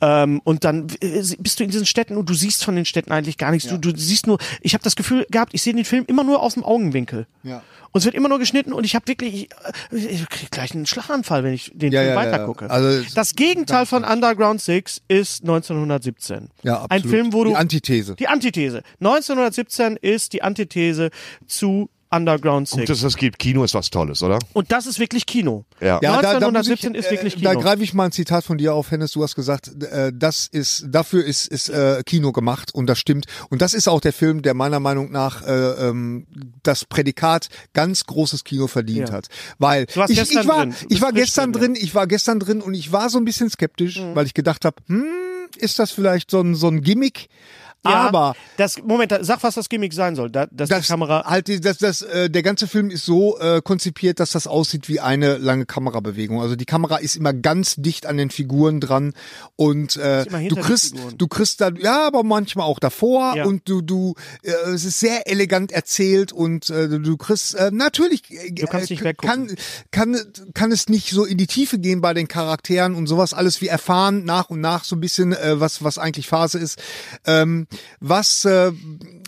Speaker 3: Ähm, und dann äh, bist du in diesen Städten und du siehst von den Städten eigentlich gar nichts. Du, du siehst nur, ich habe das Gefühl gehabt, ich sehe den Film immer nur aus dem Augenwinkel.
Speaker 6: Ja.
Speaker 3: Und es wird immer nur geschnitten und ich habe wirklich, ich, äh, ich krieg gleich einen Schlaganfall, wenn ich den
Speaker 6: Ja,
Speaker 3: Film
Speaker 6: ja, ja.
Speaker 3: weitergucke.
Speaker 6: Also,
Speaker 3: das Gegenteil von Underground Six ist 1917.
Speaker 6: Ja, absolut.
Speaker 3: Ein Film, wo du
Speaker 6: Die Antithese.
Speaker 3: Die Antithese. 1917 ist die Antithese zu Underground Six.
Speaker 4: Gut, dass es das gibt. Kino ist was Tolles, oder?
Speaker 3: und das ist wirklich Kino.
Speaker 4: Ja.
Speaker 6: Ja, da- da muss
Speaker 3: 1917 ist wirklich
Speaker 6: äh, Da
Speaker 3: Kino.
Speaker 6: greife ich mal ein Zitat von dir auf, Hennes. Du hast gesagt, äh, das ist dafür ist, ist äh, Kino gemacht und das stimmt. Und das ist auch der Film, der meiner Meinung nach äh, ähm, das Prädikat ganz großes Kino verdient
Speaker 3: Ja.
Speaker 6: hat, weil
Speaker 3: Du warst
Speaker 6: ich,
Speaker 3: gestern
Speaker 6: ich war
Speaker 3: drin. Du
Speaker 6: ich
Speaker 3: bist Mhm.
Speaker 6: war
Speaker 3: frisch
Speaker 6: gestern
Speaker 3: drin,
Speaker 6: drin, ich war gestern drin und ich war so ein bisschen skeptisch, weil ich gedacht habe, hm, ist das vielleicht so ein so ein Gimmick?
Speaker 3: Ja,
Speaker 6: Aber
Speaker 3: Das, Moment, da- sag, was das Gimmick sein soll. Da, dass
Speaker 6: das
Speaker 3: die Kamera.
Speaker 6: halt die- das das äh, der ganze Film ist so äh, konzipiert, dass das aussieht wie eine lange Kamerabewegung. Also die Kamera ist immer ganz dicht an den Figuren dran und äh,
Speaker 3: immer
Speaker 6: du
Speaker 3: hinter den
Speaker 6: kriegst
Speaker 3: Figuren.
Speaker 6: du kriegst dann ja, aber manchmal auch davor
Speaker 3: Ja.
Speaker 6: und du du äh, es ist sehr elegant erzählt und äh, du- du kriegst äh, natürlich äh,
Speaker 3: Du kannst nicht
Speaker 6: äh,
Speaker 3: weggucken.
Speaker 6: kann kann kann es nicht so in die Tiefe gehen bei den Charakteren und sowas alles wir erfahren nach und nach so ein bisschen äh, was was eigentlich Phase ist. Ähm, was äh,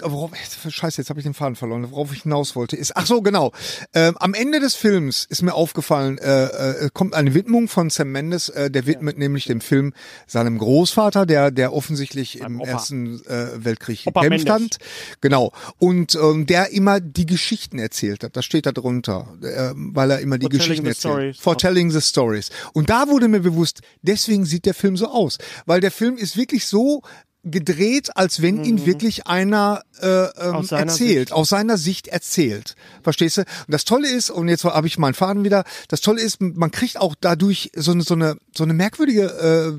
Speaker 6: worauf, Scheiße, jetzt habe ich den Faden verloren, worauf ich hinaus wollte, ist, ach so, genau. Ähm, am Ende des Films ist mir aufgefallen, äh, äh, kommt eine Widmung von Sam Mendes, äh, der widmet nämlich dem Film seinem Großvater, der, der offensichtlich im
Speaker 3: Opa.
Speaker 6: Ersten äh, Weltkrieg
Speaker 3: Opa
Speaker 6: gekämpft
Speaker 3: Mendes.
Speaker 6: hat. Genau. Und ähm, der immer die Geschichten erzählt hat. Das steht da drunter, äh, weil er immer die
Speaker 3: Foretelling
Speaker 6: Geschichten
Speaker 3: the
Speaker 6: erzählt.
Speaker 3: stories.
Speaker 6: Foretelling the Stories. Und da wurde mir bewusst, deswegen sieht der Film so aus. Weil der Film ist wirklich so gedreht, als wenn ihn wirklich einer äh, ähm,
Speaker 3: Mhm. Aus seiner
Speaker 6: erzählt, aus seiner Sicht erzählt. Verstehst du? Und das Tolle ist, und jetzt habe ich meinen Faden wieder, das Tolle ist, man kriegt auch dadurch so eine, so eine, so eine merkwürdige,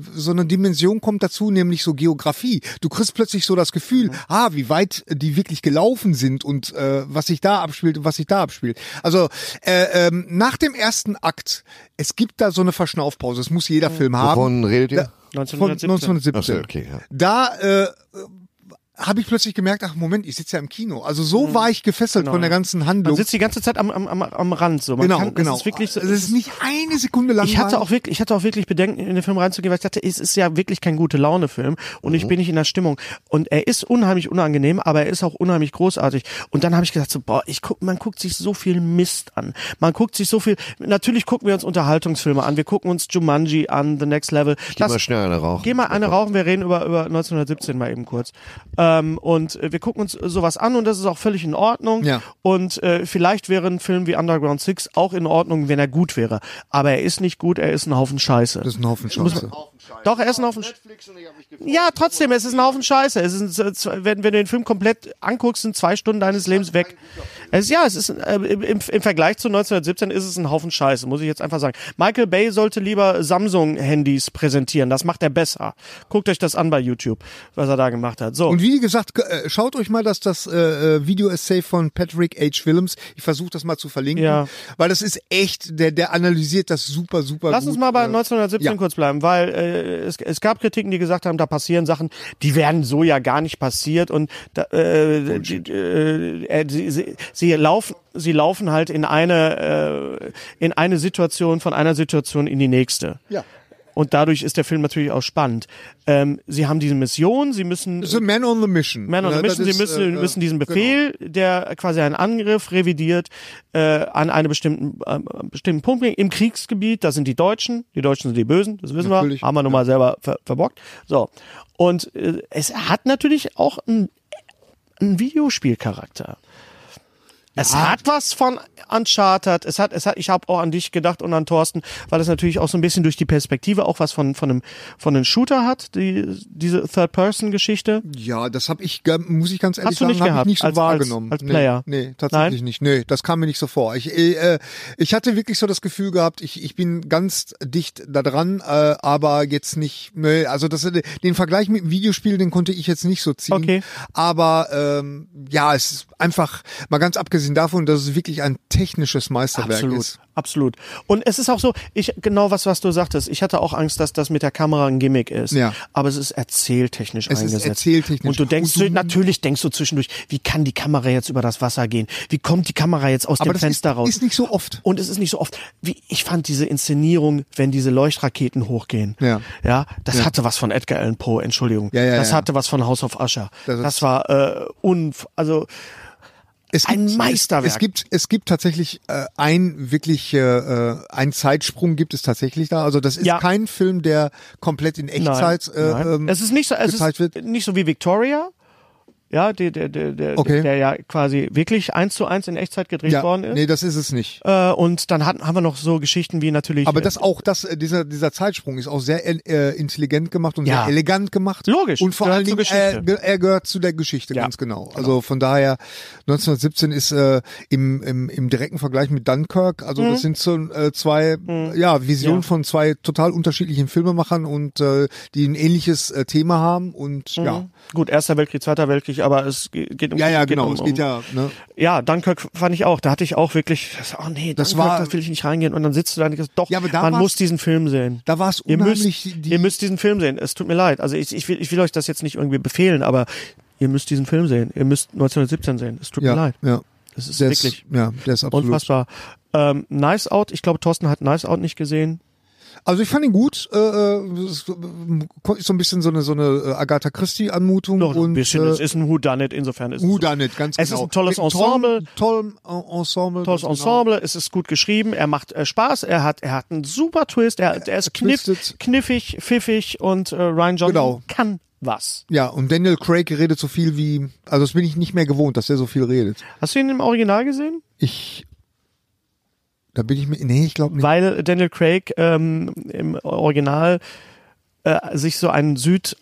Speaker 6: äh, so eine Dimension kommt dazu, nämlich so Geografie. Du kriegst plötzlich so das Gefühl,
Speaker 3: Mhm.
Speaker 6: ah, wie weit die wirklich gelaufen sind und äh, was sich da abspielt und was sich da abspielt. Also äh, ähm, nach dem ersten Akt, es gibt da so eine Verschnaufpause, es muss
Speaker 3: Mhm.
Speaker 6: jeder Film haben.
Speaker 4: Wovon redet ihr?
Speaker 6: Von
Speaker 3: 1917.
Speaker 6: 1917.
Speaker 4: Ach so, okay, ja.
Speaker 6: Da äh, habe ich plötzlich gemerkt, ach Moment, ich sitze ja im Kino. Also so war ich gefesselt von der ganzen
Speaker 3: Mhm. Genau, Man
Speaker 6: Handlung.
Speaker 3: sitzt die ganze Zeit am, am, am, am Rand. So. Man
Speaker 6: genau,
Speaker 3: kann,
Speaker 6: genau.
Speaker 3: Das ist wirklich so,
Speaker 6: es ist nicht eine Sekunde lang.
Speaker 3: ich hatte
Speaker 6: mal-
Speaker 3: auch wirklich, ich hatte auch wirklich Bedenken, in den Film reinzugehen, weil ich dachte, es ist ja wirklich kein gute Laune Film und
Speaker 6: Mhm.
Speaker 3: ich bin nicht in der Stimmung. Und er ist unheimlich unangenehm, aber er ist auch unheimlich großartig. Und dann habe ich gedacht, so, boah, ich guck, man guckt sich so viel Mist an. Man guckt sich so viel. Natürlich gucken wir uns Unterhaltungsfilme an. Wir gucken uns Jumanji an, The Next Level.
Speaker 4: Geh mal schnell eine rauchen.
Speaker 3: Geh mal eine rauchen, wir reden über, über 1917 mal eben kurz. Ähm, und äh, wir gucken uns sowas an und das ist auch völlig in Ordnung.
Speaker 6: Ja.
Speaker 3: Und äh, vielleicht wäre ein Film wie Underground Six auch in Ordnung, wenn er gut wäre. Aber er ist nicht gut, er ist ein Haufen Scheiße.
Speaker 6: Das ist ein Haufen Scheiße.
Speaker 3: Doch, er ist ein Haufen Sch Ja, trotzdem, es ist ein Haufen Scheiße. Es ist ein, z- wenn, wenn du den Film komplett anguckst, sind zwei Stunden deines Lebens weg. Es, ist- ja, es ist äh, im, im im Vergleich zu 1917 ist es ein Haufen Scheiße, muss ich jetzt einfach sagen. Michael Bay sollte lieber Samsung-Handys präsentieren. Das macht er besser. Guckt euch das an bei YouTube, was er da gemacht hat. So.
Speaker 6: Und wie gesagt, g- äh, schaut euch mal das, das äh, äh, Video-Essay von Patrick H. Willems. Ich versuche das mal zu verlinken,
Speaker 3: Ja.
Speaker 6: weil das ist echt, der, der analysiert das super, super
Speaker 3: Lass
Speaker 6: gut.
Speaker 3: uns mal bei
Speaker 6: äh,
Speaker 3: 1917
Speaker 6: ja.
Speaker 3: kurz bleiben, weil äh, es, es gab Kritiken, die gesagt haben, da passieren Sachen, die werden so ja gar nicht passiert und da, äh, die, äh, äh, sie, sie, sie laufen sie laufen halt in eine äh, in eine Situation von einer Situation in die nächste.
Speaker 6: Ja.
Speaker 3: Und dadurch ist der Film natürlich auch spannend. Ähm, sie haben diese Mission, sie müssen.
Speaker 6: The Man on the Mission.
Speaker 3: Man on the
Speaker 6: Ja,
Speaker 3: Mission,
Speaker 6: das
Speaker 3: sie
Speaker 6: ist,
Speaker 3: müssen,
Speaker 6: äh,
Speaker 3: müssen diesen Befehl, der quasi einen Angriff revidiert, äh, an einen bestimmten, äh, bestimmten Punkt bringen. Im Kriegsgebiet, das sind die Deutschen, die Deutschen sind die Bösen, das wissen
Speaker 6: Natürlich,
Speaker 3: wir, haben wir nun mal selber ver verbockt. So. Und äh, es hat natürlich auch einen, einen Videospielcharakter. Es hat was von Uncharted. Es hat, es hat, ich habe auch an dich gedacht und an Thorsten, weil es natürlich auch so ein bisschen durch die Perspektive auch was von von einem von einem Shooter hat, die diese Third-Person-Geschichte.
Speaker 6: Ja, das habe ich, ge- muss ich ganz ehrlich
Speaker 3: du
Speaker 6: sagen,
Speaker 3: nicht
Speaker 6: habe ich
Speaker 3: gehabt,
Speaker 6: nicht so
Speaker 3: als- als-
Speaker 6: wahrgenommen.
Speaker 3: als Player?
Speaker 6: Nee, nee tatsächlich
Speaker 3: Nein?
Speaker 6: nicht. Nee, das kam mir nicht so vor. Ich, äh, ich hatte wirklich so das Gefühl gehabt, ich, ich bin ganz dicht da dran, äh, aber jetzt nicht, nee, also das, den Vergleich mit dem Videospiel, den konnte ich jetzt nicht so ziehen.
Speaker 3: Okay.
Speaker 6: Aber ähm, ja, es ist einfach, mal ganz abgesehen davon, dass es wirklich ein technisches Meisterwerk
Speaker 3: Absolut,
Speaker 6: ist.
Speaker 3: absolut. Und es ist auch so, ich genau was, was du sagtest. Ich hatte auch Angst, dass das mit der Kamera ein Gimmick ist.
Speaker 6: Ja.
Speaker 3: Aber es ist erzähltechnisch
Speaker 6: Es ist
Speaker 3: eingesetzt.
Speaker 6: erzähltechnisch.
Speaker 3: Und du denkst,
Speaker 6: Und du-
Speaker 3: natürlich denkst du zwischendurch, wie kann die Kamera jetzt über das Wasser gehen? Wie kommt die Kamera jetzt aus
Speaker 6: Aber
Speaker 3: dem
Speaker 6: das ist,
Speaker 3: Fenster raus?
Speaker 6: ist nicht so oft.
Speaker 3: Und es ist nicht so oft, wie ich fand diese Inszenierung, wenn diese Leuchtraketen hochgehen.
Speaker 6: Ja.
Speaker 3: Ja, das hatte was von Edgar Allan Poe, Entschuldigung.
Speaker 6: Ja, ja,
Speaker 3: das
Speaker 6: ja.
Speaker 3: hatte was von House of Usher.
Speaker 6: Das
Speaker 3: Das,
Speaker 6: ist-
Speaker 3: war äh, unf also
Speaker 6: Es
Speaker 3: Ein
Speaker 6: gibt-
Speaker 3: Meisterwerk.
Speaker 6: Es, es gibt es gibt tatsächlich äh, ein wirklich äh, ein Zeitsprung gibt es tatsächlich da. Also das ist
Speaker 3: Ja.
Speaker 6: kein Film, der komplett in Echtzeit äh,
Speaker 3: nein.
Speaker 6: ähm,
Speaker 3: es ist nicht so es
Speaker 6: gezeigt
Speaker 3: ist
Speaker 6: wird.
Speaker 3: nicht so wie Victoria. Ja, der der der der,
Speaker 6: Okay.
Speaker 3: der ja quasi wirklich eins zu eins in Echtzeit gedreht
Speaker 6: ja,
Speaker 3: worden ist.
Speaker 6: nee, das ist es nicht.
Speaker 3: Äh, und dann hatten haben wir noch so Geschichten wie natürlich
Speaker 6: Aber
Speaker 3: äh,
Speaker 6: das auch, das, äh, dieser, dieser Zeitsprung ist auch sehr äh, intelligent gemacht und
Speaker 3: Ja.
Speaker 6: sehr elegant gemacht.
Speaker 3: Logisch,
Speaker 6: Und vor
Speaker 3: gehört
Speaker 6: allen
Speaker 3: zur
Speaker 6: Dingen, er,
Speaker 3: Geschichte.
Speaker 6: er gehört zu der Geschichte,
Speaker 3: Ja,
Speaker 6: ganz genau. Also von daher, 1917 ist äh, im, im, im direkten Vergleich mit Dunkirk, also das sind so äh, zwei ja, Visionen
Speaker 3: Mhm. Ja.
Speaker 6: von zwei total unterschiedlichen Filmemachern und äh, die ein ähnliches äh, Thema haben und
Speaker 3: Mhm.
Speaker 6: ja.
Speaker 3: gut, Erster Weltkrieg, Zweiter Weltkrieg, aber es ge- geht um
Speaker 6: Ja, ja,
Speaker 3: geht
Speaker 6: genau.
Speaker 3: um,
Speaker 6: Es geht
Speaker 3: um,
Speaker 6: ja, ne?
Speaker 3: Ja, Dunkirk fand ich auch. Da hatte ich auch wirklich, das- oh nee,
Speaker 6: Das
Speaker 3: das
Speaker 6: war-
Speaker 3: war, da will ich nicht reingehen. Und dann sitzt du da und denkst, doch,
Speaker 6: Ja, aber da
Speaker 3: man
Speaker 6: war's-
Speaker 3: muss diesen Film sehen.
Speaker 6: Da war es
Speaker 3: ihr müsst,
Speaker 6: unheimlich die-
Speaker 3: ihr müsst diesen Film sehen. Es tut mir leid. Also ich, ich, will, ich will euch das jetzt nicht irgendwie befehlen, aber ihr müsst diesen Film sehen. Ihr müsst 1917 sehen. Es tut mir
Speaker 6: Ja,
Speaker 3: leid.
Speaker 6: ja.
Speaker 3: Es ist
Speaker 6: Der ist,
Speaker 3: wirklich
Speaker 6: ja, der ist absolut.
Speaker 3: unfassbar. Ähm, Knives Out, ich glaube, Thorsten hat Knives Out nicht gesehen.
Speaker 6: Also ich fand ihn gut. Äh, äh, es ist so ein bisschen so eine, so eine äh, Agatha Christie-Anmutung.
Speaker 3: Doch,
Speaker 6: und,
Speaker 3: ein bisschen.
Speaker 6: Äh,
Speaker 3: es ist ein Whodunit, insofern ist es so.
Speaker 6: Whodunit, ganz
Speaker 3: Es
Speaker 6: genau.
Speaker 3: ist ein tolles
Speaker 6: Mit einem
Speaker 3: Ensemble.
Speaker 6: Tollem, tollem äh, Ensemble.
Speaker 3: tolles
Speaker 6: ganz
Speaker 3: Ensemble, es ist gut geschrieben, er macht äh, Spaß, er hat, er hat einen super Twist, er, er ist kniff,
Speaker 6: twistet.
Speaker 3: kniffig, pfiffig und äh, Ryan Johnson
Speaker 6: Genau.
Speaker 3: kann was.
Speaker 6: Genau. Ja, und Daniel Craig redet so viel wie, also das bin ich nicht mehr gewohnt, dass er so viel redet.
Speaker 3: Hast du ihn im Original gesehen?
Speaker 6: Ich, da bin ich mir, nee, ich glaube nicht.
Speaker 3: Weil Daniel Craig ähm, im Original äh, sich so einen Süd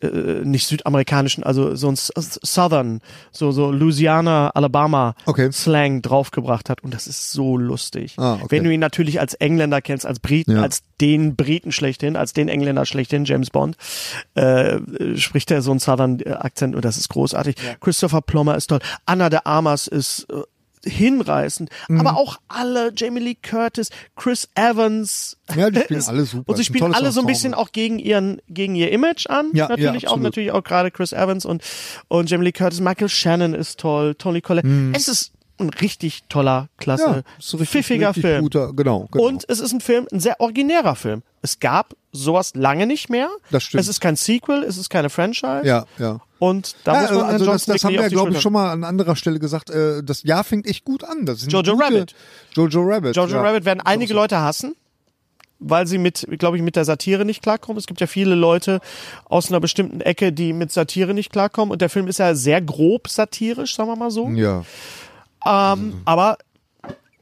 Speaker 3: äh, nicht südamerikanischen, also so ein S- S- Southern, so so Louisiana, Alabama
Speaker 6: Okay.
Speaker 3: Slang draufgebracht hat und das ist so lustig.
Speaker 6: Ah, okay.
Speaker 3: Wenn du ihn natürlich als Engländer kennst, als Briten,
Speaker 6: Ja.
Speaker 3: als den Briten schlechthin, als den Engländer schlechthin, James Bond, äh, äh, spricht er so einen Southern äh, Akzent und das ist großartig. Christopher Plummer ist toll, Anna de Armas ist äh, hinreißend,
Speaker 6: Mhm.
Speaker 3: aber auch alle Jamie Lee Curtis, Chris Evans,
Speaker 6: Ja, die spielen
Speaker 3: es-
Speaker 6: alle super.
Speaker 3: Und sie
Speaker 6: Ist ein
Speaker 3: spielen
Speaker 6: tolles
Speaker 3: alle so ein
Speaker 6: Ensemble.
Speaker 3: bisschen auch gegen ihren gegen ihr Image an.
Speaker 6: Ja,
Speaker 3: natürlich
Speaker 6: ja,
Speaker 3: auch
Speaker 6: absolut.
Speaker 3: natürlich auch gerade Chris Evans und und Jamie Lee Curtis, Michael Shannon ist toll, Tony Collette. Es ist ein richtig toller, klasse,
Speaker 6: Mhm. so
Speaker 3: äh, pfiffiger
Speaker 6: richtig
Speaker 3: Film.
Speaker 6: Guter, genau, genau.
Speaker 3: Und es ist ein Film, ein sehr originärer Film. Es gab sowas lange nicht mehr.
Speaker 6: Das stimmt.
Speaker 3: Es ist kein Sequel, es ist keine Franchise.
Speaker 6: ja, ja.
Speaker 3: Und da
Speaker 6: Ja,
Speaker 3: muss man Herrn
Speaker 6: also das,
Speaker 3: Johnson
Speaker 6: das haben
Speaker 3: wirklich
Speaker 6: wir,
Speaker 3: auf
Speaker 6: ja,
Speaker 3: die
Speaker 6: glaube ich,
Speaker 3: Schulter-
Speaker 6: schon mal an anderer Stelle gesagt. Äh, das Jahr fängt echt gut an. Das sind
Speaker 3: Jojo
Speaker 6: gute,
Speaker 3: Rabbit.
Speaker 6: Jojo Rabbit.
Speaker 3: Jojo
Speaker 6: ja.
Speaker 3: Rabbit werden einige Leute hassen, weil sie mit, glaube ich, mit der Satire nicht klarkommen. Es gibt ja viele Leute aus einer bestimmten Ecke, die mit Satire nicht klarkommen. Und der Film ist ja sehr grob satirisch, sagen wir mal so.
Speaker 6: Ja,
Speaker 3: Ähm, aber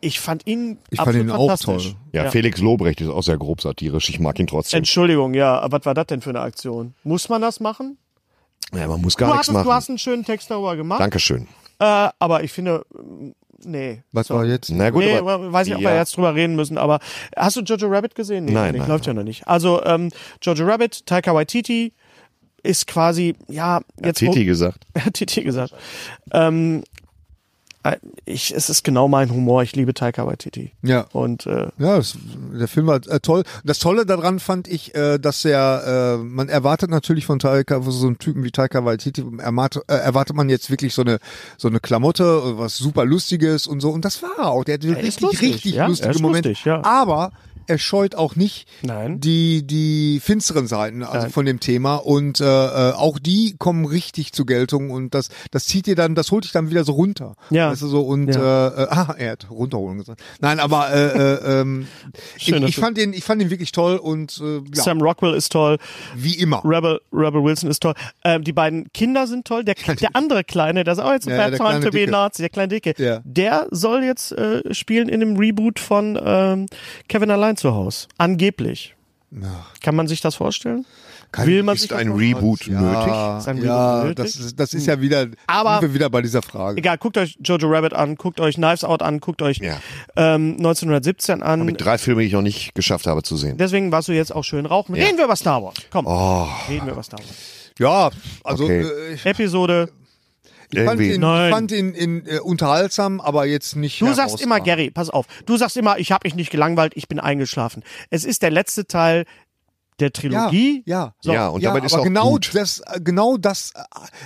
Speaker 3: ich fand ihn
Speaker 6: Ich fand
Speaker 3: absolut
Speaker 6: ihn auch
Speaker 3: fantastisch.
Speaker 6: toll.
Speaker 4: Ja, Felix Lobrecht ist auch sehr grob satirisch. Ich mag ihn trotzdem.
Speaker 3: Entschuldigung, ja, aber was war das denn für eine Aktion? Muss man das machen?
Speaker 4: Ja, man muss
Speaker 3: Du,
Speaker 4: gar nichts
Speaker 3: hattest, du
Speaker 4: machen.
Speaker 3: hast einen schönen Text darüber gemacht,
Speaker 4: Dankeschön.
Speaker 3: äh, aber ich finde, ähm, nee.
Speaker 6: was war jetzt?
Speaker 4: Na gut,
Speaker 3: nee,
Speaker 4: aber,
Speaker 3: weiß nicht, ob wir
Speaker 4: Ja.
Speaker 3: jetzt drüber reden müssen, aber hast du Jojo Rabbit gesehen? Nee,
Speaker 4: Nein,
Speaker 3: nicht,
Speaker 4: nein,
Speaker 3: läuft ja noch nicht. Also ähm, Jojo Rabbit, Taika Waititi ist quasi, ja,
Speaker 4: Hat
Speaker 3: jetzt
Speaker 4: Titi gesagt.
Speaker 3: wo, hat Titi gesagt. Ähm, äh, ich, es ist genau mein Humor, ich liebe Taika Waititi.
Speaker 6: Ja.
Speaker 3: Und äh,
Speaker 6: Ja, das, der Film war äh, toll. Das Tolle daran fand ich, äh, dass er, äh, man erwartet natürlich von Taika, so einen Typen wie Taika Waititi, erwartet, äh, erwartet man jetzt wirklich so eine, so eine Klamotte, was super Lustiges und so. Und das war er auch. Der hatte
Speaker 3: ist
Speaker 6: richtig,
Speaker 3: lustig,
Speaker 6: richtig
Speaker 3: ja, er
Speaker 6: lustige
Speaker 3: ist
Speaker 6: Momente.
Speaker 3: lustig, ja.
Speaker 6: Aber er er scheut auch nicht
Speaker 3: Nein.
Speaker 6: die die finsteren Seiten also von dem Thema und äh, äh, auch die kommen richtig zur Geltung und das das zieht dir dann das holt dich dann wieder so runter
Speaker 3: Ja.
Speaker 6: weißt du, so und äh, äh, ah er hat runterholen gesagt nein aber äh, äh, ähm,
Speaker 3: Schön,
Speaker 6: ich,
Speaker 3: dass
Speaker 6: ich
Speaker 3: du-
Speaker 6: fand den ich fand den wirklich toll und äh, ja,
Speaker 3: Sam Rockwell ist toll.
Speaker 6: wie immer
Speaker 3: Rebel, Rebel Wilson ist toll. Ähm, die beiden Kinder sind toll. Der, der andere Kleine, das ist auch jetzt
Speaker 6: Ja,
Speaker 3: ein
Speaker 6: ja,
Speaker 3: bad
Speaker 6: der
Speaker 3: time
Speaker 6: kleine
Speaker 3: to be a
Speaker 6: Dicke.
Speaker 3: Nazi, der kleine Dicke,
Speaker 6: Ja.
Speaker 3: der soll jetzt äh, spielen in dem Reboot von ähm, Kevin allein zu Hause. Angeblich. Kann man sich das vorstellen? Will man sich
Speaker 4: Ist
Speaker 3: das
Speaker 4: ein
Speaker 3: vorstellen?
Speaker 4: Reboot nötig? Hm.
Speaker 6: ja,
Speaker 3: Ist ein Reboot
Speaker 6: ja
Speaker 3: nötig?
Speaker 6: das, ist- das ist ja wieder
Speaker 3: Aber-
Speaker 6: sind wir wieder bei dieser Frage
Speaker 3: Egal, guckt euch Jojo Rabbit an, guckt euch Knives Out an, guckt euch
Speaker 4: Ja.
Speaker 3: ähm, 1917 an.
Speaker 4: Mit drei Filmen, die ich noch nicht geschafft habe zu sehen.
Speaker 3: Deswegen warst du jetzt auch schön rauchen. Reden wir über Star Wars. Komm,
Speaker 4: Oh,
Speaker 3: reden wir über Star Wars.
Speaker 6: ja also
Speaker 4: Okay.
Speaker 6: äh, ich
Speaker 3: Episode.
Speaker 6: Ich fand
Speaker 4: Irgendwie.
Speaker 6: ihn,
Speaker 3: Nein.
Speaker 6: ich fand ihn, ihn äh, unterhaltsam, aber jetzt nicht.
Speaker 3: Du sagst immer,
Speaker 6: herausragend.
Speaker 3: Gary, pass auf, du sagst immer, ich habe mich nicht gelangweilt, ich bin eingeschlafen. Es ist der letzte Teil der Trilogie.
Speaker 6: Ja, ja.
Speaker 3: So.
Speaker 4: ja, und damit
Speaker 6: ja,
Speaker 4: ist
Speaker 6: aber
Speaker 4: auch
Speaker 6: genau
Speaker 4: gut.
Speaker 6: das, äh, genau das, äh,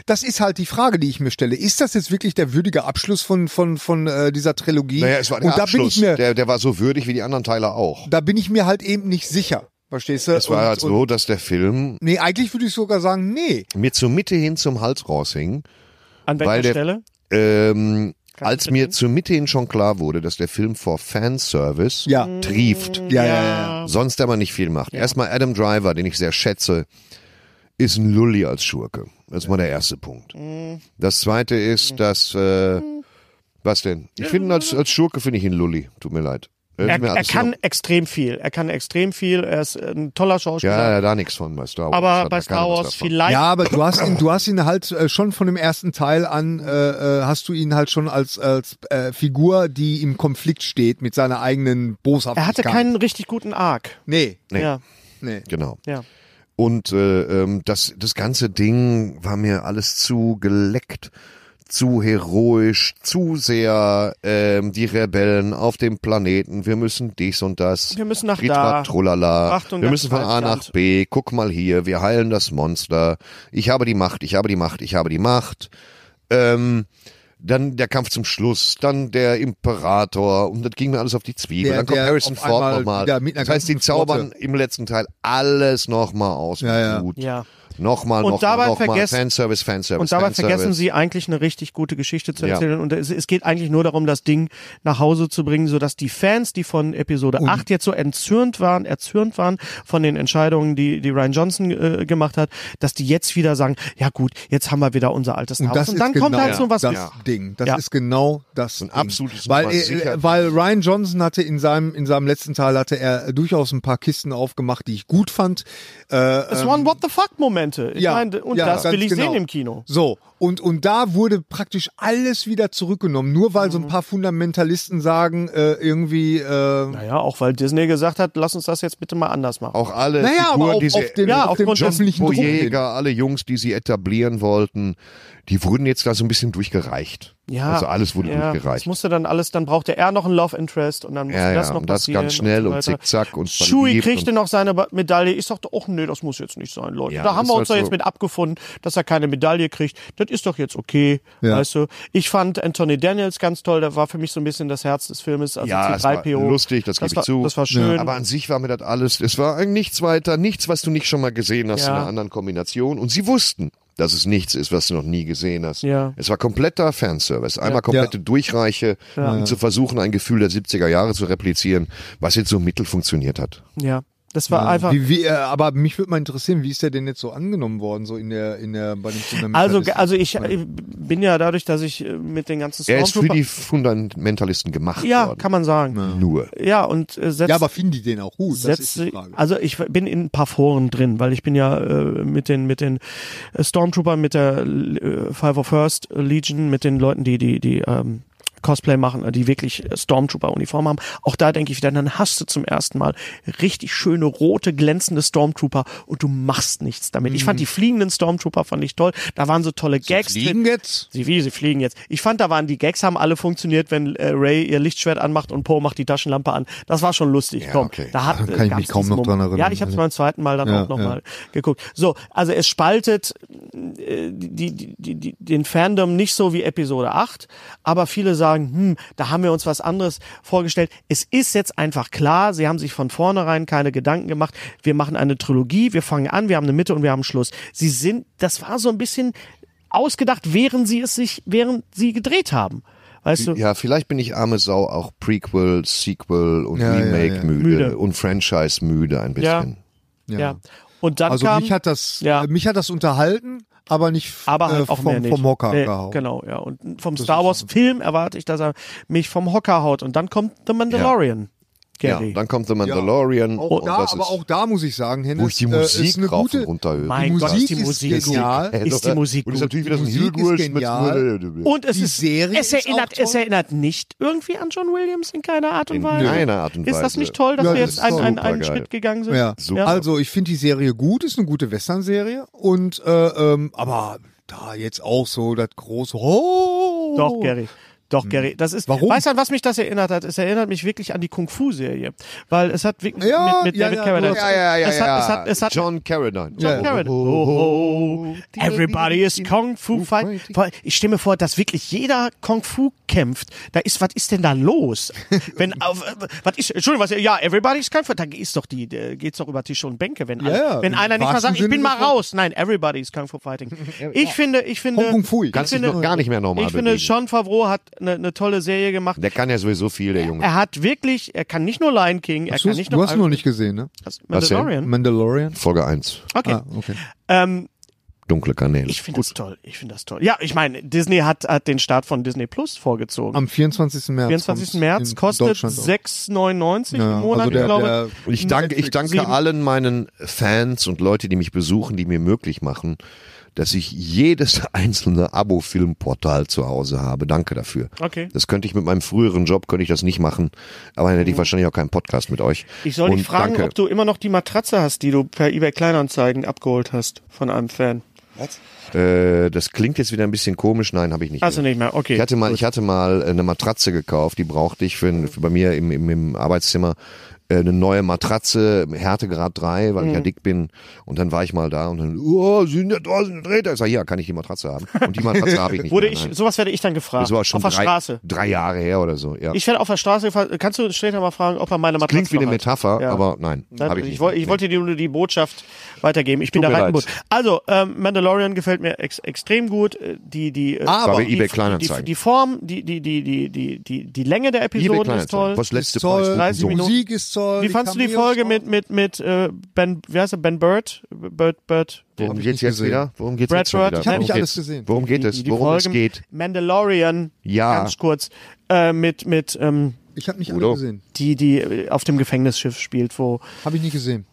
Speaker 6: das ist halt die Frage, die ich mir stelle. Ist das jetzt wirklich der würdige Abschluss von von von äh, dieser Trilogie?
Speaker 4: Naja, es war der
Speaker 6: und da
Speaker 4: Abschluss.
Speaker 6: bin ich mir,
Speaker 4: der, der war so würdig wie die anderen Teile auch.
Speaker 6: da bin ich mir halt eben nicht sicher. Verstehst du?
Speaker 4: Es war
Speaker 6: Und-
Speaker 4: halt
Speaker 6: und-
Speaker 4: so, dass der Film
Speaker 6: Nee, eigentlich würde ich sogar sagen, nee.
Speaker 4: mir zur Mitte hin zum Hals raushing.
Speaker 3: An welcher
Speaker 4: Weil der-
Speaker 3: Stelle?
Speaker 4: Ähm,
Speaker 3: Kannst
Speaker 4: als
Speaker 3: du
Speaker 4: mir
Speaker 3: beginnen?
Speaker 4: zur Mitte hin schon klar wurde, dass der Film vor Fanservice
Speaker 6: Ja.
Speaker 4: trieft,
Speaker 6: Ja, ja, ja.
Speaker 4: sonst aber nicht viel macht. Erstmal Adam Driver, den ich sehr schätze, ist ein Lulli als Schurke. Das ist mal der erste Punkt.
Speaker 3: Mhm.
Speaker 4: Das zweite ist, dass äh, was denn? Ich finde ihn als, als Schurke finde ich ihn Lulli. Tut mir leid. ist
Speaker 3: Er,
Speaker 4: mir
Speaker 3: er
Speaker 4: alles
Speaker 3: kann
Speaker 4: so-
Speaker 3: extrem viel. Er kann extrem viel. Er ist äh, ein toller
Speaker 4: ja,
Speaker 3: Schauspieler.
Speaker 4: ja, da nichts von bei Star Wars.
Speaker 3: aber
Speaker 4: Hat
Speaker 3: bei
Speaker 4: da
Speaker 3: Star
Speaker 4: keiner was
Speaker 3: Wars
Speaker 4: davon.
Speaker 3: vielleicht.
Speaker 6: Ja, aber du hast ihn, du hast ihn halt äh, schon von dem ersten Teil an, äh, äh, hast du ihn halt schon als, als äh, Figur, die im Konflikt steht mit seiner eigenen
Speaker 3: Er
Speaker 6: Boshaftigkeit.
Speaker 3: hatte keinen richtig guten Arc.
Speaker 6: Nee,
Speaker 4: Nee.
Speaker 3: Ja,
Speaker 6: nee.
Speaker 4: Genau.
Speaker 3: ja.
Speaker 4: Und äh, ähm, das, das ganze Ding war mir alles zu geleckt, zu heroisch, zu sehr ähm, die Rebellen auf dem Planeten, wir müssen dies und das.
Speaker 3: Wir müssen nach da.
Speaker 4: Tritra, Trolala.
Speaker 3: Achtung,
Speaker 4: wir
Speaker 3: das
Speaker 4: müssen von A nach
Speaker 3: Falschland.
Speaker 4: B, guck mal hier, wir heilen das Monster. Ich habe die Macht, ich habe die Macht, ich habe die Macht. Ähm, dann der Kampf zum Schluss, dann der Imperator und das ging mir alles auf die Zwiebel.
Speaker 6: Der-
Speaker 4: dann kommt
Speaker 6: der
Speaker 4: Harrison
Speaker 6: auf
Speaker 4: Ford
Speaker 6: einmal
Speaker 4: nochmal.
Speaker 6: wieder mit einer
Speaker 4: Das heißt, die
Speaker 6: ganzen Flotte.
Speaker 4: zaubern im letzten Teil alles nochmal aus.
Speaker 6: Ja, ja.
Speaker 4: Gut.
Speaker 3: Ja.
Speaker 4: Nochmal,
Speaker 3: Und
Speaker 4: nochmal,
Speaker 3: dabei
Speaker 4: nochmal.
Speaker 3: vergessen-
Speaker 4: Fanservice, Fanservice.
Speaker 3: Und dabei
Speaker 4: Fanservice.
Speaker 3: vergessen sie eigentlich eine richtig gute Geschichte zu
Speaker 4: Ja.
Speaker 3: erzählen. Und es, es geht eigentlich nur darum, das Ding nach Hause zu bringen, sodass die Fans, die von Episode
Speaker 4: Oh.
Speaker 3: 8 jetzt so entzürnt waren, erzürnt waren von den Entscheidungen, die, die Ryan Johnson äh, gemacht hat, dass die jetzt wieder sagen, ja gut, jetzt haben wir wieder unser altes Star
Speaker 6: Und,
Speaker 3: Wars.
Speaker 6: das
Speaker 3: Und
Speaker 6: ist
Speaker 3: dann
Speaker 6: genau
Speaker 3: kommt halt so was.
Speaker 6: das
Speaker 3: Ja.
Speaker 6: Ding. Das
Speaker 3: Ja.
Speaker 6: ist genau das
Speaker 4: Ein
Speaker 6: Ding.
Speaker 4: absolutes
Speaker 6: weil,
Speaker 4: Übersichert-
Speaker 6: äh, weil Ryan Johnson hatte in seinem in seinem letzten Teil hatte er durchaus ein paar Kisten aufgemacht, die ich gut fand.
Speaker 3: Es
Speaker 4: Ähm,
Speaker 3: waren What the fuck Momente. Ich
Speaker 6: Ja,
Speaker 3: meine, und
Speaker 6: ja,
Speaker 3: das
Speaker 6: ganz
Speaker 3: will ich
Speaker 6: genau.
Speaker 3: sehen im Kino.
Speaker 6: So, und, und da wurde praktisch alles wieder zurückgenommen, nur weil
Speaker 3: Mhm.
Speaker 6: so ein paar Fundamentalisten sagen, äh, irgendwie, äh,
Speaker 3: Naja, auch weil Disney gesagt hat, lass uns das jetzt bitte mal anders machen.
Speaker 4: Auch alle
Speaker 6: Naja, aber
Speaker 4: Figuren,
Speaker 6: auf-
Speaker 4: die sie
Speaker 6: auf dem-
Speaker 3: ja,
Speaker 6: auf
Speaker 3: aufgrund
Speaker 6: dem
Speaker 3: des
Speaker 6: öffentlichen Druck hin.
Speaker 4: Boyega, alle Jungs, die sie etablieren wollten, die wurden jetzt da so ein bisschen durchgereicht.
Speaker 3: Ja.
Speaker 4: Also alles wurde
Speaker 3: ja,
Speaker 4: durchgereicht.
Speaker 3: Es musste dann alles, dann brauchte er noch ein Love Interest und dann musste
Speaker 4: ja,
Speaker 3: das
Speaker 4: ja,
Speaker 3: noch
Speaker 4: und das
Speaker 3: passieren.
Speaker 4: ganz schnell und
Speaker 3: so weiter.
Speaker 4: zickzack und
Speaker 3: Shui
Speaker 4: verliebt
Speaker 3: kriegte
Speaker 4: und-
Speaker 3: noch seine Ba- Medaille. Ich sagte, ach nee, das muss jetzt nicht sein, Leute.
Speaker 4: Ja,
Speaker 3: da haben
Speaker 4: ist
Speaker 3: wir
Speaker 4: halt
Speaker 3: uns doch
Speaker 4: so.
Speaker 3: jetzt mit abgefunden, dass er keine Medaille kriegt. Das ist doch jetzt okay,
Speaker 6: Ja.
Speaker 3: weißt du. Ich fand Anthony Daniels ganz toll. Der war für mich so ein bisschen das Herz des Filmes. Also
Speaker 4: ja, es war
Speaker 3: C3PO.
Speaker 4: lustig, das, gebe ich
Speaker 3: war,
Speaker 4: zu.
Speaker 3: Das war schön.
Speaker 4: Aber an sich war mir das alles, es war eigentlich nichts weiter, nichts, was du nicht schon mal gesehen hast in
Speaker 3: Ja.
Speaker 4: einer anderen Kombination. Und sie wussten, dass es nichts ist, was du noch nie gesehen hast.
Speaker 3: Ja.
Speaker 4: Es war kompletter Fanservice. Einmal komplette Durchreiche, um zu versuchen, ein Gefühl der 70er Jahre zu replizieren, was jetzt so mittel funktioniert hat.
Speaker 3: ja, das war einfach.
Speaker 6: wie, wie, äh, aber mich würde mal interessieren, wie ist der denn jetzt so angenommen worden, so in der, in der, bei den
Speaker 3: Also,
Speaker 6: Fundamentalisten?
Speaker 3: ge- also ich, ich bin ja dadurch, dass ich äh, mit den ganzen
Speaker 4: Er ist für
Speaker 3: Stormtrooper-
Speaker 4: die Fundamentalisten gemacht
Speaker 3: ja,
Speaker 4: worden.
Speaker 3: kann man sagen.
Speaker 4: Nur.
Speaker 3: Ja, und äh, setzt,
Speaker 6: ja, aber finden die den auch gut? Das ist
Speaker 3: setzt
Speaker 6: die Frage.
Speaker 3: also ich bin in ein paar Foren drin, weil ich bin ja äh, mit den mit den äh, Stormtroopern, mit der äh, Five of First Legion, mit den Leuten, die die die ähm, Cosplay machen, äh, die wirklich Stormtrooper-Uniform haben. Auch da denke ich wieder, dann hast du zum ersten Mal richtig schöne rote glänzende Stormtrooper und du machst nichts damit. Ich
Speaker 6: Mhm.
Speaker 3: fand die fliegenden Stormtrooper fand ich toll. Da waren so tolle Gags drin.
Speaker 6: Fliegen jetzt?
Speaker 3: Sie wie, sie fliegen jetzt. Ich fand, da waren die Gags, haben alle funktioniert, wenn äh, Ray ihr Lichtschwert anmacht und Poe macht die Taschenlampe an. Das war schon lustig.
Speaker 4: Ja,
Speaker 3: Komm,
Speaker 4: okay.
Speaker 3: da hat,
Speaker 6: Kann
Speaker 3: äh,
Speaker 6: ich mich
Speaker 3: gab's
Speaker 6: kaum noch
Speaker 3: diesen
Speaker 6: dran
Speaker 3: Moment.
Speaker 6: erinnern.
Speaker 3: Ja, ich habe es beim zweiten Mal dann
Speaker 6: Ja,
Speaker 3: auch nochmal
Speaker 6: ja.
Speaker 3: mal geguckt. So, also es spaltet äh, die, die, die, die, den Fandom nicht so wie Episode 8, aber viele sagen, sagen, hm, da haben wir uns was anderes vorgestellt. Es ist jetzt einfach klar, sie haben sich von vornherein keine Gedanken gemacht. Wir machen eine Trilogie, wir fangen an, wir haben eine Mitte und wir haben Schluss. Sie sind, das war so ein bisschen ausgedacht, während sie es sich, während sie gedreht haben. Weißt du?
Speaker 4: Ja, vielleicht bin ich arme Sau auch Prequel, Sequel und
Speaker 6: Ja, ja,
Speaker 4: Remake
Speaker 6: ja.
Speaker 4: müde,
Speaker 3: Müde.
Speaker 4: und Franchise müde ein bisschen.
Speaker 3: Ja. Und dann
Speaker 6: Also
Speaker 3: kam,
Speaker 6: mich hat das,
Speaker 3: ja.
Speaker 6: äh, mich hat das unterhalten, aber nicht
Speaker 3: aber halt
Speaker 6: äh,
Speaker 3: auch
Speaker 6: vom,
Speaker 3: mehr nicht.
Speaker 6: vom Hocker
Speaker 3: Nee,
Speaker 6: gehauen.
Speaker 3: Genau, ja. Und vom Star Wars Film erwarte ich, dass er mich vom Hocker haut. Und dann kommt The Mandalorian.
Speaker 4: Ja,
Speaker 3: Gary.
Speaker 4: dann kommt The Mandalorian
Speaker 6: Auch
Speaker 4: und
Speaker 6: da,
Speaker 4: Oh, das
Speaker 6: aber
Speaker 4: ist,
Speaker 6: auch da muss ich sagen, Hennes,
Speaker 4: wo ich die
Speaker 6: äh, ist
Speaker 4: Musik
Speaker 6: eine
Speaker 4: rauf
Speaker 6: gute,
Speaker 4: und runter höre.
Speaker 3: Mein
Speaker 6: die
Speaker 3: Gott,
Speaker 6: Musik
Speaker 3: die
Speaker 6: ist
Speaker 3: Musik gut.
Speaker 6: genial. Äh,
Speaker 4: Hey,
Speaker 3: ist die
Speaker 4: oder?
Speaker 3: Musik
Speaker 4: Und ist
Speaker 3: gut.
Speaker 4: natürlich wieder so ein
Speaker 6: Die Musik ist
Speaker 4: Hirngursch mit
Speaker 6: genial.
Speaker 3: und es
Speaker 6: die
Speaker 3: ist,
Speaker 6: Serie
Speaker 3: es
Speaker 6: ist
Speaker 3: erinnert,
Speaker 6: auch toll. Äh,
Speaker 3: es erinnert nicht irgendwie an John Williams in keiner Art und
Speaker 4: In
Speaker 3: Weise.
Speaker 4: keiner Art und
Speaker 3: Ist das
Speaker 4: Weise.
Speaker 3: nicht toll, dass
Speaker 6: Ja,
Speaker 3: wir
Speaker 6: das ist
Speaker 3: jetzt einen, einen, einen
Speaker 4: supergeil.
Speaker 3: Schritt gegangen sind?
Speaker 6: Ja.
Speaker 4: Super.
Speaker 6: Also ich finde die Serie gut, ist eine gute Western-Serie und äh, ähm, aber da jetzt auch so das große oh,
Speaker 3: Doch, Gary. Doch, Gary. Das ist.
Speaker 6: Hm. Warum?
Speaker 3: Weißt du, an was mich das erinnert hat? Es erinnert mich wirklich an die Kung Fu Serie, weil es hat wirklich
Speaker 6: Ja,
Speaker 3: mit, mit
Speaker 6: ja,
Speaker 3: David
Speaker 6: ja,
Speaker 3: Carradine.
Speaker 6: du-
Speaker 4: Ja, ja, ja,
Speaker 3: es hat,
Speaker 4: ja.
Speaker 3: es hat, es hat,
Speaker 4: John Carradine.
Speaker 3: John Carradine. Oh, oh. Everybody is Kung Fu Fight. Vor- Ich stelle mir vor, dass wirklich jeder Kung Fu kämpft. Da ist, was ist denn da los? Wenn auf, äh, was ist, Entschuldigung, was, ja, everybody is Kung Fu. Da ist doch die, äh, geht's doch über Tische und Bänke, wenn, alle-
Speaker 6: ja,
Speaker 3: wenn
Speaker 6: im
Speaker 3: einer nicht mal
Speaker 6: wahrsten
Speaker 3: sagt, ich
Speaker 6: Sinne
Speaker 3: bin mal
Speaker 6: des Wortes.
Speaker 3: raus. Nein, everybody is Kung Fu Fighting. Ich finde, ich finde,
Speaker 6: Hong Kong Fui.
Speaker 4: Kannst
Speaker 3: ich
Speaker 4: dich noch
Speaker 3: finde-
Speaker 4: gar nicht mehr normal
Speaker 3: ich finde,
Speaker 4: bewegen.
Speaker 3: Sean Favreau hat eine eine tolle Serie gemacht.
Speaker 4: Der kann ja sowieso viel, der Junge.
Speaker 3: Er hat wirklich, er kann nicht nur Lion King, er
Speaker 6: Du,
Speaker 3: kann
Speaker 6: hast-
Speaker 3: nicht
Speaker 6: du
Speaker 3: nur
Speaker 6: hast ihn noch nicht gesehen, ne?
Speaker 3: Was?
Speaker 4: Was denn?
Speaker 3: Mandalorian.
Speaker 6: Mandalorian.
Speaker 4: Folge 1.
Speaker 3: Okay.
Speaker 6: Ah, okay.
Speaker 3: Ähm,
Speaker 4: Dunkle Kanäle.
Speaker 3: Ich finde das toll. Ich finde das toll. Ja, ich meine, Disney hat, hat den Start von Disney Plus vorgezogen. Am
Speaker 6: Am 24. März.
Speaker 3: 24.
Speaker 6: kommt's
Speaker 3: März
Speaker 6: in
Speaker 3: kostet
Speaker 6: Deutschland auch.
Speaker 3: 6,99
Speaker 6: Ja,
Speaker 3: im Monat,
Speaker 6: also der,
Speaker 3: glaube ich.
Speaker 6: der,
Speaker 4: Und ich danke, ich danke
Speaker 3: Sieben.
Speaker 4: allen meinen Fans und Leute, die mich besuchen, die mir möglich machen, dass ich jedes einzelne Abo-Filmportal zu Hause habe. Danke dafür.
Speaker 3: Okay.
Speaker 4: Das könnte ich mit meinem früheren Job, könnte ich das nicht machen. Aber dann hätte ich wahrscheinlich auch keinen Podcast mit euch.
Speaker 3: Mhm. Ich soll dich
Speaker 4: Und
Speaker 3: fragen,
Speaker 4: danke.
Speaker 3: ob du immer noch die Matratze hast, die du per eBay Kleinanzeigen abgeholt hast von einem Fan.
Speaker 4: Äh, das klingt jetzt wieder ein bisschen komisch. Nein, habe ich nicht.
Speaker 3: Hast du
Speaker 4: mehr.
Speaker 3: nicht mehr? Okay.
Speaker 4: Ich hatte mal, ich hatte mal äh, eine Matratze gekauft, die brauchte ich für,
Speaker 3: Mhm.
Speaker 4: ein- für bei mir im, im, im Arbeitszimmer äh, eine neue Matratze, Härtegrad 3, weil ich
Speaker 3: Mhm.
Speaker 4: ja dick bin. Und dann war ich mal da und dann, oh, sind da, oh, sind da Drähte. Ich sag, ja, kann ich die Matratze haben? Und die Matratze habe ich nicht.
Speaker 3: Wurde
Speaker 4: mehr,
Speaker 3: ich,
Speaker 4: nein.
Speaker 3: sowas werde ich dann gefragt.
Speaker 4: das war schon
Speaker 3: auf der
Speaker 4: drei,
Speaker 3: Straße.
Speaker 4: drei Jahre her oder so. Ja.
Speaker 3: Ich werde auf der Straße gefragt. Kannst du später mal fragen, ob er meine Matratze
Speaker 4: Klingt wie eine
Speaker 3: noch hat?
Speaker 4: Metapher,
Speaker 3: Ja.
Speaker 4: aber nein,
Speaker 3: Dann-
Speaker 4: habe ich
Speaker 3: ich,
Speaker 4: nicht.
Speaker 3: woll- ich wollte dir nur die Botschaft weitergeben. Ich bin
Speaker 4: Tut
Speaker 3: der
Speaker 4: mir
Speaker 3: Reitenboot.
Speaker 4: leid.
Speaker 3: Also, ähm, Mandalorian gefällt mir ex extrem gut. Äh, Die, die, äh,
Speaker 4: Aber
Speaker 3: die,
Speaker 4: eBay
Speaker 3: die,
Speaker 4: Kleinanzeigen.
Speaker 3: die Form, die, die, die, die, die, die, die Länge der
Speaker 4: eBay
Speaker 3: Episoden ist
Speaker 4: Kleinanzeigen.
Speaker 3: toll.
Speaker 4: Was letzte
Speaker 6: ist toll.
Speaker 4: Preis?
Speaker 3: 30
Speaker 4: So.
Speaker 6: die
Speaker 3: Minuten.
Speaker 6: Musik ist toll.
Speaker 3: Wie fandst du die
Speaker 6: Cameos
Speaker 3: Folge
Speaker 6: toll.
Speaker 3: mit, mit, mit äh, Ben, wie heißt er, Ben Bird? Bird, Bird.
Speaker 4: Worum geht's jetzt
Speaker 6: gesehen.
Speaker 4: wieder? Worum geht's jetzt schon
Speaker 3: Bradford,
Speaker 4: wieder?
Speaker 3: ich hab
Speaker 4: Worum
Speaker 6: nicht alles
Speaker 4: geht's?
Speaker 6: gesehen.
Speaker 4: Worum geht es?
Speaker 3: die
Speaker 4: Worum es
Speaker 3: Folgen-
Speaker 4: geht?
Speaker 3: Mandalorian.
Speaker 4: Ja.
Speaker 3: Ganz kurz. Äh, mit, mit, ähm,
Speaker 6: Ich habe nicht
Speaker 4: Udo.
Speaker 6: alle gesehen.
Speaker 3: die, die äh, auf dem Gefängnisschiff spielt, wo,
Speaker 6: Habe ich nicht gesehen.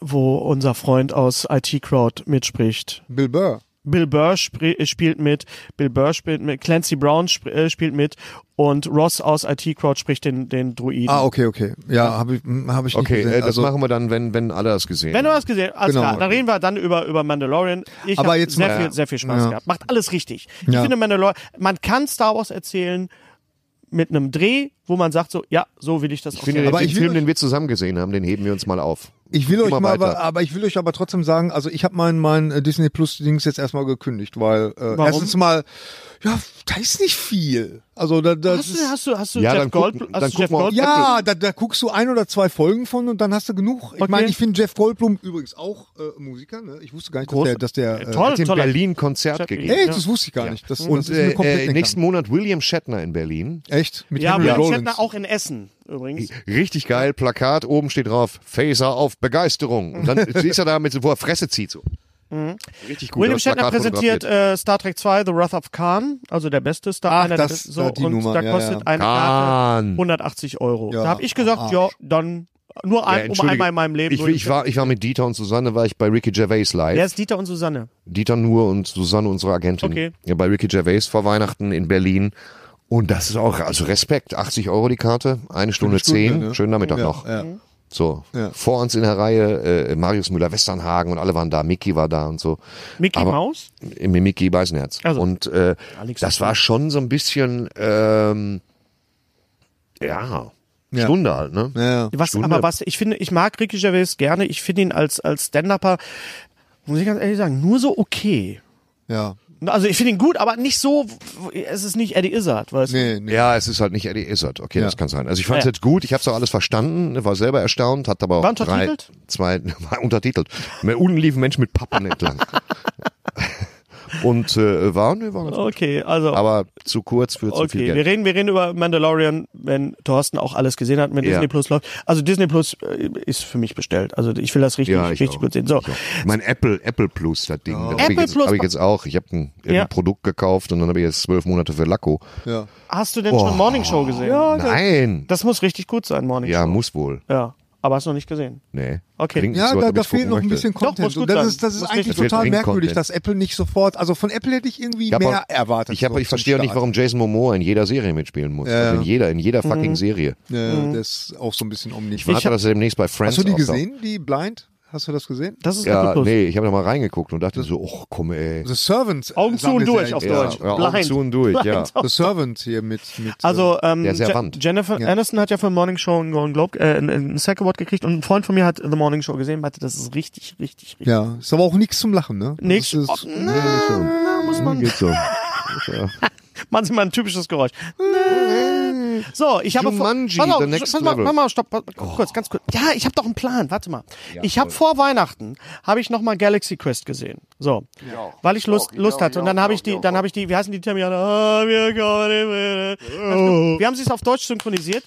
Speaker 3: wo unser Freund aus IT Crowd mitspricht.
Speaker 6: Bill Burr.
Speaker 3: Bill Burr spri- äh, spielt mit, Bill Burr spielt mit, Clancy Brown sp äh, spielt mit und Ross aus IT Crowd spricht den, den Druiden.
Speaker 6: Ah, okay, okay. Ja, habe ich, hm, hab ich nicht
Speaker 4: Okay,
Speaker 6: gesehen.
Speaker 4: äh, das
Speaker 6: also,
Speaker 4: machen wir dann, wenn, wenn alle das gesehen
Speaker 3: Wenn du was gesehen hast,
Speaker 6: Genau.
Speaker 3: klar, dann reden wir dann über, über Mandalorian. Ich
Speaker 6: Aber
Speaker 3: hab
Speaker 6: jetzt
Speaker 3: sehr,
Speaker 6: mal-
Speaker 3: viel, sehr viel Spaß
Speaker 6: Ja.
Speaker 3: gehabt. Macht alles richtig. Ich
Speaker 6: Ja.
Speaker 3: finde Mandalorian, man kann Star Wars erzählen mit einem Dreh, wo man sagt so, ja, so will ich das
Speaker 4: Ich finde, den,
Speaker 6: Aber
Speaker 4: den
Speaker 6: ich will
Speaker 4: Film,
Speaker 6: euch-
Speaker 4: den wir zusammen gesehen haben, den heben wir uns mal auf.
Speaker 6: ich will euch
Speaker 4: Immer
Speaker 6: mal, aber,
Speaker 4: weiter.
Speaker 6: aber ich will euch aber trotzdem sagen, also ich habe mein mein äh, Disney Plus Dings jetzt erstmal gekündigt, weil äh,
Speaker 3: Warum?
Speaker 6: erstens mal ja, da ist nicht viel. Also da, das
Speaker 3: Hast
Speaker 6: ist,
Speaker 3: du, hast du, hast du
Speaker 4: Ja,
Speaker 3: Jeff
Speaker 4: dann gucken-
Speaker 3: Gold, hast
Speaker 4: dann
Speaker 3: du Jeff
Speaker 4: gucken wir-
Speaker 3: Gold
Speaker 6: Ja, da, da guckst du ein oder zwei Folgen von und dann hast du genug. Ich
Speaker 3: Okay.
Speaker 6: meine, ich finde Jeff Goldblum übrigens auch äh, Musiker. Ne? Ich wusste gar nicht, dass
Speaker 3: Groß-
Speaker 6: der, dass der äh,
Speaker 3: toll,
Speaker 4: Hat in
Speaker 3: toll.
Speaker 4: Berlin Konzert gegeben.
Speaker 6: Echt,
Speaker 3: ne? Ja.
Speaker 6: das wusste ich gar nicht. Das,
Speaker 4: Und
Speaker 6: das ist mir
Speaker 4: äh,
Speaker 6: komplett
Speaker 4: äh,
Speaker 6: nicht
Speaker 4: nächsten
Speaker 6: bekannt.
Speaker 4: Monat William Shatner in Berlin.
Speaker 6: Echt? Mit
Speaker 3: Ja,
Speaker 6: Henry
Speaker 3: aber ich
Speaker 6: Rollins.
Speaker 3: hätte auch in Essen übrigens.
Speaker 4: Richtig geil, Plakat, oben steht drauf, Phaser auf Begeisterung. Und dann ist er da mit so, wo er Fresse zieht. So. Richtig gut.
Speaker 3: Mhm. William
Speaker 4: das Plakat
Speaker 3: Shatner präsentiert
Speaker 4: fotografiert.
Speaker 3: äh, Star Trek 2, The Wrath of Khan, also der beste Star,
Speaker 6: Ach,
Speaker 3: einer
Speaker 6: das-
Speaker 3: der
Speaker 6: da
Speaker 3: besten,
Speaker 6: die
Speaker 3: so, und
Speaker 6: Nummer,
Speaker 3: da
Speaker 6: ja,
Speaker 3: kostet
Speaker 6: ja.
Speaker 3: eine Karte
Speaker 4: Kahn.
Speaker 3: 180 Euro.
Speaker 6: Ja,
Speaker 3: da habe ich gesagt,
Speaker 6: am
Speaker 3: ja,
Speaker 6: Arsch.
Speaker 3: dann nur
Speaker 4: Ja,
Speaker 3: ein, um
Speaker 4: Entschuldige,
Speaker 3: einmal in meinem Leben.
Speaker 4: Ich, ich, war, ich war mit Dieter und Susanne, war ich bei Ricky Gervais live.
Speaker 3: Wer ist Dieter und Susanne?
Speaker 4: Dieter Nur und Susanne, unsere Agentin,
Speaker 3: Okay.
Speaker 4: ja, bei Ricky Gervais vor Weihnachten in Berlin. Und das ist auch, also Respekt, 80 Euro die Karte, eine Stunde
Speaker 6: Stunde,
Speaker 4: zehn,
Speaker 6: ne?
Speaker 4: schönen Nachmittag
Speaker 6: Ja,
Speaker 4: noch.
Speaker 6: ja.
Speaker 4: So,
Speaker 6: Ja.
Speaker 4: vor uns in der Reihe äh, Marius Müller-Westernhagen und alle waren da, Mickey war da und so.
Speaker 3: Mickey
Speaker 4: Aber-
Speaker 3: Maus?
Speaker 4: Äh, Mit Mickey Beisenherz.
Speaker 3: Also.
Speaker 4: Und äh,
Speaker 3: Alex-
Speaker 4: das war schon so ein bisschen, ähm, ja,
Speaker 6: Ja.
Speaker 4: Stunde halt, ne?
Speaker 6: Ja.
Speaker 3: Was,
Speaker 4: Stunde.
Speaker 3: aber was, ich finde, ich mag Ricky Gervais gerne, ich finde ihn als, als Stand-Upper, muss ich ganz ehrlich sagen, nur so okay.
Speaker 6: Ja.
Speaker 3: Also ich finde ihn gut, aber nicht so, es ist nicht Eddie Izzard, weißt du?
Speaker 6: Nee, nee.
Speaker 4: Ja, es ist halt nicht Eddie Izzard. Okay,
Speaker 6: Ja.
Speaker 4: das kann sein. Also ich fand es
Speaker 3: Ja.
Speaker 4: jetzt gut, ich habe es auch alles verstanden, war selber erstaunt, hat aber auch
Speaker 3: War
Speaker 4: drei,
Speaker 3: untertitelt?
Speaker 4: zwei, war untertitelt. Mit unten lief ein Mensch mit Pappen entlang. Und äh, war, nee, war ganz gut.
Speaker 3: Okay, also
Speaker 4: Aber zu kurz für zu viel
Speaker 3: okay, wir
Speaker 4: Geld.
Speaker 3: reden, wir reden über Mandalorian, wenn Thorsten auch alles gesehen hat mit
Speaker 4: Ja.
Speaker 3: Disney Plus läuft. Also Disney Plus äh, ist für mich bestellt. Also ich will das richtig,
Speaker 4: Ja, ich
Speaker 3: richtig
Speaker 4: auch.
Speaker 3: gut sehen. So,
Speaker 4: Ich auch. Mein Apple, Apple Plus, das Ding. Das habe ich,
Speaker 3: Apple
Speaker 4: jetzt-
Speaker 3: Plus.
Speaker 4: hab ich jetzt auch. Ich habe ein,
Speaker 3: Ja.
Speaker 4: ein Produkt gekauft und dann habe ich jetzt zwölf Monate für Lacko.
Speaker 6: Ja.
Speaker 3: hast du denn
Speaker 4: Oh.
Speaker 3: schon Morning Show gesehen?
Speaker 4: Nein!
Speaker 3: Das muss richtig gut sein, Morning
Speaker 4: Ja,
Speaker 3: Show.
Speaker 4: muss wohl.
Speaker 3: Ja, aber hast du noch nicht gesehen.
Speaker 4: Nee.
Speaker 3: Okay.
Speaker 4: Klingt
Speaker 6: Ja,
Speaker 4: so, als
Speaker 6: da,
Speaker 4: ob
Speaker 6: da
Speaker 4: ich's gucken
Speaker 6: fehlt noch ein
Speaker 4: möchte.
Speaker 6: bisschen
Speaker 3: Doch, muss
Speaker 6: Content. und
Speaker 3: gut
Speaker 6: das
Speaker 3: sein.
Speaker 6: ist, das ist
Speaker 3: Muss
Speaker 6: eigentlich
Speaker 4: richtig sein.
Speaker 6: total
Speaker 4: Dringend
Speaker 6: merkwürdig,
Speaker 4: Content.
Speaker 6: dass Apple nicht sofort, also von Apple hätte ich irgendwie
Speaker 4: Ich hab
Speaker 6: mehr
Speaker 4: auch-
Speaker 6: erwartet.
Speaker 4: Ich, hab,
Speaker 6: so
Speaker 4: ich
Speaker 6: zum
Speaker 4: verstehe auch nicht,
Speaker 6: Start.
Speaker 4: warum Jason Momoa in jeder Serie mitspielen muss.
Speaker 6: Ja.
Speaker 4: Also in jeder, in jeder
Speaker 3: Mhm.
Speaker 4: fucking Serie.
Speaker 6: Ja, Das ist auch so ein bisschen omnibus.
Speaker 4: Ich warte, dass er demnächst bei Friends
Speaker 6: Hast du die
Speaker 4: auftaucht.
Speaker 6: gesehen, die Blind? Hast du das gesehen?
Speaker 3: Das ist Apple
Speaker 4: Ja,
Speaker 3: Plus.
Speaker 4: nee, ich habe da mal reingeguckt und dachte so, oh komm ey.
Speaker 6: The Servant. äh,
Speaker 3: Augen zu
Speaker 6: sagen
Speaker 3: und
Speaker 6: wir
Speaker 3: durch
Speaker 6: sehr-
Speaker 3: auf
Speaker 4: ja,
Speaker 3: Deutsch.
Speaker 4: ja, Augen
Speaker 3: Blind.
Speaker 4: zu und durch, ja.
Speaker 3: Blind.
Speaker 6: The Servant hier mit. mit
Speaker 3: Also ähm,
Speaker 4: Der ist sehr
Speaker 3: Je-
Speaker 4: wand.
Speaker 3: Jennifer
Speaker 6: Ja.
Speaker 3: Aniston hat ja für Morning Show einen Golden Globe, äh, einen- einen SAG Award gekriegt und ein Freund von mir hat The Morning Show gesehen, und meinte, das ist richtig, richtig, richtig.
Speaker 6: äh, ja, ist aber auch nichts zum Lachen, ne? Das
Speaker 3: Nix.
Speaker 6: Ist,
Speaker 3: Oh, na, na, muss man.
Speaker 4: Geht so.
Speaker 3: Machen Sie mal ein typisches Geräusch. So, ich habe vor-
Speaker 4: Jumanji,
Speaker 3: Warte auf,
Speaker 4: the next
Speaker 3: warte mal,
Speaker 4: level. Oh.
Speaker 3: warte mal, stopp, warte, kurz, ganz kurz. Ja, ich habe doch einen Plan. Warte mal. ich habe vor Weihnachten habe ich noch mal Galaxy Quest gesehen. So, weil ich Lust, Lust hatte und dann habe ich die, dann habe ich die, wie heißen die Termine? Ah, wir kommen- Wir haben sie auf Deutsch synchronisiert.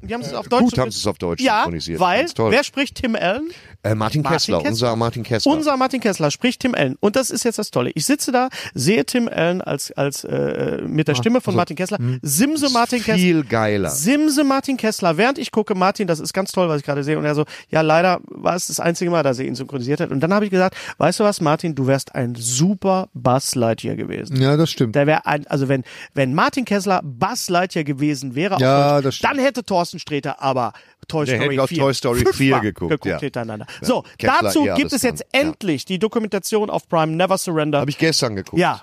Speaker 3: Wir haben sie auf Deutsch.
Speaker 4: Oh. Gut haben sie es auf Deutsch
Speaker 3: ja,
Speaker 4: synchronisiert.
Speaker 3: weil
Speaker 4: Ganz toll.
Speaker 3: wer spricht Tim Allen?
Speaker 4: Äh, Martin, Kessler,
Speaker 3: Kessler.
Speaker 4: unser Martin Kessler.
Speaker 3: Unser Martin Kessler spricht Tim Allen. Und das ist jetzt das Tolle. Ich sitze da, sehe Tim Allen als, als, äh, mit der Stimme von Martin Kessler. Simse Martin Kessler.
Speaker 4: Viel geiler.
Speaker 3: Simse Martin Kessler. Während ich gucke, Martin, das ist ganz toll, was ich gerade sehe. Und er so, ja, leider war es das einzige Mal, dass er ihn synchronisiert hat. Und dann habe ich gesagt, weißt du was, Martin, du wärst ein super Buzz Lightyear gewesen.
Speaker 6: ja, das stimmt.
Speaker 3: Da wäre ein, also wenn, wenn Martin Kessler Buzz Lightyear gewesen wäre, auf
Speaker 6: Ja,
Speaker 3: Deutsch,
Speaker 6: das stimmt.
Speaker 3: dann hätte Thorsten Sträter aber Toy
Speaker 4: Der
Speaker 3: Story
Speaker 4: hätte auf
Speaker 3: 4,
Speaker 4: Toy Story
Speaker 3: fünfmal
Speaker 4: 4 geguckt, ja.
Speaker 3: hintereinander. So,
Speaker 4: Kessler,
Speaker 3: dazu
Speaker 4: ja,
Speaker 3: gibt
Speaker 4: das
Speaker 3: es jetzt
Speaker 4: kann- ja.
Speaker 3: endlich die Dokumentation auf Prime Never Surrender.
Speaker 4: Habe ich gestern geguckt.
Speaker 3: ja.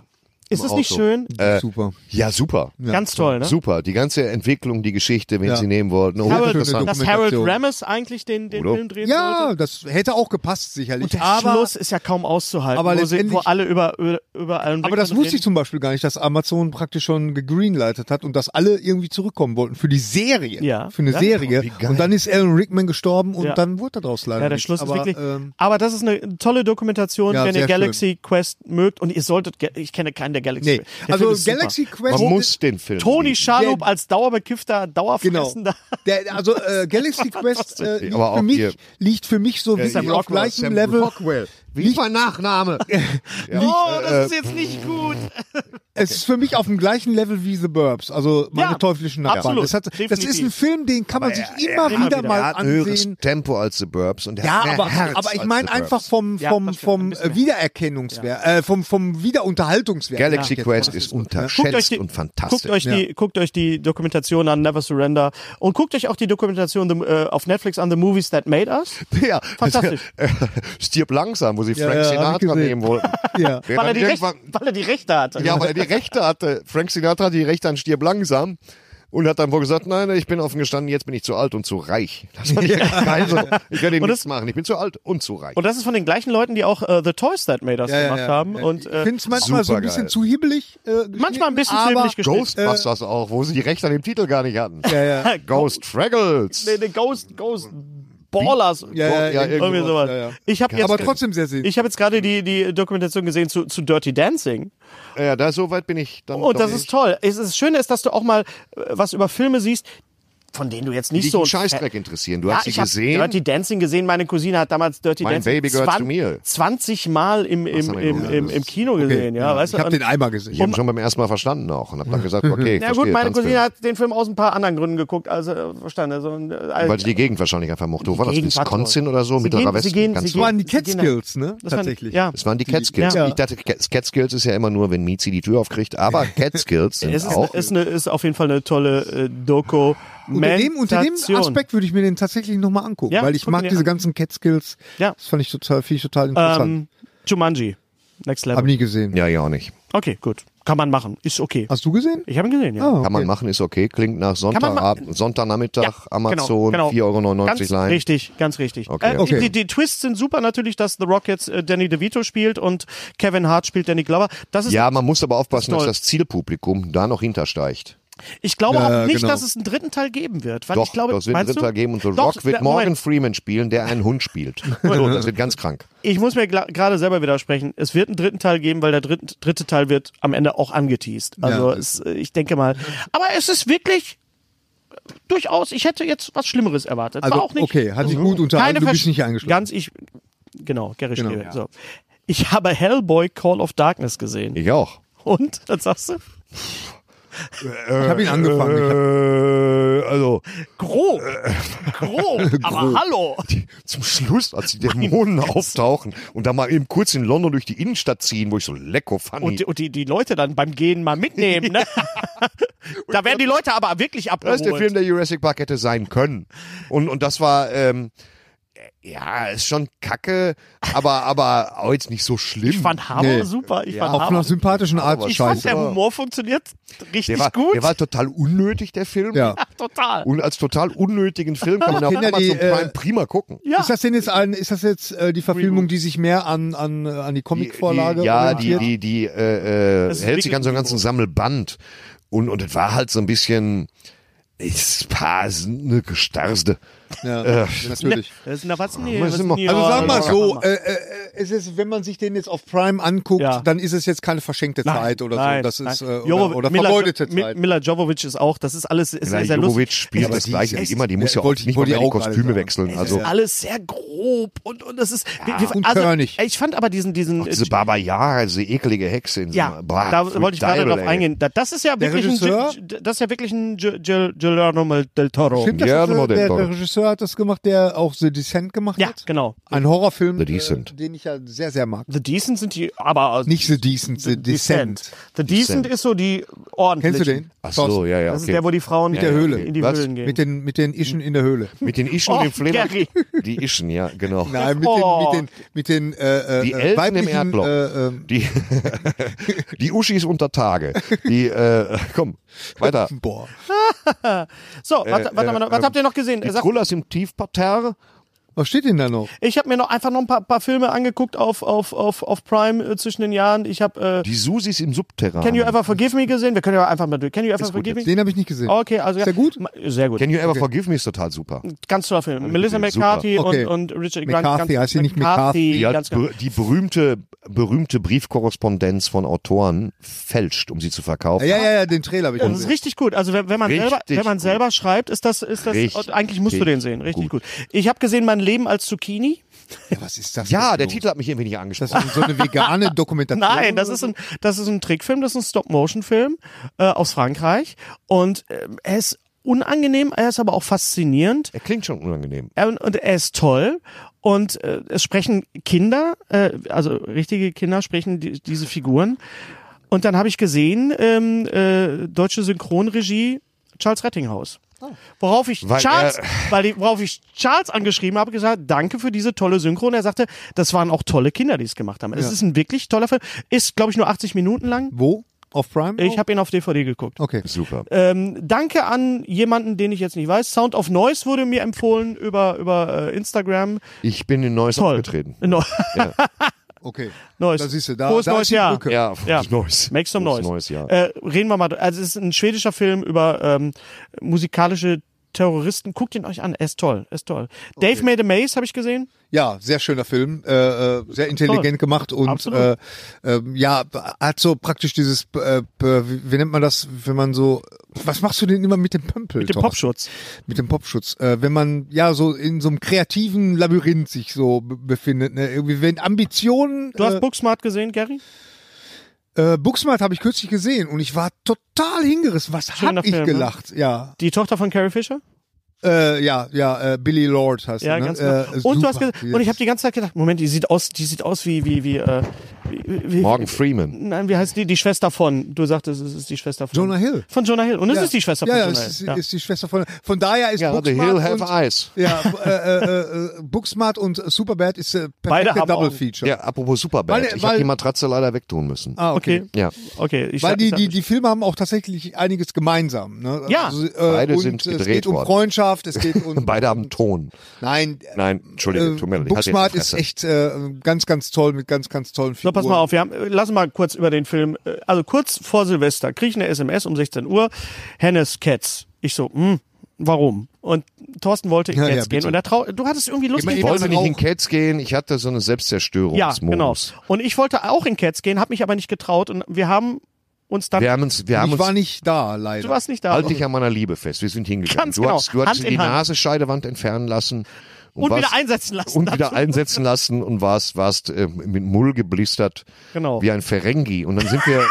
Speaker 3: Ist es nicht
Speaker 4: Auto.
Speaker 3: schön?
Speaker 6: Super.
Speaker 4: Ja, super.
Speaker 3: Ganz toll, ne?
Speaker 4: Super. Die ganze Entwicklung, die Geschichte, wen
Speaker 6: Ja.
Speaker 4: sie nehmen wollten. Oh,
Speaker 3: Harold,
Speaker 4: interessant.
Speaker 3: dass Harold
Speaker 6: Dokumentation.
Speaker 3: Ramis eigentlich den, den
Speaker 4: Oder?
Speaker 3: Film drehen sollte.
Speaker 6: Ja, das hätte auch gepasst, sicherlich.
Speaker 3: Und der
Speaker 6: aber,
Speaker 3: Schluss ist ja kaum auszuhalten,
Speaker 6: aber
Speaker 3: wo, sie, wo
Speaker 6: letztendlich-
Speaker 3: alle über, über, über allen
Speaker 6: aber das
Speaker 3: Blickern
Speaker 6: wusste
Speaker 3: reden.
Speaker 6: ich zum Beispiel gar nicht, dass Amazon praktisch schon gegreenlightet hat und dass alle irgendwie zurückkommen wollten für die Serie.
Speaker 3: Ja.
Speaker 6: Für eine
Speaker 3: Ja.
Speaker 6: Serie.
Speaker 4: Oh, Wie geil.
Speaker 6: Und dann ist Alan Rickman gestorben und
Speaker 3: Ja.
Speaker 6: dann wurde daraus leider
Speaker 3: Ja, der
Speaker 6: nichts.
Speaker 3: Schluss ist
Speaker 6: aber,
Speaker 3: wirklich.
Speaker 6: Ähm,
Speaker 3: aber das ist eine tolle Dokumentation,
Speaker 6: Ja,
Speaker 3: wenn ihr
Speaker 6: sehr
Speaker 3: Galaxy Quest mögt. Und ihr solltet. Ga- Ich kenne keinen, der Galaxy.
Speaker 6: nee,
Speaker 3: Der Film
Speaker 6: also
Speaker 3: ist super.
Speaker 6: Galaxy Quest...
Speaker 4: Man muss den Film.
Speaker 3: Toni
Speaker 4: sehen.
Speaker 3: Schalup
Speaker 6: Der-
Speaker 3: als Dauerbekiffter,
Speaker 6: Genau.
Speaker 3: Dauerfressender.
Speaker 6: Der, also äh, Galaxy Quest äh, liegt,
Speaker 4: Aber auch
Speaker 6: für mich,
Speaker 4: hier-
Speaker 6: liegt für mich so wie
Speaker 4: Sam
Speaker 6: auf
Speaker 4: Rockwell,
Speaker 6: gleichem
Speaker 4: Sam
Speaker 6: Level.
Speaker 4: Rockwell. Wie war Nachname?
Speaker 3: Oh,
Speaker 6: äh,
Speaker 3: das ist jetzt nicht gut.
Speaker 6: Es ist für mich auf dem gleichen Level wie The Burbs, also meine
Speaker 3: Ja,
Speaker 6: teuflischen Nachbarn.
Speaker 3: absolut,
Speaker 6: Das, hat, das
Speaker 3: definitiv.
Speaker 6: ist ein Film, den kann man sich immer wieder
Speaker 3: wieder.
Speaker 6: mal
Speaker 4: Er hat ein höheres
Speaker 6: ansehen.
Speaker 4: Tempo als The Burbs und er
Speaker 6: Ja,
Speaker 4: hat mehr
Speaker 6: aber,
Speaker 4: Herz
Speaker 6: aber ich
Speaker 4: als
Speaker 6: meine
Speaker 4: The
Speaker 6: einfach
Speaker 4: Burbs.
Speaker 6: vom,
Speaker 3: Ja,
Speaker 6: vom,
Speaker 3: das stimmt, ein
Speaker 6: vom
Speaker 3: bisschen
Speaker 6: äh,
Speaker 3: mehr.
Speaker 6: Wiedererkennungswert, äh, vom, vom Wiederunterhaltungswert.
Speaker 4: Galaxy
Speaker 6: Ja.
Speaker 4: Quest ist
Speaker 3: ne? Guckt euch
Speaker 4: unterschätzt
Speaker 3: die,
Speaker 4: und
Speaker 3: guckt euch
Speaker 4: fantastisch.
Speaker 3: die, guckt euch die Dokumentation an Never Surrender und guckt euch auch die Dokumentation the, äh, auf Netflix an The Movies That Made Us.
Speaker 4: Ja,
Speaker 3: Fantastisch.
Speaker 4: stirb langsam, wo sie Frank
Speaker 6: ja, hab ich
Speaker 4: Sinatra
Speaker 6: gesehen.
Speaker 4: nehmen wollten.
Speaker 6: Ja.
Speaker 4: Der
Speaker 3: Weil er,
Speaker 4: dann
Speaker 3: die Rechte,
Speaker 4: irgendwann-
Speaker 3: weil er die Rechte hatte.
Speaker 4: Ja, weil er die Rechte hatte. Frank Sinatra hatte die Rechte an Stirb langsam und hat dann wohl gesagt, nein, ich bin offen gestanden, jetzt bin ich zu alt und zu reich. Das war ja. also, ich werde nichts machen, ich bin zu alt und zu reich.
Speaker 3: Und das ist von den gleichen Leuten, die auch äh, The Toys That Made Us
Speaker 6: Ja, ja,
Speaker 3: gemacht
Speaker 6: ja.
Speaker 3: haben. Und
Speaker 6: ich
Speaker 3: äh,
Speaker 6: finde es manchmal so ein bisschen
Speaker 4: supergeil.
Speaker 6: zu hibbelig. Äh,
Speaker 3: manchmal ein bisschen
Speaker 6: aber-
Speaker 3: ziemlich geschnitten.
Speaker 4: Ghostbusters auch, wo sie die Rechte an dem Titel gar nicht hatten.
Speaker 6: Ja, ja.
Speaker 4: Ghost Fraggles.
Speaker 3: Nee, nee, Ghost, Ghost Ballers.
Speaker 6: Ja, ja,
Speaker 4: Ja,
Speaker 6: irgendwie
Speaker 3: Irgendwie sowas.
Speaker 6: Ja, ja.
Speaker 3: Ich habe jetzt,
Speaker 6: Aber trotzdem sehr sehenswert.
Speaker 3: ich hab jetzt gerade die, die Dokumentation gesehen zu, zu Dirty Dancing.
Speaker 4: Ja, da so weit bin ich. Dann
Speaker 3: Und Oh, das
Speaker 4: nicht.
Speaker 3: ist toll. Es ist das Schöne ist, dass du auch mal äh, was über Filme siehst, von denen du jetzt nicht
Speaker 4: Dich
Speaker 3: so
Speaker 4: ein
Speaker 3: ein
Speaker 4: Scheißdreck interessieren. Du
Speaker 3: Ja,
Speaker 4: hast sie
Speaker 3: ich habe
Speaker 4: gesehen.
Speaker 3: Dirty Dancing gesehen. Meine Cousine hat damals Dirty
Speaker 4: Mein
Speaker 3: Dancing
Speaker 4: Baby gehört
Speaker 3: 20,
Speaker 4: zu mir.
Speaker 3: 20 Mal im, im,
Speaker 4: haben wir
Speaker 3: im,
Speaker 4: gemacht?
Speaker 3: im, im Kino gesehen. Ja, weißt
Speaker 6: Ich
Speaker 3: du?
Speaker 6: habe den einmal gesehen.
Speaker 3: Um
Speaker 4: ich habe schon beim ersten Mal verstanden auch und habe dann gesagt, okay, ich
Speaker 3: ja
Speaker 4: verstehe,
Speaker 3: gut, meine
Speaker 4: Tanzfilm.
Speaker 3: Cousine hat den Film aus ein paar anderen Gründen geguckt, also äh, verstanden. Also, äh,
Speaker 4: weil sie die Gegend wahrscheinlich einfach mochte. Wo war das?
Speaker 3: Gegend war
Speaker 4: Wisconsin
Speaker 3: toll.
Speaker 4: oder so?
Speaker 3: Sie
Speaker 4: Mittlerer
Speaker 3: gehen-
Speaker 4: Westen.
Speaker 3: sie gehen-
Speaker 4: ganz
Speaker 3: sie
Speaker 4: so.
Speaker 6: Das waren die
Speaker 3: Sie gehen da-
Speaker 6: Catskills, ne?
Speaker 3: Genau. das war-
Speaker 6: Tatsächlich.
Speaker 3: Ja,
Speaker 4: Das waren die Catskills.
Speaker 3: Ja.
Speaker 4: Ich dachte, Cat- Catskills ist ja immer nur, wenn Miezi die Tür aufkriegt, aber Catskills sind
Speaker 3: es ist,
Speaker 4: auch.
Speaker 3: ist, eine, ist auf jeden Fall eine tolle äh, Doku.
Speaker 6: Unter dem, unter dem Aspekt würde ich mir den tatsächlich nochmal angucken,
Speaker 3: Ja,
Speaker 6: weil ich
Speaker 3: guck
Speaker 6: mag
Speaker 3: ihn dir
Speaker 6: diese
Speaker 3: an.
Speaker 6: ganzen Catskills.
Speaker 3: Ja.
Speaker 6: Das fand ich total, finde ich total interessant.
Speaker 3: ähm, Jumanji. Next
Speaker 6: Hab
Speaker 3: Level.
Speaker 6: nie gesehen.
Speaker 4: ja, ja, auch nicht.
Speaker 3: Okay, gut. Kann man machen, ist okay.
Speaker 6: Hast du gesehen?
Speaker 3: Ich habe ihn gesehen, ja.
Speaker 6: Ah,
Speaker 4: Kann man machen, ist okay. Klingt nach Sonntagabend, Sonntagnachmittag, Amazon,
Speaker 3: genau, genau.
Speaker 4: 4,99
Speaker 3: Ganz
Speaker 4: Euro Line.
Speaker 3: Richtig, ganz richtig.
Speaker 4: Okay,
Speaker 3: äh,
Speaker 6: okay.
Speaker 3: Die, die Twists sind super natürlich, dass The Rock jetzt äh, Danny DeVito spielt und Kevin Hart spielt Danny Glover. Das ist,
Speaker 4: Ja, man muss aber aufpassen, dass
Speaker 3: Toll.
Speaker 4: das Zielpublikum da noch hintersteigt.
Speaker 3: ich glaube
Speaker 6: Ja,
Speaker 3: auch nicht,
Speaker 6: genau.
Speaker 3: dass es einen dritten Teil geben wird. Weil
Speaker 4: Doch,
Speaker 3: ich glaube,
Speaker 4: das wird ein
Speaker 3: meinst
Speaker 4: Dritter
Speaker 3: du?
Speaker 4: geben und The
Speaker 3: Doch,
Speaker 4: Rock wird
Speaker 3: na,
Speaker 4: Morgan
Speaker 3: Moment.
Speaker 4: Freeman spielen, der einen Hund spielt. So, das wird ganz krank.
Speaker 3: Ich muss mir gla- gerade selber widersprechen. Es wird einen dritten Teil geben, weil der dritte, dritte Teil wird am Ende auch angeteased. Also
Speaker 6: Ja.
Speaker 3: es, äh, ich denke mal. Aber es ist wirklich äh, durchaus, ich hätte jetzt was Schlimmeres erwartet.
Speaker 6: Also,
Speaker 3: War auch nicht.
Speaker 6: okay, hat dich gut unterhalten, du bist
Speaker 3: Versch-
Speaker 6: nicht eingeschlafen.
Speaker 3: Ganz ich, genau, Gary Schneeberg, so. Ich habe Hellboy Call of Darkness gesehen.
Speaker 4: Ich auch.
Speaker 3: Und, was sagst du?
Speaker 6: Ich
Speaker 3: Äh,
Speaker 6: habe ihn angefangen. Ich hab, Äh.
Speaker 4: also,
Speaker 3: Grob. Grob. Aber hallo.
Speaker 4: zum Schluss, als die Dämonen auftauchen und dann mal eben kurz in London durch die Innenstadt ziehen, wo ich so lecko funny.
Speaker 3: Und, die- und die, die Leute dann beim Gehen mal mitnehmen. Ne? da werden die Leute aber wirklich
Speaker 4: Das ist der Film,
Speaker 3: abgeholt.
Speaker 4: der Jurassic Park hätte sein können. Und, und das war, ähm, ja, ist schon kacke, aber, aber auch jetzt nicht so schlimm.
Speaker 3: Ich fand Hammer
Speaker 6: Nee.
Speaker 3: super. Ich fand
Speaker 6: auf einer
Speaker 3: Hammer
Speaker 6: sympathischen Art.
Speaker 4: Aber
Speaker 3: Ich
Speaker 6: Scheiße.
Speaker 3: fand, der Humor funktioniert richtig
Speaker 4: der, war,
Speaker 3: gut.
Speaker 4: der war total unnötig, der Film.
Speaker 6: Ja.
Speaker 3: Total.
Speaker 4: Und als total unnötigen Film kann man ja auch
Speaker 6: Kinder,
Speaker 4: mal
Speaker 6: die,
Speaker 4: zum Prime
Speaker 6: äh,
Speaker 4: prima gucken.
Speaker 3: ja.
Speaker 6: Ist das denn jetzt ein, ist das jetzt äh, die Verfilmung, die sich mehr an an äh, an die
Speaker 4: Die,
Speaker 6: Comicvorlage
Speaker 4: die, ja, die,
Speaker 6: orientiert?
Speaker 4: die, die äh, äh,
Speaker 3: Das ist
Speaker 4: hält sich an so einem
Speaker 3: wirklich
Speaker 4: ganzen Sammelband. Und, und das war halt so ein bisschen, ist eine Gestarste.
Speaker 6: ja,
Speaker 4: äh,
Speaker 6: natürlich.
Speaker 3: Das ist na, was nee,
Speaker 4: Was
Speaker 3: was
Speaker 4: immer-
Speaker 3: nee,
Speaker 4: Also
Speaker 6: Also
Speaker 3: ja,
Speaker 6: sag mal
Speaker 3: ja.
Speaker 6: so, äh, äh, es ist, wenn man sich den jetzt auf Prime anguckt,
Speaker 3: Ja.
Speaker 6: dann ist es jetzt keine verschenkte
Speaker 3: Nein,
Speaker 6: Zeit oder
Speaker 3: nein,
Speaker 6: so. Das ist äh,
Speaker 3: nein.
Speaker 6: oder,
Speaker 3: Jovo-
Speaker 6: oder
Speaker 3: Mila-
Speaker 6: vergeudete
Speaker 3: Mi-
Speaker 6: Zeit.
Speaker 3: Mila Jovovich ist auch, das ist alles ist
Speaker 4: Ja,
Speaker 3: sehr
Speaker 4: Jovovic
Speaker 3: lustig.
Speaker 4: spielt
Speaker 6: Aber
Speaker 4: das
Speaker 6: die
Speaker 4: gleiche
Speaker 6: ist-
Speaker 4: wie immer, die muss ja,
Speaker 6: Ja,
Speaker 4: auch
Speaker 6: wollte ich-
Speaker 4: nicht mal
Speaker 6: wollte
Speaker 4: mehr
Speaker 6: ich
Speaker 4: die
Speaker 6: auch gerade
Speaker 4: Kostüme
Speaker 6: sagen.
Speaker 4: wechseln. Also,
Speaker 3: ist alles sehr grob und, und es ist wir- wir-
Speaker 6: Und
Speaker 3: also,
Speaker 6: körnig.
Speaker 3: ich fand aber diesen diesen
Speaker 4: diese Baba Yaga, diese ekelige Hexe in so
Speaker 3: ja,
Speaker 4: einer- Boah,
Speaker 3: da wollte ich gerade
Speaker 4: Teufel,
Speaker 3: drauf
Speaker 4: ey.
Speaker 3: eingehen. Da- Das ist ja
Speaker 6: Der
Speaker 3: wirklich ein
Speaker 6: Regisseur?
Speaker 3: Gi- Gi- das ist ja wirklich ein Gi- Gi- Guillermo del Toro.
Speaker 6: Stimmt das?
Speaker 4: Ja,
Speaker 6: dass, äh,
Speaker 4: Modell,
Speaker 6: der,
Speaker 4: doch.
Speaker 6: der Regisseur hat das gemacht, der auch The Descent gemacht
Speaker 3: Ja,
Speaker 6: hat.
Speaker 3: genau.
Speaker 6: Ein Horrorfilm,
Speaker 4: The
Speaker 6: äh,
Speaker 4: Descent.
Speaker 6: den ich ja sehr, sehr mag.
Speaker 3: The Decent sind die aber
Speaker 6: Nicht The Decent, The Descent.
Speaker 3: The Decent ist so die ordentliche.
Speaker 6: Kennst du den?
Speaker 4: Ach so, ja, ja,
Speaker 3: Das ist
Speaker 4: okay.
Speaker 3: der, wo die Frauen äh,
Speaker 6: der Höhle.
Speaker 3: in die
Speaker 4: Was?
Speaker 3: Höhlen gehen.
Speaker 6: Mit den, mit den Ischen in der Höhle.
Speaker 4: Mit den Ischen
Speaker 3: Oh,
Speaker 4: und den Flimmern.
Speaker 3: Gary.
Speaker 4: Die Ischen, ja, genau.
Speaker 6: Nein, mit
Speaker 3: Oh.
Speaker 6: den, mit den, mit den äh, äh,
Speaker 4: Die
Speaker 6: äh,
Speaker 4: Elfen im
Speaker 6: weiblichen,
Speaker 4: Erdloch.
Speaker 6: Äh, ähm,
Speaker 4: Die, die Uschis unter Tage. Die, äh, komm, weiter.
Speaker 6: boah.
Speaker 3: So, warte,
Speaker 6: äh,
Speaker 3: warte mal, noch. was habt ihr noch gesehen? Äh,
Speaker 4: Die
Speaker 3: Sag-
Speaker 4: Krullers im Tiefparterre.
Speaker 6: Was steht denn da noch?
Speaker 3: Ich habe mir noch einfach noch ein paar, paar Filme angeguckt auf, auf, auf, auf Prime äh, zwischen den Jahren. Ich habe äh,
Speaker 4: Die Susis im Subterran.
Speaker 3: Can You Ever Forgive Me gesehen. Wir können ja einfach mal durch. Can You Ever Forgive Me?
Speaker 6: Den habe ich nicht gesehen.
Speaker 3: Okay, also
Speaker 6: Ist
Speaker 3: ja.
Speaker 6: der gut?
Speaker 3: Ma- Sehr gut.
Speaker 4: Can you ever forgive me ist total super.
Speaker 3: Ganz toller Film. Melissa
Speaker 4: gesehen.
Speaker 3: McCarthy
Speaker 6: Super. Okay.
Speaker 3: und, und Richard Grant.
Speaker 6: McCarthy
Speaker 3: ganz,
Speaker 6: heißt sie nicht
Speaker 4: Die,
Speaker 3: ganz
Speaker 4: hat
Speaker 3: genau.
Speaker 4: ber- die berühmte, berühmte Briefkorrespondenz von Autoren fälscht, um sie zu
Speaker 6: Ja,
Speaker 4: verkaufen.
Speaker 6: Ah, ja, ja, den Trailer habe ich
Speaker 3: Das ist
Speaker 6: gesehen.
Speaker 3: richtig gut. Also wenn, wenn man
Speaker 4: Richtig
Speaker 3: selber, wenn man
Speaker 4: gut.
Speaker 3: selber schreibt, ist das, ist das
Speaker 4: Richtig
Speaker 3: eigentlich musst du den sehen. Richtig gut. Ich habe gesehen mein Leben als Zucchini.
Speaker 6: Ja, was ist das?
Speaker 4: Ja,
Speaker 6: denn
Speaker 4: der
Speaker 6: los?
Speaker 4: Titel hat mich irgendwie nicht angesprochen.
Speaker 6: Das ist so eine vegane Dokumentation.
Speaker 3: Nein, das ist ein, das ist ein Trickfilm, das ist ein Stop-Motion-Film äh, aus Frankreich und ähm, er ist unangenehm, er ist aber auch faszinierend
Speaker 4: er klingt schon unangenehm.
Speaker 3: er, und er ist toll und äh, es sprechen Kinder, äh, also richtige Kinder sprechen die, diese Figuren und dann habe ich gesehen ähm, äh, deutsche Synchronregie Charles Rettinghaus. Worauf ich
Speaker 4: Weil
Speaker 3: Charles,
Speaker 4: er-
Speaker 3: weil ich, worauf ich Charles angeschrieben habe, gesagt, danke für diese tolle Synchron. Er sagte, das waren auch tolle Kinder, die es gemacht haben. Es ist ein wirklich toller Film. Ist, glaube ich, nur 80 Minuten lang.
Speaker 6: Wo? Auf Prime?
Speaker 3: Ich habe ihn auf DVD geguckt.
Speaker 6: Okay.
Speaker 4: Super.
Speaker 3: Ähm, danke an jemanden, den ich jetzt nicht weiß. Sound of Noise wurde mir empfohlen über, über äh, Instagram.
Speaker 4: Ich bin in Neues
Speaker 3: Toll.
Speaker 4: aufgetreten.
Speaker 3: No,
Speaker 6: Okay.
Speaker 3: Neues.
Speaker 6: Da siehst du, da,
Speaker 3: Frohes
Speaker 6: da
Speaker 3: neues
Speaker 6: ist die
Speaker 3: Jahr.
Speaker 6: Brücke.
Speaker 4: Ja,
Speaker 3: Ja.
Speaker 4: Neues.
Speaker 3: Make some
Speaker 4: Frohes
Speaker 3: noise.
Speaker 4: Neues, ja.
Speaker 3: Äh, reden wir mal. Also es ist ein schwedischer Film über ähm, musikalische Terroristen. Guckt ihn euch an. Er ist toll. Er ist toll. Dave Made a Maze habe ich gesehen.
Speaker 6: Ja, sehr schöner Film, äh, äh, sehr intelligent gemacht und äh,
Speaker 3: Absolut.
Speaker 6: ähm, ja, hat so praktisch dieses, äh, wie, wie nennt man das, wenn man so, was machst du denn immer mit dem Pömpel?
Speaker 3: Mit dem
Speaker 6: Thorsten?
Speaker 3: Popschutz.
Speaker 6: Mit dem Popschutz. Äh, wenn man ja so in so einem kreativen Labyrinth sich so be- befindet, ne? irgendwie wenn Ambitionen.
Speaker 3: Du hast
Speaker 6: äh,
Speaker 3: Booksmart gesehen, Gary?
Speaker 6: äh, Booksmart habe ich kürzlich gesehen und ich war total hingerissen. Was
Speaker 3: Schöner
Speaker 6: hab ich
Speaker 3: Film, ne?
Speaker 6: gelacht? Ja,
Speaker 3: Die Tochter von Carrie Fisher?
Speaker 6: äh, ja, ja. Äh, Billy Lord heißt
Speaker 3: Ja,
Speaker 6: er. Ne?
Speaker 3: ganz genau.
Speaker 6: Äh,
Speaker 3: und du hast
Speaker 6: super.
Speaker 3: gesehen, und ich habe die ganze Zeit gedacht, Moment, die sieht aus, die sieht aus wie wie wie äh, wie,
Speaker 4: Morgan Freeman.
Speaker 3: Nein, wie heißt die? Die Schwester von. Du sagtest, es ist die Schwester von.
Speaker 6: Jonah Hill.
Speaker 3: Von Jonah Hill. Und es
Speaker 6: Ja.
Speaker 3: ist die Schwester von
Speaker 6: ja, ja,
Speaker 3: Jonah
Speaker 6: es
Speaker 3: Hill.
Speaker 6: ist,
Speaker 3: ja.
Speaker 6: ist die Schwester von. Von daher ist
Speaker 4: Ja, the
Speaker 6: Booksmart
Speaker 4: Hill have
Speaker 6: und,
Speaker 4: eyes.
Speaker 6: Ja, äh, äh, äh, Booksmart und Superbad ist äh,
Speaker 3: Beide
Speaker 6: perfekte
Speaker 3: haben
Speaker 6: Double
Speaker 3: Augen.
Speaker 6: Feature.
Speaker 4: Ja, apropos Superbad.
Speaker 6: Weil-
Speaker 4: ich habe
Speaker 6: weil-
Speaker 4: die Matratze leider wegtun müssen.
Speaker 6: Ah, okay.
Speaker 3: okay.
Speaker 4: Ja.
Speaker 3: Okay. Ich
Speaker 6: Weil die,
Speaker 3: sag-
Speaker 6: die, die Filme haben auch tatsächlich einiges gemeinsam. Ne?
Speaker 3: Ja.
Speaker 6: also, äh,
Speaker 4: Beide
Speaker 6: und
Speaker 4: sind
Speaker 6: Es
Speaker 4: gedreht
Speaker 6: geht um
Speaker 4: worden.
Speaker 6: Freundschaft, es geht um.
Speaker 4: Beide haben Ton.
Speaker 6: Nein,
Speaker 4: Nein, Entschuldigung, tut mir
Speaker 6: äh,
Speaker 4: leid.
Speaker 6: Booksmart
Speaker 4: Halt jetzt
Speaker 6: ist
Speaker 4: die Fresse.
Speaker 6: echt äh, ganz, ganz toll mit ganz, ganz tollen
Speaker 3: So,
Speaker 6: Figuren.
Speaker 3: pass mal auf, wir haben, lass mal kurz über den Film. äh, Also kurz vor Silvester krieg ich eine SMS um 16 Uhr. Hennes Cats. Ich so, hm, warum? Und Thorsten wollte in
Speaker 6: Ja, ja,
Speaker 3: Cats gehen
Speaker 6: bitte.
Speaker 3: und er trau du hattest irgendwie Lust,
Speaker 6: Immer
Speaker 3: in
Speaker 4: Ich
Speaker 6: eben
Speaker 3: Cats
Speaker 4: wollte
Speaker 6: Dann
Speaker 4: nicht in
Speaker 6: auch-
Speaker 4: Cats gehen, ich hatte so eine
Speaker 3: Ja,
Speaker 4: Selbstzerstörungsmodus.
Speaker 3: genau. Und ich wollte auch in Cats gehen, habe mich aber nicht getraut und wir haben uns dann,
Speaker 4: Wir haben uns, wir haben
Speaker 6: ich war
Speaker 4: uns,
Speaker 6: nicht da, leider.
Speaker 3: du warst nicht da.
Speaker 4: halt dich an meiner Liebe fest, wir sind hingegangen.
Speaker 3: Ganz
Speaker 4: du
Speaker 3: genau.
Speaker 4: hast, du hast
Speaker 3: Hand in
Speaker 4: die
Speaker 3: Hand.
Speaker 4: Nasenscheidewand entfernen lassen.
Speaker 3: und wieder
Speaker 4: warst-
Speaker 3: einsetzen lassen.
Speaker 4: Und wieder einsetzen lassen und warst, warst äh, mit Mull geblistert.
Speaker 3: Genau.
Speaker 4: Wie ein Ferengi. Und dann sind wir,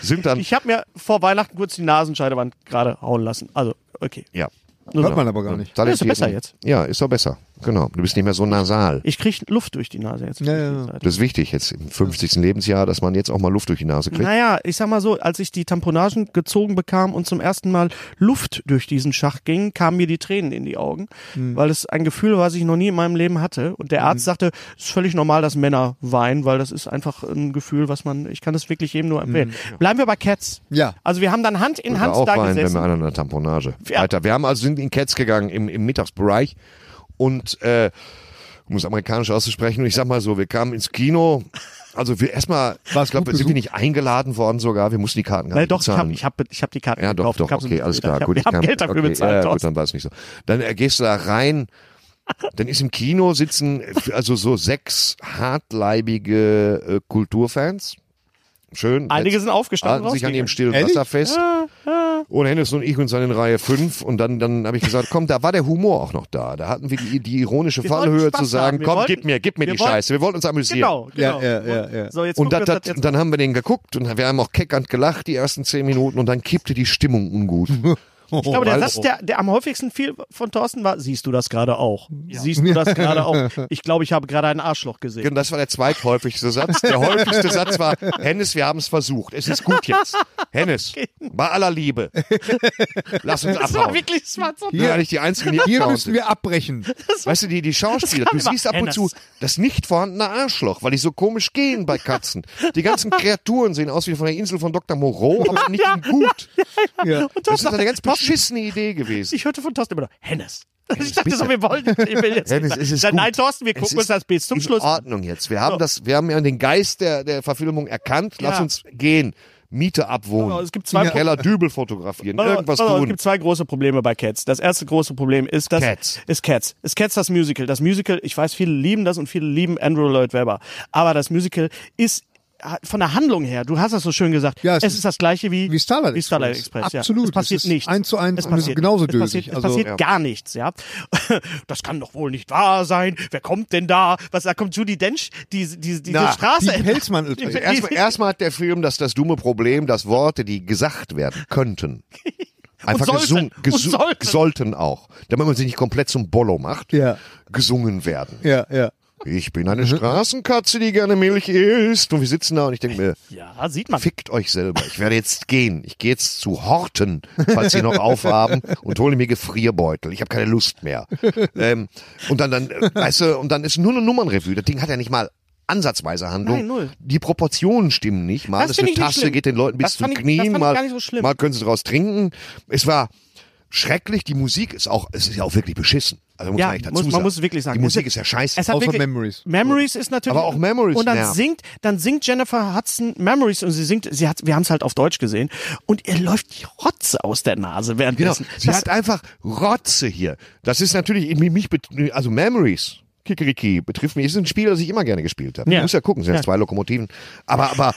Speaker 4: sind dann,
Speaker 3: Ich habe mir vor Weihnachten kurz die Nasenscheidewand gerade hauen lassen. Also, okay.
Speaker 4: ja.
Speaker 3: Nur
Speaker 6: Hört man aber gar nicht.
Speaker 4: Dann
Speaker 3: Ja, ist doch
Speaker 4: die-
Speaker 3: besser jetzt.
Speaker 4: Ja, ist doch besser. Genau. Du bist nicht mehr so nasal.
Speaker 3: Ich kriege Luft durch die Nase jetzt.
Speaker 6: Ja, ja, ja.
Speaker 4: Das ist wichtig jetzt im 50. Lebensjahr, dass man jetzt auch mal Luft durch die Nase kriegt.
Speaker 3: Naja, ich sag mal so, als ich die Tamponagen gezogen bekam und zum ersten Mal Luft durch diesen Schacht ging, kamen mir die Tränen in die Augen,
Speaker 4: Hm.
Speaker 3: weil es ein Gefühl war, was ich noch nie in meinem Leben hatte. Und der Arzt sagte, es ist völlig normal, dass Männer weinen, weil das ist einfach ein Gefühl, was man, ich kann das wirklich jedem nur empfehlen.
Speaker 4: Hm,
Speaker 3: Bleiben wir bei Cats.
Speaker 6: Ja.
Speaker 3: Also wir haben dann Hand in
Speaker 4: Wir
Speaker 3: Hand
Speaker 4: auch
Speaker 3: da
Speaker 4: rein, wenn
Speaker 3: gesessen.
Speaker 4: wir an einer Tamponage.
Speaker 3: Ja.
Speaker 4: Weiter. Wir haben also sind in Cats gegangen im, im Mittagsbereich und äh, um es amerikanisch auszusprechen, und ich sag mal so, wir kamen ins Kino. Also wir erstmal,
Speaker 6: War's
Speaker 4: ich glaube,
Speaker 6: gut
Speaker 4: sind wir nicht eingeladen worden sogar, wir mussten die Karten gar
Speaker 3: Weil
Speaker 4: nicht
Speaker 3: doch, ich
Speaker 4: bezahlen.
Speaker 3: habe ich hab, ich hab die Karten
Speaker 4: ja, doch,
Speaker 3: gekauft.
Speaker 4: doch,
Speaker 3: Kauf's
Speaker 4: okay,
Speaker 3: mir
Speaker 4: alles
Speaker 3: später.
Speaker 4: klar,
Speaker 3: Ich hab,
Speaker 4: gut.
Speaker 3: wir
Speaker 4: ich
Speaker 3: haben
Speaker 4: kann-
Speaker 3: Geld dafür
Speaker 4: okay,
Speaker 3: bezahlt.
Speaker 4: Ja, gut,
Speaker 3: Thorsten.
Speaker 4: dann war es nicht so. Dann äh, gehst du da rein, dann ist im Kino sitzen äh, also so sechs hartleibige äh, Kulturfans. Schön.
Speaker 3: Einige sind aufgestanden.
Speaker 4: halten sich Ah, an ihrem
Speaker 3: rausgegangen.
Speaker 4: stillen
Speaker 6: Ehrlich?
Speaker 4: Wasser fest. Und Hennes und ich uns dann in Reihe 5 und dann, dann habe ich gesagt, komm, da war der Humor auch noch da. Da hatten wir die, die ironische
Speaker 3: Wir wollten
Speaker 4: Fallhöhe
Speaker 3: Spaß
Speaker 4: zu sagen,
Speaker 3: haben. Wir
Speaker 4: komm,
Speaker 3: wollten-
Speaker 4: gib mir, gib mir
Speaker 3: wir
Speaker 4: die
Speaker 3: wollten-
Speaker 4: Scheiße, wir wollten uns amüsieren.
Speaker 3: Genau,
Speaker 6: Ja,
Speaker 3: genau.
Speaker 6: ja, ja, ja.
Speaker 3: So, jetzt
Speaker 4: Und,
Speaker 3: gucken wir
Speaker 4: dat,
Speaker 3: uns das
Speaker 4: dat,
Speaker 3: jetzt
Speaker 4: dann haben wir den geguckt und wir haben auch keckernd gelacht die ersten zehn Minuten und dann kippte die Stimmung ungut.
Speaker 3: Ich glaube, der
Speaker 4: weil-
Speaker 3: Satz, der, der am häufigsten viel von Thorsten war, siehst du das gerade auch? Siehst du das gerade auch? Ich glaube, ich habe gerade ein Arschloch gesehen.
Speaker 4: Und das war der zweithäufigste Satz. Der häufigste Satz war, Hennes, wir haben es versucht. Es ist gut jetzt. Hennes, bei aller Liebe. Lass uns
Speaker 3: Das war
Speaker 4: abhauen.
Speaker 3: wirklich, das war so
Speaker 4: Hier war ich die Einzige, die
Speaker 6: Hier
Speaker 4: abgehauen
Speaker 6: müssen wir abbrechen.
Speaker 4: Weißt du, die, die Schauspieler, du
Speaker 3: immer.
Speaker 4: siehst ab und
Speaker 3: Hennes.
Speaker 4: zu das nicht vorhandene Arschloch, weil die so komisch gehen bei Katzen. Die ganzen Kreaturen sehen aus wie von der Insel von Dr. Moreau, aber nicht in gut.
Speaker 6: Ja.
Speaker 3: Und
Speaker 4: Das ist
Speaker 3: Thorsten
Speaker 4: eine
Speaker 3: sagte,
Speaker 4: ganz beschissene Idee gewesen.
Speaker 3: ich hörte von Thorsten immer noch, Hennes. Ich dachte so, wir wollen, ich will jetzt
Speaker 4: Hennes,
Speaker 3: nicht mehr.
Speaker 4: es ist
Speaker 3: Dann,
Speaker 4: gut.
Speaker 3: Nein, Thorsten, wir
Speaker 4: Es
Speaker 3: gucken
Speaker 4: ist
Speaker 3: uns das bis zum
Speaker 4: in
Speaker 3: Schluss an.
Speaker 4: Ordnung jetzt. Wir haben das, wir haben ja den Geist der, der Verfilmung erkannt. Lass
Speaker 3: Ja.
Speaker 4: uns gehen. Miete abwohnen.
Speaker 3: Aber es gibt zwei Pro-
Speaker 4: Keller Dübel fotografieren.
Speaker 3: Pass auf,
Speaker 4: Irgendwas
Speaker 3: pass auf, Es
Speaker 4: tun.
Speaker 3: gibt zwei große Probleme bei Cats. Das erste große Problem ist das
Speaker 4: Cats.
Speaker 3: ist Cats. Ist Cats das Musical? Das Musical, ich weiß, viele lieben das und viele lieben Andrew Lloyd Webber, aber das Musical ist hat- von der Handlung her, du hast das so schön gesagt,
Speaker 6: Ja,
Speaker 3: es, ist, das gleiche wie,
Speaker 6: wie Starlight
Speaker 3: wie Starlight
Speaker 6: Express.
Speaker 3: Express.
Speaker 6: Absolut,
Speaker 3: Ja. Es passiert
Speaker 6: es ist
Speaker 3: nichts.
Speaker 6: eins zu eins
Speaker 3: es
Speaker 6: und es ist
Speaker 3: passiert,
Speaker 6: genauso
Speaker 3: es passiert,
Speaker 6: dösig.
Speaker 3: es
Speaker 6: Also,
Speaker 3: passiert
Speaker 6: ja.
Speaker 3: gar nichts, ja. Das kann doch wohl nicht wahr sein. Wer kommt denn da? Was da kommt Judy Dench diese diese diese
Speaker 6: Na,
Speaker 3: Straße
Speaker 6: die
Speaker 3: entlang.
Speaker 6: Pelzmann übrigens.
Speaker 3: Die-
Speaker 4: Also Erstmal erstmal hat der Film das, das dumme Problem, dass Worte, die gesagt werden könnten, einfach
Speaker 3: sollten.
Speaker 4: gesungen,
Speaker 3: Und
Speaker 4: gesu
Speaker 3: sollten.
Speaker 4: sollten auch, damit man sie nicht komplett zum Bollo macht,
Speaker 6: Ja.
Speaker 4: gesungen werden.
Speaker 6: Ja, ja.
Speaker 4: Ich bin eine Straßenkatze, die gerne Milch isst. Und wir sitzen da und ich denke mir,
Speaker 3: Ja, sieht man.
Speaker 4: fickt euch selber. Ich werde jetzt gehen. Ich gehe jetzt zu Horten, falls sie noch aufhaben, und hole mir Gefrierbeutel. Ich habe keine Lust mehr. Ähm, und dann, dann, äh, weißt du, und dann ist nur eine Nummernrevue. Das Ding hat ja nicht mal ansatzweise Handlung.
Speaker 3: Nein, null.
Speaker 4: Die Proportionen stimmen nicht. Mal
Speaker 3: Das
Speaker 4: ist
Speaker 3: find
Speaker 4: eine
Speaker 3: ich nicht
Speaker 4: Tasse,
Speaker 3: schlimm.
Speaker 4: geht den Leuten bis
Speaker 3: Das
Speaker 4: zu
Speaker 3: fand ich- das
Speaker 4: Knien.
Speaker 3: fand ich
Speaker 4: mal,
Speaker 3: gar nicht so schlimm.
Speaker 4: mal können sie draus trinken. Es war schrecklich. Die Musik ist auch, es ist ja auch wirklich beschissen. Also muss
Speaker 3: Ja,
Speaker 4: man echt dazu
Speaker 3: muss- man
Speaker 4: sagen.
Speaker 3: muss wirklich sagen.
Speaker 4: Die Musik
Speaker 3: Es-
Speaker 4: ist ja scheiße.
Speaker 3: Es hat
Speaker 6: Außer
Speaker 3: wirklich,
Speaker 6: Memories.
Speaker 3: Memories ist natürlich.
Speaker 4: Aber auch Memories
Speaker 3: Und dann
Speaker 4: nervt.
Speaker 3: singt, dann singt Jennifer Hudson Memories und sie singt, sie hat, wir haben es halt auf Deutsch gesehen und ihr läuft die Rotze aus der Nase
Speaker 4: Genau.
Speaker 3: währenddessen.
Speaker 4: Sie hat einfach Rotze hier. Das ist natürlich irgendwie mich, bet- also Memories. Kikeriki betrifft mich. Ist ein Spiel, das ich immer gerne gespielt habe.
Speaker 3: Ja.
Speaker 4: Ich muss ja gucken, sind ja. zwei Lokomotiven. Aber, aber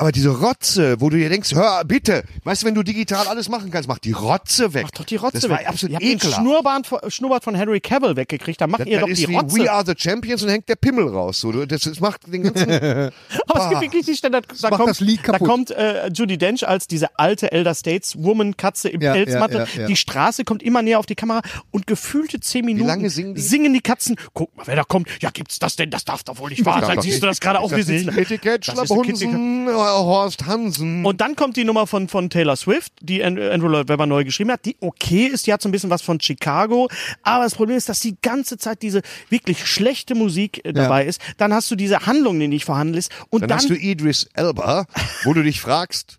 Speaker 4: Aber diese Rotze, wo du dir denkst, hör bitte, weißt du, wenn du digital alles machen kannst, mach die Rotze weg.
Speaker 3: Mach doch die Rotze
Speaker 4: das
Speaker 3: weg.
Speaker 4: War absolut
Speaker 3: Ihr habt den
Speaker 4: ekelhaft.
Speaker 3: Schnurrbart von, Schnurrbart von Henry Cavill weggekriegt, dann macht ihr
Speaker 4: das
Speaker 3: doch
Speaker 4: ist
Speaker 3: die
Speaker 4: wie
Speaker 3: Rotze.
Speaker 4: We Are the Champions und hängt der Pimmel raus. So, du- das, das macht den ganzen.
Speaker 3: Aber es gibt wirklich die Stelle, da, da
Speaker 6: macht das Lied
Speaker 3: kommt, da
Speaker 6: kaputt.
Speaker 3: kommt äh, Judy Dench als diese alte Elder States Woman Katze im
Speaker 6: Ja,
Speaker 3: Pelzmantel.
Speaker 6: ja, ja, ja.
Speaker 3: Die Straße kommt immer näher auf die Kamera und gefühlte zehn Minuten
Speaker 4: lange singen die?
Speaker 3: die Katzen. Guck mal, wer da kommt. Ja, gibt's das denn? Das darf doch wohl nicht wahr
Speaker 4: darf
Speaker 3: sein.
Speaker 4: doch
Speaker 3: Siehst
Speaker 4: nicht.
Speaker 3: du das gerade auch? Wir
Speaker 4: das ist
Speaker 3: sitzen.
Speaker 4: Etikett,
Speaker 3: Das ist ein Kitty-Cat.
Speaker 4: Schlapphunsen, äh, Horst Hansen.
Speaker 3: Und dann kommt die Nummer von, von Taylor Swift, die An- Andrew Lloyd Webber neu geschrieben hat, die okay ist, die hat so ein bisschen was von Chicago, aber das Problem ist, dass die ganze Zeit diese wirklich schlechte Musik äh, dabei ist. Dann hast du diese Handlung, die nicht vorhanden ist und
Speaker 4: dann,
Speaker 3: dann,
Speaker 4: hast du Idris Elba, wo du dich fragst,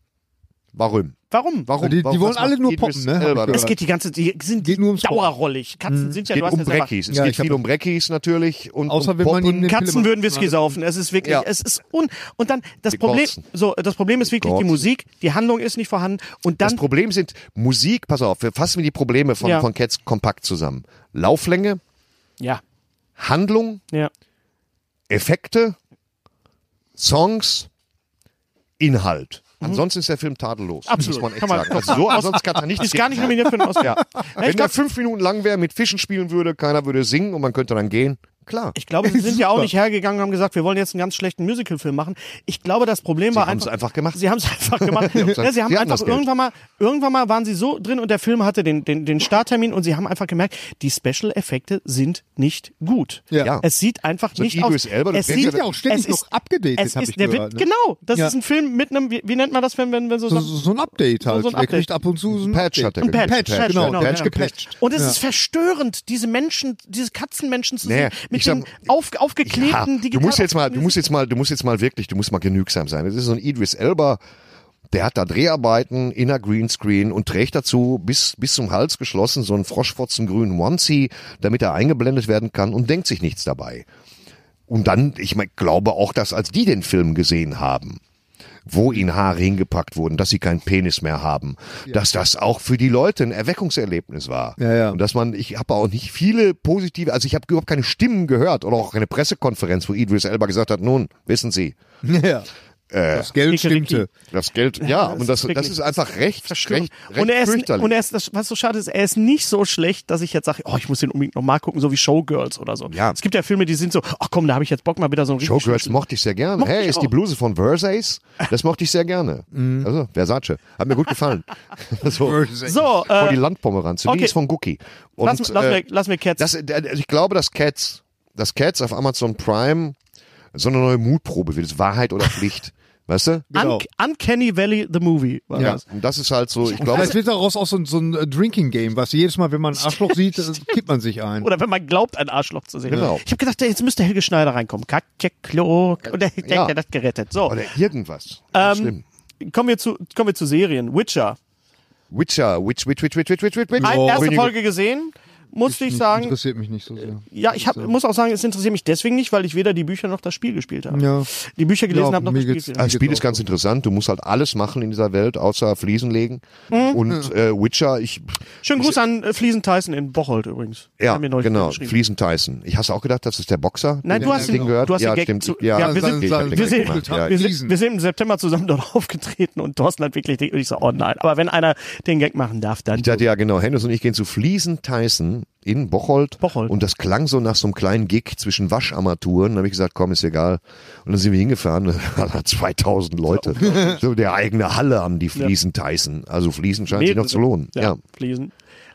Speaker 4: warum?
Speaker 3: warum?
Speaker 4: Warum?
Speaker 6: Die- die
Speaker 4: warum
Speaker 6: wollen
Speaker 4: was
Speaker 6: alle
Speaker 4: macht
Speaker 6: nur
Speaker 4: Idris
Speaker 6: poppen, ne? Hab
Speaker 4: Elba
Speaker 6: ich
Speaker 4: da?
Speaker 3: Es geht die ganze die sind
Speaker 6: Geht nur ums Poppen.
Speaker 3: dauerrollig. Katzen sind ja,
Speaker 4: Es geht
Speaker 3: du hast
Speaker 4: um
Speaker 3: ja selber-
Speaker 4: Breckis. Es
Speaker 6: Ja,
Speaker 4: geht
Speaker 6: ich hab
Speaker 4: viel um Breckis natürlich. Und,
Speaker 6: Außer
Speaker 4: und
Speaker 6: wenn man
Speaker 4: Poppen.
Speaker 6: ihnen eine
Speaker 3: Katzen
Speaker 6: Pille
Speaker 3: würden Whisky saufen. Es ist wirklich,
Speaker 4: Ja.
Speaker 3: es ist un und dann das
Speaker 4: Die
Speaker 3: Problem,
Speaker 4: kotzen.
Speaker 3: so das Problem ist wirklich die
Speaker 4: kotzen.
Speaker 3: Musik, die Handlung ist nicht vorhanden und
Speaker 4: Das
Speaker 3: dann
Speaker 4: Problem sind Musik, pass auf, wir fassen wir die Probleme von,
Speaker 3: Ja.
Speaker 4: von Cats kompakt zusammen. Lauflänge,
Speaker 3: ja
Speaker 4: Handlung,
Speaker 3: ja
Speaker 4: Effekte, Songs, Inhalt. Ansonsten ist der Film tadellos.
Speaker 3: Mhm. Absolut.
Speaker 4: Muss man echt
Speaker 3: Kann man-
Speaker 4: sagen. Also so, ansonsten kann er nichts
Speaker 3: ist gar nicht
Speaker 4: geben.
Speaker 3: nominiert für den Oscar.
Speaker 4: ja.
Speaker 3: ich
Speaker 4: Wenn der
Speaker 3: glaub-
Speaker 4: fünf Minuten lang wäre, mit Fischen spielen würde, keiner würde singen und man könnte dann gehen. Klar.
Speaker 3: Ich glaube, sie sind ja auch nicht hergegangen und haben gesagt, wir wollen jetzt einen ganz schlechten Musicalfilm machen. Ich glaube, das Problem war
Speaker 4: haben's
Speaker 3: einfach,
Speaker 4: einfach gemacht.
Speaker 3: Sie haben es einfach
Speaker 4: haben's
Speaker 3: gemacht. ja, sie
Speaker 4: einfach-
Speaker 3: haben
Speaker 4: sie hatten
Speaker 3: einfach
Speaker 4: das Geld.
Speaker 3: irgendwann mal, irgendwann mal waren sie so drin und der Film hatte den, den, den Starttermin und sie haben einfach gemerkt, die Special-Effekte sind nicht gut.
Speaker 6: Ja.
Speaker 4: Ja.
Speaker 3: Es sieht einfach
Speaker 4: So ein
Speaker 3: nicht aus.
Speaker 4: Idris Elba, das
Speaker 3: es
Speaker 4: wird
Speaker 3: sieht
Speaker 4: ja
Speaker 6: auch ständig
Speaker 3: es ist,
Speaker 6: noch abgedatet,
Speaker 3: es
Speaker 6: hab
Speaker 3: ist,
Speaker 6: ich
Speaker 3: der
Speaker 6: gehört,
Speaker 3: Wird,
Speaker 6: ne?
Speaker 3: Genau, das
Speaker 6: Ja.
Speaker 3: ist ein Film mit einem, wie, wie nennt man das, wenn, wenn, wenn um so,
Speaker 6: So,
Speaker 3: Sachen-
Speaker 6: so, so ein Update halt.
Speaker 3: so ein
Speaker 6: Der
Speaker 3: Update.
Speaker 6: kriegt ab und zu so ein
Speaker 4: Patch hat
Speaker 6: Update.
Speaker 4: er Ein gekriegt.
Speaker 6: Patch,
Speaker 4: Patch,
Speaker 6: genau.
Speaker 3: genau,
Speaker 6: Patch
Speaker 3: ja.
Speaker 6: gepatcht.
Speaker 3: Und es ist verstörend, diese Menschen, diese Katzenmenschen zu
Speaker 4: Nee,
Speaker 3: sehen, mit
Speaker 4: ich sag-
Speaker 3: den auf,
Speaker 4: Ja,
Speaker 3: aufgeklebten
Speaker 4: du musst jetzt mal, du musst jetzt mal, du musst jetzt mal wirklich, du musst mal genügsam sein. Das ist so ein Idris Elba, der hat da Dreharbeiten in der Greenscreen und trägt dazu bis, bis zum Hals geschlossen so einen froschfotzengrünen Onesie, damit er eingeblendet werden kann und denkt sich nichts dabei. Und dann, ich mein, glaube auch, dass als die den Film gesehen haben, wo ihnen Haare hingepackt wurden, dass sie keinen Penis mehr haben, dass das auch für die Leute ein Erweckungserlebnis war.
Speaker 6: Ja, ja.
Speaker 4: Und dass man, ich habe auch nicht viele positive, also ich habe überhaupt keine Stimmen gehört oder auch keine Pressekonferenz, wo Idris Elba gesagt hat, nun, wissen Sie,
Speaker 6: Ja. Das Geld
Speaker 3: Ricky, Ricky.
Speaker 6: stimmte.
Speaker 4: das Geld, ja,
Speaker 3: das
Speaker 4: und das,
Speaker 3: ist wirklich
Speaker 4: das ist einfach recht,
Speaker 3: verstörend.
Speaker 4: recht, recht
Speaker 3: und er ist,
Speaker 4: fürchterlich.
Speaker 3: und er ist das, was so schade ist, er ist nicht so schlecht, dass ich jetzt sage, oh, ich muss den unbedingt noch mal gucken, so wie Showgirls oder so.
Speaker 4: Ja.
Speaker 3: Es gibt ja Filme, die sind so, ach komm, da habe ich jetzt Bock mal wieder so einen richtigen
Speaker 4: Showgirls
Speaker 3: Schnitzel.
Speaker 4: mochte ich sehr gerne.
Speaker 3: Mochte
Speaker 4: hey,
Speaker 3: ich
Speaker 4: ist die
Speaker 3: auch. Mhm.
Speaker 4: Bluse von Versace? Das mochte ich sehr gerne. Also, Versace. Hat mir gut gefallen. so,
Speaker 3: So,
Speaker 4: vor die
Speaker 3: äh,
Speaker 4: Landpomeranze. Okay.
Speaker 3: okay.
Speaker 4: Die ist von Gucki. Und,
Speaker 3: lass, lass,
Speaker 4: äh,
Speaker 3: mir, lass mir Cats.
Speaker 4: das, äh, also ich glaube, dass Cats, dass Cats auf Amazon Prime so eine neue Mutprobe wird. Das ist Wahrheit oder Pflicht. weißt du?
Speaker 6: genau.
Speaker 3: Un Uncanny Valley, the movie. War
Speaker 6: Ja.
Speaker 3: das.
Speaker 4: Und das ist halt so, ich glaube,
Speaker 6: Vielleicht wird daraus auch so ein, so ein äh, Drinking Game, was jedes Mal, wenn man einen Arschloch sieht, äh, kippt man sich ein.
Speaker 3: Oder wenn man glaubt, ein Arschloch zu sehen.
Speaker 4: Genau.
Speaker 3: Ich habe gedacht, jetzt müsste Helge Schneider reinkommen. Katja Klo. Und der, der,
Speaker 4: Ja.
Speaker 3: der hat gerettet. So,
Speaker 4: oder irgendwas. Ganz
Speaker 3: Ähm,
Speaker 4: Schlimm.
Speaker 3: kommen wir zu, kommen wir zu Serien. Witcher.
Speaker 4: Witcher, Witch, Witch, Witch, Witch, Witch, Witch, Witch.
Speaker 3: Ein,
Speaker 4: Oh.
Speaker 3: erste
Speaker 4: Wenige-
Speaker 3: Folge gesehen. Musste ich sagen, äh,
Speaker 6: Interessiert mich nicht so sehr.
Speaker 3: ja, ich hab, muss auch sagen, es interessiert mich deswegen nicht, weil ich weder die Bücher noch das Spiel gespielt habe.
Speaker 6: Ja.
Speaker 3: Die Bücher gelesen
Speaker 6: Ja,
Speaker 3: habe, noch
Speaker 6: mir
Speaker 3: das Spiel
Speaker 6: geht's-
Speaker 3: gespielt habe.
Speaker 4: Das Spiel ist ganz interessant. Du musst halt alles machen in dieser Welt, außer Fliesen legen.
Speaker 3: Mhm.
Speaker 4: Und äh, Witcher, ich
Speaker 3: Schönen Gruß an äh, Fliesen Tyson in Bocholt übrigens.
Speaker 4: ja
Speaker 3: Haben wir neulich
Speaker 4: genau.
Speaker 3: geschrieben.
Speaker 4: Fliesen Tyson. Ich hast auch gedacht, das ist der Boxer.
Speaker 3: Nein, du hast
Speaker 4: den
Speaker 3: den-
Speaker 4: gehört.
Speaker 3: du hast den
Speaker 4: ja,
Speaker 3: Gag
Speaker 4: stimmt.
Speaker 3: zu-
Speaker 4: ja,
Speaker 3: ja, wir
Speaker 4: stimmt.
Speaker 3: sind-
Speaker 4: ich hab den
Speaker 3: wir
Speaker 4: Gag
Speaker 3: sind-
Speaker 4: gemacht. ja,
Speaker 3: wir, sind,
Speaker 6: Fliesen.
Speaker 3: wir sind im September zusammen dort aufgetreten und Thorsten hat wirklich den, und ich so, oh nein, aber wenn einer den Gag machen darf, dann.
Speaker 4: Ich dachte, ja, genau. Hennes und ich gehen zu Fliesen Tyson in Bocholt.
Speaker 3: Bocholt.
Speaker 4: Und das klang so nach so einem kleinen Gig zwischen Wascharmaturen. Da habe ich gesagt, komm, ist egal. Und dann sind wir hingefahren. Da waren 2000 Leute. so der eigene Halle haben die Fliesen Tyson. Also Fliesen scheint sich noch zu lohnen. Ja.
Speaker 3: Ja, Fliesen.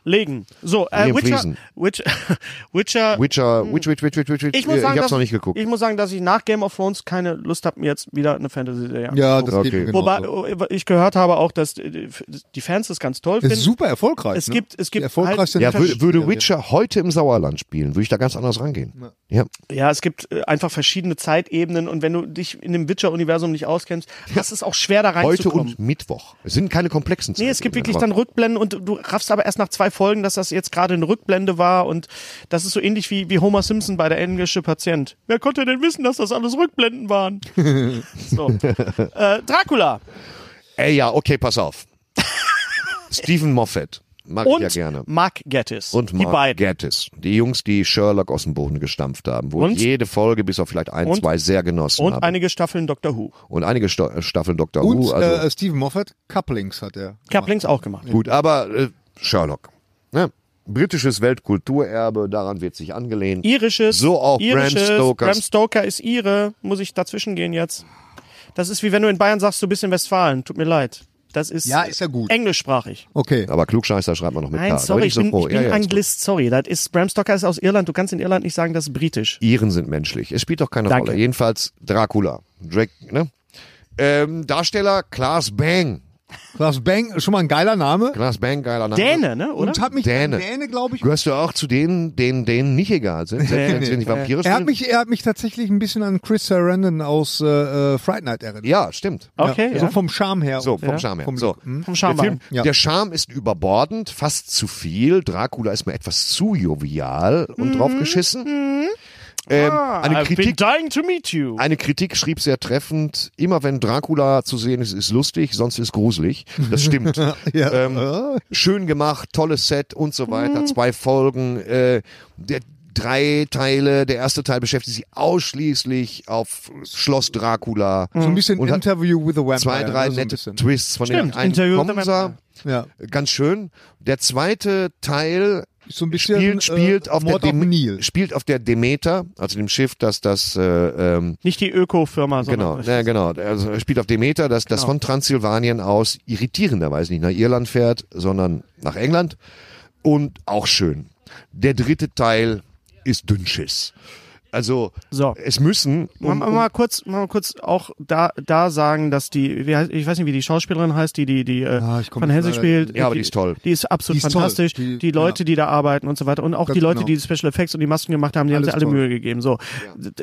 Speaker 3: Legen. So, äh,
Speaker 4: Legen,
Speaker 3: Witcher,
Speaker 4: Fliesen.
Speaker 3: Witcher, Witcher,
Speaker 4: Witcher, Witch, Witch, Witch, Witch, Witch, Witch.
Speaker 3: Mhm. Ich muss sagen,
Speaker 4: ich hab's
Speaker 3: dass,
Speaker 4: noch nicht geguckt.
Speaker 3: Ich muss sagen, dass ich nach Game of Thrones keine Lust habe, mir jetzt wieder eine Fantasy-Serie
Speaker 6: Ja,
Speaker 3: anzugucken.
Speaker 6: das geht
Speaker 4: Okay.
Speaker 6: mir
Speaker 3: Wobei äh,
Speaker 6: genauso.
Speaker 3: ich gehört habe auch, dass äh, die Fans das ganz toll
Speaker 6: Das
Speaker 3: finden.
Speaker 6: ist super erfolgreich.
Speaker 3: Es
Speaker 6: ne?
Speaker 3: gibt- es gibt
Speaker 6: Die erfolgreichste
Speaker 4: halt- Ja, würde, würde
Speaker 6: Fantasy-Serie.
Speaker 4: Witcher heute im Sauerland spielen, würde ich da ganz anders rangehen. Ja.
Speaker 3: Ja, es gibt äh, einfach verschiedene Zeitebenen und wenn du dich in dem Witcher-Universum nicht auskennst, das ist auch schwer da
Speaker 4: Heute
Speaker 3: reinzukommen.
Speaker 4: und Mittwoch. Es sind keine komplexen
Speaker 3: Nee, es gibt
Speaker 4: Zeiten,
Speaker 3: wirklich
Speaker 4: aber-
Speaker 3: dann Rückblenden und du raffst aber erst nach zwei Folgen, dass das jetzt gerade eine Rückblende war und das ist so ähnlich wie, wie Homer Simpson bei der englische Patient. Wer konnte denn wissen, dass das alles Rückblenden waren? so. äh, Dracula.
Speaker 4: Ey, ja, okay, pass auf. Stephen Moffat Mag
Speaker 3: und
Speaker 4: ich ja gerne.
Speaker 3: Mark Gettis.
Speaker 4: Und
Speaker 3: die
Speaker 4: Mark
Speaker 3: beiden.
Speaker 4: Gettis. Die Jungs, die Sherlock aus dem Boden gestampft haben, wo
Speaker 3: Und-
Speaker 4: ich jede Folge bis auf vielleicht ein,
Speaker 3: und-
Speaker 4: zwei sehr genossen
Speaker 3: und
Speaker 4: habe.
Speaker 3: einige Staffeln Doctor Who.
Speaker 4: und einige Sto äh, Staffeln Dr.
Speaker 6: Und
Speaker 4: Who. Also,
Speaker 6: äh, Stephen Moffat, Couplings hat er.
Speaker 3: Ich habe links auch gemacht.
Speaker 4: Gut, aber äh, Sherlock. Ne? Britisches Weltkulturerbe, daran wird sich angelehnt.
Speaker 3: Irisches.
Speaker 4: So auch Bram
Speaker 3: irisches.
Speaker 4: Stokers-
Speaker 3: Bram Stoker ist Ire. Muss ich dazwischen gehen jetzt? Das ist wie wenn du in Bayern sagst, du bist in Westfalen. Tut mir leid. Das ist,
Speaker 6: Ja, ist ja gut.
Speaker 3: englischsprachig.
Speaker 6: Okay.
Speaker 4: aber Klugscheißer schreibt man noch mit K.
Speaker 3: Nein,
Speaker 4: Da
Speaker 3: sorry, ich
Speaker 4: so
Speaker 3: bin,
Speaker 4: froh.
Speaker 3: ich bin
Speaker 4: ja, ja, ist gut.
Speaker 3: Anglist, sorry. Das ist, Bram Stoker ist aus Irland. Du kannst in Irland nicht sagen, das ist britisch.
Speaker 4: Iren sind menschlich. Es spielt doch keine
Speaker 3: Danke.
Speaker 4: Rolle. Jedenfalls Dracula. Drake, ne? ähm, Darsteller Klaas Bang.
Speaker 6: Klaus Bang, schon mal ein geiler Name.
Speaker 4: Klaas Bang, geiler Name.
Speaker 3: Däne, ne, oder?
Speaker 6: Und hat mich
Speaker 4: Däne.
Speaker 6: Däne glaube ich.
Speaker 4: Gehörst du auch zu denen, denen, denen nicht egal sind, selbst wenn sie nicht Vampire
Speaker 6: Er hat
Speaker 4: spielen?
Speaker 6: mich, er hat mich tatsächlich ein bisschen an Chris Sarandon aus äh, äh, Fright Night erinnert.
Speaker 4: Ja, stimmt.
Speaker 3: Okay,
Speaker 6: So
Speaker 3: ja.
Speaker 6: vom Charme her.
Speaker 4: So, vom
Speaker 3: Ja.
Speaker 4: Charme her.
Speaker 6: Vom- hm?
Speaker 4: so.
Speaker 3: vom
Speaker 4: Der,
Speaker 3: Schambein.
Speaker 4: Film,
Speaker 6: Ja.
Speaker 4: der Charme ist überbordend, fast zu viel. Dracula ist mir etwas zu jovial und
Speaker 6: Mhm.
Speaker 4: draufgeschissen. Ähm,
Speaker 6: Ah,
Speaker 4: eine,
Speaker 6: äh,
Speaker 3: I've been
Speaker 4: Kritik,
Speaker 3: dying to meet you.
Speaker 4: eine Kritik schrieb sehr treffend, immer wenn Dracula zu sehen ist, ist lustig, sonst ist gruselig. Das stimmt.
Speaker 6: Ja. Ah. Mhm.
Speaker 4: ähm, schön gemacht, tolles Set und so weiter. Zwei Folgen, äh, der, drei Teile. Der erste Teil beschäftigt sich ausschließlich auf Schloss Dracula.
Speaker 6: so ein bisschen
Speaker 4: Mhm. Und hat
Speaker 6: Interview with the Vampire.
Speaker 4: Zwei, drei
Speaker 6: ne, so ein
Speaker 4: nette
Speaker 6: bisschen.
Speaker 4: Twists von
Speaker 3: Stimmt,
Speaker 4: dem einen
Speaker 3: Interview with the
Speaker 4: Kommissar.
Speaker 3: Vampire.
Speaker 6: Ja.
Speaker 4: Ganz schön. Der zweite Teil
Speaker 6: So ein bisschen
Speaker 4: spielt, spielt,
Speaker 6: äh,
Speaker 4: auf der
Speaker 6: Mord auf
Speaker 4: Dem-
Speaker 6: dem Nil.
Speaker 4: spielt auf der Demeter, also dem Schiff, das das äh, ähm,
Speaker 3: Nicht die Öko-Firma,
Speaker 4: Genau,
Speaker 3: sondern
Speaker 4: ja, genau. Also er spielt auf Demeter, dass
Speaker 6: Genau.
Speaker 4: das von Transsilvanien aus irritierenderweise nicht nach Irland fährt, sondern nach England. Und auch schön. Der dritte Teil ist Dünnschiss. Also
Speaker 3: So.
Speaker 4: es müssen.
Speaker 3: Mal,
Speaker 4: um-
Speaker 3: mal, mal kurz, mal kurz auch da, da sagen, dass die, wie heißt, ich weiß nicht, wie die Schauspielerin heißt, die, die, die äh,
Speaker 6: Ah, ich komm
Speaker 3: von
Speaker 6: nicht
Speaker 3: Helsing
Speaker 6: leider-
Speaker 3: spielt. Äh,
Speaker 4: Ja, aber die ist toll.
Speaker 3: Die ist absolut
Speaker 6: Die ist toll.
Speaker 3: fantastisch.
Speaker 6: Die-
Speaker 3: Die, Leute,
Speaker 6: ja.
Speaker 3: die da arbeiten und so weiter. Und auch
Speaker 6: Ganz
Speaker 3: die Leute,
Speaker 6: genau.
Speaker 3: die die Special Effects und die Masken gemacht haben, die haben
Speaker 6: Alles
Speaker 3: sich alle
Speaker 6: toll.
Speaker 3: Mühe gegeben. So.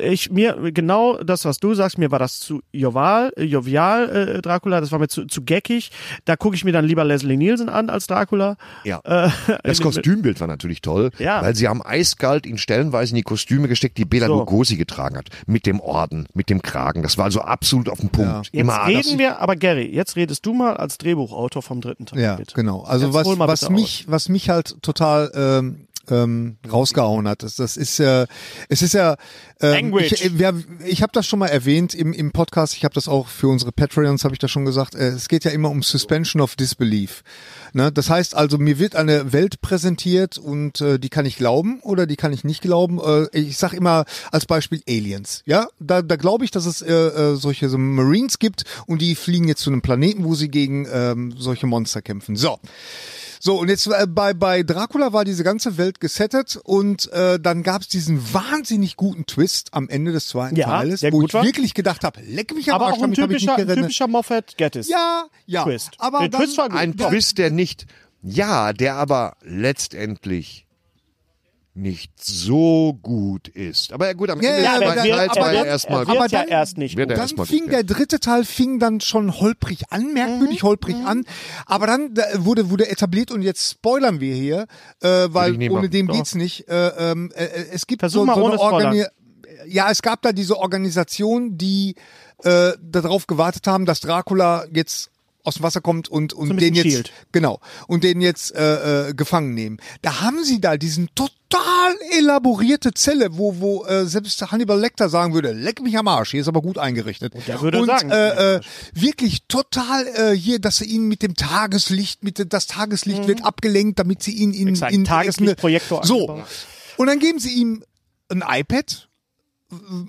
Speaker 3: Ich, mir, genau das, was du sagst, mir war das zu jovial, äh, jovial, äh, Dracula, das war mir zu, zu geckig. Da gucke ich mir dann lieber Leslie Nielsen an als Dracula.
Speaker 4: Ja.
Speaker 3: Äh,
Speaker 6: Also
Speaker 4: das Kostümbild war natürlich toll,
Speaker 3: Ja.
Speaker 4: weil sie haben eiskalt ihn stellenweise in die Kostüme gesteckt, die Bela
Speaker 3: So.
Speaker 4: Lugosi getragen hat. Mit dem Orden, mit dem Kragen. Das war also absolut auf den Punkt.
Speaker 3: Jetzt
Speaker 4: Immer anders.
Speaker 3: reden wir, aber Gary, jetzt redest du mal als Drehbuchautor vom dritten Teil.
Speaker 6: Ja,
Speaker 3: bitte.
Speaker 6: genau. Also
Speaker 3: Jetzt
Speaker 6: was,
Speaker 3: hol mal
Speaker 6: was
Speaker 3: bitte
Speaker 6: mich, was mich halt total ähm, ähm, rausgehauen hat, ist, das ist ja, es ist ja, ähm,
Speaker 3: Language.
Speaker 6: ich, äh, wer, ich habe das schon mal erwähnt im, im Podcast, ich habe das auch für unsere Patreons, habe ich das schon gesagt, äh, es geht ja immer um Suspension of Disbelief. Ne? Das heißt also, mir wird eine Welt präsentiert und äh, die kann ich glauben oder die kann ich nicht glauben. Äh, ich sag immer also als Beispiel Aliens. Ja, da, da glaube ich, dass es äh, äh, solche so Marines gibt und die fliegen jetzt zu einem Planeten, wo sie gegen ähm, solche Monster kämpfen. So. So, und jetzt äh, bei, bei Dracula war diese ganze Welt gesettet und äh, dann gab's diesen wahnsinnig guten Twist am Ende des zweiten
Speaker 3: Ja,
Speaker 6: Teiles,
Speaker 3: der
Speaker 6: wo
Speaker 3: gut
Speaker 6: ich
Speaker 3: war.
Speaker 6: wirklich gedacht habe, leck mich am
Speaker 3: aber
Speaker 6: Arsch,
Speaker 3: auch ein
Speaker 6: damit hab ich
Speaker 3: typischer,
Speaker 6: nicht
Speaker 3: ein
Speaker 6: gerechnet.
Speaker 3: typischer Moffat Gettis.
Speaker 6: Ja, ja.
Speaker 3: Twist.
Speaker 6: Aber
Speaker 3: Der
Speaker 6: dann,
Speaker 3: Twist war gut.
Speaker 4: Ein
Speaker 3: Ja.
Speaker 4: Twist, der nicht, ja, der aber letztendlich nicht so gut ist. Aber ja, gut, am
Speaker 6: Ja,
Speaker 4: Ende
Speaker 6: ja,
Speaker 4: ist
Speaker 6: aber
Speaker 4: mein
Speaker 6: der-
Speaker 4: Teil
Speaker 6: aber
Speaker 4: zwei
Speaker 6: der-
Speaker 4: erstmal
Speaker 3: er
Speaker 4: gut.
Speaker 3: wird
Speaker 6: aber
Speaker 3: ja
Speaker 6: dann-
Speaker 3: erst nicht
Speaker 4: wird
Speaker 3: gut.
Speaker 4: er
Speaker 6: dann
Speaker 4: erstmal
Speaker 6: fing der dritte Teil fing dann schon holprig an,
Speaker 3: Mhm,
Speaker 6: merkwürdig holprig an, aber dann da wurde wurde etabliert und jetzt spoilern wir hier, äh,
Speaker 4: ich
Speaker 6: weil
Speaker 4: nie
Speaker 6: ohne
Speaker 4: machen.
Speaker 6: dem geht's nicht. Äh, ähm, äh, es gibt
Speaker 3: Versuch
Speaker 6: so,
Speaker 3: mal
Speaker 6: so
Speaker 3: ohne
Speaker 6: eine Organi ja, es gab da diese Organisation, die äh, darauf gewartet haben, dass Dracula jetzt aus dem Wasser kommt und und
Speaker 3: ein
Speaker 6: den
Speaker 3: bisschen
Speaker 6: jetzt
Speaker 3: Shield.
Speaker 6: genau und den jetzt äh, äh, gefangen nehmen. Da haben sie da diesen total elaborierte Zelle, wo wo äh, selbst Hannibal Lecter sagen würde, leck mich am Arsch, hier ist aber gut eingerichtet.
Speaker 3: der würde
Speaker 6: und
Speaker 3: sagen,
Speaker 6: äh, äh, wirklich total äh, hier, dass sie ihn mit dem Tageslicht, mit das Tageslicht wird abgelenkt, damit sie ihn in,
Speaker 3: Mhm. Exakt,
Speaker 6: in
Speaker 3: Tageslichtprojektor
Speaker 6: So
Speaker 3: eingebaut.
Speaker 6: und dann geben sie ihm ein iPad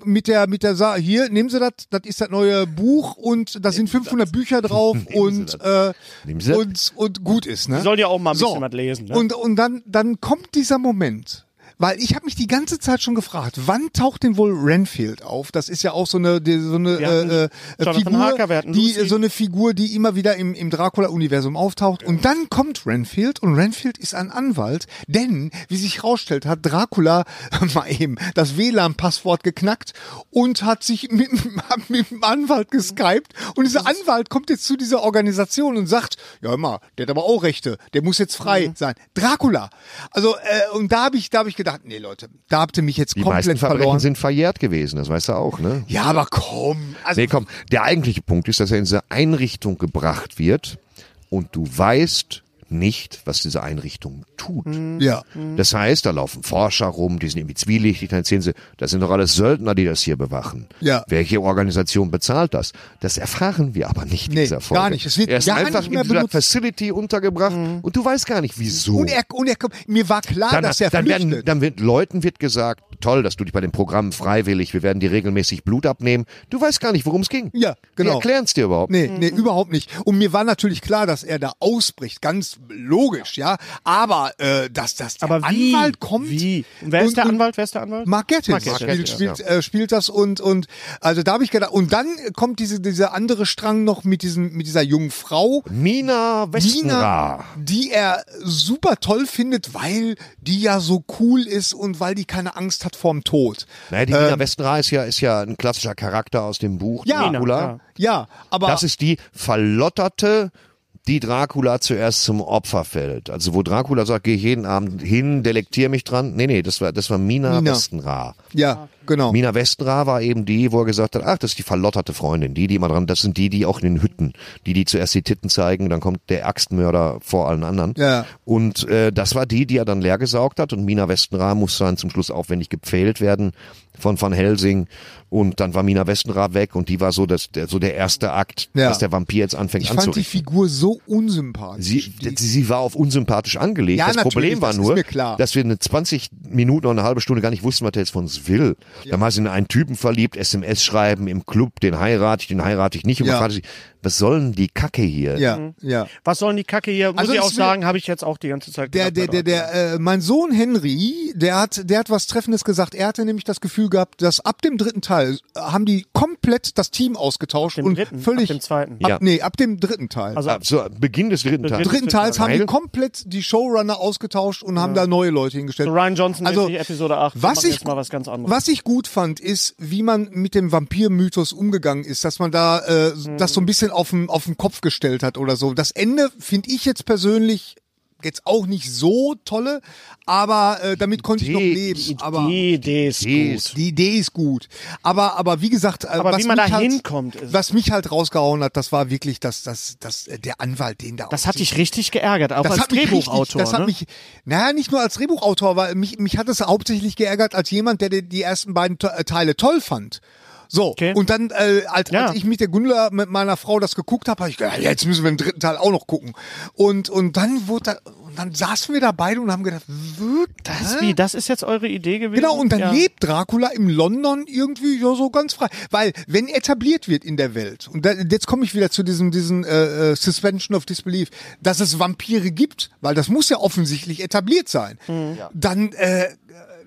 Speaker 6: mit der mit der Sa hier nehmen Sie das das ist das neue Buch und da sind 500 Bücher drauf und äh,
Speaker 4: Nehmen Sie das.
Speaker 6: und und gut ist ne
Speaker 3: Die sollen ja auch mal ein
Speaker 6: so.
Speaker 3: bisschen was lesen, ne?
Speaker 6: und und dann dann kommt dieser Moment weil ich habe mich die ganze Zeit schon gefragt, wann taucht denn wohl Renfield auf? Das ist ja auch so eine die, so eine
Speaker 3: Wir hatten
Speaker 6: äh, äh,
Speaker 3: Jonathan
Speaker 6: Figur,
Speaker 3: Harker, wir hatten
Speaker 6: die
Speaker 3: Lucy.
Speaker 6: so eine Figur, die immer wieder im, im Dracula Universum auftaucht und dann kommt Renfield und Renfield ist ein Anwalt, denn wie sich herausstellt, hat Dracula mal eben das WLAN Passwort geknackt und hat sich mit, hat mit dem Anwalt geskypt und dieser Anwalt kommt jetzt zu dieser Organisation und sagt, ja immer, der hat aber auch Rechte, der muss jetzt frei sein. Dracula. Also äh, und da habe ich da habe ich gedacht, nee Leute, da habt ihr mich jetzt
Speaker 4: Die meisten
Speaker 6: komplett
Speaker 4: Verbrechen
Speaker 6: verloren.
Speaker 4: sind verjährt gewesen, das weißt du auch, ne?
Speaker 6: ja, aber komm, also
Speaker 4: Nee, komm, der eigentliche Punkt ist, dass er in diese Einrichtung gebracht wird und du weißt nicht, was diese Einrichtung tut.
Speaker 6: Ja.
Speaker 4: Das heißt, da laufen Forscher rum, die sind irgendwie zwielichtig, dann sehen sie, das sind doch alles Söldner, die das hier bewachen.
Speaker 6: Ja.
Speaker 4: Welche Organisation bezahlt das? Das erfahren wir aber nicht in
Speaker 6: Nee,
Speaker 4: dieser Folge.
Speaker 6: gar nicht. Es wird
Speaker 4: er ist
Speaker 6: gar
Speaker 4: einfach
Speaker 6: nicht mehr
Speaker 4: in dieser
Speaker 6: benutzt. Mhm.
Speaker 4: Facility untergebracht und du weißt gar nicht, wieso.
Speaker 6: Und er, und er kommt, mir war klar,
Speaker 4: Dann,
Speaker 6: dass er
Speaker 4: dann, werden,
Speaker 6: flüchtet.
Speaker 4: dann wird Leuten wird gesagt, toll, dass du dich bei dem Programm freiwillig, wir werden dir regelmäßig Blut abnehmen. Du weißt gar nicht, worum es ging.
Speaker 6: Ja, genau.
Speaker 4: Wir erklären es dir überhaupt.
Speaker 6: Nee, nee, überhaupt nicht. Und mir war natürlich klar, dass er da ausbricht, ganz logisch, ja. Aber äh, dass das der
Speaker 3: Aber wie?
Speaker 6: Anwalt kommt.
Speaker 3: Wie? Und wer ist
Speaker 6: und-
Speaker 3: der
Speaker 6: und-
Speaker 3: Anwalt? Wer ist der Anwalt?
Speaker 6: Mark Gettis
Speaker 3: Mark Gettis,
Speaker 6: spielt,
Speaker 4: ja.
Speaker 6: spielt, äh, spielt das und und also da habe ich gedacht und dann kommt diese dieser andere Strang noch mit diesem mit dieser jungen Frau
Speaker 4: Mina
Speaker 6: Nina,
Speaker 4: Westenra.
Speaker 6: die er super toll findet, weil die ja so cool ist und weil die keine Angst hat vorm Tod.
Speaker 4: Naja, die Nina Westenra ist ja, ist ja ein klassischer Charakter aus dem Buch
Speaker 6: ähm, Ja,
Speaker 4: Dracula.
Speaker 3: ja.
Speaker 6: Ja, aber
Speaker 4: Das ist die verlotterte, die Dracula zuerst zum Opfer fällt. Also wo Dracula sagt, gehe ich jeden Abend hin, delektier mich dran. Nee, nee, das war, das war Mina,
Speaker 6: Mina.
Speaker 4: Westenra.
Speaker 6: ja, genau.
Speaker 4: Mina Westenra war eben die, wo er gesagt hat, ach, das ist die verlotterte Freundin, die, die immer dran, das sind die, die auch in den Hütten, die, die zuerst die Titten zeigen, dann kommt der Axtmörder vor allen anderen.
Speaker 6: Ja.
Speaker 4: Und äh, das war die, die er dann leer gesaugt hat und Mina Westenra muss dann zum Schluss aufwendig gepfählt werden von Van Helsing und dann war Mina Westenra weg und die war so das, der, so der erste Akt,
Speaker 6: Ja.
Speaker 4: dass der Vampir jetzt anfängt
Speaker 6: ich fand die
Speaker 4: anzurichten.
Speaker 6: Figur so unsympathisch.
Speaker 4: Sie,
Speaker 6: die,
Speaker 4: sie war auf unsympathisch angelegt.
Speaker 6: Ja,
Speaker 4: das
Speaker 6: natürlich,
Speaker 4: Problem war
Speaker 6: das ist
Speaker 4: nur,
Speaker 6: mir klar.
Speaker 4: dass wir eine 20 Minuten oder eine halbe Stunde gar nicht wussten, was der jetzt von uns will. Dann war sie in einen Typen verliebt, SMS schreiben im Club, den heirate ich, den heirate ich nicht. Und
Speaker 6: Ja.
Speaker 4: man fragte sich, was soll denn die Kacke hier?
Speaker 6: ja, ja.
Speaker 3: Was sollen die Kacke hier? Muss
Speaker 6: Also
Speaker 3: ich
Speaker 6: ich
Speaker 3: auch
Speaker 6: will-
Speaker 3: sagen, habe ich jetzt auch die ganze Zeit
Speaker 6: Der,
Speaker 3: gedacht,
Speaker 6: der, der, der, äh, mein Sohn Henry, der hat, der hat was Treffendes gesagt. Er hatte nämlich das Gefühl gehabt, dass ab dem dritten Teil äh, haben die komplett das Team ausgetauscht
Speaker 3: Dem
Speaker 6: und
Speaker 3: dritten,
Speaker 6: völlig
Speaker 3: ab dem zweiten.
Speaker 4: Ja.
Speaker 6: Ab, nee, ab dem dritten Teil.
Speaker 3: Also-
Speaker 4: Ab Ah, so, Beginn des dritten Teils.
Speaker 6: dritten Teils haben die
Speaker 4: Weil-
Speaker 6: komplett die Showrunner ausgetauscht und haben da neue Leute hingestellt.
Speaker 3: So Ryan Johnson
Speaker 6: also
Speaker 3: also, die Episode 8. Wir
Speaker 6: was
Speaker 3: machen
Speaker 6: ich
Speaker 3: jetzt mal was ganz anderes.
Speaker 6: Was ich gut fand, ist, wie man mit dem Vampir-Mythos umgegangen ist, dass man da äh, das so ein bisschen auf den auf den Kopf gestellt hat oder so. Das Ende finde ich jetzt persönlich jetzt auch nicht so tolle, aber äh, damit konnte ich noch
Speaker 4: Idee-
Speaker 6: leben.
Speaker 4: die
Speaker 6: aber
Speaker 3: die Idee ist
Speaker 4: Idee
Speaker 3: gut.
Speaker 4: ist-
Speaker 6: die Idee ist gut. Aber, aber wie gesagt, äh,
Speaker 3: Aber
Speaker 6: was
Speaker 3: wie man
Speaker 6: mich
Speaker 3: da
Speaker 6: halt,
Speaker 3: hinkommt, ist-
Speaker 6: Was mich halt rausgehauen hat, das war wirklich, dass, dass, dass äh, der Anwalt den da
Speaker 3: Das hat dich richtig geärgert, auch als
Speaker 6: mich
Speaker 3: Drehbuchautor.
Speaker 6: Richtig, das hat
Speaker 3: ne?
Speaker 6: mich, naja, nicht nur als Drehbuchautor, aber mich, mich hat es hauptsächlich geärgert als jemand, der die, die ersten beiden To- äh, Teile toll fand. So,
Speaker 3: Okay.
Speaker 6: und dann, äh, als,
Speaker 3: Ja.
Speaker 6: als ich mit der Gundula, mit meiner Frau das geguckt habe, habe ich gedacht, ja, jetzt müssen wir den dritten Teil auch noch gucken. Und, und dann wurde da, und dann saßen wir da beide und haben gedacht, wirklich?
Speaker 3: das, wie, das ist jetzt eure Idee gewesen?
Speaker 6: Genau, und dann
Speaker 3: ja.
Speaker 6: lebt Dracula im London irgendwie ja, so ganz frei. Weil, wenn etabliert wird in der Welt, und da, jetzt komme ich wieder zu diesem, diesen äh, äh, Suspension of Disbelief, dass es Vampire gibt, weil das muss ja offensichtlich etabliert sein, dann, äh,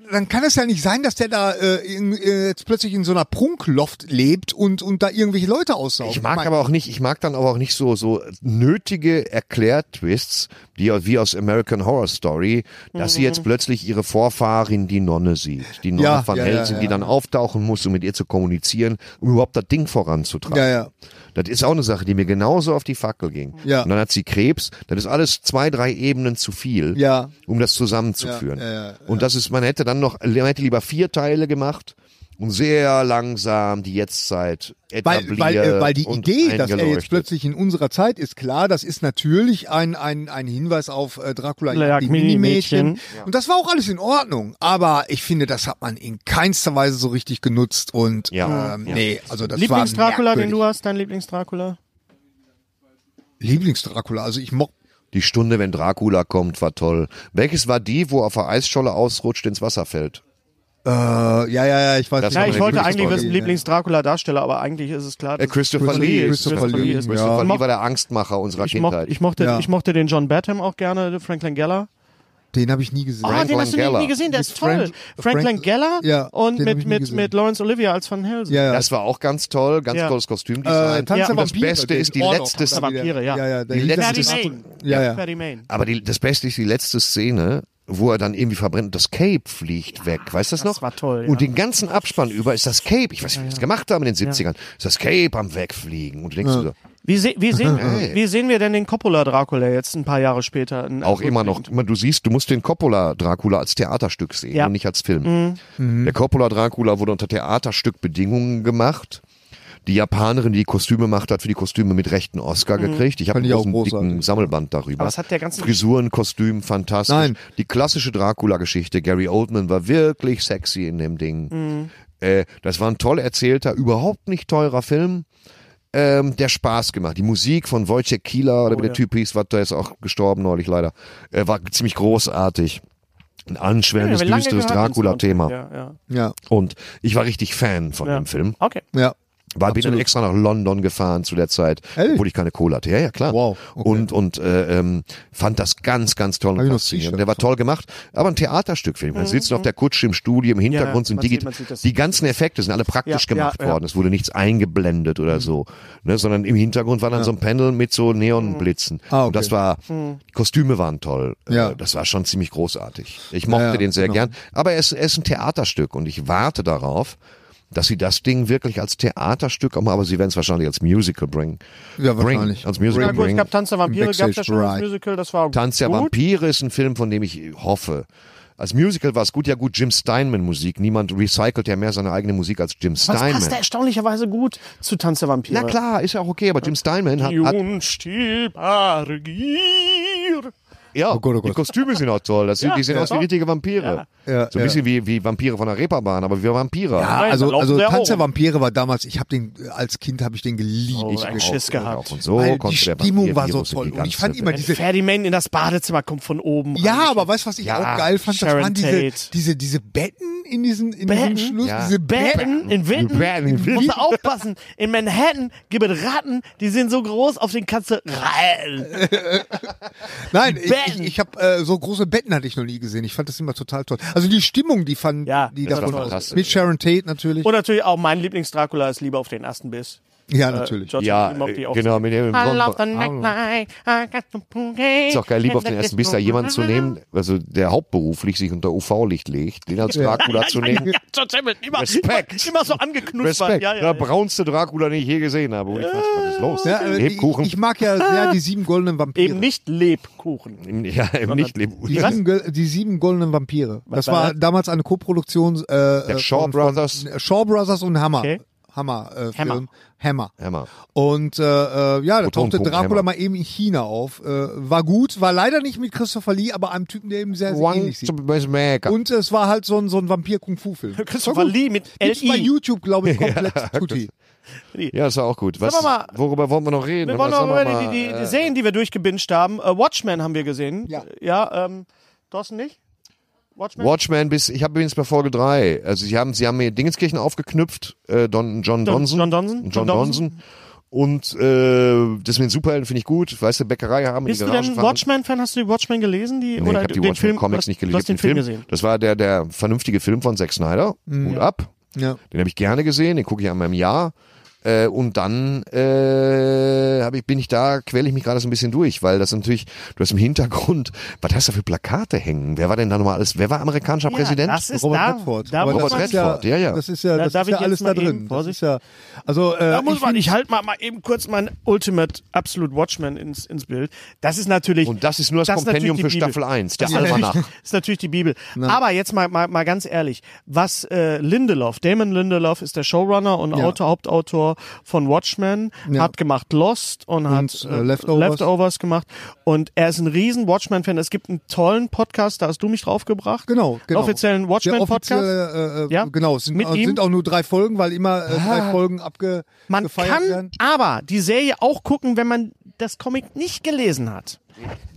Speaker 6: dann kann es ja nicht sein, dass der da äh, in, äh, jetzt plötzlich in so einer Prunkloft lebt und, und da irgendwelche Leute aussaugt.
Speaker 4: Ich mag aber auch nicht, ich mag dann aber auch nicht so, so nötige Erklärt-Twists, die aus- wie aus American Horror Story, dass sie jetzt plötzlich ihre Vorfahrin, die Nonne, sieht. Die Nonne
Speaker 6: Mhm. Ja,
Speaker 4: von
Speaker 6: ja,
Speaker 4: Helsing,
Speaker 6: ja,
Speaker 4: die
Speaker 6: ja.
Speaker 4: dann auftauchen muss, um mit ihr zu kommunizieren, um überhaupt das Ding voranzutreiben.
Speaker 6: Ja, ja.
Speaker 4: Das ist auch eine Sache, die mir genauso auf die Fackel ging.
Speaker 6: Ja.
Speaker 4: Und dann hat sie Krebs, das ist alles zwei, drei Ebenen zu viel,
Speaker 6: Ja.
Speaker 4: um das zusammenzuführen.
Speaker 6: Ja, ja, ja,
Speaker 4: Und das ist, man hätte dann noch, man hätte lieber vier Teile gemacht. Und sehr langsam die Jetztzeit
Speaker 6: weil, weil, äh, weil die
Speaker 4: und
Speaker 6: Idee, dass er jetzt
Speaker 4: eingeleuchtet.
Speaker 6: plötzlich in unserer Zeit ist, klar, das ist natürlich ein, ein, ein Hinweis auf äh, Dracula
Speaker 3: Jagd
Speaker 6: die
Speaker 3: Minimädchen.
Speaker 6: Minimädchen. Und das war auch alles in Ordnung. Aber ich finde, das hat man in keinster Weise so richtig genutzt. Und
Speaker 4: Ja.
Speaker 6: ähm,
Speaker 4: Ja.
Speaker 6: nee, also das
Speaker 3: Lieblingsdracula,
Speaker 6: war
Speaker 3: den du
Speaker 6: merkwürdig.
Speaker 3: hast, dein Lieblingsdracula?
Speaker 6: Lieblingsdracula, also ich mock.
Speaker 4: Die Stunde, wenn Dracula kommt, war toll. Welches war die, wo er auf der Eisscholle ausrutscht, ins Wasser fällt?
Speaker 6: Äh, ja, ja, ja, ich weiß
Speaker 4: Das
Speaker 6: nicht.
Speaker 4: war
Speaker 3: Ja,
Speaker 4: meine
Speaker 3: ich wollte
Speaker 4: Lieblingsdracula.
Speaker 3: eigentlich wissen,
Speaker 6: Ja.
Speaker 3: Lieblingsdracula-Darsteller, aber eigentlich ist es klar.
Speaker 4: Äh,
Speaker 3: dass-
Speaker 4: Christopher
Speaker 6: Christopher
Speaker 4: Lee.
Speaker 6: Lee,
Speaker 4: ist-
Speaker 6: Christopher Lee,
Speaker 3: ist-
Speaker 6: ja.
Speaker 4: Christopher Lee
Speaker 3: Ich,
Speaker 4: war der Angstmacher unserer
Speaker 3: mochte,
Speaker 4: Kindheit.
Speaker 3: ich, mochte,
Speaker 6: Ja.
Speaker 3: ich mochte den John Batham auch gerne, den Franklin Geller.
Speaker 6: Den habe ich nie gesehen.
Speaker 3: Ah,
Speaker 4: Frank
Speaker 3: den hast du nie,
Speaker 4: Langella.
Speaker 3: nie gesehen, der
Speaker 6: Mit
Speaker 3: ist toll.
Speaker 6: Frank-
Speaker 3: Franklin
Speaker 6: Frank-
Speaker 3: Geller
Speaker 6: Ja,
Speaker 3: und
Speaker 6: den hab
Speaker 3: mit,
Speaker 6: ich nie
Speaker 3: mit,
Speaker 6: gesehen.
Speaker 3: mit Lawrence Olivia als Van Helsing.
Speaker 6: ja, ja.
Speaker 4: das war auch ganz toll, ganz
Speaker 3: Ja.
Speaker 4: tolles Kostümdesign.
Speaker 6: Äh, Tanz der
Speaker 4: und das
Speaker 6: Vampire,
Speaker 4: Beste
Speaker 6: den
Speaker 4: ist die
Speaker 6: Orlok
Speaker 4: letzte.
Speaker 6: hat er wieder.
Speaker 3: Vampire, ja.
Speaker 6: ja, ja, der-
Speaker 4: Die
Speaker 6: das
Speaker 4: letzte
Speaker 3: Paddy
Speaker 6: ist-
Speaker 3: Main.
Speaker 6: Ja, ja.
Speaker 3: Paddy Main.
Speaker 4: Aber die, das Beste ist die letzte Szene, wo er dann irgendwie verbrennt und das Cape fliegt weg. Weißt du das,
Speaker 3: das
Speaker 4: noch?
Speaker 3: war toll, ja.
Speaker 4: Und den ganzen Abspann über ist das Cape, ich weiß nicht, wie die das gemacht haben in den 70ern, ist das Cape am Wegfliegen. Und du denkst du so,
Speaker 3: Wie, se wie, sehen, wie sehen wir denn den Coppola-Dracula jetzt ein paar Jahre später? In-
Speaker 4: Auch immer noch, immer, du siehst, du musst den Coppola Dracula als Theaterstück sehen
Speaker 3: Ja. Mhm.
Speaker 4: und
Speaker 6: Mhm.
Speaker 4: nicht als Film. Der Coppola Dracula wurde unter Theaterstückbedingungen gemacht. Die Japanerin, die die Kostüme macht, hat für die Kostüme mit rechten Oscar gekriegt. Ich habe
Speaker 6: Fand
Speaker 4: einen
Speaker 6: ich auch
Speaker 4: großen, dicken
Speaker 6: großartig.
Speaker 4: Sammelband darüber.
Speaker 3: Mhm. Aber es hat der ganzen-
Speaker 4: Frisuren, Kostüm, fantastisch.
Speaker 6: Nein.
Speaker 4: Die klassische Dracula-Geschichte. Gary Oldman war wirklich sexy in dem Ding.
Speaker 3: Mhm.
Speaker 4: Äh, das war ein toll erzählter, überhaupt nicht teurer Film. Ähm, der Spaß gemacht. Die Musik von Wojciech Kieler, oder wie der
Speaker 3: Oh ja.
Speaker 4: Typ hieß, war, der ist auch gestorben neulich leider, äh, war ziemlich großartig. Ein anschwellendes,
Speaker 3: wir lange
Speaker 4: düsteres
Speaker 3: gehört ins
Speaker 4: Dracula-Thema.
Speaker 3: Konzept. Ja, ja.
Speaker 6: Ja,
Speaker 4: Und ich war richtig Fan von
Speaker 3: Ja.
Speaker 4: dem Film.
Speaker 3: Okay.
Speaker 6: ja.
Speaker 4: War, bin dann extra nach London gefahren zu der Zeit,
Speaker 6: Ehrlich?
Speaker 4: obwohl ich keine Kohle hatte. Ja, ja, klar.
Speaker 6: Wow, okay.
Speaker 4: Und, und äh, ähm, fand das ganz, ganz toll
Speaker 6: Hab
Speaker 4: und
Speaker 6: ich noch
Speaker 4: faszinierend.
Speaker 6: T-Shirt
Speaker 4: Der war toll gemacht, aber ein Theaterstück, finde ich. Man
Speaker 3: Mhm,
Speaker 4: sitzt auf der Kutsche im Studio, im Hintergrund
Speaker 3: ja,
Speaker 4: sind
Speaker 3: man sieht-
Speaker 4: digit-
Speaker 3: man sieht das.
Speaker 4: die ganzen Effekte sind alle praktisch
Speaker 3: Ja, ja,
Speaker 4: gemacht
Speaker 3: ja.
Speaker 4: worden. Es wurde nichts eingeblendet
Speaker 6: Mhm.
Speaker 4: oder so, ne, sondern im Hintergrund war dann so ein Panel mit so Neonblitzen.
Speaker 6: Ah, okay.
Speaker 4: Und das war,
Speaker 3: Mhm.
Speaker 4: die Kostüme waren toll.
Speaker 6: Ja.
Speaker 4: Äh, Das war schon ziemlich großartig. Ich mochte
Speaker 6: Ja, ja,
Speaker 4: den sehr
Speaker 6: genau.
Speaker 4: gern. Aber es, es ist ein Theaterstück und ich warte darauf, dass sie das Ding wirklich als Theaterstück auch mal, aber sie werden es wahrscheinlich als Musical bringen.
Speaker 6: Ja,
Speaker 4: bringen,
Speaker 6: wahrscheinlich.
Speaker 4: Als Musical
Speaker 3: Ja, gut, es
Speaker 4: bringen.
Speaker 3: gab Tanz der Vampire, gab es ja
Speaker 6: Backstage
Speaker 3: schon das
Speaker 6: Bride.
Speaker 3: Musical, das war
Speaker 4: Tanz der
Speaker 3: gut.
Speaker 4: Vampire ist ein Film, von dem ich hoffe. Als Musical war es gut, ja gut, Jim Steinman Musik. Niemand recycelt ja mehr seine eigene Musik als Jim
Speaker 3: Das
Speaker 4: Steinman.
Speaker 3: passt da erstaunlicherweise gut zu Tanz der Vampire.
Speaker 4: Na klar, ist ja auch okay, aber Jim Steinman hat,
Speaker 3: Die
Speaker 4: hat
Speaker 3: unstillbare Gier.
Speaker 4: ja,
Speaker 6: Gott, oh
Speaker 4: die
Speaker 6: Gott.
Speaker 4: Kostüme sind auch toll. Das sind, die sehen
Speaker 3: ja,
Speaker 4: aus wie
Speaker 3: doch.
Speaker 4: richtige Vampire.
Speaker 6: Ja,
Speaker 4: so ein
Speaker 6: ja.
Speaker 4: bisschen wie, wie Vampire von der Reeperbahn, aber wir Vampire.
Speaker 6: Ja,
Speaker 3: Nein, da
Speaker 6: also,
Speaker 3: laufen
Speaker 6: also
Speaker 3: sie ja
Speaker 6: Tanz der
Speaker 3: rum.
Speaker 6: Vampire war damals, ich habe den, als Kind habe ich den geliebt.
Speaker 3: Oh,
Speaker 6: ich
Speaker 3: ein
Speaker 6: auch.
Speaker 3: Schiss
Speaker 4: genau.
Speaker 3: gehabt.
Speaker 4: Und so
Speaker 6: Weil die
Speaker 4: konnte der
Speaker 6: Stimmung war so
Speaker 4: Vampirvirus in
Speaker 6: toll.
Speaker 4: die
Speaker 6: Und ich
Speaker 4: ganze
Speaker 6: fand immer
Speaker 4: Welt.
Speaker 6: diese,
Speaker 3: Ferdinand in das Badezimmer kommt von oben.
Speaker 6: Ja,
Speaker 3: rein.
Speaker 6: aber weißt du, was ich
Speaker 4: Ja.
Speaker 6: auch geil fand? Das
Speaker 3: Sharon
Speaker 6: waren diese,
Speaker 3: Tate.
Speaker 6: diese, diese Betten in diesem, in
Speaker 3: Betten?
Speaker 6: diesem Schluss.
Speaker 4: Ja.
Speaker 6: Diese Betten.
Speaker 3: Betten in Witten.
Speaker 4: Betten in Witten.
Speaker 3: Musst du aufpassen. In Manhattan gibt es Ratten, die sind so groß, auf den kannst du rein.
Speaker 6: Nein, ich, ich,
Speaker 3: Betten.
Speaker 6: ich habe äh, so große Betten hatte ich noch nie gesehen. Ich fand das immer total toll. Also die Stimmung, die fand,
Speaker 3: Ja,
Speaker 6: die
Speaker 3: das war
Speaker 6: davon
Speaker 3: toll.
Speaker 6: aus.
Speaker 4: Fantastisch.
Speaker 6: Mit Sharon Tate natürlich.
Speaker 3: Und natürlich auch mein Lieblings-Dracula ist lieber auf den ersten Biss.
Speaker 6: ja, natürlich.
Speaker 3: George
Speaker 4: Ja,
Speaker 3: mochte ich
Speaker 4: äh,
Speaker 3: auch
Speaker 4: genau, mit dem Ah,
Speaker 3: Ah, Ist
Speaker 4: ist auch geil, lieber auf den ersten Biss da jemanden zu nehmen, also der hauptberuflich sich unter UV-Licht legt, den als Dracula zu nehmen.
Speaker 3: Ja, George Hamilton, immer,
Speaker 4: Respekt.
Speaker 3: Immer, immer so angeknuspt.
Speaker 4: Respekt,
Speaker 3: Ja, ja,
Speaker 4: der braunste Dracula, den ich je gesehen habe. Und ich dachte, was ist los?
Speaker 6: Ja, äh, ich,
Speaker 4: Lebkuchen.
Speaker 6: ich mag ja sehr die sieben goldenen Vampire.
Speaker 3: Eben nicht Lebkuchen.
Speaker 4: Im- ja, im Nicht-Leben.
Speaker 6: Die sieben, Gö- die sieben goldenen Vampire. das
Speaker 3: war
Speaker 6: war damals eine Koproduktion äh, der
Speaker 4: Shaw Brothers.
Speaker 6: Shaw Brothers und Hammer.
Speaker 3: Okay.
Speaker 6: Hammer, äh,
Speaker 3: Hammer.
Speaker 6: Film. Hammer.
Speaker 4: Hammer.
Speaker 6: Und äh, äh, ja, da
Speaker 4: Proton,
Speaker 6: tauchte
Speaker 4: Punkt,
Speaker 6: Dracula
Speaker 4: Hammer.
Speaker 6: mal eben in China auf. Äh, war gut, war leider nicht mit Christopher Lee, aber einem Typen, der eben sehr, sehr
Speaker 4: Wang
Speaker 6: ähnlich sieht.
Speaker 4: zum Besmaker.
Speaker 6: Und es war halt so ein, so ein Vampir-Kung-Fu-Film.
Speaker 3: Christopher Lee mit
Speaker 6: Gibt's bei
Speaker 3: L.I.
Speaker 6: YouTube, glaube ich, komplett Tutti.
Speaker 4: Ja, das war auch gut. Was,
Speaker 3: Sagen wir mal-
Speaker 4: worüber wollen wir noch reden?
Speaker 3: Wir wollen
Speaker 4: Was
Speaker 3: noch
Speaker 4: sagen wir
Speaker 3: über die, die,
Speaker 4: mal,
Speaker 3: die
Speaker 4: äh,
Speaker 3: Serien, die wir durchgebinged haben. Äh, Watchmen haben wir gesehen.
Speaker 6: Ja.
Speaker 3: Ja, ähm, Thorsten nicht? Watchmen?
Speaker 4: Watchmen bis, ich habe übrigens bei Folge 3, also sie haben, sie haben mir Dingenskirchen aufgeknüpft, äh, Don, John
Speaker 3: Don-
Speaker 4: Donson.
Speaker 3: John Donson?
Speaker 4: John,
Speaker 3: John
Speaker 4: Donson. Und äh, das mit den Superhelden finde ich gut, weißt du, Bäckerei haben
Speaker 3: Bist
Speaker 4: die
Speaker 3: du
Speaker 4: Garage
Speaker 3: denn
Speaker 4: fahren.
Speaker 3: Watchmen-Fan? Hast du die Watchmen gelesen? Die,
Speaker 4: Nee, ich
Speaker 3: oder
Speaker 4: habe die
Speaker 3: den Film,
Speaker 4: Watchmen-Comics
Speaker 3: du
Speaker 4: nicht
Speaker 3: hast-
Speaker 4: gelesen.
Speaker 3: Du
Speaker 4: ich
Speaker 3: hast
Speaker 4: hab
Speaker 3: den Film gesehen. Mhm.
Speaker 4: Das war der, der vernünftige Film von Zack Snyder. Hut ab.
Speaker 6: Ja.
Speaker 4: Den habe ich gerne gesehen, den gucke ich einmal im Jahr. Äh, und dann äh, hab ich, bin ich da, quäle ich mich gerade so ein bisschen durch, weil das natürlich, du hast im Hintergrund, was hast du für Plakate hängen? Wer war denn da nochmal alles? Wer war amerikanischer Präsident?
Speaker 3: Das ist
Speaker 6: Robert
Speaker 3: da,
Speaker 6: Redford.
Speaker 3: da
Speaker 6: Aber
Speaker 3: muss
Speaker 4: Robert
Speaker 3: man-
Speaker 6: das ist ja,
Speaker 4: Redford, ja, ja.
Speaker 6: Das ist ja,
Speaker 3: Da
Speaker 6: das
Speaker 3: darf
Speaker 6: ist ja
Speaker 3: ich jetzt
Speaker 6: alles da
Speaker 3: mal eben,
Speaker 6: drin. Das
Speaker 3: Vorsicht.
Speaker 6: ist ja, also, äh,
Speaker 3: Da muss
Speaker 6: ich
Speaker 3: man,
Speaker 6: find-
Speaker 3: ich halte mal, mal eben kurz mein Ultimate Absolute Watchmen ins, ins Bild. Das ist natürlich.
Speaker 4: Und das ist nur das
Speaker 3: ist natürlich
Speaker 4: Kompendium
Speaker 3: die
Speaker 4: für
Speaker 3: Bibel.
Speaker 4: Staffel 1, der
Speaker 3: Das ist
Speaker 4: Almanach.
Speaker 3: natürlich, ist natürlich die Bibel. Aber jetzt mal, mal, mal ganz ehrlich, was äh, Lindelof, Damon Lindelof ist der Showrunner und Autor, Hauptautor von Watchmen, hat gemacht Lost und, hat
Speaker 6: äh, Leftovers.
Speaker 3: Leftovers gemacht. Und er ist ein riesen Watchmen-Fan. Es gibt einen tollen Podcast, da hast du mich draufgebracht.
Speaker 6: Genau, genau.
Speaker 3: Offiziellen
Speaker 6: der
Speaker 3: Watchmen-Podcast.
Speaker 6: offizielle, äh, äh,
Speaker 3: Ja,
Speaker 6: Genau, es sind,
Speaker 3: mit
Speaker 6: äh,
Speaker 3: ihm. Ah.
Speaker 6: sind auch nur drei Folgen, weil immer äh, drei Folgen abge,
Speaker 3: Man
Speaker 6: gefeiert
Speaker 3: kann
Speaker 6: werden.
Speaker 3: aber die Serie auch gucken, wenn man das Comic nicht gelesen hat.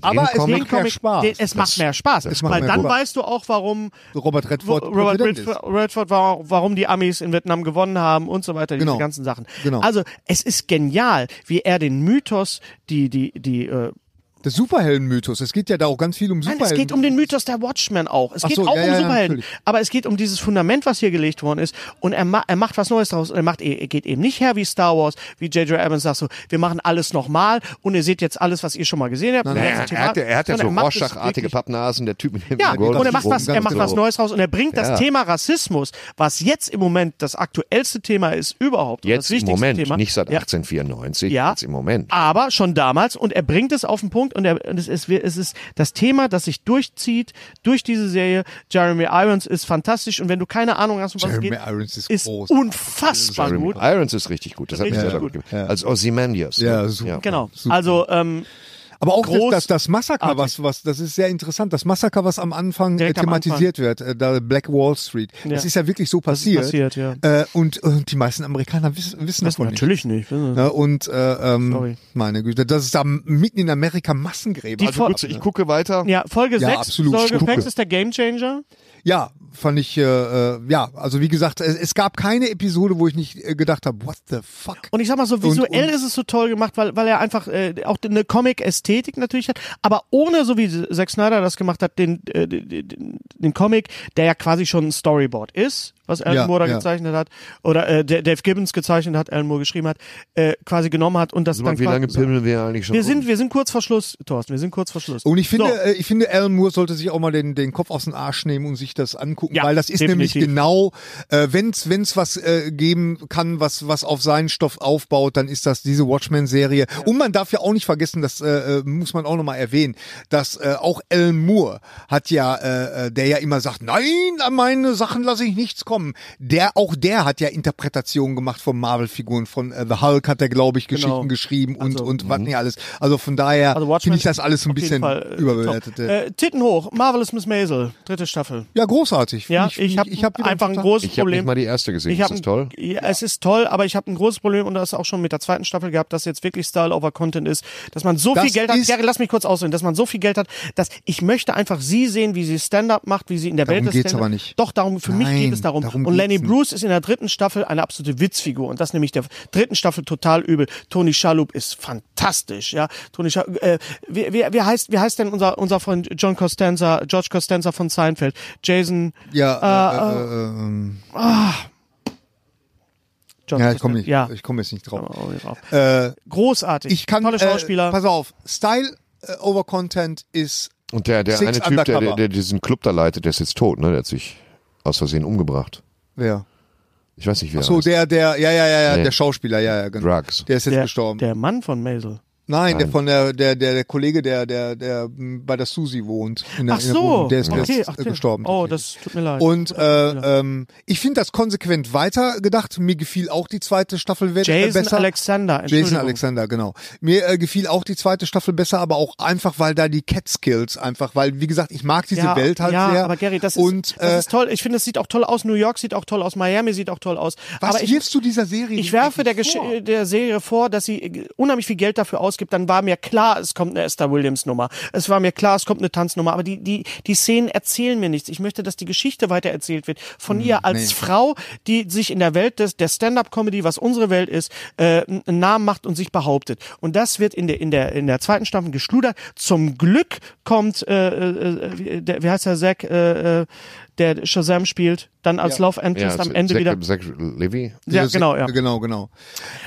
Speaker 6: Aber es
Speaker 4: Comic-
Speaker 6: macht mehr Spaß.
Speaker 3: Den, äh, es macht mehr Spaß.
Speaker 6: das macht
Speaker 3: weil
Speaker 6: mehr
Speaker 3: dann
Speaker 6: Spaß.
Speaker 3: weißt du auch, warum
Speaker 6: Robert
Speaker 3: wo-
Speaker 6: Redford
Speaker 3: Robert
Speaker 6: Präsident
Speaker 3: Redford, Redford war, warum die Amis in Vietnam gewonnen haben und so weiter,
Speaker 6: Genau.
Speaker 3: diese ganzen Sachen.
Speaker 6: Genau.
Speaker 3: Also es ist genial, wie er den Mythos, die, die, die, äh,
Speaker 6: ist. Der Superheldenmythos. Es geht ja da auch ganz viel um
Speaker 3: nein,
Speaker 6: Superhelden.
Speaker 3: es geht um den Mythos der Watchmen auch. Es
Speaker 6: Ach
Speaker 3: geht
Speaker 6: so,
Speaker 3: auch
Speaker 6: ja,
Speaker 3: um
Speaker 6: ja,
Speaker 3: Superhelden.
Speaker 6: natürlich.
Speaker 3: aber es geht um dieses Fundament, was hier gelegt worden ist. Und er, ma er macht was Neues draus. Und er macht, er geht eben nicht her wie Star Wars, wie J.J. Abrams sagt so, wir machen alles nochmal und ihr seht jetzt alles, was ihr schon mal gesehen habt.
Speaker 4: Ja, er, hat, ja- er hat ja so Rorschach-artige Pappnasen, der Typ mit dem
Speaker 3: Ja,
Speaker 4: goldenen
Speaker 3: und er macht, was,
Speaker 4: Strom.
Speaker 3: er macht was Neues raus und er bringt
Speaker 4: Ja.
Speaker 3: das Thema Rassismus, was jetzt im Moment das aktuellste Thema ist überhaupt. und
Speaker 4: Jetzt
Speaker 3: das
Speaker 4: im
Speaker 3: wichtigste
Speaker 4: Moment,
Speaker 3: Thema.
Speaker 4: nicht seit
Speaker 3: Ja.
Speaker 4: 1894,
Speaker 3: Ja.
Speaker 4: jetzt im Moment.
Speaker 3: Aber schon damals und er bringt es auf den Punkt, Punkt und, der, und es, ist, es ist das Thema, das sich durchzieht durch diese Serie. Jeremy Irons ist fantastisch und wenn du keine Ahnung hast, um was es geht,
Speaker 6: Jeremy Irons ist
Speaker 3: ist
Speaker 6: groß.
Speaker 3: unfassbar gut.
Speaker 4: Irons ist richtig gut. Das hat
Speaker 3: Richtig
Speaker 4: mir selber
Speaker 3: gut.
Speaker 4: gut gefallen. Als Ozymandias. ne?
Speaker 6: Ja, super.
Speaker 3: Genau.
Speaker 6: Super.
Speaker 3: Also ähm,
Speaker 6: Aber auch
Speaker 3: groß-
Speaker 6: das, das, das Massaker, was, was, das ist sehr interessant. Das Massaker, was am Anfang äh,
Speaker 3: Direkt am
Speaker 6: thematisiert wird, äh, da Black Wall Street. Das ist ja wirklich so passiert.
Speaker 3: passiert, ja.
Speaker 6: äh, und, und die meisten Amerikaner wissen, wissen das nicht.
Speaker 3: natürlich nicht.
Speaker 6: Ne? Und äh, ähm,
Speaker 3: Sorry.
Speaker 6: meine Güte, das ist da mitten in Amerika Massengräber.
Speaker 3: Die
Speaker 6: Also,
Speaker 3: Vor-
Speaker 4: Gut, ich gucke weiter.
Speaker 3: Ja, Folge
Speaker 6: Ja,
Speaker 3: 6,
Speaker 6: absolut.
Speaker 3: Folge
Speaker 6: Gucke.
Speaker 3: 6 ist der Gamechanger.
Speaker 6: ja, fand ich, äh, äh, ja, also wie gesagt, es, es gab keine Episode, wo ich nicht äh, gedacht habe, what the fuck?
Speaker 3: Und ich sag mal so, visuell
Speaker 6: und-
Speaker 3: ist es so toll gemacht, weil, weil er einfach äh, auch eine Comic-Ästhetik natürlich hat, aber ohne, so wie Zack Snyder das gemacht hat, den, äh, den, den- den Comic, der ja quasi schon ein Storyboard ist, was Alan
Speaker 6: Ja,
Speaker 3: Moore da
Speaker 6: ja.
Speaker 3: gezeichnet hat, oder äh, der- Dave Gibbons gezeichnet hat, Alan Moore geschrieben hat, äh, quasi genommen hat und das
Speaker 4: Also
Speaker 3: dann
Speaker 4: mal, wie
Speaker 3: quasi-
Speaker 4: lange pimmeln wir eigentlich schon?
Speaker 3: wir
Speaker 4: rum?
Speaker 3: sind, wir sind kurz vor Schluss, Thorsten, wir sind kurz vor Schluss.
Speaker 6: Und ich finde,
Speaker 3: So.
Speaker 6: äh, ich finde, Alan Moore sollte sich auch mal den, den Kopf aus dem Arsch nehmen und sich das angucken,
Speaker 3: Ja,
Speaker 6: weil das ist nämlich
Speaker 3: definitiv.
Speaker 6: genau, äh, wenn's wenn's was äh, geben kann, was was auf seinen Stoff aufbaut, dann ist das diese Watchmen-Serie. Und man darf ja auch nicht vergessen, das äh, äh, muss man auch noch mal erwähnen, dass äh, auch Alan Moore hat ja, äh, äh, der ja immer sagt, nein, an meine Sachen lasse ich nichts kommen. Der auch der hat ja Interpretationen gemacht von Marvel-Figuren, von äh, The Hulk hat er glaube ich Geschichten
Speaker 3: Genau. mhm.
Speaker 6: geschrieben und und was nicht alles. Also von daher
Speaker 3: Also Watchmen
Speaker 6: finde ich das alles ein
Speaker 3: auf jeden
Speaker 6: bisschen
Speaker 3: Fall, äh,
Speaker 6: überbewertet.
Speaker 3: top.
Speaker 6: ja.
Speaker 3: Äh, Titten hoch, Marvelous Miss Maisel, dritte Staffel.
Speaker 6: Ja, großartig.
Speaker 3: Ja,
Speaker 6: Find
Speaker 3: ich, hab
Speaker 6: find
Speaker 3: habe hab
Speaker 6: wieder
Speaker 3: einfach ein
Speaker 6: total-
Speaker 3: großes
Speaker 4: ich habe
Speaker 3: Problem.
Speaker 4: nicht mal die erste gesehen.
Speaker 3: Ich
Speaker 4: ist
Speaker 3: hab
Speaker 4: das
Speaker 3: ein-
Speaker 4: toll?
Speaker 3: Ja, es ist toll, aber ich habe ein großes Problem und das auch schon mit der zweiten Staffel gehabt, dass jetzt wirklich Style over Content ist, dass man so
Speaker 6: Das
Speaker 3: viel Geld hat.
Speaker 6: ist-
Speaker 3: Gary, lass mich kurz ausreden, dass man so viel Geld hat, dass ich möchte einfach sie sehen, wie sie Stand-up macht, wie sie in der
Speaker 6: Darum
Speaker 3: Welt des
Speaker 6: geht's
Speaker 3: Stand-up.
Speaker 6: aber nicht.
Speaker 3: Doch darum, für mich
Speaker 6: Nein,
Speaker 3: geht es darum.
Speaker 6: darum
Speaker 3: und Lenny
Speaker 6: geht's nicht.
Speaker 3: Bruce ist in der dritten Staffel eine absolute Witzfigur und das nehme ich der dritten Staffel total übel. Tony Schalup ist fantastisch, ja. Tony Schalup, äh, wie, wie, wie heißt wie heißt denn unser unser Freund John Costanza, George Costanza von Seinfeld, Jason
Speaker 6: Ja, äh, äh, äh, ähm,
Speaker 3: John
Speaker 6: ja, ich komme nicht,
Speaker 3: Ja.
Speaker 6: ich komme jetzt nicht drauf.
Speaker 3: Oh, jetzt auf.
Speaker 6: Äh,
Speaker 3: Großartig.
Speaker 6: ich kann,
Speaker 3: Tolle
Speaker 6: Äh,
Speaker 3: Schauspieler.
Speaker 6: pass auf, Style äh, over Content ist
Speaker 4: Und der, der eine
Speaker 6: Six
Speaker 4: Typ, der,
Speaker 6: Undercover.
Speaker 4: der, der diesen Club da leitet, der ist jetzt tot, ne? Der hat sich aus Versehen umgebracht.
Speaker 6: wer?
Speaker 4: Ich weiß nicht, wer
Speaker 6: So
Speaker 4: er heißt.
Speaker 6: der, der, ja, ja, ja, ja,
Speaker 4: Nee.
Speaker 6: der Schauspieler, ja, ja, genau.
Speaker 4: Drugs.
Speaker 6: Der ist jetzt
Speaker 3: der,
Speaker 6: gestorben.
Speaker 3: der Mann von Maisel.
Speaker 6: Nein, der von der, der, der, der Kollege, der, der, der mh, bei der Susi wohnt. In der,
Speaker 3: Ach
Speaker 6: in der
Speaker 3: so.
Speaker 6: Wohnung, der ist,
Speaker 3: okay,
Speaker 6: der ist
Speaker 3: ach,
Speaker 6: äh,
Speaker 3: der-
Speaker 6: gestorben.
Speaker 3: Oh, das tut mir leid.
Speaker 6: Und äh, ähm, ich finde das konsequent weitergedacht. Mir gefiel auch die zweite Staffel we- äh,
Speaker 3: Jason
Speaker 6: besser.
Speaker 3: Alexander.
Speaker 6: Jason
Speaker 3: Entschuldigung.
Speaker 6: Alexander, genau. Mir äh, gefiel auch die zweite Staffel besser, aber auch einfach, weil da die Cat-Skills einfach, weil, wie gesagt, ich mag diese
Speaker 3: ja,
Speaker 6: Welt halt
Speaker 3: ja,
Speaker 6: sehr.
Speaker 3: aber Gary, das,
Speaker 6: und,
Speaker 3: ist, das
Speaker 6: äh,
Speaker 3: ist toll. Ich finde, es sieht auch toll aus. New York sieht auch toll aus. Miami sieht auch toll aus.
Speaker 6: was
Speaker 3: aber ich,
Speaker 6: wirfst du dieser Serie?
Speaker 3: ich werfe der,
Speaker 6: eigentlich
Speaker 3: Gesch-
Speaker 6: vor?
Speaker 3: der Serie vor, dass sie äh, unheimlich viel Geld dafür ausgibt. Dann war mir klar, es kommt eine Esther Williams Nummer. Es war mir klar, es kommt eine Tanznummer. Aber die, die, die Szenen erzählen mir nichts. Ich möchte, dass die Geschichte weitererzählt wird von
Speaker 6: Hm,
Speaker 3: ihr als Frau, die sich in der Welt des, der Stand-Up-Comedy, was unsere Welt ist, äh, einen Namen macht und sich behauptet. Und das wird in der, in der, in der zweiten Staffel geschludert. Zum Glück kommt, äh, äh, äh, der, wie heißt der Zack, äh, äh, der Shazam spielt, dann als Love Interest am Ende
Speaker 4: Zac-
Speaker 3: wieder.
Speaker 4: Zac Levy?
Speaker 3: Ja,
Speaker 6: Diese-
Speaker 3: genau, ja.
Speaker 6: Genau, genau.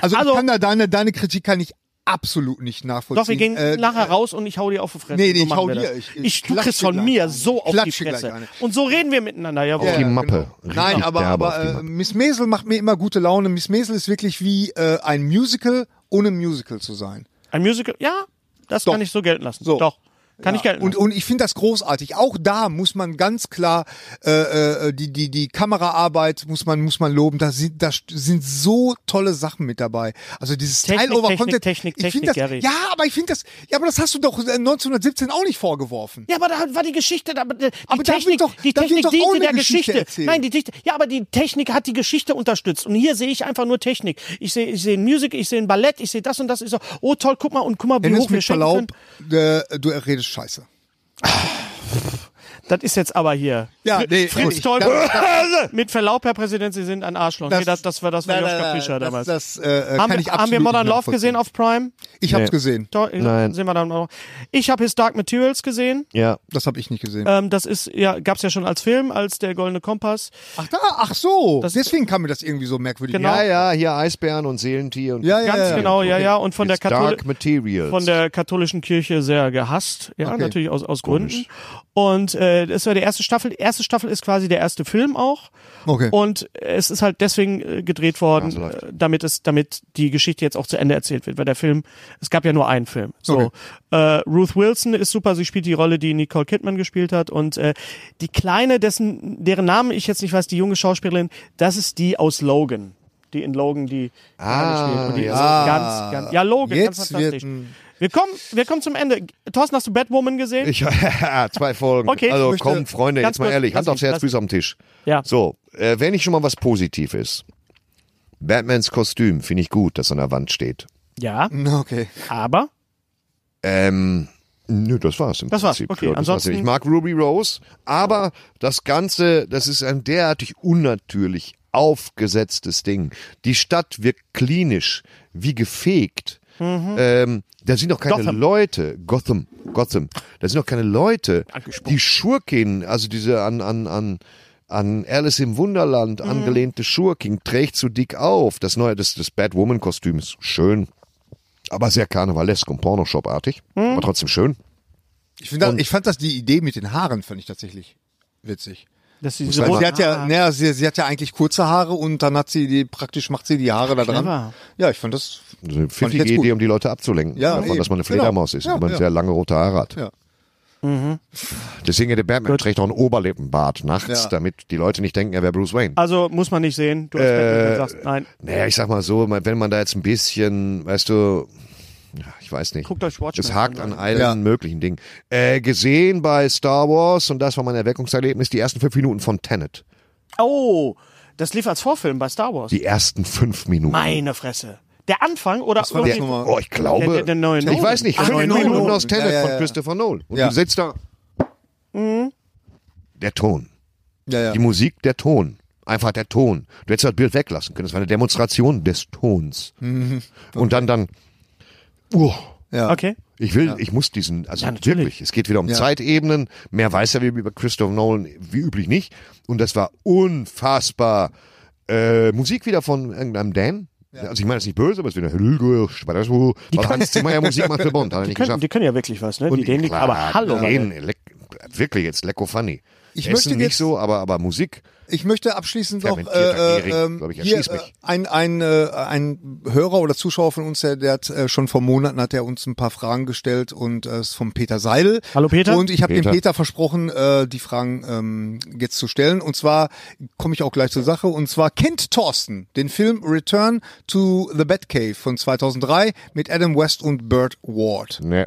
Speaker 6: Also,
Speaker 3: Also-
Speaker 6: ich kann da deine, deine Kritik kann ich absolut nicht nachvollziehen.
Speaker 3: Doch, wir gehen
Speaker 6: Äh,
Speaker 3: nachher raus und ich hau dir auf die Fresse.
Speaker 6: Nee, nee,
Speaker 3: So
Speaker 6: ich
Speaker 3: machen
Speaker 6: hau
Speaker 3: wir
Speaker 6: dir.
Speaker 3: das.
Speaker 6: Ich-
Speaker 3: Ich,
Speaker 6: ich
Speaker 3: du
Speaker 6: klatsche
Speaker 3: kriegst von
Speaker 6: gleich
Speaker 3: mir
Speaker 6: eine.
Speaker 3: so auf die
Speaker 6: Klatsche gleich
Speaker 3: Fresse.
Speaker 6: eine.
Speaker 3: Und so reden wir miteinander, jawohl.
Speaker 4: die Mappe. Richtig
Speaker 6: Nein, aber,
Speaker 4: derbe auf die
Speaker 3: ähm,
Speaker 6: aber äh,
Speaker 4: Mappe.
Speaker 6: Miss Maisel macht mir immer gute Laune. Miss Maisel ist wirklich wie äh, ein Musical, ohne Musical zu sein.
Speaker 3: Ein Musical, ja, das kann ich so gelten lassen.
Speaker 6: So.
Speaker 3: Doch, kann ich gelten
Speaker 6: Und,
Speaker 3: lassen.
Speaker 6: und ich finde das großartig. Auch da muss man ganz klar äh, äh, die die die Kameraarbeit muss man muss man loben. Da sind da st- sind so tolle Sachen mit dabei. Also dieses
Speaker 3: Technik,
Speaker 6: Teil over
Speaker 3: Technik,
Speaker 6: Content.
Speaker 3: Technik,
Speaker 6: ich find
Speaker 3: Technik,
Speaker 6: das,
Speaker 3: Gary.
Speaker 6: ja, aber ich finde das. Ja, aber das hast du doch 1917 auch nicht vorgeworfen.
Speaker 3: Ja, aber da war die Geschichte, da- die
Speaker 6: Aber da wird
Speaker 3: Technik,
Speaker 6: doch-
Speaker 3: die
Speaker 6: da wird
Speaker 3: Technik
Speaker 6: doch auch
Speaker 3: diente
Speaker 6: eine
Speaker 3: der
Speaker 6: Geschichte
Speaker 3: Geschichte.
Speaker 6: erzählt.
Speaker 3: Nein, die Dichte, ja, aber die Technik hat die Geschichte unterstützt. Und hier sehe ich einfach nur Technik. Ich sehe, ich sehe Musik, ich sehe ein Ballett, ich sehe das und das. Ich so, oh toll, guck mal und guck mal, wie
Speaker 6: Dennis,
Speaker 3: hoch wir
Speaker 6: mit
Speaker 3: schenken
Speaker 6: Verlaub,
Speaker 3: können.
Speaker 6: äh, du redest Scheiße.
Speaker 3: Das ist jetzt aber hier.
Speaker 6: Ja,
Speaker 3: Fr-
Speaker 6: nee,
Speaker 3: Fritz
Speaker 6: ehrlich,
Speaker 3: Teufel,
Speaker 6: das-
Speaker 3: mit Verlaub, Herr Präsident, Sie sind ein Arschloch. Das, nee, das, das war das war Joschka Fischer
Speaker 6: das,
Speaker 3: damals.
Speaker 6: Das, äh,
Speaker 3: haben,
Speaker 6: kann
Speaker 3: wir-
Speaker 6: ich
Speaker 3: haben wir
Speaker 6: absolut
Speaker 3: Modern
Speaker 6: nicht
Speaker 3: Love gesehen
Speaker 6: nachvollziehen.
Speaker 3: auf Prime?
Speaker 6: Ich hab's gesehen.
Speaker 3: Doch,
Speaker 4: Nein.
Speaker 3: Sehen wir dann auch. noch. Ich habe His Dark Materials gesehen.
Speaker 4: Ja.
Speaker 6: Das habe ich nicht gesehen.
Speaker 3: Ähm, das ist ja gab's ja schon als Film, als der Goldene Kompass.
Speaker 6: Ach da, ach so.
Speaker 3: Das-
Speaker 6: Deswegen kam mir das irgendwie so merkwürdig.
Speaker 3: Genau.
Speaker 4: Ja, Ah, ja, hier Eisbären und Seelentier und
Speaker 6: Ja, ja,
Speaker 3: Ganz
Speaker 6: ja.
Speaker 3: genau, ja, ja. Und von der,
Speaker 4: It's
Speaker 3: Katholi
Speaker 4: Dark Materials.
Speaker 3: von der katholischen Kirche sehr gehasst. Ja,
Speaker 6: Okay.
Speaker 3: natürlich aus, aus Gründen. Und äh, äh, das war die erste Staffel. Die erste Staffel ist quasi der erste Film auch.
Speaker 6: Okay.
Speaker 3: Und es ist halt deswegen äh, gedreht worden,
Speaker 4: so läuft.
Speaker 3: äh, damit es, damit die Geschichte jetzt auch zu Ende erzählt wird, weil der Film, es gab ja nur einen Film.
Speaker 6: Okay.
Speaker 3: So, äh, Ruth Wilson ist super, sie spielt die Rolle, die Nicole Kidman gespielt hat und äh, die kleine, dessen, deren Namen ich jetzt nicht weiß, die junge Schauspielerin, das ist die aus Logan, die in Logan die
Speaker 4: Ah,
Speaker 3: Kleine und die
Speaker 6: ja.
Speaker 3: ist ganz, ganz, ja Logan, ganz
Speaker 6: Jetzt
Speaker 3: fantastisch.
Speaker 6: wird ein-
Speaker 3: wir kommen, wir kommen zum Ende. Thorsten, hast du Batwoman gesehen?
Speaker 4: Ich, zwei Folgen.
Speaker 3: Okay, ich
Speaker 4: also
Speaker 3: möchte-
Speaker 4: komm, Freunde,
Speaker 3: Ganz
Speaker 4: jetzt mal
Speaker 3: kurz,
Speaker 4: ehrlich,
Speaker 3: lass
Speaker 4: Hand aufs
Speaker 3: mich,
Speaker 4: Herz,
Speaker 3: lass
Speaker 4: Füße am Tisch.
Speaker 3: ja.
Speaker 4: So, äh, wenn ich schon mal was Positives. Batmans Kostüm finde ich gut, das an der Wand steht.
Speaker 3: Ja,
Speaker 6: Na, Okay.
Speaker 3: aber
Speaker 4: Ähm, nö, das war's im
Speaker 3: Das war's,
Speaker 4: Prinzip.
Speaker 3: okay,
Speaker 4: Ja, das
Speaker 3: ansonsten-
Speaker 4: war's. Ich mag Ruby Rose, aber das Ganze, das ist ein derartig unnatürlich aufgesetztes Ding. Die Stadt wirkt klinisch, wie gefegt. Ähm, da sind auch keine
Speaker 3: Mhm. Gotham.
Speaker 4: Leute, Gotham, Gotham, da sind auch keine Leute,
Speaker 3: Angesprochen.
Speaker 4: die Schurkin, also diese an, an, an, an Alice im Wunderland
Speaker 3: Mhm.
Speaker 4: angelehnte Schurkin, trägt zu dick auf. Das neue, das, das Batwoman-Kostüm ist schön, aber sehr karnevalesk und Pornoshop-artig,
Speaker 6: Hm.
Speaker 4: aber trotzdem schön.
Speaker 6: Ich, find das, ich fand das die Idee mit den Haaren, fand ich tatsächlich witzig.
Speaker 3: dass
Speaker 4: Muss
Speaker 3: diese
Speaker 4: man-
Speaker 3: roten
Speaker 6: Sie hat ja,
Speaker 3: Haare-
Speaker 6: naja, sie, sie hat ja eigentlich kurze Haare und dann hat sie die, praktisch macht sie die Haare da dran.
Speaker 3: Clever.
Speaker 6: Ja, ich fand das.
Speaker 4: Eine
Speaker 6: Fand ich jetzt
Speaker 4: pfiffige Idee,
Speaker 6: gut.
Speaker 4: um die Leute abzulenken
Speaker 6: Ja,
Speaker 4: davon, dass
Speaker 6: eben,
Speaker 4: man eine
Speaker 6: genau.
Speaker 4: Fledermaus ist,
Speaker 6: Ja,
Speaker 4: wenn man
Speaker 6: ja.
Speaker 4: sehr lange rote Haare hat.
Speaker 6: Ja.
Speaker 4: Deswegen ja der Batman trägt auch einen Oberlippenbart nachts,
Speaker 6: Ja.
Speaker 4: damit die Leute nicht denken, er wäre Bruce Wayne.
Speaker 3: Also muss man nicht sehen. Du als
Speaker 6: Äh,
Speaker 3: Batman sagst, nein,
Speaker 4: Naja, ich sag mal so, wenn man da jetzt ein bisschen, weißt du, ja, ich weiß nicht.
Speaker 3: guckt euch Watchmen
Speaker 4: Es hakt an allen
Speaker 6: Ja.
Speaker 4: möglichen Dingen. Äh, gesehen bei Star Wars, und das war mein Erweckungserlebnis, die ersten fünf Minuten von Tenet.
Speaker 3: Oh, das lief als Vorfilm bei Star Wars.
Speaker 4: Die ersten fünf Minuten.
Speaker 3: Meine Fresse. Der Anfang oder,
Speaker 6: war
Speaker 3: oder
Speaker 6: der-
Speaker 3: die,
Speaker 6: Nummer-
Speaker 4: oh, ich glaube.
Speaker 3: Der- der- der neue
Speaker 4: ich
Speaker 3: Nolan.
Speaker 4: weiß nicht,
Speaker 3: Ach,
Speaker 4: fünf
Speaker 3: neue
Speaker 4: Minuten
Speaker 3: Nolan.
Speaker 4: aus Tenet
Speaker 6: Ja, ja,
Speaker 4: von
Speaker 6: ja.
Speaker 4: Christopher Nolan. Und
Speaker 6: Ja.
Speaker 4: du sitzt da.
Speaker 3: Mhm.
Speaker 4: Der Ton.
Speaker 6: Ja, ja.
Speaker 4: Die Musik, der Ton. Einfach der Ton. Du hättest das Bild weglassen können. Das war eine Demonstration des Tons.
Speaker 6: Mhm.
Speaker 4: Und dann, dann. Uh,
Speaker 6: ja.
Speaker 3: Okay.
Speaker 4: ich will, ich muss diesen, also
Speaker 3: Ja, natürlich.
Speaker 4: wirklich, es geht wieder um
Speaker 6: Ja.
Speaker 4: Zeitebenen, mehr weiß er wie über Christopher Nolan, wie üblich nicht. Und das war unfassbar äh, Musik wieder von irgendeinem Dan. Also ich meine das nicht böse, aber es ist wieder Hülgo, Spaderswo, weil Hans Zimmer ja Musik macht für Bond, hat er nicht
Speaker 3: Können,
Speaker 4: geschafft.
Speaker 3: die können ja wirklich was, ne? die denen,
Speaker 4: Klar,
Speaker 3: aber hallo.
Speaker 4: Den, leck, wirklich jetzt, Lecko Funny.
Speaker 6: Ich
Speaker 4: Essen
Speaker 6: möchte
Speaker 4: nicht
Speaker 6: jetzt-
Speaker 4: so, aber, aber Musik.
Speaker 6: Ich möchte abschließend noch
Speaker 4: Fermentierter
Speaker 6: äh,
Speaker 4: Hering,
Speaker 6: äh, ähm,
Speaker 4: glaub ich,
Speaker 6: hier,
Speaker 4: erschieß
Speaker 6: äh,
Speaker 4: mich.
Speaker 6: ein, ein, äh, ein Hörer oder Zuschauer von uns, der, der hat äh, schon vor Monaten hat er uns ein paar Fragen gestellt und äh, ist vom Peter Seidel.
Speaker 3: Hallo, Peter.
Speaker 6: Und ich habe dem
Speaker 4: Peter.
Speaker 6: Peter versprochen, äh, die Fragen ähm, jetzt zu stellen. Und zwar komme ich auch gleich zur Sache. Und zwar kennt Thorsten den Film Return to the Batcave von 2003 mit Adam West und Burt Ward.
Speaker 4: Ne,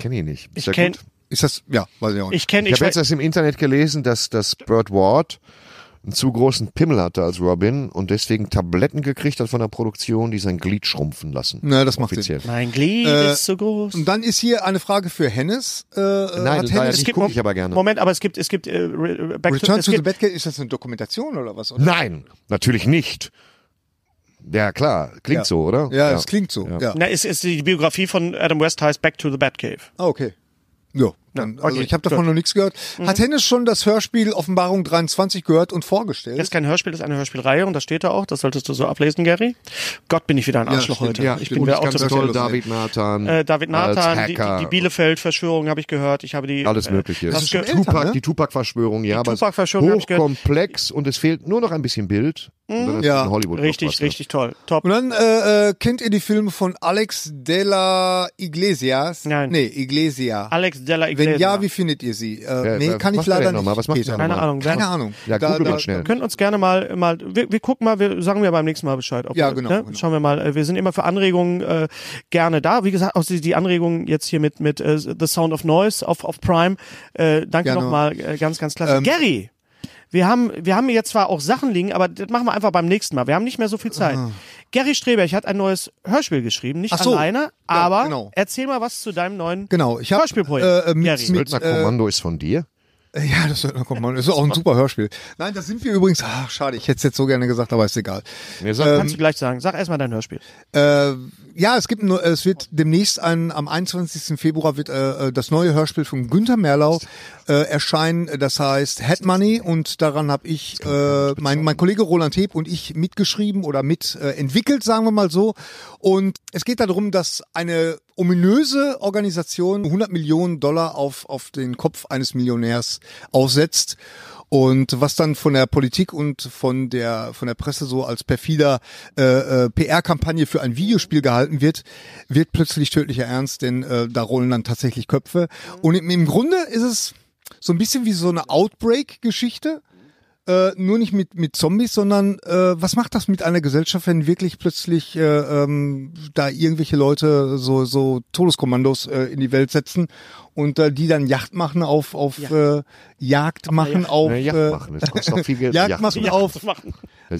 Speaker 4: kenne ich nicht.
Speaker 3: Ich
Speaker 4: Sehr
Speaker 3: kenn-
Speaker 4: gut.
Speaker 6: Ist das? Ja, weiß ich auch nicht.
Speaker 3: Ich kenne,
Speaker 4: Ich
Speaker 3: ich,
Speaker 4: habe jetzt
Speaker 3: weiß-
Speaker 4: erst im Internet gelesen, dass, dass Bird Ward einen zu großen Pimmel hatte als Robin und deswegen Tabletten gekriegt hat von der Produktion, die sein Glied schrumpfen lassen.
Speaker 6: Na, das macht
Speaker 4: Offiziell.
Speaker 3: mein Glied ist zu groß.
Speaker 6: Und dann ist hier eine Frage für Hennes. Äh,
Speaker 4: Nein, das
Speaker 6: hat
Speaker 4: war ja
Speaker 6: Hennes
Speaker 4: nicht- guck ich aber gerne.
Speaker 3: Moment, aber es gibt, es gibt, äh, Re- Back
Speaker 6: Return
Speaker 3: es
Speaker 6: to the
Speaker 3: gibt,
Speaker 6: Batcave, ist das eine Dokumentation oder was? Oder?
Speaker 4: Nein, natürlich nicht. Ja, klar, klingt
Speaker 6: Ja.
Speaker 4: so, oder?
Speaker 6: Ja, das klingt so. Ja.
Speaker 3: na, ist, ist die Biografie von Adam West heißt Back to the Batcave.
Speaker 6: Ah, okay. Ja. Mhm. Dann, also
Speaker 3: okay,
Speaker 6: ich habe davon noch nichts gehört. Hat Hennes schon das Hörspiel Offenbarung 23 gehört und vorgestellt?
Speaker 3: Das ist kein Hörspiel, das ist eine Hörspielreihe und das steht da auch. Das solltest du so ablesen, Gary. Gott, bin ich wieder ein Arschloch
Speaker 6: stimmt,
Speaker 3: heute.
Speaker 4: Ja,
Speaker 3: ich
Speaker 4: ich
Speaker 3: bin
Speaker 4: bin
Speaker 3: wieder
Speaker 4: ganz
Speaker 3: autoritär.
Speaker 4: toll, David Nathan.
Speaker 3: Äh, David
Speaker 4: als
Speaker 3: Nathan, die, die,
Speaker 4: Hacker,
Speaker 3: die Bielefeld-Verschwörung habe ich gehört. Ich habe die
Speaker 4: Alles
Speaker 3: äh,
Speaker 4: Mögliche.
Speaker 3: Das
Speaker 4: Die
Speaker 3: ge-
Speaker 4: Tupac,
Speaker 6: ne?
Speaker 4: Die Tupac-Verschwörung, ja, aber es ist
Speaker 3: Tupac-Verschwörung hab ich gehört. Mhm.
Speaker 4: hochkomplex und es fehlt nur noch ein bisschen Bild. Und dann ist
Speaker 6: Ja.
Speaker 4: es ein Hollywood
Speaker 3: richtig, richtig toll. Top.
Speaker 6: Und dann äh, äh, kennt ihr die Filme von Alex de la Iglesias?
Speaker 3: Nein.
Speaker 6: Nee, Iglesia.
Speaker 3: Alex Della
Speaker 6: Wenn
Speaker 3: Iglesia.
Speaker 6: ja, wie findet ihr sie? Äh,
Speaker 4: Wer-
Speaker 6: nee,
Speaker 4: wer-
Speaker 6: kann ich
Speaker 4: was macht der
Speaker 6: leider
Speaker 4: denn noch mal?
Speaker 6: nicht.
Speaker 4: Was macht der noch
Speaker 6: Peter.
Speaker 4: mal?
Speaker 3: Keine Ahnung, wer-
Speaker 6: Keine Ahnung.
Speaker 4: Ja,
Speaker 6: Da-
Speaker 4: google
Speaker 6: da-
Speaker 4: mal schnell.
Speaker 3: Könnt uns gerne mal, mal wir, wir gucken mal, wir sagen wir beim nächsten Mal Bescheid. Ob,
Speaker 6: Ja,
Speaker 3: wir-
Speaker 6: genau, genau.
Speaker 3: Schauen wir mal. äh, Wir sind immer für Anregungen äh, gerne da. Wie gesagt, auch die, die Anregungen jetzt hier mit, mit äh, The Sound of Noise auf, auf Prime. Äh, danke
Speaker 6: Gerne. Ähm,
Speaker 3: nochmal, äh, ganz, ganz klasse. Gary! Wir haben, wir haben jetzt zwar auch Sachen liegen, aber das machen wir einfach beim nächsten Mal. Wir haben nicht mehr so viel Zeit. Gary Streberg hat ein neues Hörspiel geschrieben, nicht
Speaker 6: Ah. Ach so.
Speaker 3: alleine,
Speaker 6: Ja,
Speaker 3: aber
Speaker 6: genau.
Speaker 3: erzähl mal was zu deinem neuen
Speaker 6: Genau, ich habe
Speaker 3: Hörspielprojekt.
Speaker 6: äh,
Speaker 3: Gary.
Speaker 6: mit, mit,
Speaker 4: Söldner
Speaker 6: äh,
Speaker 4: Kommando ist von dir?
Speaker 6: Ja, das wird noch kommen. Das ist auch ein super Hörspiel. Nein, da sind wir übrigens. Ach, schade, ich hätte es jetzt so gerne gesagt, aber ist egal.
Speaker 4: Nee, sag-
Speaker 3: Kannst du gleich sagen. Sag erstmal dein Hörspiel.
Speaker 6: Äh, ja, es gibt nur, es wird demnächst ein, am 21. Februar wird äh, äh, das neue Hörspiel von Günther Merlau äh, erscheinen. Das heißt Head Money und daran habe ich äh, mein, mein Kollege Roland Heb und ich mitgeschrieben oder mit äh, entwickelt, sagen wir mal so. Und es geht darum, dass eine ominöse Organisation 100 Millionen Dollar auf, auf den Kopf eines Millionärs aufsetzt. Und was dann von der Politik und von der von der Presse so als perfider äh, äh, PR-Kampagne für ein Videospiel gehalten wird, wird plötzlich tödlicher Ernst, denn äh, da rollen dann tatsächlich Köpfe. Und im, im Grunde ist es so ein bisschen wie so eine Outbreak-Geschichte. Äh, nur nicht mit, mit Zombies, sondern äh, was macht das mit einer Gesellschaft, wenn wirklich plötzlich äh, ähm, da irgendwelche Leute so, so Todeskommandos äh, in die Welt setzen und äh, die dann Jagd machen auf, auf Äh, Jagd machen auf
Speaker 4: Ja, Jagd
Speaker 6: äh,
Speaker 4: machen. Das kostet auch viel Geld.
Speaker 6: Jagd machen auf,
Speaker 4: Das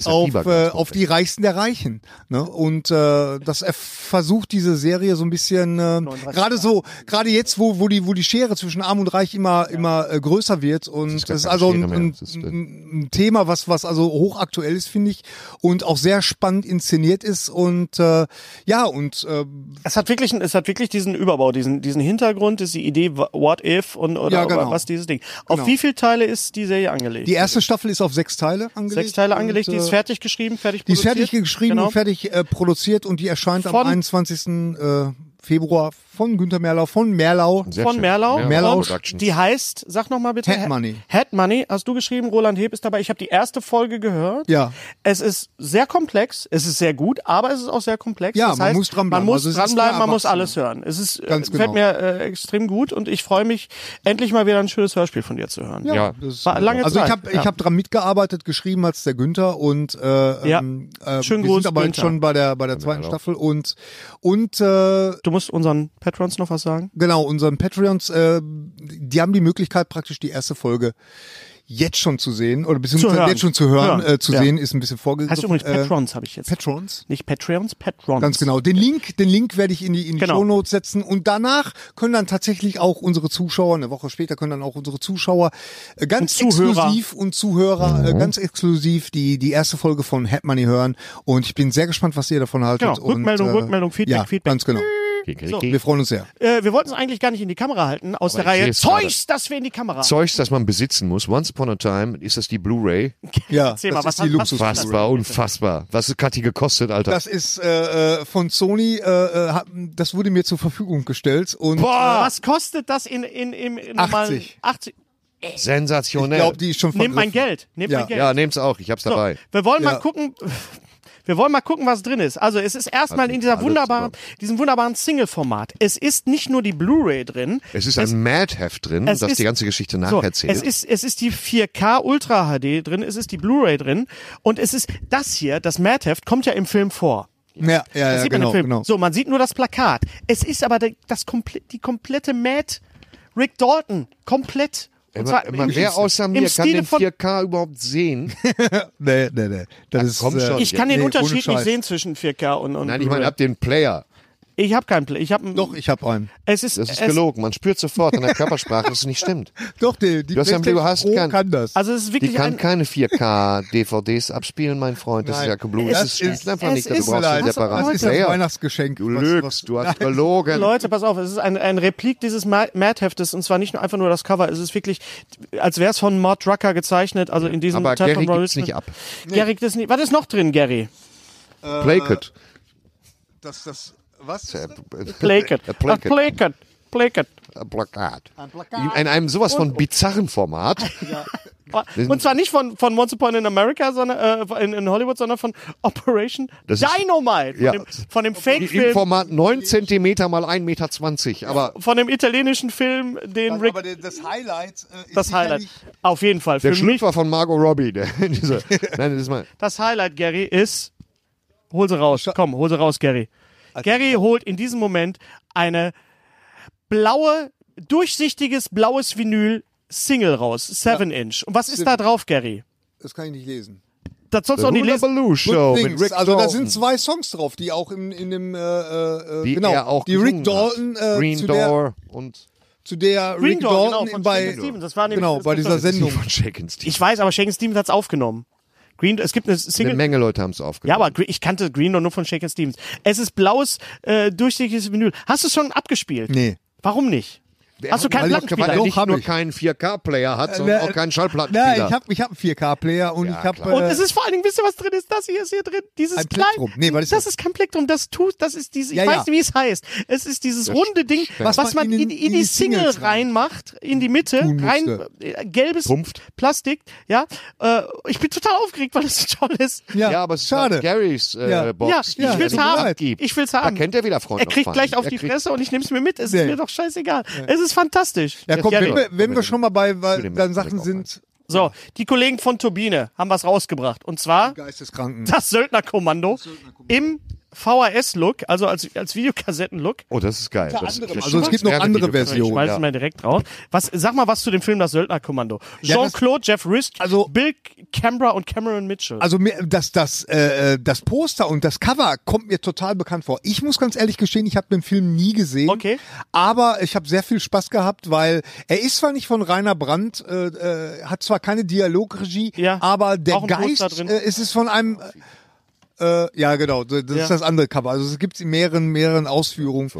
Speaker 4: ist ja
Speaker 6: auf, äh,
Speaker 4: Fiebergas-
Speaker 6: auf die Reichsten der Reichen. Ne? Und äh, das er versucht diese Serie so ein bisschen äh, gerade so, gerade jetzt, wo, wo die, wo die Schere zwischen Arm und Reich immer, immer äh, größer wird. Und das
Speaker 4: ist
Speaker 6: ist,
Speaker 4: gar keine
Speaker 6: also ein,
Speaker 4: Schere mehr.
Speaker 6: ein,
Speaker 4: Das ist, äh,
Speaker 6: ein ein Thema, was, was also hochaktuell ist, finde ich, und auch sehr spannend inszeniert ist. Und äh, ja, und äh,
Speaker 3: Es hat wirklich, es hat wirklich diesen Überbau, diesen, diesen Hintergrund, diese Idee, what if und oder
Speaker 6: Ja, genau.
Speaker 3: was dieses Ding. Auf
Speaker 6: Genau.
Speaker 3: wie viele Teile ist die Serie angelegt?
Speaker 6: die erste Staffel ist auf sechs Teile angelegt.
Speaker 3: Sechs Teile angelegt,
Speaker 6: und,
Speaker 3: die ist
Speaker 6: äh,
Speaker 3: fertig geschrieben, fertig
Speaker 6: Die ist
Speaker 3: produziert.
Speaker 6: fertig geschrieben
Speaker 3: genau.
Speaker 6: und fertig äh, produziert und die erscheint
Speaker 3: Von-
Speaker 6: am 21. Äh, Februar von Günter Merlau, von Merlau.
Speaker 4: Sehr
Speaker 3: von
Speaker 4: schön.
Speaker 3: Merlau.
Speaker 6: Merlau
Speaker 3: Und
Speaker 4: Productions.
Speaker 3: Die heißt, sag nochmal bitte.
Speaker 6: Head Money.
Speaker 3: Head Money, hast du geschrieben, Roland Heb ist dabei. Ich habe die erste Folge gehört.
Speaker 6: Ja.
Speaker 3: Es ist sehr komplex, es ist sehr gut, aber es ist auch sehr komplex.
Speaker 6: Ja,
Speaker 3: das
Speaker 6: man
Speaker 3: heißt,
Speaker 6: muss dranbleiben.
Speaker 3: Man muss
Speaker 6: Also es ist
Speaker 3: dranbleiben,
Speaker 6: für
Speaker 3: man muss
Speaker 6: Erwachsene.
Speaker 3: alles hören. Es ist, äh,
Speaker 6: Ganz
Speaker 3: fällt
Speaker 6: genau.
Speaker 3: mir äh, extrem gut und ich freue mich, endlich mal wieder ein schönes Hörspiel von dir zu hören.
Speaker 4: Ja.
Speaker 6: das-
Speaker 3: War lange
Speaker 6: also
Speaker 3: Zeit.
Speaker 6: ich habe ich
Speaker 3: Ja.
Speaker 6: hab dran mitgearbeitet, geschrieben hat's der Günther und äh,
Speaker 3: Ja.
Speaker 6: ähm, äh,
Speaker 3: Schönen
Speaker 6: wir
Speaker 3: Gruß,
Speaker 6: sind aber jetzt
Speaker 3: Günther.
Speaker 6: schon bei der bei der zweiten Staffel und und äh,
Speaker 3: Du musst unseren Patrons noch was sagen.
Speaker 6: genau unseren Patreons, äh, die haben die Möglichkeit praktisch die erste Folge jetzt schon zu sehen oder
Speaker 3: Zu hören.
Speaker 6: beziehungsweise jetzt schon zu hören,
Speaker 3: Hören.
Speaker 6: äh, zu
Speaker 3: Ja.
Speaker 6: sehen ist ein bisschen vorgegriffen.
Speaker 3: Heißt übrigens
Speaker 6: äh,
Speaker 3: Patrons, habe ich jetzt.
Speaker 6: Patrons.
Speaker 3: Nicht Patreons, Patrons.
Speaker 6: Ganz genau. Den Link, den Link werde ich in die, in die
Speaker 3: Genau.
Speaker 6: Shownotes setzen und danach können dann tatsächlich auch unsere Zuschauer, eine Woche später können dann auch unsere Zuschauer äh, ganz
Speaker 3: Und Zuhörer.
Speaker 6: exklusiv und Zuhörer äh, ganz exklusiv die, die erste Folge von Head Money hören und ich bin sehr gespannt, was ihr davon haltet.
Speaker 3: Genau. Rückmeldung,
Speaker 6: und, äh,
Speaker 3: Rückmeldung, Feedback,
Speaker 6: ja,
Speaker 3: Feedback.
Speaker 6: Ganz genau. Wir freuen uns sehr.
Speaker 3: Äh, wir wollten es eigentlich gar nicht in die Kamera halten, aus
Speaker 4: Aber
Speaker 3: der
Speaker 4: Oh, ich
Speaker 3: Reihe
Speaker 4: seh's gerade.
Speaker 3: Zeugs, dass wir in die Kamera
Speaker 4: Zeugs, das man besitzen muss. Once upon a time ist das die Blu-ray.
Speaker 6: Ja,
Speaker 3: Erzähl mal,
Speaker 6: das
Speaker 3: was
Speaker 6: ist die
Speaker 3: hat- was-
Speaker 6: Luxus.
Speaker 3: was-
Speaker 4: Unfassbar, unfassbar. Was hat die gekostet, Alter?
Speaker 6: Das ist äh, äh, von Sony, äh, äh, hat- das wurde mir zur Verfügung gestellt und
Speaker 3: Boah. Was kostet das in, in, im im normalen
Speaker 6: 80.
Speaker 3: 80?
Speaker 6: ich
Speaker 4: Sensationell.
Speaker 6: glaube, die ist schon
Speaker 3: Nehmt mein
Speaker 6: vergriffen.
Speaker 3: Geld. Nehmt
Speaker 6: Ja.
Speaker 3: mein Geld.
Speaker 4: ja, nehm's auch. Ich hab's
Speaker 3: So,
Speaker 4: dabei.
Speaker 3: wir wollen mal
Speaker 6: Ja.
Speaker 3: gucken. Wir wollen mal gucken, was drin ist. Also es ist erstmal
Speaker 4: Also,
Speaker 3: in dieser
Speaker 4: alles
Speaker 3: wunderbaren,
Speaker 4: super.
Speaker 3: diesem wunderbaren Single-Format. Es ist nicht nur die Blu-ray drin.
Speaker 4: Es ist ein Madheft drin, das
Speaker 3: es
Speaker 4: die
Speaker 3: ist-
Speaker 4: ganze Geschichte
Speaker 3: So,
Speaker 4: nacherzählt.
Speaker 3: es ist es ist die 4K Ultra HD drin. Es ist die Blu-ray drin. Und es ist das hier, das Madheft, kommt ja im Film vor.
Speaker 6: Ja, ja,
Speaker 3: Das
Speaker 4: Äh,
Speaker 6: ja
Speaker 3: sieht man
Speaker 6: genau,
Speaker 3: im Film.
Speaker 6: genau.
Speaker 3: So, man sieht nur das Plakat. Es ist aber de- das komple die komplette Matt Rick Dalton komplett. Und
Speaker 4: Immer, immer, wer außer mir kann
Speaker 3: Stile
Speaker 4: den
Speaker 3: von-
Speaker 4: 4K überhaupt sehen?
Speaker 6: Nee, nee, nee. Das ist, äh,
Speaker 4: komm schon.
Speaker 3: ich kann den
Speaker 6: Nee, ohne
Speaker 3: Unterschied nicht
Speaker 6: Scheiß.
Speaker 3: sehen zwischen 4K und, und
Speaker 4: Nein, ich meine
Speaker 3: Blu-ray.
Speaker 4: ab den Player.
Speaker 3: ich habe keinen Play. Ich habe
Speaker 6: Doch, ich habe einen.
Speaker 3: es ist,
Speaker 4: Das ist
Speaker 3: es,
Speaker 4: gelogen. Man spürt sofort an der Körpersprache, dass es nicht stimmt.
Speaker 6: Doch, die, die
Speaker 4: Du hast ja- du
Speaker 6: PlayStation
Speaker 4: hast
Speaker 6: Pro
Speaker 4: kein-
Speaker 6: kann das.
Speaker 3: also es ist
Speaker 4: Die
Speaker 3: wirklich
Speaker 4: kann
Speaker 3: ein,
Speaker 4: keine 4K-DVDs abspielen, mein Freund. Das
Speaker 6: Nein.
Speaker 4: ist ja geblüht.
Speaker 6: Das
Speaker 4: Das ist,
Speaker 6: ist-
Speaker 4: einfach
Speaker 3: es
Speaker 4: nicht. Du
Speaker 3: ist
Speaker 4: brauchst einen
Speaker 3: leider-
Speaker 6: das
Speaker 4: separaten
Speaker 6: ist das
Speaker 4: Player.
Speaker 6: Weihnachtsgeschenk.
Speaker 4: Du
Speaker 6: was-
Speaker 4: lügst. Du
Speaker 6: was-
Speaker 4: hast gelogen.
Speaker 3: Leute, pass auf, es ist ein, ein Replik dieses Ma- Mad-Heftes und zwar nicht nur einfach nur das Cover, es ist wirklich, als wäre es von Mort Drucker gezeichnet, also in diesem
Speaker 4: Aber
Speaker 3: Teil
Speaker 4: Gary
Speaker 3: von Roy
Speaker 4: gibt's
Speaker 3: Wilson.
Speaker 4: nicht ab.
Speaker 3: Gary gibt's nicht. Was ist noch drin, Gary?
Speaker 6: Äh,
Speaker 4: Plaket.
Speaker 6: Das, das, was?
Speaker 3: Plaket.
Speaker 4: Ein
Speaker 3: Ach,
Speaker 4: Plaket.
Speaker 3: Plaket. Plaket.
Speaker 4: Äh, Ein Plakat. In einem sowas von bizarren Format.
Speaker 3: Und zwar nicht von, von Once Upon in America, sondern äh, in, in Hollywood, sondern von Operation
Speaker 4: Das ist-
Speaker 3: Dynamite. Von
Speaker 4: Ja.
Speaker 3: dem, von dem
Speaker 4: Im
Speaker 3: Fake-Film,
Speaker 4: Format 9 Zentimeter mal 1,20 Meter. Aber
Speaker 3: von dem italienischen Film, den Rick,
Speaker 6: Aber das Highlight äh, ist
Speaker 3: das Highlight. Auf jeden Fall.
Speaker 4: der
Speaker 3: Für mich
Speaker 4: Schlüpfer von Margot Robbie. Der, diese, nein, das ist mal.
Speaker 3: Das Highlight, Gary, ist. Hol sie raus. Komm, hol sie raus, Gary. Gary holt in diesem Moment eine blaue, durchsichtiges blaues Vinyl Single raus. 7 Inch. Und was ist da drauf, Gary?
Speaker 6: Das kann ich nicht lesen.
Speaker 3: Das sollst du auch nicht
Speaker 4: Huda
Speaker 3: lesen.
Speaker 4: Baloo Show mit
Speaker 6: Things.
Speaker 4: Rick
Speaker 6: also da
Speaker 4: Dalton.
Speaker 6: sind zwei Songs drauf, die auch in, in dem äh, äh,
Speaker 4: die
Speaker 6: genau,
Speaker 4: er auch
Speaker 6: die
Speaker 4: gesungen
Speaker 6: Rick Dalton
Speaker 4: hat.
Speaker 6: äh,
Speaker 4: Green
Speaker 6: zu, der,
Speaker 4: Door und
Speaker 6: zu der
Speaker 3: Green
Speaker 6: Rick
Speaker 3: Door,
Speaker 6: Dalton
Speaker 3: genau, von
Speaker 6: bei
Speaker 3: Shaken Stevens. Das war nämlich-
Speaker 6: genau
Speaker 3: das
Speaker 6: bei
Speaker 3: ist
Speaker 6: dieser
Speaker 3: das-
Speaker 6: Sendung.
Speaker 4: von Shaken Stevens.
Speaker 3: Ich weiß, aber Shaken Stevens hat's aufgenommen. Green, es gibt eine
Speaker 4: Eine
Speaker 3: Single.
Speaker 4: Menge Leute haben es
Speaker 3: Ja,
Speaker 4: aufgenommen.
Speaker 3: aber Gre- ich kannte Green Door nur von Shaken Stevens. Es ist blaues, äh, durchsichtiges Vinyl. Hast du es schon abgespielt?
Speaker 6: Nee.
Speaker 3: Warum nicht? Hast du keinen
Speaker 4: weil ich-
Speaker 3: Plattenspieler?
Speaker 4: Weil er nicht
Speaker 6: Doch, hab
Speaker 4: nur
Speaker 6: ich. Äh,
Speaker 4: keinen 4K-Player hat, sondern
Speaker 6: na,
Speaker 4: auch keinen Schallplattenspieler.
Speaker 6: Nein, ich habe ich hab einen 4K-Player und
Speaker 4: Ja,
Speaker 6: ich äh, habe.
Speaker 4: klar.
Speaker 3: Und es ist vor allen Dingen, wisst ihr, was drin ist? Das hier ist hier drin. Dieses
Speaker 6: Ein
Speaker 3: kleine.
Speaker 6: Plektrum. Nee, was ist
Speaker 3: das
Speaker 6: das?
Speaker 3: ist kein Plektrum. Das tut, das ist diese, ich
Speaker 6: Ja, ja.
Speaker 3: weiß nicht, wie es heißt. Es ist dieses runde Ding, was, man in, in, die Single
Speaker 6: Singles rein-
Speaker 3: reinmacht, in die Mitte,
Speaker 6: Tun
Speaker 3: rein,
Speaker 6: musste.
Speaker 3: äh, gelbes
Speaker 4: Pumpft.
Speaker 3: Plastik, ja. Äh, ich bin total aufgeregt, weil das so toll ist.
Speaker 6: ja,
Speaker 4: ja, aber es ist
Speaker 6: schade.
Speaker 4: halt Garys äh,
Speaker 6: Ja.
Speaker 3: Ja,
Speaker 4: Box. die
Speaker 3: ich
Speaker 4: er
Speaker 3: will's
Speaker 4: nicht
Speaker 3: haben.
Speaker 4: abgibt.
Speaker 3: Ich will's
Speaker 4: Da
Speaker 3: haben.
Speaker 4: kennt er wieder Freunde.
Speaker 3: Er kriegt
Speaker 4: und
Speaker 3: gleich
Speaker 4: Feind.
Speaker 3: auf
Speaker 4: Er
Speaker 3: die
Speaker 4: kriegt-
Speaker 3: Fresse und ich nehme es mir mit. Es
Speaker 6: Nee.
Speaker 3: ist mir doch scheißegal. Es ist fantastisch.
Speaker 6: Ja, komm,
Speaker 4: Ja,
Speaker 6: wenn,
Speaker 4: ja.
Speaker 6: wir, wenn wir schon mal bei, weil
Speaker 4: dem
Speaker 6: dann
Speaker 4: Mittelblick
Speaker 6: Sachen
Speaker 4: auch
Speaker 6: sind
Speaker 3: So, die Kollegen von Turbine haben was rausgebracht. Und zwar
Speaker 6: Geisteskranken.
Speaker 3: das Söldnerkommando im VHS-Look, also als, als Videokassetten-Look.
Speaker 4: Oh, das ist geil. Das,
Speaker 6: anderem.
Speaker 4: das
Speaker 6: Also es gibt noch
Speaker 4: gerne
Speaker 6: andere
Speaker 4: Videos.
Speaker 3: Ich
Speaker 6: Versionen.
Speaker 3: schmeiß es mal direkt drauf. Was, sag mal was zu dem Film Das Söldnerkommando.
Speaker 6: das-
Speaker 3: Jean-Claude, Jeff Rist,
Speaker 6: Also-
Speaker 3: Bill Canberra und Cameron Mitchell.
Speaker 6: Also mir, das, das, äh, das Poster und das Cover kommt mir total bekannt vor. Ich muss ganz ehrlich gestehen, ich habe den Film nie gesehen.
Speaker 3: Okay.
Speaker 6: Aber ich habe sehr viel Spaß gehabt, weil er ist zwar nicht von Rainer Brandt, äh, äh, hat zwar keine Dialogregie,
Speaker 3: Ja.
Speaker 6: aber der
Speaker 3: Auch ein
Speaker 6: Geist
Speaker 3: Poster drin.
Speaker 6: äh, ist es von einem. Äh, äh, ja, genau. Das das
Speaker 3: Ja.
Speaker 6: ist das andere Cover. Also es gibt es in mehreren, mehreren Ausführungen.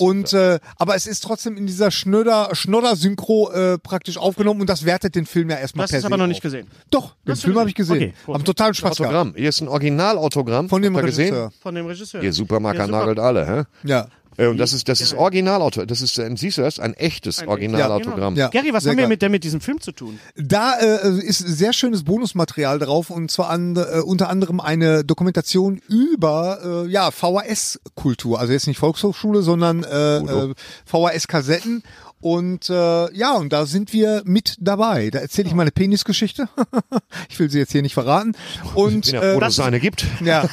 Speaker 6: Und äh, aber es ist trotzdem in dieser Schnöder, Schnodder-Synchro äh, praktisch aufgenommen und das wertet den Film ja erstmal
Speaker 3: das
Speaker 6: per
Speaker 3: ist
Speaker 6: se
Speaker 3: aber noch
Speaker 6: auf.
Speaker 3: nicht gesehen.
Speaker 6: Doch, den
Speaker 3: Hast du
Speaker 6: Film
Speaker 3: gesehen?
Speaker 6: habe ich gesehen.
Speaker 3: Okay, gut.
Speaker 6: Haben totalen Spaß gehabt.
Speaker 4: Autogramm. Hier ist ein Originalautogramm.
Speaker 6: Von dem
Speaker 4: Habt ihr
Speaker 6: Regisseur.
Speaker 4: gesehen?
Speaker 3: Von dem Regisseur.
Speaker 4: Ihr Supermarker
Speaker 3: Ja, super.
Speaker 4: nagelt alle, hä?
Speaker 6: Ja.
Speaker 4: Äh, Und das ist das ist Originalauto. Das ist ähm, siehst du das? Ein echtes Originalautogramm.
Speaker 6: Ja.
Speaker 3: Gary, was
Speaker 6: Sehr
Speaker 3: haben wir
Speaker 6: geil.
Speaker 3: mit, denn mit diesem Film zu tun?
Speaker 6: Da äh, ist sehr schönes Bonusmaterial drauf und zwar an, äh, unter anderem eine Dokumentation über äh, ja, VHS-Kultur. Also jetzt nicht Volkshochschule, sondern äh, äh, VHS-Kassetten. Und äh, ja, und da sind wir mit dabei. Da erzähle ich meine Penisgeschichte. ich will sie jetzt hier nicht verraten. Und
Speaker 4: Ich bin ja froh,
Speaker 6: äh,
Speaker 4: dass es eine gibt.
Speaker 6: ja,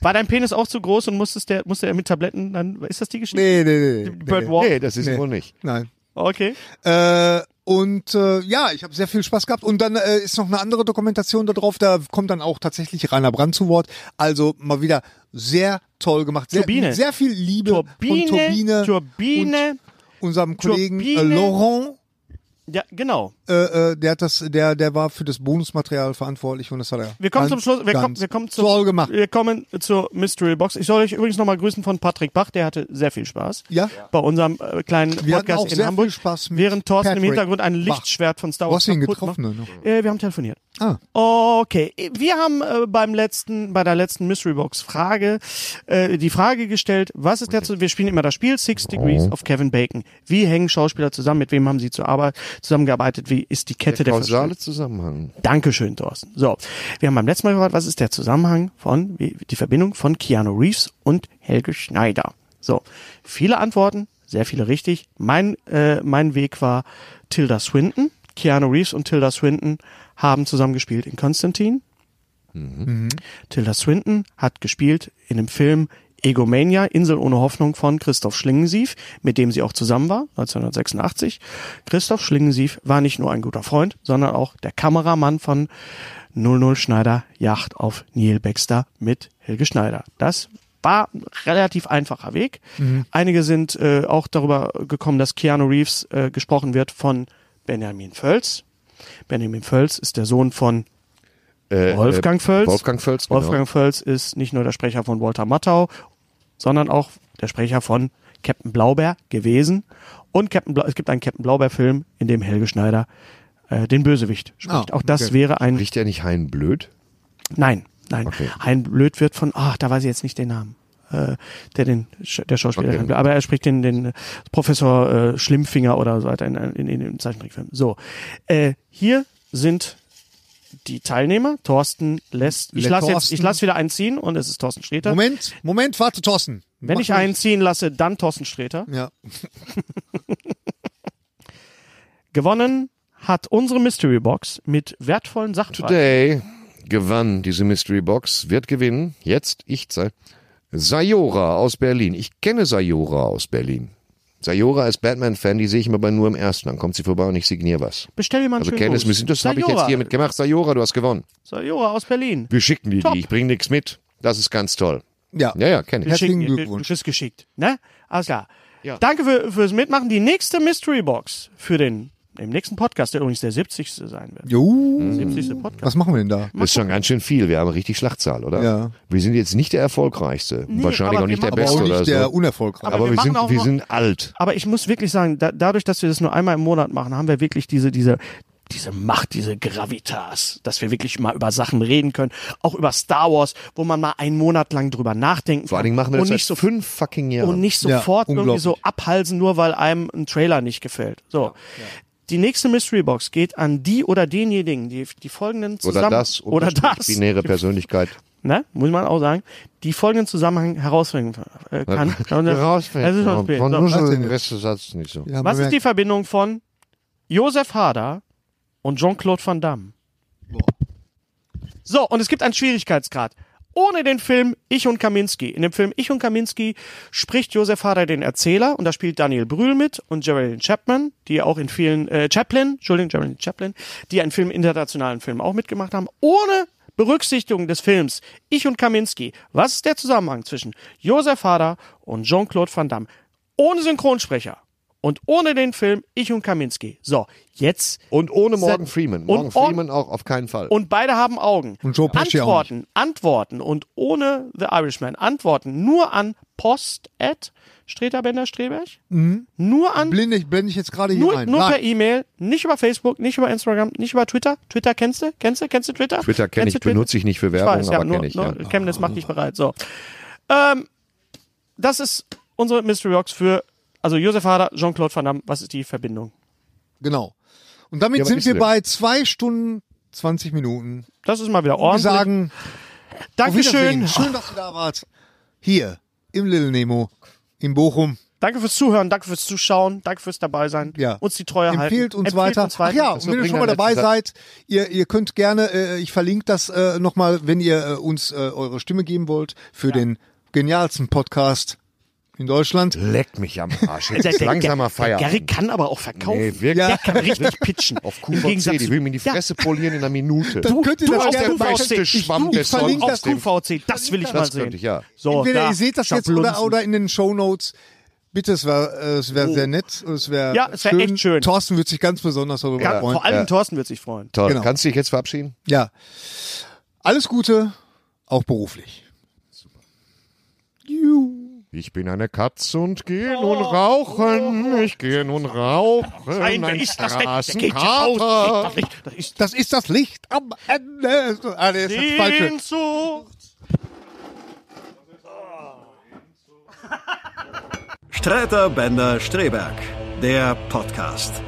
Speaker 3: War dein Penis auch zu groß und musstest der, musste er mit Tabletten, dann, ist das die Geschichte?
Speaker 6: nee, nee, nee. nee,
Speaker 3: Bird
Speaker 6: nee.
Speaker 3: Walk.
Speaker 4: Nee, das ist
Speaker 6: Nee.
Speaker 4: wohl nicht.
Speaker 6: Nein.
Speaker 3: Okay.
Speaker 6: Äh, und äh, ja, ich habe sehr viel Spaß gehabt. Und dann äh, ist noch eine andere Dokumentation da drauf. Da kommt dann auch tatsächlich Rainer Brandt zu Wort. Also mal wieder sehr toll gemacht. Sehr,
Speaker 3: Turbine.
Speaker 6: mit Sehr viel Liebe
Speaker 3: Turbine,
Speaker 6: von Turbine,
Speaker 3: Turbine.
Speaker 6: und unserem Kollegen äh,
Speaker 3: Turbine.
Speaker 6: Laurent.
Speaker 3: Ja, genau.
Speaker 6: Äh, äh, der hat das, der, der war für das Bonusmaterial verantwortlich und das hat er.
Speaker 3: Wir kommen
Speaker 6: ganz,
Speaker 3: zum Schluss. Wir, kommen,
Speaker 6: ganz
Speaker 3: wir kommen zu,
Speaker 6: toll gemacht.
Speaker 3: Wir kommen zur Mystery Box. Ich soll euch übrigens nochmal grüßen von Patrick Bach. Der hatte sehr viel Spaß.
Speaker 6: Ja.
Speaker 3: Bei unserem äh, kleinen
Speaker 6: Wir hatten auch
Speaker 3: Podcast in
Speaker 6: sehr
Speaker 3: Hamburg.
Speaker 6: viel Spaß mit
Speaker 3: während Thorsten im
Speaker 6: Patrick
Speaker 3: Hintergrund ein
Speaker 6: Bach.
Speaker 3: Lichtschwert von Star
Speaker 6: Du
Speaker 3: Wars
Speaker 6: hast ihn
Speaker 3: kaputt
Speaker 6: getroffen,
Speaker 3: macht.
Speaker 6: ne?
Speaker 3: Äh, wir haben telefoniert.
Speaker 6: Ah.
Speaker 3: Okay, wir haben äh, beim letzten, bei der letzten Mystery Box Frage äh, die Frage gestellt, was ist der zu, wir spielen immer das Spiel Six Degrees of Kevin Bacon. Wie hängen Schauspieler zusammen? Mit wem haben sie zur Arbeit zusammengearbeitet? Wie ist die Kette der, Verschwörung?
Speaker 4: Kausale Zusammenhang.
Speaker 3: Dankeschön, Thorsten. So, wir haben beim letzten Mal gehört, was ist der Zusammenhang von, wie- die Verbindung von Keanu Reeves und Helge Schneider. So, viele Antworten, sehr viele richtig. Mein, äh, mein Weg war Tilda Swinton. Keanu Reeves und Tilda Swinton haben zusammengespielt in Konstantin. Tilda Swinton hat gespielt in dem Film Egomania, Insel ohne Hoffnung von Christoph Schlingensief, mit dem sie auch zusammen war, 1986. Christoph Schlingensief war nicht nur ein guter Freund, sondern auch der Kameramann von 00 Schneider Yacht auf Neil Baxter mit Helge Schneider. Das war ein relativ einfacher Weg. Einige sind äh, auch darüber gekommen, dass Keanu Reeves äh, gesprochen wird von Benjamin Völz. Benjamin Völz ist der Sohn von
Speaker 4: Äh,
Speaker 3: Wolfgang
Speaker 4: äh,
Speaker 3: Völz.
Speaker 4: Wolfgang Völz, genau.
Speaker 3: Wolfgang Völz ist nicht nur der Sprecher von Walter Matthau, sondern auch der Sprecher von Captain Blaubeer gewesen. Und Captain Blau es gibt einen Captain Blaubeer-Film, in dem Helge Schneider äh, den Bösewicht spricht.
Speaker 6: Ah,
Speaker 3: auch das
Speaker 6: okay.
Speaker 3: wäre ein.
Speaker 4: Riecht er nicht Hein blöd?
Speaker 3: Nein, nein.
Speaker 4: Okay.
Speaker 3: Ein Blöd wird von, ach, da weiß ich jetzt nicht den Namen. äh, Der den Sch- der Schauspieler,
Speaker 4: Okay.
Speaker 3: aber er spricht den, den äh, Professor äh, Schlimmfinger oder so weiter in, in, in dem Zeichentrickfilm. So, äh, hier sind die Teilnehmer. Thorsten lässt, ich
Speaker 6: Le
Speaker 3: lasse jetzt,
Speaker 6: Thorsten.
Speaker 3: ich lasse wieder einen ziehen und es ist Thorsten Sträter.
Speaker 6: Moment, Moment, warte, Thorsten.
Speaker 3: Wenn
Speaker 6: Mach
Speaker 3: ich einen ziehen lasse, dann Thorsten Sträter.
Speaker 6: Ja.
Speaker 3: Gewonnen hat unsere Mystery Box mit wertvollen Sachverhalten.
Speaker 4: Today gewann diese Mystery Box, wird gewinnen, jetzt ich sei Sayora aus Berlin. Ich kenne Sayora aus Berlin. Sayora ist Batman-Fan, die sehe ich mir aber nur im ersten. Dann kommt sie vorbei und ich signiere was.
Speaker 3: Bestell dir mal einen
Speaker 4: Also
Speaker 3: schönen
Speaker 4: Kenntnis
Speaker 3: Gruß.
Speaker 4: müssen, das habe ich
Speaker 3: Sayora.
Speaker 4: jetzt hiermit gemacht. Sayora, du hast gewonnen.
Speaker 3: Sayora aus Berlin.
Speaker 4: Wir schicken dir
Speaker 3: Top.
Speaker 4: die, ich bringe nichts mit. Das ist ganz toll.
Speaker 6: Ja.
Speaker 4: Ja, ja, kenne ich.
Speaker 6: Herzlichen
Speaker 3: Schicken-
Speaker 6: Glückwunsch.
Speaker 3: Du bist geschickt. Ne? Alles klar.
Speaker 4: Ja.
Speaker 3: Danke für, fürs Mitmachen. Die nächste Mystery Box für den Im nächsten Podcast, der übrigens der 70. sein wird.
Speaker 4: Mhm.
Speaker 6: Juhu.
Speaker 3: 70. Podcast.
Speaker 6: Was machen wir denn da?
Speaker 4: Das ist schon ganz schön viel. Wir haben richtig Schlachtzahl, oder?
Speaker 6: Ja.
Speaker 4: Wir sind jetzt nicht der erfolgreichste. Wahrscheinlich
Speaker 3: aber
Speaker 4: auch nicht der
Speaker 3: wir machen-
Speaker 4: Beste
Speaker 6: Aber auch
Speaker 4: oder
Speaker 6: nicht
Speaker 4: so.
Speaker 6: der unerfolgreich.
Speaker 4: aber
Speaker 3: wir
Speaker 4: wir,
Speaker 3: machen
Speaker 4: sind,
Speaker 3: auch
Speaker 4: wir
Speaker 3: noch-
Speaker 4: sind alt.
Speaker 3: Aber ich muss wirklich sagen, da, dadurch, dass wir das nur einmal im Monat machen, haben wir wirklich diese, diese, diese Macht, diese Gravitas, dass wir wirklich mal über Sachen reden können, auch über Star Wars, wo man mal einen Monat lang drüber nachdenken
Speaker 4: Vor allen Dingen machen wir
Speaker 3: und
Speaker 4: das seit
Speaker 3: nicht so
Speaker 4: fünf fucking Jahren.
Speaker 3: und nicht
Speaker 6: Ja,
Speaker 3: sofort irgendwie
Speaker 6: unglaublich.
Speaker 3: so abhalsen, nur weil einem ein Trailer nicht gefällt. So. Die nächste Mystery Box geht an die oder denjenigen, die die folgenden zusammen
Speaker 4: oder das.
Speaker 3: oder
Speaker 4: unterstrich
Speaker 3: das
Speaker 4: Binäre Persönlichkeit.
Speaker 3: ne, muss man auch sagen, die folgenden Zusammenhang herausfinden äh, kann. Und das- Das ist schon spät.
Speaker 4: Von
Speaker 3: So. also
Speaker 4: nur den Rest des Satzes nicht so.
Speaker 6: Ja,
Speaker 3: Was ist
Speaker 6: bemerkt.
Speaker 3: die Verbindung von Josef Hader und Jean-Claude Van Damme? So, und es gibt einen Schwierigkeitsgrad. Ohne den Film Ich und Kaminski. In dem Film Ich und Kaminski spricht Josef Hader den Erzähler und da spielt Daniel Brühl mit und Geraldine Chapman, die auch in vielen, äh, Chaplin, Entschuldigung, Geraldine Chaplin, die einen Film, internationalen Film auch mitgemacht haben. Ohne Berücksichtigung des Films Ich und Kaminski. Was ist der Zusammenhang zwischen Josef Hader und Jean-Claude Van Damme? Ohne Synchronsprecher und ohne den Film Ich und Kaminski. So, jetzt
Speaker 4: Und ohne
Speaker 3: Seit-
Speaker 4: Morgan Freeman. Morgan
Speaker 3: und-
Speaker 4: Freeman auch auf keinen Fall.
Speaker 3: und beide haben Augen.
Speaker 6: Und Joe Pesci auch
Speaker 3: Antworten, Antworten und ohne The Irishman. Antworten nur an post at Streterbender Streberg. Nur an
Speaker 6: Blinde ich, blende ich jetzt gerade hier
Speaker 3: nur,
Speaker 6: ein.
Speaker 3: nur per
Speaker 6: Mhm. Nein.
Speaker 3: E-Mail, nicht über Facebook, nicht über Instagram, nicht über Twitter. Twitter kennst du? Kennst du? Kennst du Twitter?
Speaker 4: Twitter kenne
Speaker 3: Kennst
Speaker 4: ich,
Speaker 3: du Twitter?
Speaker 4: benutze ich nicht für Werbung, aber
Speaker 3: nur,
Speaker 4: kenne ich. Ja.
Speaker 3: nur, Chemnitz macht dich bereit. So. Ähm, das ist unsere Mystery Box für, also Josef Hader, Jean-Claude Van Damme. Was ist die Verbindung?
Speaker 6: Genau. Und damit
Speaker 4: Ja, aber
Speaker 6: sind
Speaker 4: ist
Speaker 6: wir
Speaker 4: ja.
Speaker 6: bei zwei Stunden 20 Minuten.
Speaker 3: Das ist mal wieder
Speaker 6: Wir
Speaker 3: ordentlich.
Speaker 6: sagen, auf
Speaker 3: Dankeschön.
Speaker 6: Wiedersehen. Schön, dass ihr da wart. Hier im Little Nemo in Bochum.
Speaker 3: Danke fürs Zuhören, danke fürs Zuschauen, danke fürs Dabeisein.
Speaker 6: Ja.
Speaker 3: Uns die Treue halten.
Speaker 6: Empfehlt uns weiter. Ach ja, und
Speaker 4: so,
Speaker 6: wenn ihr
Speaker 4: bring
Speaker 6: schon
Speaker 4: deinen
Speaker 6: mal dabei
Speaker 4: letzten
Speaker 6: seid, ihr, ihr könnt gerne, äh, ich verlinke das äh, nochmal, wenn ihr äh, uns äh, eure Stimme geben wollt für den genialsten Podcast in Deutschland.
Speaker 4: Leck mich am Arsch. Jetzt ist langsamer
Speaker 3: Gary
Speaker 4: Feierabend.
Speaker 3: kann aber auch verkaufen.
Speaker 4: Nee, wirklich.
Speaker 3: Der kann richtig pitchen.
Speaker 4: Auf
Speaker 3: Im Gegensatz
Speaker 4: QVC, die
Speaker 3: zu-
Speaker 4: will mir in die
Speaker 3: Ja,
Speaker 4: Fresse polieren in einer Minute.
Speaker 6: Dann könnt ihr
Speaker 3: du
Speaker 6: das
Speaker 3: auf
Speaker 4: der
Speaker 6: gerne
Speaker 3: QVC.
Speaker 6: bei-
Speaker 4: beste
Speaker 6: Ich-
Speaker 4: Schwamm
Speaker 6: ich
Speaker 4: des Soll
Speaker 6: verlinke
Speaker 4: auf
Speaker 3: auf
Speaker 6: das.
Speaker 4: dem-
Speaker 3: QVC, das will ich mal
Speaker 4: Das
Speaker 3: sehen.
Speaker 4: könnte ich, ja.
Speaker 3: So,
Speaker 6: Entweder
Speaker 3: da,
Speaker 6: ihr seht das jetzt oder,
Speaker 3: Schablonsen.
Speaker 6: oder in den Shownotes. Bitte, es wäre äh, es wär sehr nett. Es wär
Speaker 3: Oh. Ja, es wär echt schön.
Speaker 6: Thorsten würde sich ganz besonders darüber
Speaker 3: Ja,
Speaker 6: freuen.
Speaker 3: Vor allem Thorsten wird sich freuen.
Speaker 4: Toll.
Speaker 6: Genau.
Speaker 4: Kannst du dich jetzt verabschieden?
Speaker 6: Ja. Alles Gute, auch beruflich.
Speaker 4: Ich bin eine Katze und gehe nun rauchen. Ich gehe nun rauchen.
Speaker 3: Nein, wer
Speaker 4: ein
Speaker 3: ist das denn? Der geht hier raus. Das ist- Das ist
Speaker 6: Das ist das Licht am Ende. Ah, nee, ist das falsche.
Speaker 3: Sehnsucht.
Speaker 2: Streiter, Bender, Streberg. Der Podcast.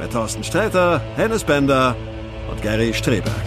Speaker 2: Mit Thorsten Streiter, Hennes Bender und Gary Streberg.